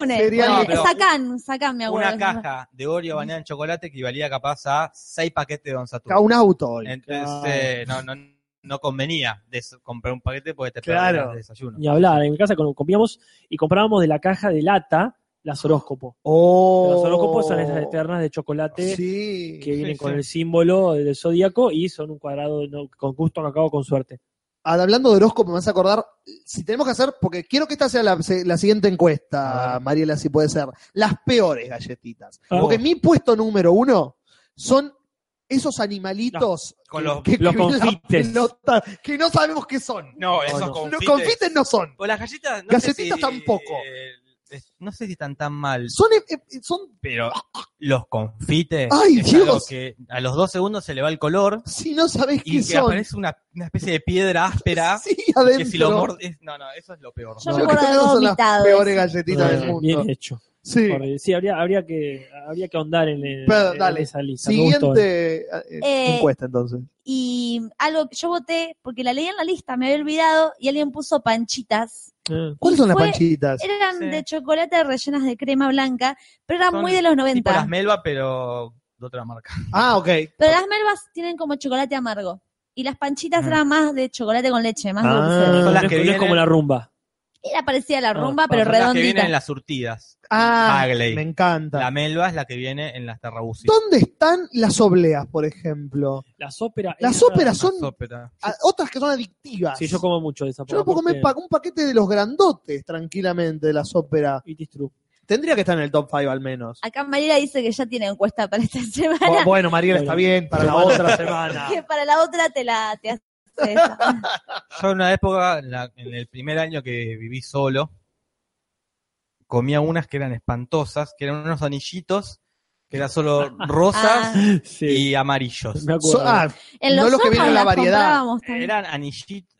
[SPEAKER 3] una.
[SPEAKER 1] Cereal.
[SPEAKER 3] Ponele,
[SPEAKER 4] No, pero-
[SPEAKER 3] sacan, sacan, *laughs* mi abuelo.
[SPEAKER 4] una caja de Oreo bañada en chocolate equivalía capaz a 6 paquetes de Don Satur.
[SPEAKER 1] A un auto hoy.
[SPEAKER 4] Entonces, eh, no, no, no convenía de eso, comprar un paquete porque te
[SPEAKER 1] Claro.
[SPEAKER 4] perdías el desayuno.
[SPEAKER 2] Ni hablar. En mi casa com- comíamos y comprábamos de la caja de lata las horóscopo.
[SPEAKER 1] ¡Oh!
[SPEAKER 2] Las horóscopos son esas eternas de chocolate
[SPEAKER 1] Sí.
[SPEAKER 2] que vienen
[SPEAKER 4] sí.
[SPEAKER 2] con el símbolo del zodíaco y son un cuadrado no, con gusto acabo con suerte.
[SPEAKER 1] Hablando Ah, de horóscopo, me vas a acordar, si tenemos que hacer, porque quiero que esta sea la, se- la siguiente encuesta,
[SPEAKER 4] A ver. Oh.
[SPEAKER 1] Mariela, si puede ser, las peores galletitas.
[SPEAKER 2] Ah.
[SPEAKER 1] Porque mi puesto número uno son esos animalitos
[SPEAKER 4] Con
[SPEAKER 1] que-
[SPEAKER 4] los-
[SPEAKER 1] que,
[SPEAKER 2] los
[SPEAKER 1] que ven *laughs* la
[SPEAKER 2] confites.
[SPEAKER 1] pelota, que no sabemos qué son.
[SPEAKER 4] No,
[SPEAKER 2] esos no.
[SPEAKER 1] Los confites no son.
[SPEAKER 4] O las galletas. No
[SPEAKER 1] Galletitas
[SPEAKER 4] sé si,
[SPEAKER 1] tampoco.
[SPEAKER 4] eh, es- no sé si están tan mal,
[SPEAKER 1] Son, eh, eh, son
[SPEAKER 4] pero los confites.
[SPEAKER 1] Ay,
[SPEAKER 4] es
[SPEAKER 1] Dios.
[SPEAKER 4] algo que a los dos segundos se le va el color
[SPEAKER 1] si no sabes
[SPEAKER 4] y
[SPEAKER 1] qué
[SPEAKER 4] que
[SPEAKER 1] son.
[SPEAKER 4] aparece una, una especie de piedra
[SPEAKER 1] *laughs*
[SPEAKER 4] áspera.
[SPEAKER 1] Sí,
[SPEAKER 4] Que
[SPEAKER 1] adentro.
[SPEAKER 4] si lo mordes. No, no, eso es lo peor.
[SPEAKER 3] Yo
[SPEAKER 1] Yo
[SPEAKER 3] me
[SPEAKER 1] creo
[SPEAKER 3] acuerdo
[SPEAKER 1] que
[SPEAKER 3] de
[SPEAKER 1] esas son las
[SPEAKER 3] vomitado.
[SPEAKER 1] peores
[SPEAKER 3] eso.
[SPEAKER 1] galletitas del
[SPEAKER 2] Eh, bien
[SPEAKER 1] mundo.
[SPEAKER 2] hecho.
[SPEAKER 1] Sí.
[SPEAKER 2] Por- Sí, habría, habría, que, habría que ahondar en, en-
[SPEAKER 1] Pero,
[SPEAKER 2] en
[SPEAKER 1] dale.
[SPEAKER 2] esa lista. Me gustó.
[SPEAKER 1] Siguiente eh,
[SPEAKER 3] Eh,
[SPEAKER 1] encuesta, entonces.
[SPEAKER 3] Y algo que yo voté, porque la leí en la lista, me había olvidado, y alguien puso panchitas.
[SPEAKER 2] Eh,
[SPEAKER 1] ¿Cuáles son las
[SPEAKER 3] fue-
[SPEAKER 1] panchitas?
[SPEAKER 3] Eran
[SPEAKER 4] Sí.
[SPEAKER 3] de chocolate rellenas de crema blanca, pero eran
[SPEAKER 4] Son
[SPEAKER 3] muy de los
[SPEAKER 4] Tipo
[SPEAKER 3] 90.
[SPEAKER 4] las melva, pero de otra marca.
[SPEAKER 1] Ah, ok.
[SPEAKER 3] Pero las melvas tienen como chocolate amargo. Y las panchitas
[SPEAKER 4] Mm.
[SPEAKER 3] eran más de chocolate con leche, más
[SPEAKER 2] Ah,
[SPEAKER 3] dulce.
[SPEAKER 4] Son las
[SPEAKER 2] no
[SPEAKER 4] que
[SPEAKER 2] es- no es
[SPEAKER 4] vienen-
[SPEAKER 2] como la rumba.
[SPEAKER 3] Era parecida a la
[SPEAKER 2] Ah,
[SPEAKER 3] rumba,
[SPEAKER 2] ah,
[SPEAKER 3] pero
[SPEAKER 2] son
[SPEAKER 4] Son las que
[SPEAKER 3] redondita.
[SPEAKER 4] vienen en las surtidas.
[SPEAKER 1] Ah,
[SPEAKER 4] Bagley.
[SPEAKER 1] me encanta.
[SPEAKER 4] La melva es la que viene en las tarrabucitas.
[SPEAKER 1] ¿Dónde están las obleas, por ejemplo?
[SPEAKER 2] Las óperas.
[SPEAKER 1] Las
[SPEAKER 2] esas-
[SPEAKER 1] óperas son
[SPEAKER 4] Las óperas.
[SPEAKER 1] a- otras que son adictivas.
[SPEAKER 2] Sí, yo como mucho de esa
[SPEAKER 1] Yo me puedo comer
[SPEAKER 2] porque-
[SPEAKER 1] pa- un paquete de los grandotes tranquilamente de las óperas.
[SPEAKER 2] It is
[SPEAKER 4] *laughs*
[SPEAKER 2] true.
[SPEAKER 1] Tendría que estar en el top 5 al menos.
[SPEAKER 3] Acá Mariela dice que ya tiene encuesta para esta *laughs*
[SPEAKER 1] Bu-
[SPEAKER 3] semana,
[SPEAKER 1] Bueno, Mariela, está
[SPEAKER 2] Bueno.
[SPEAKER 1] bien, para la otra semana.
[SPEAKER 3] que para la otra te la te hace esa.
[SPEAKER 4] *laughs* Yo en una época, en, la- en el primer año que viví solo, comía unas que eran espantosas, que eran unos anillitos, que eran solo rosas
[SPEAKER 3] Ah,
[SPEAKER 2] Sí,
[SPEAKER 4] y amarillos.
[SPEAKER 2] me acuerdo.
[SPEAKER 1] *laughs* So- ah,
[SPEAKER 3] en
[SPEAKER 1] No
[SPEAKER 3] los,
[SPEAKER 1] los que
[SPEAKER 3] hornos
[SPEAKER 1] vienen en la
[SPEAKER 3] las
[SPEAKER 1] variedad.
[SPEAKER 3] comprábamos también.
[SPEAKER 4] Eran anillitos,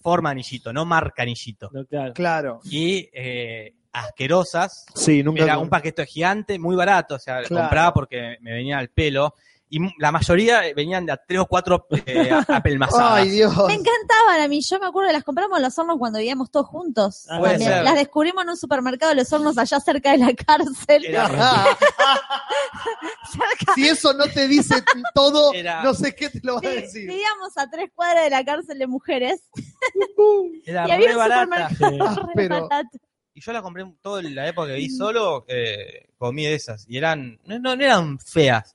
[SPEAKER 4] forma anillito, no marca anillito.
[SPEAKER 2] No, claro.
[SPEAKER 1] claro.
[SPEAKER 4] Y eh, asquerosas,
[SPEAKER 1] Sí, nunca.
[SPEAKER 4] era un paquete gigante, muy barato, o sea, lo
[SPEAKER 1] Claro.
[SPEAKER 4] compraba porque me venía al pelo. y mu- la mayoría eh, venían de a tres o cuatro eh, a- apelmazadas.
[SPEAKER 1] Ay, Dios.
[SPEAKER 3] Me encantaban a mí, yo me acuerdo, las compramos en los hornos cuando vivíamos todos juntos.
[SPEAKER 2] Ah,
[SPEAKER 4] Puede
[SPEAKER 3] También.
[SPEAKER 4] ser.
[SPEAKER 3] Las descubrimos en un supermercado de los hornos allá cerca de la cárcel. *laughs*
[SPEAKER 4] Era re-
[SPEAKER 1] Ah, *laughs* si eso no te dice todo,
[SPEAKER 4] Era-
[SPEAKER 1] no sé qué te lo va a
[SPEAKER 3] Vi-
[SPEAKER 1] decir.
[SPEAKER 3] Vivíamos a tres cuadras de la cárcel de mujeres
[SPEAKER 4] era
[SPEAKER 3] y había
[SPEAKER 4] re
[SPEAKER 3] un
[SPEAKER 4] barata.
[SPEAKER 1] *laughs*
[SPEAKER 2] Sí.
[SPEAKER 3] supermercado re
[SPEAKER 1] Pero-
[SPEAKER 3] barato.
[SPEAKER 4] Y yo la compré en toda la época que vi solo, eh, comí de esas. Y eran, no, no eran feas,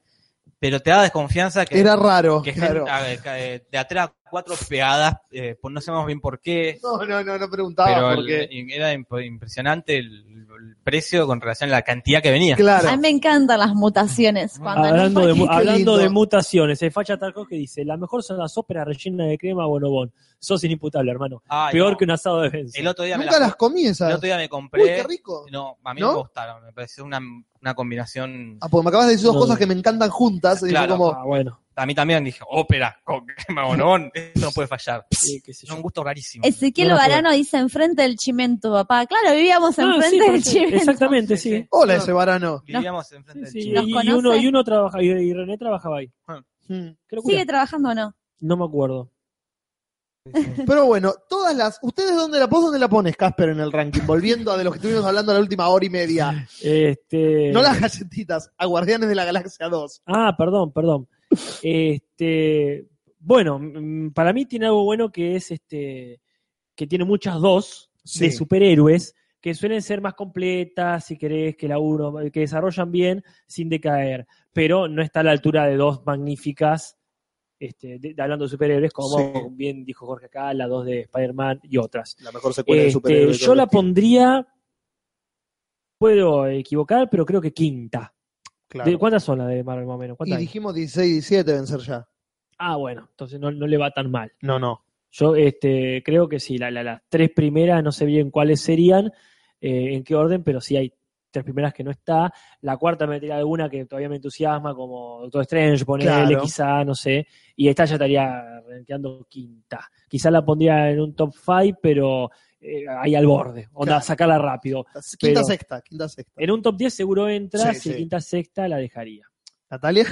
[SPEAKER 4] pero te da desconfianza que,
[SPEAKER 1] Era raro,
[SPEAKER 4] que
[SPEAKER 1] claro.
[SPEAKER 4] gente, ah, que, eh, de atrás cuatro pegadas, eh, pues no sabemos bien por qué.
[SPEAKER 1] No, no, no, no preguntaba
[SPEAKER 4] Pero el-
[SPEAKER 1] porque.
[SPEAKER 4] era imp- impresionante el, el precio con relación a la cantidad que venía.
[SPEAKER 1] Claro.
[SPEAKER 3] A mí me encantan las mutaciones. Cuando
[SPEAKER 2] *laughs* Hablando,
[SPEAKER 3] no-
[SPEAKER 2] de, mu-
[SPEAKER 1] Ah,
[SPEAKER 2] ah,
[SPEAKER 1] qué
[SPEAKER 2] hablando
[SPEAKER 1] lindo.
[SPEAKER 2] de mutaciones, el facha Tarkov que dice, la mejor son las óperas rellenas de crema bonobón. Sos inimputable, hermano.
[SPEAKER 4] Ay,
[SPEAKER 2] Peor
[SPEAKER 4] no.
[SPEAKER 2] que un asado de Benson.
[SPEAKER 4] El otro día me
[SPEAKER 1] Nunca
[SPEAKER 4] la-
[SPEAKER 1] las comí
[SPEAKER 4] el
[SPEAKER 1] esas.
[SPEAKER 4] otro día me compré.
[SPEAKER 1] Uy, qué rico.
[SPEAKER 4] No, a mí
[SPEAKER 1] ¿No?
[SPEAKER 4] me gustaron. Me pareció una, una combinación.
[SPEAKER 1] Ah, porque me acabas de decir dos
[SPEAKER 2] No.
[SPEAKER 1] cosas que me encantan juntas. Y dije
[SPEAKER 4] Claro.
[SPEAKER 1] como,
[SPEAKER 2] Ah, bueno.
[SPEAKER 4] A mí también dije, ópera con crema bonobón. Esto no puede fallar.
[SPEAKER 2] Sí, qué sé
[SPEAKER 4] Es un
[SPEAKER 2] yo. Ah,
[SPEAKER 4] gusto rarísimo.
[SPEAKER 3] Ezequiel
[SPEAKER 2] No me acuerdo.
[SPEAKER 3] Varano dice enfrente del chimento, papá. Claro, vivíamos
[SPEAKER 2] Ah,
[SPEAKER 3] enfrente
[SPEAKER 2] sí,
[SPEAKER 3] del
[SPEAKER 2] porque-
[SPEAKER 3] chimento.
[SPEAKER 2] exactamente,
[SPEAKER 4] Sí,
[SPEAKER 2] sí.
[SPEAKER 4] sí.
[SPEAKER 1] hola
[SPEAKER 4] No.
[SPEAKER 1] ese varano.
[SPEAKER 4] Vivíamos enfrente
[SPEAKER 2] Sí,
[SPEAKER 4] del
[SPEAKER 2] sí.
[SPEAKER 4] chino.
[SPEAKER 3] Nos
[SPEAKER 2] Y, y
[SPEAKER 3] conoce.
[SPEAKER 2] uno, y uno trabaja, y, y René trabajaba ahí.
[SPEAKER 1] Mm.
[SPEAKER 2] Qué locura.
[SPEAKER 3] ¿Sigue trabajando o no?
[SPEAKER 2] No me acuerdo.
[SPEAKER 1] Pero bueno, todas las. ¿Ustedes dónde la, vos dónde la pones, Casper, en el ranking? Volviendo a de lo que estuvimos hablando la última hora y media.
[SPEAKER 2] Este...
[SPEAKER 1] No las galletitas, a Guardianes de la Galaxia 2.
[SPEAKER 2] Ah, perdón, perdón. Este, bueno, mm, para mí tiene algo bueno que es este que tiene muchas dos
[SPEAKER 1] Sí.
[SPEAKER 2] de superhéroes que suelen ser más completas, si querés, que la uno, que desarrollan bien sin decaer, pero no está a la altura de dos magníficas, este, de- de- hablando de superhéroes, como
[SPEAKER 1] Sí.
[SPEAKER 2] bien dijo Jorge acá, la dos de Spider-Man y otras.
[SPEAKER 1] La mejor
[SPEAKER 2] Este, yo la pondría, puedo equivocar, pero creo que quinta. ¿De ¿Cuántas son las de Marvel más o menos?
[SPEAKER 1] Y
[SPEAKER 2] ¿Cuántas hay?
[SPEAKER 1] dijimos 16, 17 deben ser ya.
[SPEAKER 2] Ah, bueno, entonces no, no le va tan mal.
[SPEAKER 1] No, no.
[SPEAKER 2] Yo este, creo que sí, la- la- las tres primeras, no sé bien cuáles serían, eh, en qué orden, pero sí hay tres primeras que no está. La cuarta me tira alguna que todavía me entusiasma, como Doctor Strange, ponerle
[SPEAKER 1] Claro.
[SPEAKER 2] quizá, no sé. Y esta ya estaría renteando quinta. Quizá la pondría en un top five, pero eh, ahí al borde. Onda,
[SPEAKER 1] Claro.
[SPEAKER 2] sacarla rápido.
[SPEAKER 1] Quinta,
[SPEAKER 2] Pero-
[SPEAKER 1] sexta, quinta, sexta.
[SPEAKER 2] En un top 10 seguro entra,
[SPEAKER 1] Sí,
[SPEAKER 2] si
[SPEAKER 1] sí.
[SPEAKER 2] quinta, sexta la dejaría.
[SPEAKER 1] Natalia.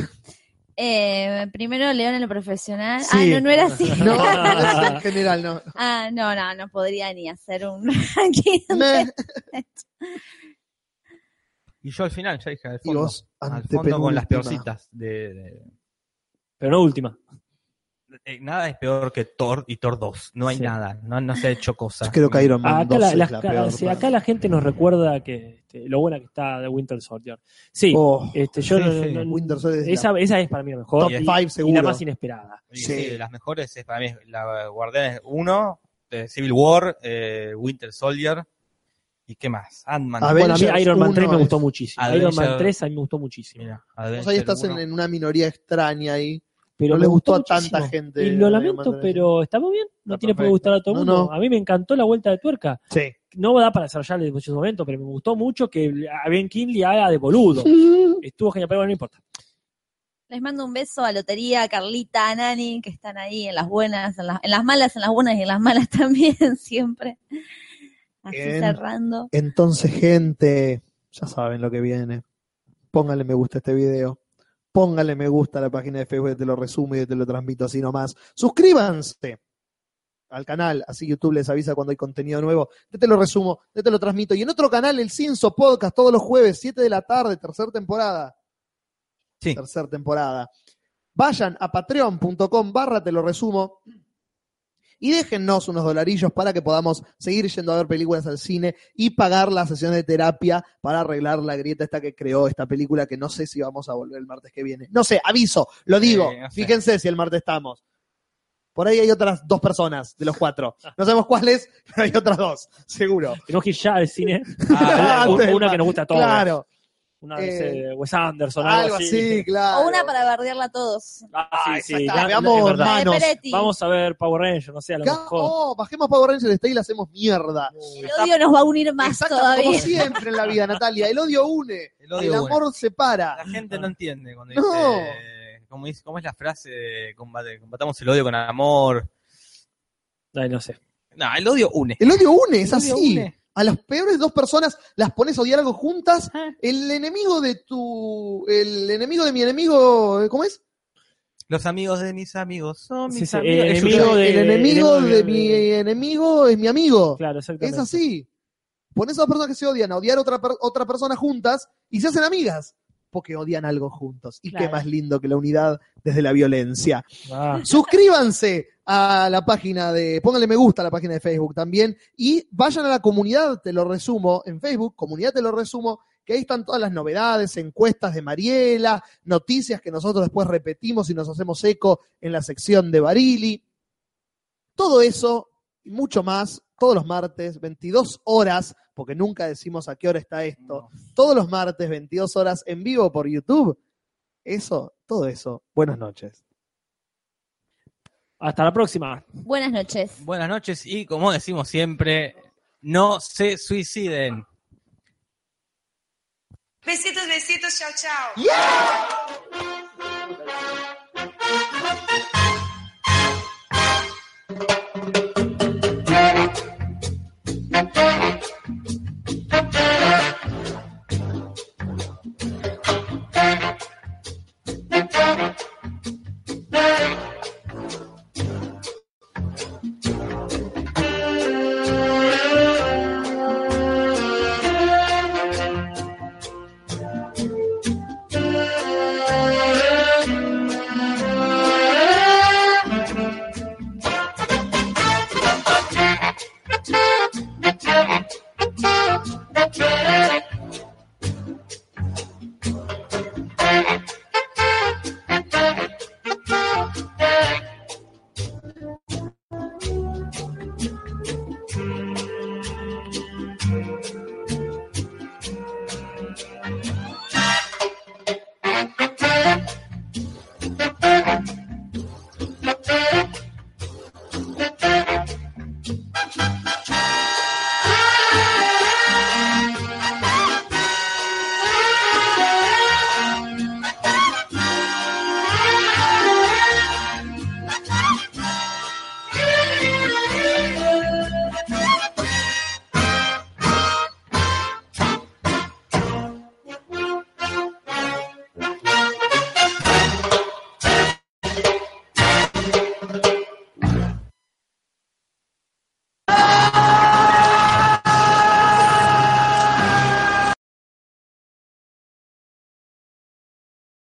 [SPEAKER 3] Eh, primero León en el profesional.
[SPEAKER 1] Sí.
[SPEAKER 3] Ah, no, no era así.
[SPEAKER 1] No, *laughs* no, en general
[SPEAKER 2] *laughs*
[SPEAKER 1] no.
[SPEAKER 3] *laughs* Ah, no, no, no podría ni hacer un *laughs* ranking.
[SPEAKER 1] Meh.
[SPEAKER 4] Y yo al final, ya dije, al
[SPEAKER 1] Y
[SPEAKER 4] fondo.
[SPEAKER 1] vos,
[SPEAKER 4] Al
[SPEAKER 1] ante
[SPEAKER 4] fondo con las peorcitas. De, de-
[SPEAKER 2] Pero no última.
[SPEAKER 4] eh, nada es peor que Thor y Thor 2. No hay
[SPEAKER 2] Sí.
[SPEAKER 4] nada. No, no se ha hecho cosa.
[SPEAKER 1] Creo que Iron Man
[SPEAKER 2] Ah, Acá,
[SPEAKER 1] 2
[SPEAKER 2] la,
[SPEAKER 1] es
[SPEAKER 2] las
[SPEAKER 1] la
[SPEAKER 2] ca-
[SPEAKER 1] peor
[SPEAKER 2] sí,
[SPEAKER 1] para
[SPEAKER 2] acá
[SPEAKER 1] mí.
[SPEAKER 2] la gente nos recuerda que este, lo buena que está de Winter Soldier. Sí,
[SPEAKER 1] Oh,
[SPEAKER 2] este, yo
[SPEAKER 4] sí,
[SPEAKER 2] no-
[SPEAKER 4] sí.
[SPEAKER 2] no- no-
[SPEAKER 1] Winter Soldier es la
[SPEAKER 2] esa, esa es para mí la mejor
[SPEAKER 1] top
[SPEAKER 2] y,
[SPEAKER 1] 5
[SPEAKER 2] y la
[SPEAKER 1] seguro.
[SPEAKER 2] más inesperada.
[SPEAKER 4] Y
[SPEAKER 1] Sí.
[SPEAKER 4] sí, de las mejores es para mí es la Guardianes 1, eh, Civil War, eh, Winter Soldier. ¿Y qué más? Ant-Man.
[SPEAKER 1] A ver,
[SPEAKER 2] Bueno, a mí
[SPEAKER 1] Avengers
[SPEAKER 2] Iron Man 3 me
[SPEAKER 1] 1
[SPEAKER 2] gustó
[SPEAKER 1] es-
[SPEAKER 2] muchísimo.
[SPEAKER 4] Avengers-
[SPEAKER 2] Iron Man 3 a mí me gustó muchísimo.
[SPEAKER 4] Mira,
[SPEAKER 1] Vos
[SPEAKER 4] Avengers
[SPEAKER 1] ahí estás
[SPEAKER 4] 1.
[SPEAKER 1] en, en una minoría extraña ahí.
[SPEAKER 2] Pero
[SPEAKER 1] No
[SPEAKER 2] me
[SPEAKER 1] le gustó
[SPEAKER 2] gustó
[SPEAKER 1] a tanta
[SPEAKER 2] muchísimo.
[SPEAKER 1] gente
[SPEAKER 2] Y
[SPEAKER 1] Iron
[SPEAKER 2] lo
[SPEAKER 1] Man
[SPEAKER 2] lamento,
[SPEAKER 1] 3.
[SPEAKER 2] pero está muy bien. No
[SPEAKER 4] Está
[SPEAKER 2] tiene por qué
[SPEAKER 4] perfecto.
[SPEAKER 2] gustar a todo el
[SPEAKER 1] No,
[SPEAKER 2] mundo.
[SPEAKER 1] no.
[SPEAKER 2] A mí me encantó la vuelta de tuerca.
[SPEAKER 1] Sí.
[SPEAKER 2] No va a dar para desarrollar en muchos momentos, pero me gustó mucho que a Ben Kinley haga
[SPEAKER 1] *laughs*
[SPEAKER 2] de boludo. Estuvo genial, pero bueno, no importa.
[SPEAKER 3] Les mando un beso a Lotería, a Carlita, a Nani, que están ahí en las buenas, en las, en las malas, en las buenas y en las malas *laughs* también, siempre. Así
[SPEAKER 1] Bien.
[SPEAKER 3] cerrando.
[SPEAKER 1] Entonces, gente, ya saben lo que viene. Pónganle me gusta a este video. Pónganle me gusta a la página de Facebook, te lo resumo y te lo transmito así nomás. Suscríbanse al canal, así YouTube les avisa cuando hay contenido nuevo. Yo te lo resumo, yo te lo transmito. Y en otro canal, el Cinso Podcast, todos los jueves, 7 de la tarde, tercera temporada.
[SPEAKER 4] Sí.
[SPEAKER 1] Tercera temporada. Vayan a patreon.com barra te lo resumo y déjennos unos dolarillos para que podamos seguir yendo a ver películas al cine y pagar las sesiones de terapia para arreglar la grieta esta que creó esta película que no sé si vamos a volver el martes que viene. No sé, aviso, lo digo.
[SPEAKER 4] no sé.
[SPEAKER 1] Fíjense si el martes estamos. Por ahí hay otras dos personas de los
[SPEAKER 4] *laughs*
[SPEAKER 1] cuatro. No sabemos cuáles, pero *laughs* hay otras dos, seguro.
[SPEAKER 2] Tenemos que ir ya
[SPEAKER 1] *laughs*
[SPEAKER 2] al cine.
[SPEAKER 4] Ah,
[SPEAKER 2] *laughs* una
[SPEAKER 1] Antes,
[SPEAKER 2] una que nos gusta a todos.
[SPEAKER 1] Claro,
[SPEAKER 2] Una vez
[SPEAKER 1] Eh,
[SPEAKER 2] eh, Wes Anderson,
[SPEAKER 1] algo
[SPEAKER 2] algo,
[SPEAKER 1] así, claro.
[SPEAKER 3] O una para bardearla a todos.
[SPEAKER 2] Ah, sí, sí,
[SPEAKER 1] exacta,
[SPEAKER 2] ya- es
[SPEAKER 1] veamos
[SPEAKER 2] verdad.
[SPEAKER 3] La de
[SPEAKER 1] manos.
[SPEAKER 3] Peretti.
[SPEAKER 2] Vamos a ver Power Rangers, no sé, a lo
[SPEAKER 1] Ca-
[SPEAKER 2] mejor.
[SPEAKER 1] Oh, bajemos Power Rangers Style y la hacemos mierda.
[SPEAKER 3] El odio nos va a unir más
[SPEAKER 1] Exacto, como
[SPEAKER 3] todavía.
[SPEAKER 1] siempre en la vida, Natalia. El odio une,
[SPEAKER 4] El
[SPEAKER 1] el,
[SPEAKER 4] odio une.
[SPEAKER 1] amor separa.
[SPEAKER 4] La gente no entiende cuando
[SPEAKER 1] No.
[SPEAKER 4] dice, como dice- ¿Cómo es la frase? de Combate, combatamos el odio con amor.
[SPEAKER 2] Ay, no sé.
[SPEAKER 4] No, el odio une.
[SPEAKER 1] El odio une, es
[SPEAKER 4] El odio
[SPEAKER 1] así.
[SPEAKER 4] une.
[SPEAKER 1] A las peores dos personas las pones a odiar algo juntas. El enemigo de tu. El enemigo de mi enemigo. ¿Cómo es?
[SPEAKER 4] Los amigos de mis amigos son
[SPEAKER 2] Sí,
[SPEAKER 4] mis
[SPEAKER 2] sí,
[SPEAKER 4] amigos.
[SPEAKER 2] eh,
[SPEAKER 4] Es un-
[SPEAKER 2] enemigo de-
[SPEAKER 1] el enemigo de,
[SPEAKER 2] enemigo de-
[SPEAKER 1] mi enemigo es mi amigo.
[SPEAKER 2] Claro,
[SPEAKER 1] Es
[SPEAKER 2] exactamente.
[SPEAKER 1] así. Pones a dos personas que se odian a odiar a otra, per- otra persona juntas y se hacen amigas porque odian algo juntos. Y qué
[SPEAKER 3] Claro.
[SPEAKER 1] más lindo que la unidad desde la violencia.
[SPEAKER 2] Ah,
[SPEAKER 1] Suscríbanse a la página de, pónganle me gusta a la página de Facebook también y vayan a la comunidad, te lo resumo, en Facebook, comunidad te lo resumo, que ahí están todas las novedades, encuestas de Mariela, noticias que nosotros después repetimos y nos hacemos eco en la sección de Barili. Todo eso y mucho más todos los martes, 22 horas, porque nunca decimos a qué hora está esto, todos los martes, 22 horas en vivo por YouTube. Eso, todo eso. Buenas noches.
[SPEAKER 2] hasta la próxima.
[SPEAKER 3] Buenas noches.
[SPEAKER 4] Buenas noches y como decimos siempre, no se suiciden.
[SPEAKER 8] Besitos, besitos, chao, chao.